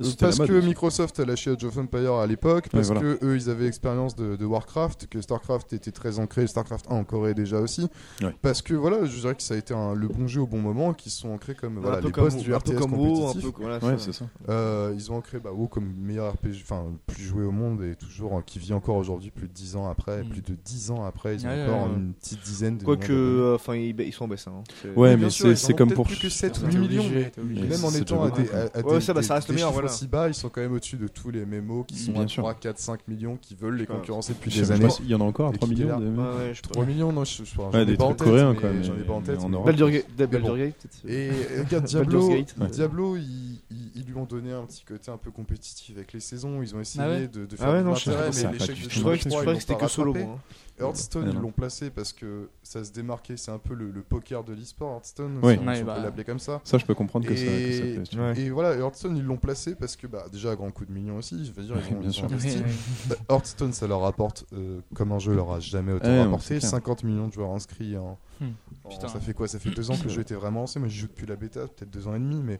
[SPEAKER 2] euh,
[SPEAKER 3] C'était la
[SPEAKER 2] Parce
[SPEAKER 3] mode
[SPEAKER 2] que
[SPEAKER 3] aussi.
[SPEAKER 2] Microsoft a lâché Age of Empire à l'époque, parce
[SPEAKER 3] voilà.
[SPEAKER 2] que eux ils avaient l'expérience de, de Warcraft, que Starcraft était très ancré, Starcraft 1 en Corée déjà aussi,
[SPEAKER 3] Ouais.
[SPEAKER 2] parce que voilà, je dirais que ça a été un- le bon jeu au bon moment, qui sont ancrés comme voilà,
[SPEAKER 4] un peu
[SPEAKER 2] les
[SPEAKER 4] comme
[SPEAKER 2] boss du
[SPEAKER 4] un
[SPEAKER 2] RTS
[SPEAKER 4] peu comme WoW, un
[SPEAKER 2] compétitif.
[SPEAKER 4] peu voilà,
[SPEAKER 3] Ouais,
[SPEAKER 4] ça.
[SPEAKER 3] c'est ça.
[SPEAKER 2] Euh, ils ont ancré bah, WoW comme meilleur RPG, enfin le plus joué au monde et toujours hein, qui vit encore aujourd'hui plus de 10 ans après,
[SPEAKER 4] Hmm.
[SPEAKER 1] Mm.
[SPEAKER 2] plus de 10 ans après, ils ont
[SPEAKER 1] Ouais,
[SPEAKER 2] encore
[SPEAKER 1] ouais, ouais.
[SPEAKER 2] une petite dizaine de
[SPEAKER 4] Quoique,
[SPEAKER 2] millions d'abonnés.
[SPEAKER 4] euh, enfin, ils, ba- ils sont en baisse. Hein. C'est-
[SPEAKER 3] Ouais,
[SPEAKER 2] Bien
[SPEAKER 3] mais
[SPEAKER 2] sûr, ils
[SPEAKER 3] c'est
[SPEAKER 2] en
[SPEAKER 3] c'est
[SPEAKER 2] ont
[SPEAKER 3] comme
[SPEAKER 2] peut-être
[SPEAKER 3] pour.
[SPEAKER 2] plus que 7 ou
[SPEAKER 1] T'es
[SPEAKER 2] 8 millions,
[SPEAKER 1] obligé,
[SPEAKER 2] mais
[SPEAKER 1] t'es obligé.
[SPEAKER 3] Mais
[SPEAKER 2] même en
[SPEAKER 3] c'est
[SPEAKER 2] étant à des,
[SPEAKER 3] déjà beaucoup,
[SPEAKER 2] à- à
[SPEAKER 4] Ouais,
[SPEAKER 2] des-
[SPEAKER 4] ça, bah, ça
[SPEAKER 2] des-
[SPEAKER 4] reste le
[SPEAKER 2] des
[SPEAKER 4] meilleur,
[SPEAKER 2] chiffres
[SPEAKER 4] voilà.
[SPEAKER 2] aussi bas, ils sont quand même au-dessus de tous les MMO qui sont
[SPEAKER 3] Bien
[SPEAKER 2] à
[SPEAKER 3] sûr.
[SPEAKER 2] 3, 4, 5 millions, qui veulent les
[SPEAKER 4] Putain.
[SPEAKER 2] concurrencer depuis
[SPEAKER 3] Je sais
[SPEAKER 2] des
[SPEAKER 3] pas
[SPEAKER 2] années.
[SPEAKER 3] s'il y en a encore à
[SPEAKER 2] Et
[SPEAKER 3] 3
[SPEAKER 2] qui
[SPEAKER 3] millions.
[SPEAKER 2] galèrent.
[SPEAKER 3] des-
[SPEAKER 4] Ouais, ouais, je sais pas.
[SPEAKER 2] 3 millions, non, je, je, j'en ai
[SPEAKER 3] Ouais, des
[SPEAKER 2] pas en
[SPEAKER 3] trucs
[SPEAKER 2] tête,
[SPEAKER 3] coréens,
[SPEAKER 2] mais
[SPEAKER 3] quoi, mais-
[SPEAKER 2] J'en ai pas en
[SPEAKER 3] mais
[SPEAKER 2] tête.
[SPEAKER 3] en
[SPEAKER 2] mais-
[SPEAKER 3] Europe.
[SPEAKER 4] Baldur's Gate,
[SPEAKER 2] bon.
[SPEAKER 4] Baldur's Gate, peut-être.
[SPEAKER 2] Et euh, regarde
[SPEAKER 4] Baldur's
[SPEAKER 2] Diablo,
[SPEAKER 4] Gate.
[SPEAKER 3] Ouais.
[SPEAKER 2] Diablo ils, ils- ils lui ont donné un petit côté un peu compétitif avec les saisons. Ils ont essayé
[SPEAKER 1] Ah ouais
[SPEAKER 2] de, de
[SPEAKER 4] Ah
[SPEAKER 2] faire
[SPEAKER 4] ouais,
[SPEAKER 2] de
[SPEAKER 4] non, je
[SPEAKER 2] l'intérêt,
[SPEAKER 3] savais pas,
[SPEAKER 2] mais
[SPEAKER 3] ça
[SPEAKER 2] l'échec
[SPEAKER 3] a pas
[SPEAKER 2] de
[SPEAKER 3] du tout.
[SPEAKER 4] Je croyais que, je
[SPEAKER 2] 2003, ils
[SPEAKER 4] croyais
[SPEAKER 2] l'ont
[SPEAKER 4] que c'était
[SPEAKER 2] pas
[SPEAKER 4] que solo,
[SPEAKER 2] rattrapé.
[SPEAKER 4] moi. hein.
[SPEAKER 2] Hearthstone,
[SPEAKER 3] Ah
[SPEAKER 2] ils
[SPEAKER 3] non.
[SPEAKER 2] l'ont placé parce que ça se démarquait. C'est un peu le, le poker de l'e-sport, Hearthstone.
[SPEAKER 3] Oui.
[SPEAKER 2] si on-
[SPEAKER 1] Ouais,
[SPEAKER 2] si on
[SPEAKER 1] bah.
[SPEAKER 2] peut l'appeler comme ça.
[SPEAKER 3] Ça, je peux comprendre que ça- que ça
[SPEAKER 2] Et-
[SPEAKER 3] plaise, tu vois.
[SPEAKER 4] Ouais.
[SPEAKER 2] Et voilà, Hearthstone, ils l'ont placé parce que, bah, déjà, à grand coup de millions aussi, je veux dire, ils ont, ils
[SPEAKER 3] Bien
[SPEAKER 2] ont
[SPEAKER 3] sûr.
[SPEAKER 2] investi.
[SPEAKER 1] Ouais, ouais.
[SPEAKER 2] Bah, Hearthstone, ça leur rapporte, euh, comme un jeu leur a jamais autant
[SPEAKER 3] Ouais, ouais, c'est
[SPEAKER 2] rapporté,
[SPEAKER 3] clair.
[SPEAKER 2] 50 millions de joueurs inscrits en.
[SPEAKER 1] Hmm.
[SPEAKER 2] en-
[SPEAKER 1] Putain.
[SPEAKER 2] ça fait quoi Ça fait deux ans que le jeu était vraiment lancé. Moi, je joue depuis la bêta, peut-être deux ans et demi, mais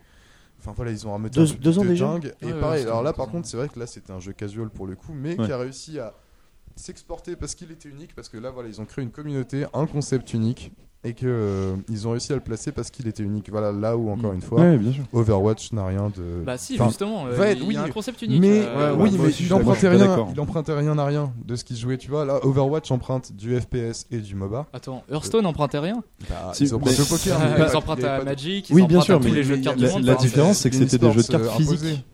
[SPEAKER 2] Enfin voilà, ils ont remis
[SPEAKER 4] Deux- deux ans déjà
[SPEAKER 2] Et
[SPEAKER 1] Ouais, ouais,
[SPEAKER 2] pareil,
[SPEAKER 1] c'est
[SPEAKER 2] alors là
[SPEAKER 1] deux
[SPEAKER 2] par
[SPEAKER 1] ans.
[SPEAKER 2] contre, c'est vrai que là c'était un jeu casual pour le coup, mais
[SPEAKER 4] Ouais.
[SPEAKER 2] qui a réussi à s'exporter parce qu'il était unique, parce que là voilà, ils ont créé une communauté, un concept unique, et que euh, ils ont réussi à le placer parce qu'il était unique. Voilà, là où encore
[SPEAKER 4] Mm.
[SPEAKER 2] une fois,
[SPEAKER 3] Ouais, bien sûr.
[SPEAKER 2] Overwatch n'a rien de.
[SPEAKER 1] Bah si,
[SPEAKER 2] Enfin,
[SPEAKER 1] justement, euh,
[SPEAKER 2] va être-
[SPEAKER 1] il
[SPEAKER 2] oui,
[SPEAKER 1] y a un concept unique.
[SPEAKER 2] Mais
[SPEAKER 1] euh,
[SPEAKER 4] ouais,
[SPEAKER 2] oui, mais
[SPEAKER 4] moi aussi, je
[SPEAKER 2] il
[SPEAKER 4] suis d'accord,
[SPEAKER 2] empruntait
[SPEAKER 4] je suis pas
[SPEAKER 2] rien,
[SPEAKER 4] d'accord.
[SPEAKER 2] il empruntait rien à rien de ce qu'il jouait, tu vois. Là, Overwatch emprunte du FPS et du MOBA.
[SPEAKER 1] Attends, Hearthstone empruntait rien
[SPEAKER 2] Bah,
[SPEAKER 3] Si,
[SPEAKER 2] ils empruntent
[SPEAKER 3] mais-
[SPEAKER 2] au poker.
[SPEAKER 1] Euh,
[SPEAKER 2] mais pas-
[SPEAKER 1] Ils empruntent
[SPEAKER 2] il y avait
[SPEAKER 1] à
[SPEAKER 2] pas de-
[SPEAKER 1] Magic, ils
[SPEAKER 3] Oui, bien
[SPEAKER 1] empruntent à
[SPEAKER 3] sûr,
[SPEAKER 1] tous
[SPEAKER 3] mais
[SPEAKER 1] les jeux de cartes du
[SPEAKER 3] la-
[SPEAKER 1] monde.
[SPEAKER 3] la
[SPEAKER 1] enfin,
[SPEAKER 3] différence, c'est que c'était des jeux de
[SPEAKER 2] Sports,
[SPEAKER 3] cartes
[SPEAKER 2] euh,
[SPEAKER 3] physiques.
[SPEAKER 2] imposés.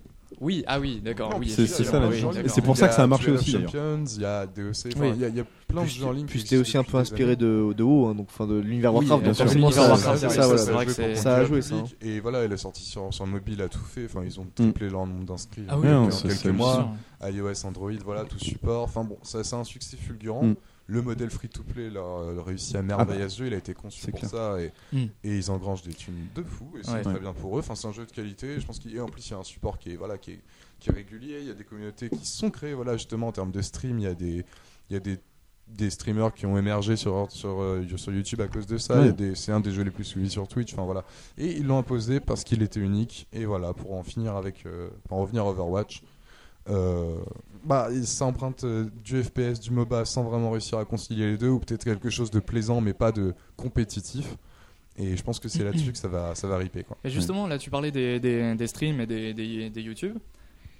[SPEAKER 1] Oui, ah oui, d'accord, oui.
[SPEAKER 3] c'est- c'est
[SPEAKER 1] évidemment,
[SPEAKER 3] ça la
[SPEAKER 1] oui,
[SPEAKER 3] différence.
[SPEAKER 1] d'accord.
[SPEAKER 3] Et c'est pour ça que ça a
[SPEAKER 2] Il y
[SPEAKER 3] marché
[SPEAKER 2] Duel of
[SPEAKER 3] aussi, d'ailleurs.
[SPEAKER 2] Champions, Il y a DOC, enfin,
[SPEAKER 1] Oui.
[SPEAKER 2] il y a- il y a plein de
[SPEAKER 4] Puis
[SPEAKER 2] jeux en ligne.
[SPEAKER 4] puis
[SPEAKER 2] qui
[SPEAKER 4] t'es aussi
[SPEAKER 2] existent
[SPEAKER 4] un peu
[SPEAKER 2] depuis des
[SPEAKER 4] inspiré
[SPEAKER 2] années.
[SPEAKER 4] de, de haut, hein, donc enfin de l'univers
[SPEAKER 2] Oui,
[SPEAKER 4] Warcraft.
[SPEAKER 2] bien
[SPEAKER 4] donc
[SPEAKER 2] sûr.
[SPEAKER 4] forcément,
[SPEAKER 1] L'univers
[SPEAKER 4] ça-
[SPEAKER 1] Warcraft,
[SPEAKER 4] ça-
[SPEAKER 1] c'est
[SPEAKER 4] ça,
[SPEAKER 1] vrai,
[SPEAKER 4] voilà.
[SPEAKER 1] c'est vrai que
[SPEAKER 2] pour
[SPEAKER 1] c'est-
[SPEAKER 4] ça a joué, ça,
[SPEAKER 2] public. Et voilà, elle est sortie sur, sur mobile à tout fait. Enfin, ils ont
[SPEAKER 3] Mm.
[SPEAKER 2] triplé leur nombre d'inscrits
[SPEAKER 1] Ah
[SPEAKER 2] en
[SPEAKER 1] oui,
[SPEAKER 2] quelques-
[SPEAKER 1] non,
[SPEAKER 2] en
[SPEAKER 3] c'est-
[SPEAKER 2] quelques
[SPEAKER 3] c'est
[SPEAKER 2] mois.
[SPEAKER 1] Moi,
[SPEAKER 2] iOS, Android, voilà, tout support. Enfin bon, ça c'est un succès fulgurant.
[SPEAKER 3] Mm. Ah bah,
[SPEAKER 2] Le modèle free-to-play leur euh, réussit à merveille à ce jeu, il a été conçu
[SPEAKER 3] C'est
[SPEAKER 2] pour
[SPEAKER 3] clair.
[SPEAKER 2] ça et,
[SPEAKER 1] Mm.
[SPEAKER 2] et ils engrangent des thunes de fou et c'est
[SPEAKER 1] Ouais.
[SPEAKER 2] très
[SPEAKER 3] Ouais.
[SPEAKER 2] bien pour eux. Enfin, c'est un jeu de qualité. Je pense qu'il et en plus il y a un support qui est voilà qui est, qui est régulier. Il y a des communautés qui se sont créées voilà justement en termes de stream. Il y a des il y a des des streamers qui ont émergé sur sur euh, sur YouTube à cause de ça. Il y a
[SPEAKER 3] Ouais.
[SPEAKER 2] des- C'est un des jeux les plus suivis sur Twitch. Enfin voilà et ils l'ont imposé parce qu'il était unique et voilà pour en finir avec euh, pour en revenir à Overwatch. Euh, bah, ça emprunte euh, du FPS, du MOBA sans vraiment réussir à concilier les deux, ou peut-être quelque chose de plaisant mais pas de compétitif. Et je pense que c'est là-dessus que ça va, ça va riper. Quoi.
[SPEAKER 1] Et justement, là, tu parlais des, des, des streams et des, des, des YouTube.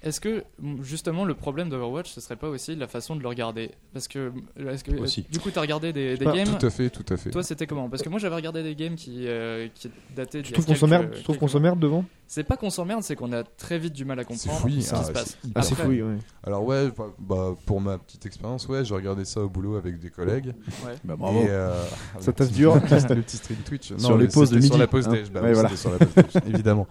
[SPEAKER 1] Est-ce que m- justement le problème d'Overwatch ce serait pas aussi la façon de le regarder Parce que, est-ce que
[SPEAKER 3] Aussi. Bah,
[SPEAKER 1] du coup t'as regardé des, des
[SPEAKER 4] pas,
[SPEAKER 1] games
[SPEAKER 2] Tout à fait, tout à fait.
[SPEAKER 1] Toi c'était comment Parce que moi j'avais regardé des games qui, euh, qui dataient.
[SPEAKER 4] Tu trouves qu'on s'emmerde Tu trouves qu'on s'emmerde devant
[SPEAKER 1] C'est pas qu'on s'emmerde, c'est qu'on a très vite du mal à
[SPEAKER 2] c'est
[SPEAKER 1] comprendre
[SPEAKER 2] fouillis.
[SPEAKER 1] ce qui
[SPEAKER 2] ah,
[SPEAKER 1] se passe.
[SPEAKER 2] c'est hyper
[SPEAKER 4] Ah, c'est
[SPEAKER 1] Après-
[SPEAKER 4] fou, oui, ouais.
[SPEAKER 2] Alors ouais, bah, bah, pour ma petite expérience, ouais, j'ai regardé ça au boulot avec des collègues.
[SPEAKER 3] bravo.
[SPEAKER 2] Et, euh,
[SPEAKER 4] Ça tape dur.
[SPEAKER 2] C'était le petit stream Twitch.
[SPEAKER 3] Sur les
[SPEAKER 2] mais
[SPEAKER 3] pauses de
[SPEAKER 2] c'était Sur
[SPEAKER 3] midi,
[SPEAKER 2] la pause
[SPEAKER 3] hein.
[SPEAKER 2] déj, bah
[SPEAKER 3] Ouais,
[SPEAKER 2] oui,
[SPEAKER 3] voilà.
[SPEAKER 2] c'était sur la pause déj, évidemment.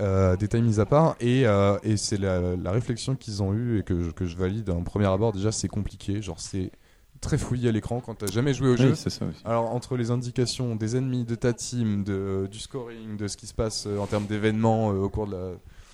[SPEAKER 2] Euh, des times mis à part et, euh, et c'est la, la réflexion qu'ils ont eue et que je, que je valide en premier abord déjà c'est compliqué genre c'est très fouillé à l'écran quand t'as jamais joué au jeu
[SPEAKER 3] Oui, c'est ça aussi.
[SPEAKER 2] alors entre les indications des ennemis de ta team de, du scoring de ce qui se passe euh, en termes d'événements euh, au cours de la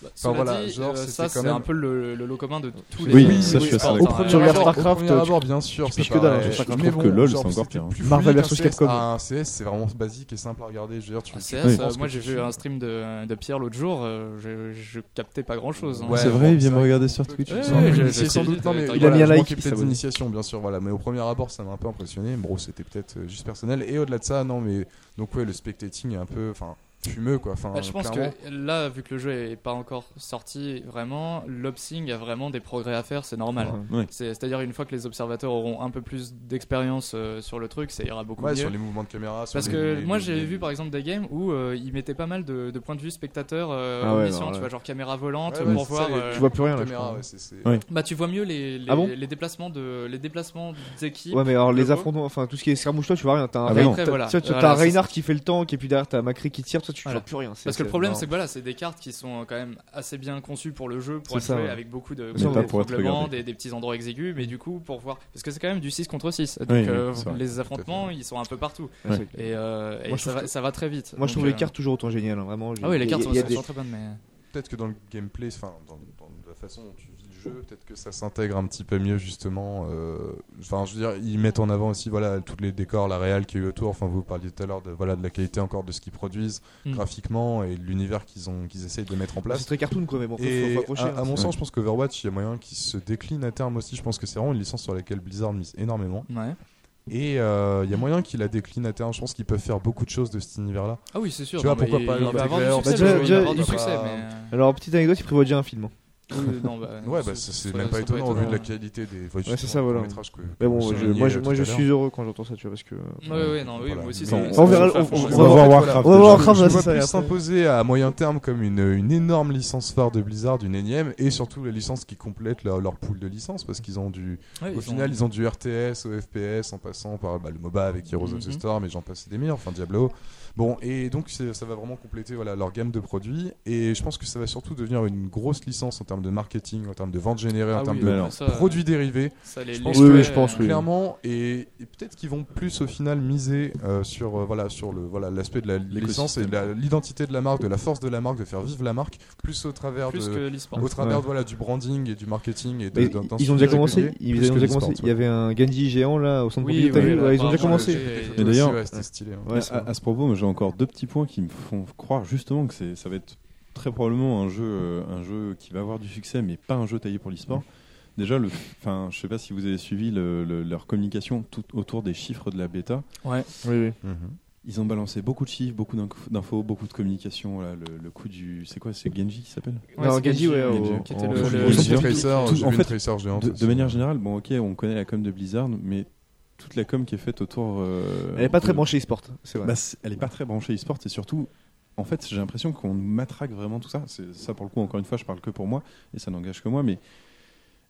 [SPEAKER 1] Bah, cela
[SPEAKER 2] voilà,
[SPEAKER 1] dit,
[SPEAKER 2] genre,
[SPEAKER 1] euh,
[SPEAKER 2] c'était
[SPEAKER 1] ça
[SPEAKER 2] quand
[SPEAKER 1] c'est
[SPEAKER 2] même-
[SPEAKER 1] un peu le, le lot commun de tous les.
[SPEAKER 3] Oui,
[SPEAKER 1] jeux, tous
[SPEAKER 3] ça, je
[SPEAKER 1] les
[SPEAKER 3] suis assez
[SPEAKER 1] sports,
[SPEAKER 3] d'accord.
[SPEAKER 1] enfin,
[SPEAKER 2] Au
[SPEAKER 1] euh,
[SPEAKER 2] premier abord,
[SPEAKER 4] Starcraft,
[SPEAKER 2] au premier
[SPEAKER 4] tu-
[SPEAKER 2] abord, bien sûr,
[SPEAKER 4] tu
[SPEAKER 2] c'est
[SPEAKER 4] piches que dalle,
[SPEAKER 2] pareil.
[SPEAKER 4] hein, je
[SPEAKER 3] trouve
[SPEAKER 2] Mais
[SPEAKER 3] que
[SPEAKER 2] bon,
[SPEAKER 3] LOL,
[SPEAKER 2] genre,
[SPEAKER 3] c'est encore
[SPEAKER 2] c'était
[SPEAKER 3] pire.
[SPEAKER 2] plus
[SPEAKER 4] Marvel
[SPEAKER 2] fluide
[SPEAKER 4] versus
[SPEAKER 2] qu'un CS.
[SPEAKER 4] Capcom.
[SPEAKER 2] Ah, Un CS, c'est vraiment basique et simple à regarder. Je veux dire, tu
[SPEAKER 1] Ah,
[SPEAKER 2] tu
[SPEAKER 1] c'est
[SPEAKER 2] penses
[SPEAKER 1] ça,
[SPEAKER 2] que
[SPEAKER 1] moi
[SPEAKER 2] tu
[SPEAKER 1] j'ai vu
[SPEAKER 2] suis-
[SPEAKER 1] un stream de, de Pierre l'autre jour, euh, je, je captais pas hein. grand chose.
[SPEAKER 2] Ouais,
[SPEAKER 3] c'est
[SPEAKER 2] bon,
[SPEAKER 3] vrai, il vient
[SPEAKER 2] c'est
[SPEAKER 3] me
[SPEAKER 2] vrai
[SPEAKER 3] regarder
[SPEAKER 2] que
[SPEAKER 3] sur
[SPEAKER 2] tu
[SPEAKER 3] Twitch.
[SPEAKER 1] peux-
[SPEAKER 2] te
[SPEAKER 1] Ouais,
[SPEAKER 2] sens
[SPEAKER 1] ouais,
[SPEAKER 2] initié
[SPEAKER 1] j'ai- j'ai-
[SPEAKER 2] sans doute, non, mais
[SPEAKER 1] il a
[SPEAKER 2] voilà,
[SPEAKER 4] mis un
[SPEAKER 2] je
[SPEAKER 4] like,
[SPEAKER 2] manquais
[SPEAKER 4] il s'est
[SPEAKER 2] peut-être
[SPEAKER 4] abonné.
[SPEAKER 2] d'initiation, bien sûr, voilà. Mais au premier abord, ça m'a un peu impressionné. Bon, c'était peut-être euh, juste personnel. Et au-delà de ça, non, mais donc ouais, le spectating est un peu, enfin, fumeux quoi. Enfin,
[SPEAKER 1] Bah, je pense
[SPEAKER 2] clairement.
[SPEAKER 1] que là, vu que le jeu est pas encore sorti, vraiment, l'obsing a vraiment des progrès à faire, c'est normal.
[SPEAKER 3] Ouais.
[SPEAKER 1] C'est- C'est-à-dire une fois que les observateurs auront un peu plus d'expérience euh, sur le truc, ça ira beaucoup
[SPEAKER 2] Ouais,
[SPEAKER 1] mieux.
[SPEAKER 2] sur les mouvements de caméra. sur
[SPEAKER 1] Parce
[SPEAKER 2] les-
[SPEAKER 1] que
[SPEAKER 2] les-
[SPEAKER 1] moi
[SPEAKER 2] les-
[SPEAKER 1] j'ai
[SPEAKER 2] les-
[SPEAKER 1] vu par exemple des games où euh, ils mettaient pas mal de, de points de vue spectateurs euh,
[SPEAKER 4] Ah
[SPEAKER 1] aux
[SPEAKER 4] ouais,
[SPEAKER 1] missions,
[SPEAKER 4] alors
[SPEAKER 1] tu
[SPEAKER 4] là-
[SPEAKER 1] vois, genre caméra volante
[SPEAKER 2] Ouais, ouais,
[SPEAKER 1] pour
[SPEAKER 2] c'est
[SPEAKER 1] voir.
[SPEAKER 2] ça, les-
[SPEAKER 1] euh,
[SPEAKER 4] Tu vois plus rien là. je
[SPEAKER 2] caméra,
[SPEAKER 4] crois.
[SPEAKER 2] ouais, c'est- c'est-
[SPEAKER 4] Ouais.
[SPEAKER 1] Bah tu vois mieux les, les,
[SPEAKER 4] Ah bon
[SPEAKER 1] les déplacements de les déplacements des équipes.
[SPEAKER 4] Ouais, mais alors les
[SPEAKER 1] le beau.
[SPEAKER 4] affrontements, enfin tout ce qui est escarmouche, toi tu vois rien. T'as un
[SPEAKER 3] Ah bah non.
[SPEAKER 4] t'as-
[SPEAKER 1] Après, voilà.
[SPEAKER 4] tu vois, t'as
[SPEAKER 1] Voilà,
[SPEAKER 4] un
[SPEAKER 1] c'est
[SPEAKER 4] Reinhardt qui fait le tank et puis derrière t'as Macri qui tire, toi tu
[SPEAKER 1] Voilà.
[SPEAKER 4] vois plus rien.
[SPEAKER 1] Parce que le problème, c'est que voilà, c'est des cartes qui sont quand même assez bien conçues pour le jeu, pour
[SPEAKER 4] C'est
[SPEAKER 1] être
[SPEAKER 4] ça,
[SPEAKER 1] jouées
[SPEAKER 4] ouais.
[SPEAKER 1] avec beaucoup de
[SPEAKER 4] Mais pas
[SPEAKER 3] pour être
[SPEAKER 1] tremblements,
[SPEAKER 3] regardé.
[SPEAKER 1] des, des petits endroits exigus, mais du coup, pour voir. Parce que c'est quand même du 6 contre 6. Donc
[SPEAKER 3] Oui, oui,
[SPEAKER 1] euh,
[SPEAKER 3] c'est vrai,
[SPEAKER 1] les affrontements, ils sont un peu partout.
[SPEAKER 4] Ouais, c'est-
[SPEAKER 1] Et, euh, et
[SPEAKER 4] Moi, je
[SPEAKER 1] ça,
[SPEAKER 4] trouve
[SPEAKER 1] va, ça va très vite.
[SPEAKER 4] Moi je
[SPEAKER 1] Donc,
[SPEAKER 4] trouve
[SPEAKER 1] euh,
[SPEAKER 4] les cartes toujours autant géniales, hein, vraiment. j'ai-
[SPEAKER 1] Ah oui, les
[SPEAKER 4] il y a-
[SPEAKER 1] cartes
[SPEAKER 4] il
[SPEAKER 1] sont,
[SPEAKER 4] y a
[SPEAKER 1] sont
[SPEAKER 4] des-
[SPEAKER 1] très bonnes, mais.
[SPEAKER 2] peut-être que dans le gameplay, enfin dans, dans la façon dont tu vis le jeu, peut-être que ça s'intègre un petit peu mieux justement. euh, Enfin, je veux dire, ils mettent en avant aussi voilà tous les décors, la réal qui est eu autour. Enfin, vous parliez tout à l'heure de voilà de la qualité encore de ce qu'ils produisent
[SPEAKER 1] Mm.
[SPEAKER 2] graphiquement et de l'univers qu'ils ont qu'ils essayent de mettre en
[SPEAKER 4] C'est
[SPEAKER 2] place.
[SPEAKER 4] très cartoon quoi, mais bon, faut, faut,
[SPEAKER 2] Et
[SPEAKER 4] faut accrocher.
[SPEAKER 2] à,
[SPEAKER 4] hein.
[SPEAKER 2] à mon sens, je pense qu'Overwatch, il y a moyen qu'il se décline à terme aussi. Je pense que c'est vraiment une licence sur laquelle Blizzard mise énormément.
[SPEAKER 1] Ouais.
[SPEAKER 2] Et euh, il y a moyen qu'il la décline à terme. Je pense qu'ils peuvent faire beaucoup de choses de cet univers-là.
[SPEAKER 1] Ah oui, c'est sûr.
[SPEAKER 2] Tu vois,
[SPEAKER 1] non, mais
[SPEAKER 2] pourquoi pas
[SPEAKER 1] il- Il
[SPEAKER 2] l'intégrer,
[SPEAKER 1] va avoir du
[SPEAKER 2] on va
[SPEAKER 1] succès,
[SPEAKER 4] dire,
[SPEAKER 1] le jeu, il va
[SPEAKER 4] déjà,
[SPEAKER 1] avoir du
[SPEAKER 4] il-
[SPEAKER 1] succès,
[SPEAKER 2] pas-
[SPEAKER 1] mais.
[SPEAKER 4] Alors petite anecdote, il prévoit déjà un film.
[SPEAKER 1] Oui, non, bah,
[SPEAKER 2] Ouais, bah ça, c'est
[SPEAKER 1] ça-
[SPEAKER 2] même
[SPEAKER 1] ça
[SPEAKER 2] pas
[SPEAKER 1] peut
[SPEAKER 2] étonnant
[SPEAKER 1] être,
[SPEAKER 2] au vu de
[SPEAKER 1] euh,
[SPEAKER 2] la qualité des
[SPEAKER 4] Ouais, c'est ça, voilà.
[SPEAKER 2] métrages que.
[SPEAKER 4] Mais bon,
[SPEAKER 2] que
[SPEAKER 4] je-
[SPEAKER 2] vous
[SPEAKER 4] moi je,
[SPEAKER 2] soulignez
[SPEAKER 4] moi, je
[SPEAKER 2] euh, tout à
[SPEAKER 4] suis heureux quand j'entends ça, tu vois, parce que. euh,
[SPEAKER 1] Ouais, ouais, non, oui,
[SPEAKER 2] Voilà.
[SPEAKER 1] moi aussi.
[SPEAKER 2] Mais-
[SPEAKER 1] ça-
[SPEAKER 2] On
[SPEAKER 1] ça me
[SPEAKER 4] verra-
[SPEAKER 1] fait
[SPEAKER 4] on-
[SPEAKER 1] fond.
[SPEAKER 4] on-
[SPEAKER 2] l'heure.
[SPEAKER 4] va
[SPEAKER 2] En
[SPEAKER 4] voir
[SPEAKER 2] fait, voilà,
[SPEAKER 3] Warcraft.
[SPEAKER 4] On va voir Warcraft,
[SPEAKER 2] je
[SPEAKER 4] ouais,
[SPEAKER 2] vois
[SPEAKER 4] ça a
[SPEAKER 2] plus
[SPEAKER 4] l'air-
[SPEAKER 2] s'imposer à moyen terme comme une, une énorme licence phare de Blizzard, une énième, et surtout la licence qui complète leur, leur pool de licences, parce qu'ils ont du,
[SPEAKER 1] Ouais,
[SPEAKER 2] au
[SPEAKER 1] ils
[SPEAKER 2] final,
[SPEAKER 1] ont-
[SPEAKER 2] ils ont du RTS au FPS, en passant par bah, le MOBA avec Heroes of the
[SPEAKER 1] Mhm.
[SPEAKER 2] Storm, et j'en passe des meilleurs, enfin Diablo. Bon, et donc c'est- ça va vraiment compléter voilà, leur gamme de produits, et je pense que ça va surtout devenir une grosse licence en termes de marketing, en termes de ventes générées, en
[SPEAKER 1] Ah
[SPEAKER 2] termes
[SPEAKER 1] oui,
[SPEAKER 2] de
[SPEAKER 1] bah, ça,
[SPEAKER 2] produits dérivés.
[SPEAKER 1] ça, les-
[SPEAKER 2] Je
[SPEAKER 1] les
[SPEAKER 2] pense
[SPEAKER 1] jouets,
[SPEAKER 4] que- oui, je pense,
[SPEAKER 1] euh,
[SPEAKER 4] oui.
[SPEAKER 2] clairement et, et peut-être qu'ils vont plus au final miser euh, sur euh, voilà sur le voilà l'aspect de la licence et de la- l'identité de la marque de la force de la marque de faire vivre la marque plus au travers
[SPEAKER 1] Plus
[SPEAKER 2] de
[SPEAKER 1] que l'e-sport.
[SPEAKER 2] au travers
[SPEAKER 4] Ouais.
[SPEAKER 2] voilà du branding et du marketing et de,
[SPEAKER 4] Mais
[SPEAKER 2] d'un- d'un
[SPEAKER 4] ils ont
[SPEAKER 2] suivi
[SPEAKER 4] déjà commencé.
[SPEAKER 2] régulier,
[SPEAKER 4] Ils
[SPEAKER 2] plus
[SPEAKER 4] ont
[SPEAKER 2] que
[SPEAKER 4] déjà
[SPEAKER 2] l'e-sport,
[SPEAKER 4] commencé. Il y
[SPEAKER 2] ouais.
[SPEAKER 4] avait un Genji géant là au centre
[SPEAKER 1] Oui,
[SPEAKER 4] Pompidou, t'as
[SPEAKER 1] oui,
[SPEAKER 4] vu
[SPEAKER 1] oui,
[SPEAKER 4] Ouais, Ils
[SPEAKER 2] euh,
[SPEAKER 4] ont déjà
[SPEAKER 1] apparemment,
[SPEAKER 4] commencé.
[SPEAKER 1] j'ai-
[SPEAKER 2] Et
[SPEAKER 1] Mais
[SPEAKER 2] d'ailleurs
[SPEAKER 3] d'ailleurs- ah,
[SPEAKER 2] ouais, c'était stylé hein. ouais.
[SPEAKER 4] Ouais,
[SPEAKER 3] à, à ce propos, moi, j'ai encore deux petits points qui me font croire justement que c'est- ça va être très probablement un jeu, euh, un jeu qui va avoir du succès, mais pas un jeu taillé pour l'e-sport. Déjà, le, enfin, je sais pas si vous avez suivi le- le- leur communication tout autour des chiffres de la bêta.
[SPEAKER 1] Ouais.
[SPEAKER 4] Oui, oui.
[SPEAKER 2] Mhm.
[SPEAKER 3] Ils ont balancé beaucoup de chiffres, beaucoup d'inf- d'infos, beaucoup de communication. Voilà, le, le coup du, c'est quoi, c'est Genji qui s'appelle
[SPEAKER 4] Non,
[SPEAKER 1] c'est
[SPEAKER 4] Genji, ouais,
[SPEAKER 1] Genji,
[SPEAKER 4] au-
[SPEAKER 1] qui était
[SPEAKER 3] en-
[SPEAKER 1] le-
[SPEAKER 3] en-
[SPEAKER 1] le-
[SPEAKER 3] en-
[SPEAKER 2] J'ai vu
[SPEAKER 3] en-
[SPEAKER 2] une tracer,
[SPEAKER 3] tout-
[SPEAKER 2] j'ai
[SPEAKER 3] en
[SPEAKER 2] vu une
[SPEAKER 3] fait,
[SPEAKER 2] tracer géante.
[SPEAKER 3] de, de
[SPEAKER 2] aussi.
[SPEAKER 3] manière générale, bon, ok, on connaît la com de Blizzard, mais toute la com qui est faite autour. euh,
[SPEAKER 4] Elle est pas
[SPEAKER 3] de-
[SPEAKER 4] très branchée e-sport, c'est vrai.
[SPEAKER 3] Bah, c'est- elle est pas très branchée e-sport et surtout, en fait, j'ai l'impression qu'on nous matraque vraiment tout ça. C'est ça pour le coup. Encore une fois, je parle que pour moi et ça n'engage que moi, mais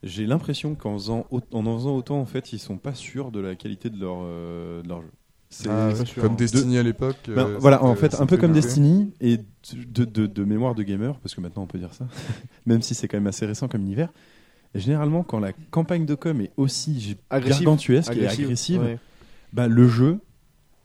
[SPEAKER 3] j'ai l'impression qu'en faisant au- en en faisant autant, en fait, ils sont pas sûrs de la qualité de leur euh, de leur jeu. C'est
[SPEAKER 2] Ah,
[SPEAKER 4] pas
[SPEAKER 2] ouais,
[SPEAKER 4] sûr.
[SPEAKER 2] Comme
[SPEAKER 4] De-
[SPEAKER 2] Destiny à l'époque.
[SPEAKER 3] ben,
[SPEAKER 2] euh,
[SPEAKER 3] voilà,
[SPEAKER 2] ça
[SPEAKER 3] en
[SPEAKER 2] te-
[SPEAKER 3] fait,
[SPEAKER 2] ça
[SPEAKER 3] un
[SPEAKER 2] te
[SPEAKER 3] peu
[SPEAKER 2] fait
[SPEAKER 3] comme
[SPEAKER 2] marrer.
[SPEAKER 3] Destiny et de, de- de mémoire de gamer, parce que maintenant on peut dire ça, même si c'est quand même assez récent comme univers. Généralement, quand la campagne de com est aussi
[SPEAKER 4] Agressive.
[SPEAKER 3] gargantuesque et agressive,
[SPEAKER 4] ouais.
[SPEAKER 3] bah, le jeu,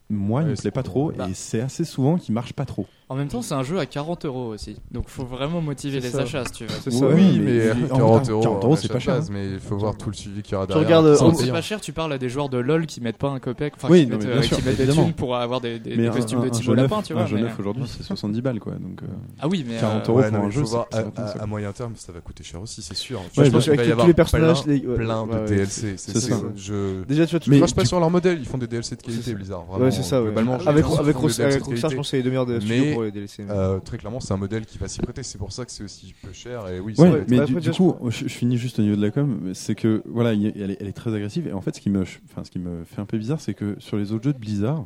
[SPEAKER 3] moi, il
[SPEAKER 2] Ouais,
[SPEAKER 3] me plaît pas trop
[SPEAKER 1] Bah.
[SPEAKER 3] et c'est assez souvent qu'il marche pas trop.
[SPEAKER 1] En même temps, c'est un jeu à 40 euros aussi. Donc, faut vraiment motiver
[SPEAKER 4] C'est
[SPEAKER 1] les
[SPEAKER 4] ça.
[SPEAKER 1] achats si tu veux.
[SPEAKER 4] C'est ça.
[SPEAKER 2] Oui, mais
[SPEAKER 3] en-
[SPEAKER 2] 40 euros.
[SPEAKER 3] 40 euros, c'est pas cher. hein.
[SPEAKER 2] Mais il faut voir tout le suivi qu'il y aura
[SPEAKER 4] Tu
[SPEAKER 2] derrière.
[SPEAKER 4] regardes,
[SPEAKER 2] Sans
[SPEAKER 4] euh,
[SPEAKER 1] Quand
[SPEAKER 2] le
[SPEAKER 1] c'est
[SPEAKER 2] dire.
[SPEAKER 1] pas cher, tu parles à des joueurs de LoL qui mettent pas un copec, enfin
[SPEAKER 3] Oui,
[SPEAKER 1] qui,
[SPEAKER 3] non,
[SPEAKER 1] mettent,
[SPEAKER 3] mais
[SPEAKER 1] euh,
[SPEAKER 3] bien
[SPEAKER 1] qui
[SPEAKER 3] sûr,
[SPEAKER 1] mettent des
[SPEAKER 3] évidemment.
[SPEAKER 1] thunes pour avoir des, des-
[SPEAKER 3] Mais
[SPEAKER 1] des
[SPEAKER 3] un-
[SPEAKER 1] costumes
[SPEAKER 3] un-
[SPEAKER 1] de
[SPEAKER 3] un
[SPEAKER 1] Thibaut
[SPEAKER 3] jeu neuf-
[SPEAKER 1] Lapin, tu vois.
[SPEAKER 3] Un jeu
[SPEAKER 1] mais-
[SPEAKER 3] neuf aujourd'hui, c'est 70 balles quoi. Donc, euh,
[SPEAKER 1] Ah oui, mais.
[SPEAKER 3] 40
[SPEAKER 1] euh,
[SPEAKER 3] euros
[SPEAKER 2] Ouais,
[SPEAKER 3] pour
[SPEAKER 2] non,
[SPEAKER 3] un
[SPEAKER 2] mais
[SPEAKER 3] jeu,
[SPEAKER 2] faut voir,
[SPEAKER 3] c'est-
[SPEAKER 2] à,
[SPEAKER 3] c'est
[SPEAKER 2] à-
[SPEAKER 3] intéressant.
[SPEAKER 2] à moyen terme, ça va coûter cher aussi, c'est sûr.
[SPEAKER 4] Ouais,
[SPEAKER 2] Je
[SPEAKER 4] je pense
[SPEAKER 2] pense qu'il
[SPEAKER 4] avec
[SPEAKER 2] va y
[SPEAKER 4] tous
[SPEAKER 2] avoir
[SPEAKER 4] les personnages,
[SPEAKER 2] plein,
[SPEAKER 4] les- ouais,
[SPEAKER 2] plein de
[SPEAKER 4] ouais, ouais,
[SPEAKER 2] DLC. C'est
[SPEAKER 4] c'est
[SPEAKER 2] ça.
[SPEAKER 4] ça.
[SPEAKER 2] Je...
[SPEAKER 4] Déjà, tu vois, tu
[SPEAKER 2] je
[SPEAKER 3] Mais
[SPEAKER 2] crache pas
[SPEAKER 3] du-
[SPEAKER 2] sur leur modèle, ils font des DLC de qualité,
[SPEAKER 4] C'est ça.
[SPEAKER 2] Blizzard.
[SPEAKER 4] ouais,
[SPEAKER 2] vraiment,
[SPEAKER 4] c'est ça. ouais.
[SPEAKER 2] globalement, les
[SPEAKER 4] Avec,
[SPEAKER 2] gens
[SPEAKER 4] avec
[SPEAKER 2] font des
[SPEAKER 4] Rox-
[SPEAKER 2] DLC
[SPEAKER 4] avec
[SPEAKER 2] de
[SPEAKER 4] Rockstar,
[SPEAKER 2] qualité.
[SPEAKER 4] je pense que c'est les demi-heures de
[SPEAKER 2] Mais,
[SPEAKER 4] studio pour les DLC. mais-
[SPEAKER 2] Euh, très clairement, c'est un modèle qui va s'y prêter. C'est pour ça que c'est aussi peu cher. Et oui,
[SPEAKER 3] Ouais,
[SPEAKER 2] ça-
[SPEAKER 4] vrai.
[SPEAKER 3] mais
[SPEAKER 4] Bah,
[SPEAKER 3] du,
[SPEAKER 4] après,
[SPEAKER 3] du
[SPEAKER 4] déjà,
[SPEAKER 3] coup, je, je finis juste au niveau de la com, mais c'est que voilà, il y a- elle est, elle est très agressive. Et en fait, ce qui me, enfin, ce qui me fait un peu bizarre, c'est que sur les autres jeux de Blizzard,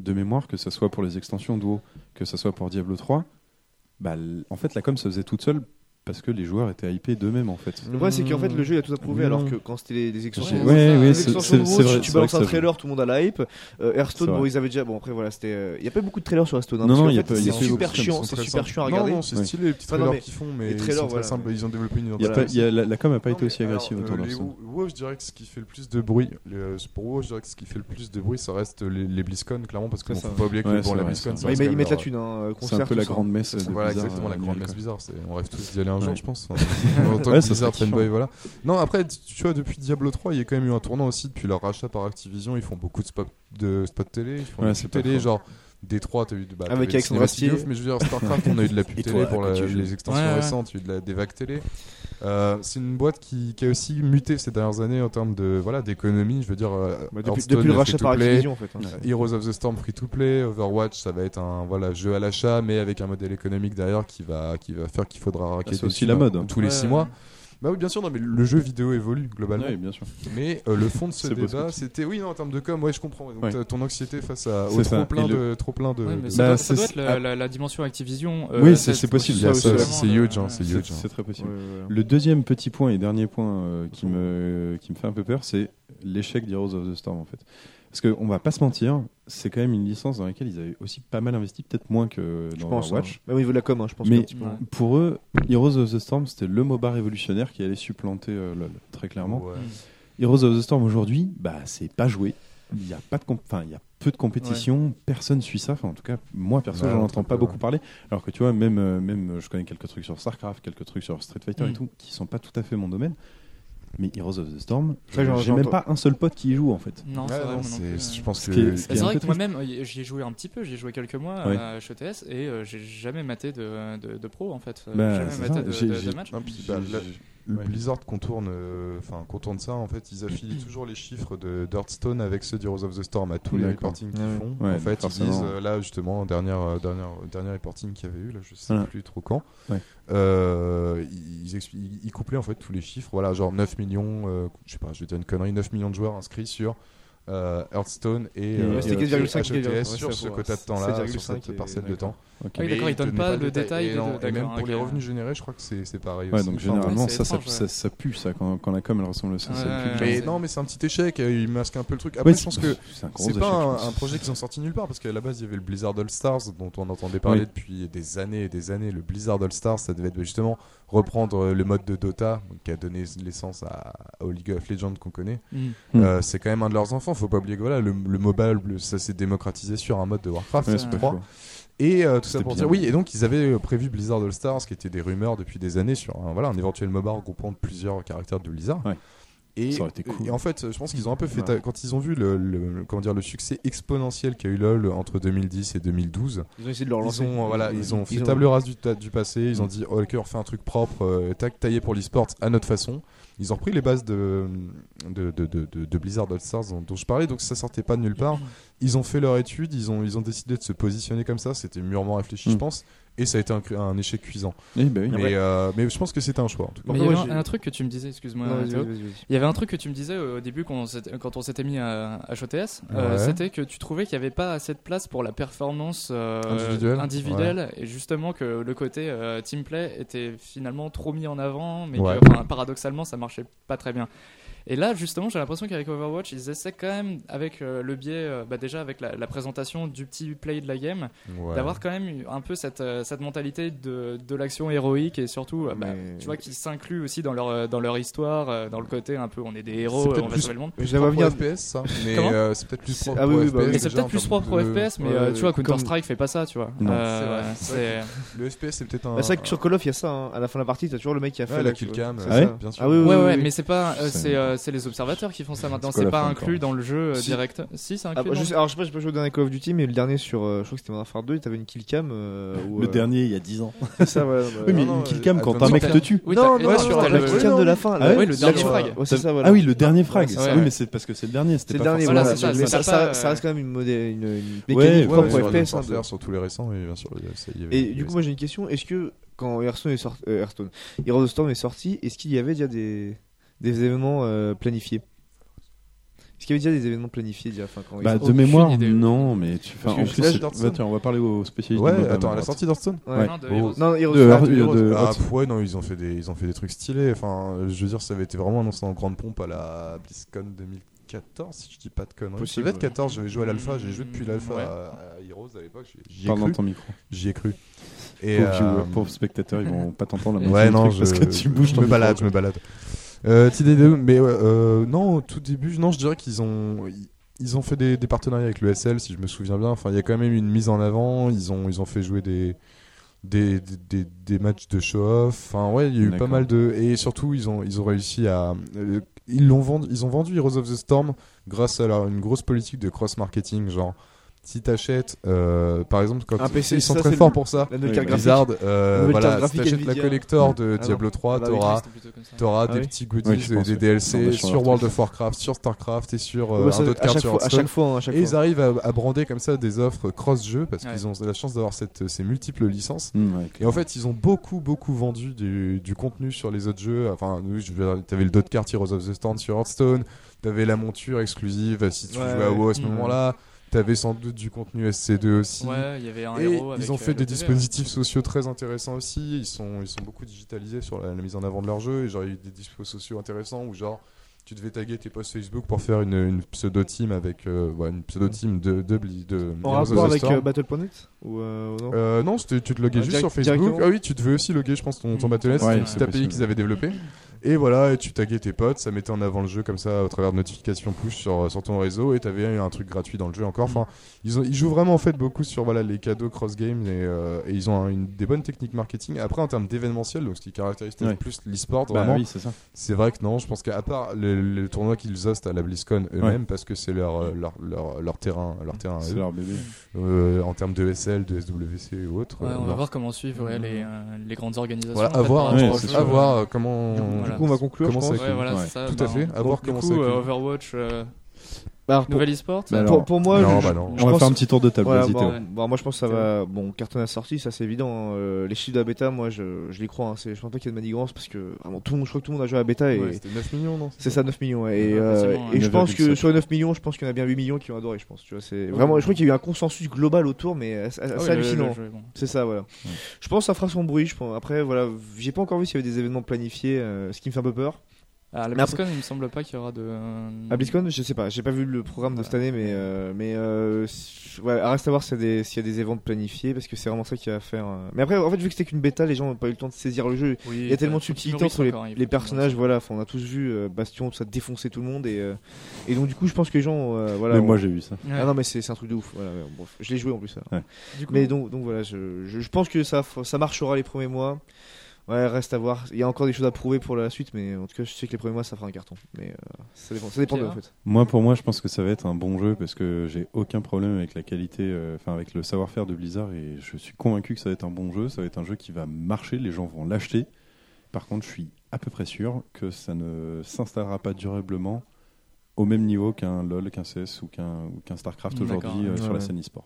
[SPEAKER 3] de mémoire, que ce soit pour les extensions duo, que ce soit pour Diablo 3, bah, l- en fait, la com se faisait toute seule parce que les joueurs étaient hypés d'eux-mêmes, en fait.
[SPEAKER 4] Le problème, c'est qu'en fait, le jeu, il a tout approuvé,
[SPEAKER 3] Mmh.
[SPEAKER 4] alors que quand c'était les, les extensions.
[SPEAKER 1] Ouais,
[SPEAKER 4] nouveaux,
[SPEAKER 1] ouais,
[SPEAKER 4] les
[SPEAKER 1] ouais,
[SPEAKER 4] extensions
[SPEAKER 3] c'est- c'est-
[SPEAKER 4] nouveaux,
[SPEAKER 3] c'est vrai,
[SPEAKER 4] tu
[SPEAKER 3] c'est
[SPEAKER 4] balances
[SPEAKER 3] vrai
[SPEAKER 4] un
[SPEAKER 3] que ça-
[SPEAKER 4] trailer, tout le monde a la hype. Euh,
[SPEAKER 3] C'est
[SPEAKER 4] Hearthstone,
[SPEAKER 3] vrai.
[SPEAKER 4] bon, ils avaient déjà. Bon, après, voilà, c'était. euh, Il n'y a pas eu beaucoup de trailers sur Hearthstone. hein,
[SPEAKER 3] Non, non,
[SPEAKER 4] parce
[SPEAKER 3] il y a
[SPEAKER 4] qu'en fait,
[SPEAKER 3] pas- il y a
[SPEAKER 4] C'est
[SPEAKER 3] pas eu
[SPEAKER 4] super
[SPEAKER 3] beaucoup de
[SPEAKER 4] chiant,
[SPEAKER 2] Ils sont
[SPEAKER 4] c'est
[SPEAKER 2] très
[SPEAKER 4] super
[SPEAKER 2] simples.
[SPEAKER 4] chiant à
[SPEAKER 2] Non,
[SPEAKER 4] regarder.
[SPEAKER 2] non, c'est
[SPEAKER 3] Ouais.
[SPEAKER 2] stylé, les petits
[SPEAKER 4] Enfin, non,
[SPEAKER 2] trailers
[SPEAKER 4] mais
[SPEAKER 2] qu'ils font, mais
[SPEAKER 4] les
[SPEAKER 2] ils sont
[SPEAKER 4] trailers,
[SPEAKER 2] très
[SPEAKER 4] voilà.
[SPEAKER 2] simples. Ils ont développé une
[SPEAKER 3] Il y a
[SPEAKER 2] identité.
[SPEAKER 3] pas- il y a- la, la com n'a pas
[SPEAKER 2] Non,
[SPEAKER 3] été
[SPEAKER 2] mais
[SPEAKER 3] aussi agressive
[SPEAKER 2] alors,
[SPEAKER 3] autour
[SPEAKER 2] euh,
[SPEAKER 3] de
[SPEAKER 2] les
[SPEAKER 3] ça.
[SPEAKER 2] WoW, WoW, je dirais que ce qui fait le plus de bruit, les, euh, pour WoW, je dirais que ce qui fait le plus de bruit, ça reste les, les BlizzCon, clairement, parce que
[SPEAKER 4] C'est
[SPEAKER 2] bon, faut
[SPEAKER 4] ça.
[SPEAKER 2] pas oublier que
[SPEAKER 3] Ouais,
[SPEAKER 2] bon,
[SPEAKER 3] c'est
[SPEAKER 2] la
[SPEAKER 3] vrai,
[SPEAKER 2] BlizzCon, ça
[SPEAKER 3] c'est
[SPEAKER 4] Ouais,
[SPEAKER 2] reste
[SPEAKER 4] mais
[SPEAKER 2] quand
[SPEAKER 4] ils mettent
[SPEAKER 2] même
[SPEAKER 4] la thune, hein, euh,
[SPEAKER 3] C'est un
[SPEAKER 4] concert.
[SPEAKER 3] peu la
[SPEAKER 4] tout ça.
[SPEAKER 3] grande messe.
[SPEAKER 2] leur-
[SPEAKER 3] de
[SPEAKER 2] Voilà,
[SPEAKER 3] Blizzard,
[SPEAKER 2] exactement, la
[SPEAKER 3] euh,
[SPEAKER 2] grande
[SPEAKER 3] annuelle,
[SPEAKER 2] messe
[SPEAKER 3] quoi.
[SPEAKER 2] bizarre. c'est- On rêve tous d'y aller un jour,
[SPEAKER 3] Ouais.
[SPEAKER 2] je pense. Enfin, en tant que
[SPEAKER 3] Ouais, ça
[SPEAKER 2] Blizzard,
[SPEAKER 3] serait
[SPEAKER 2] fanboy, voilà. Non, après, tu tu vois, depuis Diablo 3, il y a quand même eu un tournant aussi depuis leur rachat par Activision. Ils font beaucoup de spots de spots télé, ils font
[SPEAKER 3] Ouais,
[SPEAKER 2] des
[SPEAKER 3] c'est
[SPEAKER 2] pubs
[SPEAKER 3] pas
[SPEAKER 2] télé,
[SPEAKER 3] faux.
[SPEAKER 2] genre. D3, t'as eu de bah,
[SPEAKER 4] Avec
[SPEAKER 2] t'avais des
[SPEAKER 4] Alexandre
[SPEAKER 2] cinématiques de
[SPEAKER 4] Astier.
[SPEAKER 2] ouf, mais je veux dire, StarCraft, on a eu de la pub
[SPEAKER 4] Et
[SPEAKER 2] télé
[SPEAKER 4] toi,
[SPEAKER 2] pour
[SPEAKER 4] quand
[SPEAKER 2] la-
[SPEAKER 4] tu joues.
[SPEAKER 2] les extensions
[SPEAKER 1] Ouais, ouais.
[SPEAKER 2] récentes, il y a eu de la, des vagues télé. Euh, c'est une boîte qui, qui a aussi muté ces dernières années en termes de voilà d'économie. Je veux dire, euh,
[SPEAKER 4] Bah, depuis,
[SPEAKER 2] Hearthstone
[SPEAKER 4] depuis le
[SPEAKER 2] est
[SPEAKER 4] rachat
[SPEAKER 2] free to
[SPEAKER 4] par
[SPEAKER 2] play,
[SPEAKER 4] Activision, en fait. hein.
[SPEAKER 2] Heroes of the Storm free to play, Overwatch, ça va être un voilà jeu à l'achat, mais avec un modèle économique derrière qui va qui va faire qu'il faudra raqueter
[SPEAKER 3] c'est aussi
[SPEAKER 2] tous-
[SPEAKER 3] la mode.
[SPEAKER 2] tous les
[SPEAKER 1] Ouais,
[SPEAKER 2] 6
[SPEAKER 1] ouais.
[SPEAKER 2] mois. Bah oui, bien sûr, non, mais le jeu vidéo évolue globalement.
[SPEAKER 3] Ouais, bien sûr.
[SPEAKER 2] Mais euh, le fond de ce
[SPEAKER 3] C'est beau, ce que
[SPEAKER 2] débat,
[SPEAKER 3] tu
[SPEAKER 2] c'était oui, non, en termes de com, ouais, je comprends. Donc,
[SPEAKER 3] Ouais.
[SPEAKER 2] t'as ton anxiété face à,
[SPEAKER 3] C'est
[SPEAKER 2] au
[SPEAKER 3] ça.
[SPEAKER 2] trop plein
[SPEAKER 3] Et le-
[SPEAKER 2] de trop plein de.
[SPEAKER 1] Ouais,
[SPEAKER 2] de-
[SPEAKER 1] mais ça
[SPEAKER 3] Bah,
[SPEAKER 1] doit, ça
[SPEAKER 3] c'est-
[SPEAKER 1] doit être la, la- la dimension Activision. euh,
[SPEAKER 3] Oui, c'est-
[SPEAKER 1] ça-
[SPEAKER 3] c'est possible,
[SPEAKER 1] ça
[SPEAKER 3] il y a
[SPEAKER 1] aussi
[SPEAKER 3] ça,
[SPEAKER 1] vraiment
[SPEAKER 2] c'est
[SPEAKER 1] de-
[SPEAKER 2] huge, hein, c'est
[SPEAKER 1] ouais.
[SPEAKER 2] huge.
[SPEAKER 3] C'est
[SPEAKER 2] Huge, hein.
[SPEAKER 3] c'est très possible.
[SPEAKER 4] Ouais, ouais, ouais.
[SPEAKER 3] Le deuxième petit point et dernier point euh, qui, me, qui me fait un peu peur, c'est l'échec d'Heroes of the Storm en fait. Parce qu'on va pas se mentir, c'est quand même une licence dans laquelle ils avaient aussi pas mal investi, peut-être moins que
[SPEAKER 4] Je
[SPEAKER 3] dans
[SPEAKER 4] pense. hein.
[SPEAKER 3] Overwatch.
[SPEAKER 4] Même au niveau de la com, hein, je pense.
[SPEAKER 3] Mais-
[SPEAKER 4] qu'un petit peu.
[SPEAKER 1] Ouais.
[SPEAKER 3] Pour eux, Heroes of the Storm, c'était le MOBA révolutionnaire qui allait supplanter euh, LoL, très clairement.
[SPEAKER 1] Hmm.
[SPEAKER 2] Ouais.
[SPEAKER 3] Heroes of the Storm aujourd'hui, bah c'est pas joué. Il y a pas de, comp- enfin il y a peu de compétition, personne suit ça. Enfin en tout cas, moi perso,
[SPEAKER 2] Ouais,
[SPEAKER 3] j'en
[SPEAKER 2] très
[SPEAKER 3] entends pas
[SPEAKER 2] peu,
[SPEAKER 3] beaucoup
[SPEAKER 2] ouais.
[SPEAKER 3] parler. Alors que tu vois, même euh, même euh, je connais quelques trucs sur Starcraft, quelques trucs sur Street Fighter et
[SPEAKER 1] Mm.
[SPEAKER 3] tout, qui sont pas tout à fait mon domaine. Mais Heroes of the Storm,
[SPEAKER 4] Ça, j'en-
[SPEAKER 3] j'ai même
[SPEAKER 4] j'entends.
[SPEAKER 3] pas un seul pote qui y joue en fait.
[SPEAKER 1] Non,
[SPEAKER 2] Ouais,
[SPEAKER 1] c'est vrai,
[SPEAKER 2] non,
[SPEAKER 1] moi non
[SPEAKER 2] c'est-
[SPEAKER 1] plus,
[SPEAKER 2] je
[SPEAKER 1] euh.
[SPEAKER 2] pense que.
[SPEAKER 3] Ce qui est- ce qui
[SPEAKER 1] Bah, c'est
[SPEAKER 3] un
[SPEAKER 1] vrai
[SPEAKER 3] peu
[SPEAKER 1] que moi-même, euh, j'y ai joué un petit peu, j'y ai joué quelques mois
[SPEAKER 3] Ouais.
[SPEAKER 1] à HETS et euh, j'ai jamais maté de, de, de pro en fait. Euh,
[SPEAKER 3] Bah, c'est
[SPEAKER 1] jamais maté
[SPEAKER 3] ça,
[SPEAKER 1] de,
[SPEAKER 3] j'ai-
[SPEAKER 1] de- de
[SPEAKER 3] j'ai-
[SPEAKER 1] match.
[SPEAKER 2] Non, puis, bah, là, le Blizzard contourne, euh, enfin contourne ça. En fait, ils affilient toujours les chiffres de Hearthstone avec ceux d'Heroes of the Storm à tous les
[SPEAKER 3] D'accord.
[SPEAKER 2] reportings qu'ils
[SPEAKER 4] Ouais,
[SPEAKER 2] font.
[SPEAKER 3] ouais. Ouais,
[SPEAKER 2] en fait, ils
[SPEAKER 3] forcément.
[SPEAKER 2] disent euh, là justement dernière euh, dernière dernier reporting qu'il y avait eu là, je sais
[SPEAKER 3] Voilà.
[SPEAKER 2] plus trop quand.
[SPEAKER 3] Ouais.
[SPEAKER 2] euh, ils, expli- ils- ils couplaient en fait tous les chiffres. Voilà, genre 9 millions, euh, je sais pas, je vais dire une connerie, 9 millions de joueurs inscrits sur. euh, Hearthstone et,
[SPEAKER 3] Ouais,
[SPEAKER 2] euh,
[SPEAKER 3] c'était
[SPEAKER 2] et
[SPEAKER 4] 4,5,
[SPEAKER 2] HETS
[SPEAKER 4] ouais,
[SPEAKER 2] sur
[SPEAKER 4] ça,
[SPEAKER 2] ce
[SPEAKER 4] faut-
[SPEAKER 2] quota de temps-là, sur
[SPEAKER 4] 7,5,
[SPEAKER 2] cette parcelle de
[SPEAKER 4] d'accord.
[SPEAKER 2] temps.
[SPEAKER 3] Ok.
[SPEAKER 1] Ah oui,
[SPEAKER 2] Mais
[SPEAKER 1] d'accord, ils
[SPEAKER 2] ils
[SPEAKER 1] donnent
[SPEAKER 2] donnent
[SPEAKER 1] pas
[SPEAKER 2] pas
[SPEAKER 1] le
[SPEAKER 2] le
[SPEAKER 1] détail.
[SPEAKER 2] détail.
[SPEAKER 1] des
[SPEAKER 2] Et, non,
[SPEAKER 1] deux,
[SPEAKER 2] et même
[SPEAKER 1] d'accord,
[SPEAKER 2] pour les
[SPEAKER 1] ok.
[SPEAKER 2] revenus générés, je crois que c'est c'est pareil.
[SPEAKER 3] Ouais,
[SPEAKER 2] aussi.
[SPEAKER 3] donc
[SPEAKER 2] Enfin,
[SPEAKER 3] généralement
[SPEAKER 1] ouais, c'est
[SPEAKER 3] ça, ça,
[SPEAKER 1] étrange, ouais.
[SPEAKER 3] ça, ça pue ça quand, quand la com elle ressemble à ça.
[SPEAKER 1] Ouais,
[SPEAKER 3] ça pue.
[SPEAKER 1] ouais,
[SPEAKER 2] Mais
[SPEAKER 1] c'est-
[SPEAKER 2] non, mais c'est un petit échec. euh, Ils masquent un peu le truc.
[SPEAKER 3] Ouais,
[SPEAKER 2] Après, je pense que
[SPEAKER 3] c'est un gros
[SPEAKER 2] c'est
[SPEAKER 3] échec,
[SPEAKER 2] pas
[SPEAKER 3] je
[SPEAKER 2] un,
[SPEAKER 3] pense.
[SPEAKER 2] un projet qu'ils ont sorti nulle part parce qu'à la base, il y avait le Blizzard All Stars dont on entendait parler
[SPEAKER 3] Oui.
[SPEAKER 2] depuis des années et des années. Le Blizzard All Stars, ça devait être bah, justement reprendre euh, le mode de Dota qui a donné l'essence à, au League of Legends qu'on connaît.
[SPEAKER 1] Mm.
[SPEAKER 3] Mm.
[SPEAKER 2] Euh, c'est quand même un de leurs enfants. Faut pas oublier que voilà, le, le mobile, le- ça s'est démocratisé sur un mode de Warcraft
[SPEAKER 3] Ouais, c'est pas
[SPEAKER 2] 3.
[SPEAKER 3] faux.
[SPEAKER 2] Et euh, tout ça
[SPEAKER 3] C'était
[SPEAKER 2] pour
[SPEAKER 3] bien.
[SPEAKER 2] dire, oui, et donc ils avaient euh, prévu Blizzard All Stars, qui était des rumeurs depuis des années sur un, voilà, un éventuel MOBA regroupant plusieurs caractères de Blizzard.
[SPEAKER 3] Ouais.
[SPEAKER 2] Et,
[SPEAKER 3] Ça aurait été cool.
[SPEAKER 2] et en fait, je pense qu'ils ont un peu fait.
[SPEAKER 3] Ouais.
[SPEAKER 2] Quand ils ont vu le, le- comment dire, le succès exponentiel qu'a eu LoL entre 2010 et 2012,
[SPEAKER 4] Ils ont essayé de leur
[SPEAKER 2] ils
[SPEAKER 4] lancer.
[SPEAKER 2] ont, voilà, ils ont fait
[SPEAKER 4] ont-
[SPEAKER 2] table rase du, ta- du passé. Ils ont dit, oh, ok, on fait un truc propre, euh, tac, taillé pour l'e-sport à notre façon. Ils ont repris les bases de, de, de, de- de- de Blizzard All Stars dont, dont je parlais, donc ça sortait pas de nulle part. Ils ont fait leur étude, ils ont, ils ont décidé de se positionner comme ça. C'était mûrement réfléchi,
[SPEAKER 3] Mm.
[SPEAKER 2] je pense. Et ça a été un, cr- un échec cuisant.
[SPEAKER 3] Eh ben oui.
[SPEAKER 2] Mais, euh, mais je pense que c'était un choix. En tout cas.
[SPEAKER 1] Mais
[SPEAKER 4] Pourquoi
[SPEAKER 1] il y
[SPEAKER 4] moi,
[SPEAKER 1] avait
[SPEAKER 4] j'ai-
[SPEAKER 1] un, un truc que tu me disais, excuse-moi.
[SPEAKER 4] Non, vas-y,
[SPEAKER 1] Théo.
[SPEAKER 4] vas-y, vas-y.
[SPEAKER 1] Il y avait un truc que tu me disais au début quand on s'était- quand on s'était mis à HOTS, euh,
[SPEAKER 2] Ouais.
[SPEAKER 1] c'était que tu trouvais qu'il n'y avait pas assez de place pour la performance euh,
[SPEAKER 2] Individuelle.
[SPEAKER 1] individuelle, et justement que le côté euh, team play était finalement trop mis en avant, mais que,
[SPEAKER 2] Ouais.
[SPEAKER 1] enfin, paradoxalement ça marchait pas très bien. Et là justement j'ai l'impression qu'avec Overwatch ils essaient quand même avec euh, le biais, euh, bah, déjà avec la, la présentation du petit play de la game,
[SPEAKER 2] Ouais.
[SPEAKER 1] d'avoir quand même eu un peu cette, euh, cette mentalité de, de l'action héroïque et surtout euh, bah,
[SPEAKER 4] Mais-
[SPEAKER 1] tu vois qu'ils s'incluent aussi dans leur, euh, dans leur histoire, euh, dans le côté un peu on est des
[SPEAKER 2] C'est
[SPEAKER 1] héros, euh,
[SPEAKER 2] peut-être
[SPEAKER 1] on va
[SPEAKER 2] plus-
[SPEAKER 1] sauver le monde.
[SPEAKER 4] Mais je la vois venir.
[SPEAKER 2] Propre FPS, ça. Mais
[SPEAKER 1] Comment
[SPEAKER 2] euh, c'est peut-être plus propre
[SPEAKER 4] Ah oui,
[SPEAKER 2] au
[SPEAKER 4] oui,
[SPEAKER 2] FPS.
[SPEAKER 4] bah oui.
[SPEAKER 1] Et c'est
[SPEAKER 2] déjà,
[SPEAKER 1] peut-être
[SPEAKER 2] en
[SPEAKER 1] plus
[SPEAKER 2] termes
[SPEAKER 1] propre au
[SPEAKER 2] de-
[SPEAKER 1] FPS, mais
[SPEAKER 4] Ouais,
[SPEAKER 1] euh, tu vois,
[SPEAKER 4] comme-
[SPEAKER 1] Counter-Strike fait pas ça, tu vois.
[SPEAKER 3] Non,
[SPEAKER 1] Euh,
[SPEAKER 2] c'est vrai.
[SPEAKER 1] c'est-
[SPEAKER 2] Le FPS, c'est peut-être un.
[SPEAKER 4] Bah, c'est vrai que sur Call of, il y a ça. hein. À la fin de la partie, t'as toujours le mec qui a fait
[SPEAKER 2] Ah. Ouais,
[SPEAKER 4] là,
[SPEAKER 2] la
[SPEAKER 4] tu vois.
[SPEAKER 2] killcam,
[SPEAKER 4] C'est
[SPEAKER 2] euh,
[SPEAKER 4] ça.
[SPEAKER 2] bien sûr.
[SPEAKER 4] Ah oui, oui,
[SPEAKER 1] Ouais,
[SPEAKER 4] oui,
[SPEAKER 1] ouais,
[SPEAKER 4] oui.
[SPEAKER 1] mais c'est pas, euh,
[SPEAKER 3] C'est-
[SPEAKER 1] c'est euh, c'est les observateurs qui font ça maintenant,
[SPEAKER 3] C'est quoi
[SPEAKER 1] c'est
[SPEAKER 3] la
[SPEAKER 1] pas
[SPEAKER 3] fin,
[SPEAKER 1] inclus dans le jeu euh,
[SPEAKER 2] Si.
[SPEAKER 1] direct. Si, c'est
[SPEAKER 4] Ah,
[SPEAKER 1] inclus.
[SPEAKER 4] bah,
[SPEAKER 1] dans
[SPEAKER 4] je
[SPEAKER 1] le
[SPEAKER 4] sais- alors je sais pas, j'ai pas joué au dernier Call of Duty, mais le dernier sur, euh, je crois que c'était Modern Warfare 2, t'avais une killcam. Euh, où,
[SPEAKER 3] Le
[SPEAKER 4] euh,
[SPEAKER 3] dernier, il y a 10 ans.
[SPEAKER 4] c'est ça, ouais, bah,
[SPEAKER 3] Oui, mais
[SPEAKER 2] non,
[SPEAKER 3] une killcam
[SPEAKER 2] euh,
[SPEAKER 3] quand
[SPEAKER 2] attends,
[SPEAKER 3] un mec
[SPEAKER 1] t'as-
[SPEAKER 3] te tue.
[SPEAKER 1] Oui,
[SPEAKER 4] non,
[SPEAKER 1] t'as-
[SPEAKER 4] non,
[SPEAKER 1] ouais,
[SPEAKER 4] non,
[SPEAKER 1] sur
[SPEAKER 4] non,
[SPEAKER 1] la-
[SPEAKER 4] la
[SPEAKER 1] le-
[SPEAKER 4] killcam de la fin.
[SPEAKER 3] Ah
[SPEAKER 4] là.
[SPEAKER 3] ouais,
[SPEAKER 1] le dernier
[SPEAKER 4] Ouais,
[SPEAKER 1] frag.
[SPEAKER 4] ouais, c'est ça, voilà.
[SPEAKER 3] Ah oui, le dernier frag.
[SPEAKER 4] Ouais,
[SPEAKER 1] c'est vrai.
[SPEAKER 3] oui, mais c'est parce que c'est le dernier.
[SPEAKER 4] C'est
[SPEAKER 3] C'était
[SPEAKER 4] le
[SPEAKER 3] pas
[SPEAKER 4] dernier,
[SPEAKER 1] forcément-
[SPEAKER 4] voilà.
[SPEAKER 1] Voilà, c'est ça,
[SPEAKER 4] mais
[SPEAKER 1] c'est
[SPEAKER 4] ça,
[SPEAKER 1] pas-
[SPEAKER 4] ça- ça reste quand même une, modèle, une, une mécanique
[SPEAKER 3] Ouais,
[SPEAKER 2] Ouais,
[SPEAKER 4] propre
[SPEAKER 2] sur
[SPEAKER 4] au
[SPEAKER 2] les
[SPEAKER 4] FPS. hein, de-
[SPEAKER 2] Warfare, sur tous les récents, oui, bien sûr. il y a- c'est- il y avait-
[SPEAKER 4] Et
[SPEAKER 2] il y
[SPEAKER 4] du
[SPEAKER 2] avait
[SPEAKER 4] coup,
[SPEAKER 2] ça.
[SPEAKER 4] moi j'ai une question. Est-ce que quand Hearthstone est sorti, euh, Hearthstone, Heroes of Storm est sorti, est-ce qu'il y avait déjà des, des événements euh, planifiés Est-ce qu'il y avait déjà des événements planifiés déjà enfin, quand ils
[SPEAKER 3] Bah,
[SPEAKER 4] ont-
[SPEAKER 1] ont
[SPEAKER 3] de
[SPEAKER 1] aucune
[SPEAKER 3] mémoire,
[SPEAKER 1] idée.
[SPEAKER 3] non, mais tu fais
[SPEAKER 2] Parce que
[SPEAKER 3] en
[SPEAKER 2] je
[SPEAKER 3] plus,
[SPEAKER 2] lâche
[SPEAKER 3] c'est-
[SPEAKER 2] Darkson.
[SPEAKER 3] bah, tiens, on va parler aux spécialistes.
[SPEAKER 2] Ouais,
[SPEAKER 3] du mobile,
[SPEAKER 2] attends, à la
[SPEAKER 3] hein.
[SPEAKER 2] sortie d'Hearthstone
[SPEAKER 4] Ouais.
[SPEAKER 1] Non, de
[SPEAKER 2] Oh.
[SPEAKER 1] Heroes.
[SPEAKER 4] Non, Heroes
[SPEAKER 3] De-
[SPEAKER 4] of
[SPEAKER 3] de-
[SPEAKER 4] Storm,
[SPEAKER 3] de-
[SPEAKER 2] Ah,
[SPEAKER 3] Hot-
[SPEAKER 2] pff, ouais, non, ils ont, fait des, ils ont fait des trucs stylés. Enfin, euh, je veux dire, ça avait été vraiment annoncé en grande pompe à la BlizzCon 2014, si je dis pas de conneries.
[SPEAKER 4] Possible,
[SPEAKER 2] Peut-être 14, j'avais joué à l'alpha, j'ai joué depuis l'alpha
[SPEAKER 1] Ouais.
[SPEAKER 2] à, à Heroes à l'époque. j'y- J'y ai
[SPEAKER 3] Parle dans
[SPEAKER 2] cru.
[SPEAKER 3] ton micro.
[SPEAKER 2] J'y ai cru. Et,
[SPEAKER 3] Pauvres
[SPEAKER 2] euh,
[SPEAKER 3] viewers, pauvres spectateurs, ils vont pas t'entendre la
[SPEAKER 2] Ouais,
[SPEAKER 3] moitié du
[SPEAKER 2] non,
[SPEAKER 3] truc
[SPEAKER 2] je,
[SPEAKER 3] parce que tu bouges
[SPEAKER 2] je
[SPEAKER 3] ton
[SPEAKER 2] me
[SPEAKER 3] micro.
[SPEAKER 2] balade, je me balade. Euh, TDD, mais ouais, euh, non, au tout début, non, je dirais qu'ils ont, ils ont fait des, des partenariats avec le SL, si je me souviens bien. Enfin, il y a quand même eu une mise en avant. Ils ont, ils ont fait jouer des, des, des, des- des matchs de show-off. Enfin, ouais, il y a eu pas
[SPEAKER 3] D'accord.
[SPEAKER 2] mal de. Et surtout, ils ont, ils ont réussi à. euh, ils l'ont vendu, ils ont vendu Heroes of the Storm grâce à leur- une grosse politique de cross-marketing, genre. Si t'achètes, euh, par exemple, quand
[SPEAKER 4] Un PC,
[SPEAKER 2] ils sont
[SPEAKER 4] ça,
[SPEAKER 2] très
[SPEAKER 4] Ah, c'est
[SPEAKER 2] forts
[SPEAKER 4] le-
[SPEAKER 2] pour ça,
[SPEAKER 4] La nouvelle
[SPEAKER 3] Oui,
[SPEAKER 4] carte graphique.
[SPEAKER 2] Blizzard, euh,
[SPEAKER 4] Nouvelle carte
[SPEAKER 2] voilà, si
[SPEAKER 4] graphique
[SPEAKER 2] t'achètes la
[SPEAKER 4] Nvidia.
[SPEAKER 2] collector de
[SPEAKER 4] Ah non.
[SPEAKER 2] Diablo 3,
[SPEAKER 4] Ah bah oui,
[SPEAKER 2] t'auras
[SPEAKER 1] C'était plutôt comme ça.
[SPEAKER 2] t'auras
[SPEAKER 4] Ah
[SPEAKER 2] des
[SPEAKER 4] oui.
[SPEAKER 2] petits goodies,
[SPEAKER 3] Oui, je pense,
[SPEAKER 2] et des
[SPEAKER 3] oui.
[SPEAKER 2] DLC
[SPEAKER 3] Non, mais sur
[SPEAKER 2] sur
[SPEAKER 3] leur
[SPEAKER 2] World
[SPEAKER 3] truc.
[SPEAKER 2] of Warcraft, sur Starcraft et sur
[SPEAKER 4] Ouais, bah,
[SPEAKER 2] euh,
[SPEAKER 4] ça,
[SPEAKER 2] un autre
[SPEAKER 4] à
[SPEAKER 2] carte
[SPEAKER 4] chaque
[SPEAKER 2] sur
[SPEAKER 4] fois, à
[SPEAKER 2] Hearthstone.
[SPEAKER 4] chaque fois, hein, à chaque
[SPEAKER 2] Et ils
[SPEAKER 4] fois.
[SPEAKER 2] arrivent à, à brander comme ça des offres cross-jeu parce
[SPEAKER 1] Ouais.
[SPEAKER 2] qu'ils ont la chance d'avoir cette, ces multiples licences.
[SPEAKER 3] Mmh, ouais,
[SPEAKER 2] Et en fait, ils ont beaucoup, beaucoup vendu du, du contenu sur les autres jeux. Enfin, oui, je veux dire, t'avais le dot cart Heroes of the Storm sur Hearthstone, t'avais la monture exclusive si tu
[SPEAKER 4] Ouais, Hmm.
[SPEAKER 2] jouais à WoW à ce
[SPEAKER 1] ouais.
[SPEAKER 2] moment-là, t'avais sans doute du contenu SC2 aussi.
[SPEAKER 1] Ouais, il y avait un
[SPEAKER 2] Et
[SPEAKER 1] héros avec,
[SPEAKER 2] ils ont
[SPEAKER 1] euh,
[SPEAKER 2] fait des
[SPEAKER 1] le PV, ouais.
[SPEAKER 2] dispositifs sociaux très intéressants aussi. Ils sont, ils sont beaucoup digitalisés sur la, la mise en avant de leur jeu. Et genre, il y a eu des dispositifs sociaux intéressants où, genre, tu devais taguer tes posts Facebook pour faire une, une pseudo-team avec euh, ouais, une pseudo-team de, de, Bli- de
[SPEAKER 4] En
[SPEAKER 2] Heroes of
[SPEAKER 4] rapport
[SPEAKER 2] the
[SPEAKER 4] avec
[SPEAKER 2] Storm.
[SPEAKER 4] euh, Battle.net ou, euh, ou non
[SPEAKER 2] Euh, non, c'était- tu te loguais
[SPEAKER 4] Ah,
[SPEAKER 2] juste
[SPEAKER 4] direct-
[SPEAKER 2] sur Facebook.
[SPEAKER 4] directement
[SPEAKER 2] Ah oui, tu devais aussi loguer, je pense, ton, ton
[SPEAKER 1] Mm.
[SPEAKER 2] Battle.net.
[SPEAKER 1] Ouais,
[SPEAKER 2] C'était une
[SPEAKER 1] c'est
[SPEAKER 2] petite API
[SPEAKER 3] possible.
[SPEAKER 2] qu'ils avaient développée. Et voilà, et tu taguais tes potes, ça mettait en avant le jeu comme ça au travers de notifications push sur, sur ton réseau et t'avais un truc gratuit dans le jeu encore. Enfin, ils, ont- ils jouent vraiment en fait beaucoup sur voilà, les cadeaux cross-game et, euh, et ils ont un- une, des bonnes techniques marketing. Après, en termes d'événementiel, donc ce qui caractérise peut-être
[SPEAKER 3] Ouais.
[SPEAKER 2] plus l'e-sport,
[SPEAKER 3] Bah
[SPEAKER 2] vraiment,
[SPEAKER 3] oui, c'est ça.
[SPEAKER 2] c'est vrai que non, je pense qu'à part le, le tournoi qu'ils hostent à la BlizzCon eux-mêmes, parce que c'est leur, euh, leur, leur, leur terrain, leur terrain à
[SPEAKER 3] C'est
[SPEAKER 2] eux,
[SPEAKER 3] leur bébé.
[SPEAKER 2] euh, en termes de SL, de SWC ou autre.
[SPEAKER 1] Ouais,
[SPEAKER 2] euh,
[SPEAKER 1] on va
[SPEAKER 2] non.
[SPEAKER 1] voir comment suivent ouais, les, euh, les grandes organisations.
[SPEAKER 2] Voilà,
[SPEAKER 1] en
[SPEAKER 2] à
[SPEAKER 1] fait,
[SPEAKER 2] voir, hein,
[SPEAKER 1] par rapport
[SPEAKER 3] ouais,
[SPEAKER 1] au
[SPEAKER 3] c'est
[SPEAKER 1] jeu.
[SPEAKER 2] à voir euh, comment.
[SPEAKER 4] Du coup,
[SPEAKER 1] voilà.
[SPEAKER 4] du coup, on va conclure,
[SPEAKER 2] Comment
[SPEAKER 4] je
[SPEAKER 2] ça
[SPEAKER 4] pense.
[SPEAKER 2] avec
[SPEAKER 1] Ouais, voilà,
[SPEAKER 3] Ouais.
[SPEAKER 1] c'est ça.
[SPEAKER 2] Tout à fait, à
[SPEAKER 1] donc,
[SPEAKER 2] voir
[SPEAKER 1] du
[SPEAKER 2] comment
[SPEAKER 1] coup,
[SPEAKER 2] ça évolue.
[SPEAKER 1] euh, Overwatch, euh,
[SPEAKER 4] Bah, alors, pour-
[SPEAKER 1] nouvelle e-sport
[SPEAKER 3] Bah,
[SPEAKER 1] euh,
[SPEAKER 3] alors,
[SPEAKER 4] pour, pour moi,
[SPEAKER 2] non,
[SPEAKER 4] je-
[SPEAKER 2] bah non.
[SPEAKER 4] je
[SPEAKER 3] On va
[SPEAKER 4] pense-
[SPEAKER 3] faire un petit tour de table,
[SPEAKER 4] Voilà,
[SPEAKER 3] vas-y,
[SPEAKER 4] bon,
[SPEAKER 3] Théo.
[SPEAKER 4] bon, bah, moi je pense que ça va. Bon, carton à sortie, ça c'est évident. hein. Euh, les chiffres de la bêta, moi je, je les crois. hein. C'est- Je pense pas qu'il y ait de manigance parce que vraiment, tout le monde, je crois que tout le monde a joué à la bêta et
[SPEAKER 2] Ouais, c'était 9 millions, non
[SPEAKER 4] c'est ça 9 millions. ouais. Et,
[SPEAKER 1] Ouais,
[SPEAKER 4] euh,
[SPEAKER 1] facilement,
[SPEAKER 4] et
[SPEAKER 1] hein.
[SPEAKER 4] je pense que
[SPEAKER 3] 9,7.
[SPEAKER 4] sur les 9 millions, je pense qu'il y en a bien 8 millions qui ont adoré. Je pense, tu vois, c'est vraiment. Je crois qu'il y a eu un consensus global autour, mais assez,
[SPEAKER 1] ah
[SPEAKER 4] assez
[SPEAKER 1] oui, le- le
[SPEAKER 4] hallucinant.
[SPEAKER 1] jeu est bon.
[SPEAKER 4] C'est ça, voilà. Je pense que ça fera son bruit. Je pense. Après, voilà, j'ai pas encore vu s'il y avait des événements planifiés, euh, ce qui me fait un peu peur.
[SPEAKER 1] Ah, à la
[SPEAKER 4] Mais après-
[SPEAKER 1] BlizzCon, il me semble pas qu'il y aura de. euh,
[SPEAKER 4] À BlizzCon, je sais pas, j'ai pas vu le programme de
[SPEAKER 1] Voilà.
[SPEAKER 4] cette année, mais, euh, mais euh, si- ouais, reste à voir s'il y, a des- s'il y a des événements planifiés, parce que c'est vraiment ça qui va faire. euh. Mais après, en fait, vu que c'était qu'une bêta, les gens n'ont pas eu le temps de saisir le jeu.
[SPEAKER 1] Oui,
[SPEAKER 4] Il y a tellement de
[SPEAKER 1] faut
[SPEAKER 4] subtilité
[SPEAKER 1] qu'ils
[SPEAKER 4] entre les,
[SPEAKER 1] nourrissent encore, hein, il faut
[SPEAKER 4] les
[SPEAKER 1] qu'ils
[SPEAKER 4] personnages, voilà, enfin, on a tous vu euh, Bastion, ça défonçait tout le monde, et, euh, et donc du coup, je pense que les gens. euh, voilà,
[SPEAKER 3] Mais
[SPEAKER 4] ont-
[SPEAKER 3] moi, j'ai vu ça.
[SPEAKER 1] nourrissent.
[SPEAKER 4] Ah non, mais c'est c'est un truc de ouf, voilà, ouais, bon, je l'ai joué en plus. alors.
[SPEAKER 1] Ouais. Du coup,
[SPEAKER 4] Mais donc, donc voilà, je, je, je pense que ça, f- ça marchera les premiers mois. Ouais, reste à voir. Il y a encore des choses à prouver pour la suite, mais en tout cas, je sais que les premiers mois, ça fera un carton. Mais euh, ça dépend, ça dépend de en
[SPEAKER 1] Pierre
[SPEAKER 4] fait.
[SPEAKER 3] Moi, pour moi, je pense que ça va être un bon jeu parce que j'ai aucun problème avec la qualité, euh, enfin avec le savoir-faire de Blizzard et je suis convaincu que ça va être un bon jeu. Ça va être un jeu qui va marcher, les gens vont l'acheter. Par contre, je suis à peu près sûr que ça ne s'installera pas durablement au même niveau qu'un LoL, qu'un CS ou qu'un ou qu'un StarCraft
[SPEAKER 1] D'accord.
[SPEAKER 3] aujourd'hui euh, sur
[SPEAKER 4] Ouais.
[SPEAKER 3] la scène e-sport.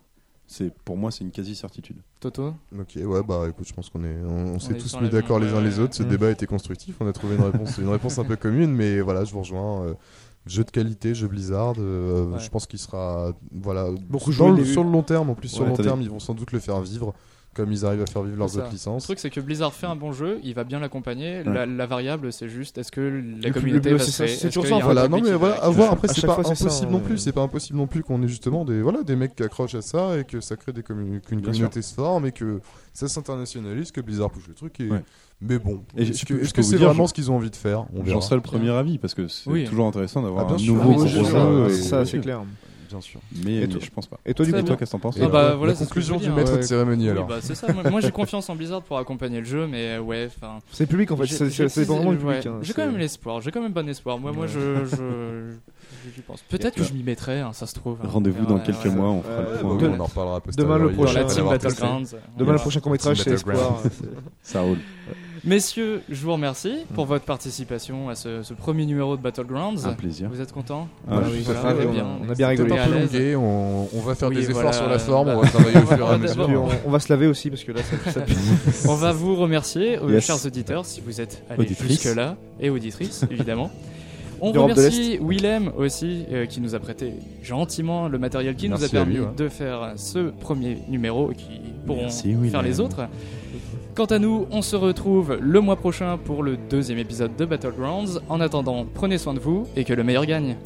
[SPEAKER 3] C'est pour moi, c'est une quasi certitude.
[SPEAKER 1] Toto
[SPEAKER 2] Ok, ouais, bah écoute, je pense qu'on est, on, on s'est
[SPEAKER 1] est
[SPEAKER 2] tous
[SPEAKER 1] sur
[SPEAKER 2] mis
[SPEAKER 1] la même-
[SPEAKER 2] d'accord les uns
[SPEAKER 1] ouais,
[SPEAKER 2] les
[SPEAKER 1] ouais.
[SPEAKER 2] autres. Ce
[SPEAKER 4] Mm.
[SPEAKER 2] débat était constructif. On a trouvé une réponse, une réponse un peu commune, mais voilà, je vous rejoins. euh, jeu de qualité, jeu Blizzard. euh,
[SPEAKER 1] Ouais.
[SPEAKER 2] Je pense qu'il sera, voilà,
[SPEAKER 4] Beaucoup
[SPEAKER 2] dans
[SPEAKER 4] joué au
[SPEAKER 2] le-
[SPEAKER 4] début.
[SPEAKER 2] sur le long terme. En plus, sur
[SPEAKER 3] Ouais,
[SPEAKER 2] le long
[SPEAKER 3] attendez.
[SPEAKER 2] terme, ils vont sans doute le faire vivre, comme ils arrivent à faire vivre leurs
[SPEAKER 1] C'est ça.
[SPEAKER 2] autres
[SPEAKER 1] Le
[SPEAKER 2] licences.
[SPEAKER 1] truc, c'est que Blizzard fait un bon jeu, il va bien l'accompagner. La, la variable, c'est juste est-ce que la
[SPEAKER 4] Le
[SPEAKER 1] communauté va
[SPEAKER 4] public, c'est
[SPEAKER 1] se
[SPEAKER 4] ça,
[SPEAKER 1] ré-
[SPEAKER 4] c'est
[SPEAKER 1] est-ce
[SPEAKER 4] toujours
[SPEAKER 1] qu'il
[SPEAKER 4] ça,
[SPEAKER 1] y a
[SPEAKER 4] en
[SPEAKER 1] un
[SPEAKER 4] fait.
[SPEAKER 2] Voilà, non
[SPEAKER 1] public
[SPEAKER 2] mais
[SPEAKER 1] qui-
[SPEAKER 2] voilà,
[SPEAKER 1] qui-
[SPEAKER 2] à voir. Après,
[SPEAKER 4] À
[SPEAKER 2] c'est hein,
[SPEAKER 4] chaque
[SPEAKER 2] pas
[SPEAKER 4] fois, c'est ça,
[SPEAKER 2] impossible non
[SPEAKER 4] ouais.
[SPEAKER 2] plus. C'est pas impossible non plus qu'on ait justement des, voilà, des mecs qui accrochent à ça et que ça crée des communes, qu'une
[SPEAKER 3] Bien
[SPEAKER 2] communauté se forme et que ça s'internationalise, que Blizzard pousse le truc. Et...
[SPEAKER 3] Ouais.
[SPEAKER 2] Mais bon,
[SPEAKER 3] Et je-
[SPEAKER 2] est-ce
[SPEAKER 3] je
[SPEAKER 2] que
[SPEAKER 3] peux- je
[SPEAKER 2] est-ce
[SPEAKER 3] peux
[SPEAKER 2] que
[SPEAKER 3] vous
[SPEAKER 2] c'est
[SPEAKER 3] dire,
[SPEAKER 2] vraiment
[SPEAKER 3] je-
[SPEAKER 2] ce qu'ils ont envie de faire On verra.
[SPEAKER 3] J'en serai le premier avis parce que c'est
[SPEAKER 1] Oui.
[SPEAKER 3] toujours intéressant
[SPEAKER 2] Ah,
[SPEAKER 3] d'avoir
[SPEAKER 2] bien
[SPEAKER 3] un
[SPEAKER 2] sûr.
[SPEAKER 3] nouveau
[SPEAKER 2] Ah,
[SPEAKER 3] gros
[SPEAKER 2] oui,
[SPEAKER 3] jeu.
[SPEAKER 2] bien sûr.
[SPEAKER 3] euh,
[SPEAKER 2] Ouais,
[SPEAKER 3] c'est
[SPEAKER 4] ça,
[SPEAKER 3] sûr.
[SPEAKER 4] c'est clair.
[SPEAKER 3] Bien sûr. Mais,
[SPEAKER 4] Et
[SPEAKER 3] mais
[SPEAKER 4] toi-
[SPEAKER 3] je pense pas.
[SPEAKER 4] Et toi, du
[SPEAKER 1] Très bien.
[SPEAKER 3] Et
[SPEAKER 4] coup,
[SPEAKER 3] toi, qu'est-ce que t'en penses
[SPEAKER 1] Ah
[SPEAKER 2] Et
[SPEAKER 1] bah,
[SPEAKER 2] la-
[SPEAKER 1] voilà,
[SPEAKER 2] la
[SPEAKER 1] c'est ce que je
[SPEAKER 2] conclusion
[SPEAKER 1] veux
[SPEAKER 2] du
[SPEAKER 1] dire,
[SPEAKER 2] maître
[SPEAKER 4] ouais.
[SPEAKER 2] de cérémonie
[SPEAKER 1] Oui,
[SPEAKER 2] alors.
[SPEAKER 1] bah, c'est ça. Moi, moi, j'ai confiance en Blizzard pour accompagner le jeu, mais euh, ouais, enfin.
[SPEAKER 4] c'est le public en fait.
[SPEAKER 1] j'ai-
[SPEAKER 4] Ça,
[SPEAKER 1] j'ai
[SPEAKER 4] ça- ça dépend
[SPEAKER 1] petits-
[SPEAKER 4] vraiment du
[SPEAKER 1] ouais,
[SPEAKER 4] public. hein.
[SPEAKER 1] J'ai quand
[SPEAKER 4] C'est-
[SPEAKER 1] même l'espoir, j'ai quand même bon espoir. Moi, moi, je, je, je- j'y pense. Peut-être que je m'y mettrai, hein, ça se trouve. hein.
[SPEAKER 3] Rendez-vous
[SPEAKER 1] Ouais,
[SPEAKER 3] dans
[SPEAKER 1] ouais,
[SPEAKER 3] quelques
[SPEAKER 1] ouais.
[SPEAKER 3] mois, on fera
[SPEAKER 4] Ouais,
[SPEAKER 3] le
[SPEAKER 2] Bon,
[SPEAKER 3] point.
[SPEAKER 4] demain-
[SPEAKER 2] on en reparlera après.
[SPEAKER 4] demain, le
[SPEAKER 1] Dans
[SPEAKER 4] prochain.
[SPEAKER 1] la
[SPEAKER 4] Ouais,
[SPEAKER 1] team
[SPEAKER 4] ouais.
[SPEAKER 1] Battlegrounds. on
[SPEAKER 4] Demain,
[SPEAKER 1] verra.
[SPEAKER 4] le prochain court métrage,
[SPEAKER 2] Battlegrounds.
[SPEAKER 4] c'est Espoir.
[SPEAKER 3] Ça roule.
[SPEAKER 1] Messieurs, je vous remercie pour votre participation à ce, ce premier numéro de Battlegrounds.
[SPEAKER 3] Mm. Un plaisir.
[SPEAKER 1] Vous êtes contents
[SPEAKER 3] Ah,
[SPEAKER 4] Voilà,
[SPEAKER 3] oui,
[SPEAKER 1] voilà,
[SPEAKER 4] ça,
[SPEAKER 1] on est
[SPEAKER 4] on a-
[SPEAKER 1] bien,
[SPEAKER 4] on
[SPEAKER 1] on
[SPEAKER 4] a
[SPEAKER 1] est-
[SPEAKER 4] bien
[SPEAKER 2] C'est un
[SPEAKER 4] rigolé.
[SPEAKER 1] C'était
[SPEAKER 2] peu
[SPEAKER 1] à l'aise.
[SPEAKER 2] longué, on, on va faire
[SPEAKER 1] Oui,
[SPEAKER 2] des efforts
[SPEAKER 1] voilà,
[SPEAKER 2] sur la forme, on
[SPEAKER 1] bah-
[SPEAKER 2] va travailler au fur et à
[SPEAKER 1] Puis
[SPEAKER 4] Puis
[SPEAKER 2] mesure.
[SPEAKER 4] on, on va se laver aussi parce que là, ça, ça pue.
[SPEAKER 1] On va vous remercier, euh,
[SPEAKER 3] Yes.
[SPEAKER 1] chers auditeurs, si vous êtes allés
[SPEAKER 3] Auditrice.
[SPEAKER 1] jusque-là, et auditrices, évidemment. On
[SPEAKER 4] D'Europe de
[SPEAKER 1] remercie Willem aussi, euh, qui nous a prêté gentiment le matériel qui nous a
[SPEAKER 3] Merci à
[SPEAKER 1] permis
[SPEAKER 3] lui, ouais.
[SPEAKER 1] de faire ce premier numéro et qui pourront
[SPEAKER 3] Merci,
[SPEAKER 1] faire
[SPEAKER 3] Willem.
[SPEAKER 1] les autres. Quant à nous, on se retrouve le mois prochain pour le deuxième épisode de Battlegrounds. En attendant, prenez soin de vous et que le meilleur gagne.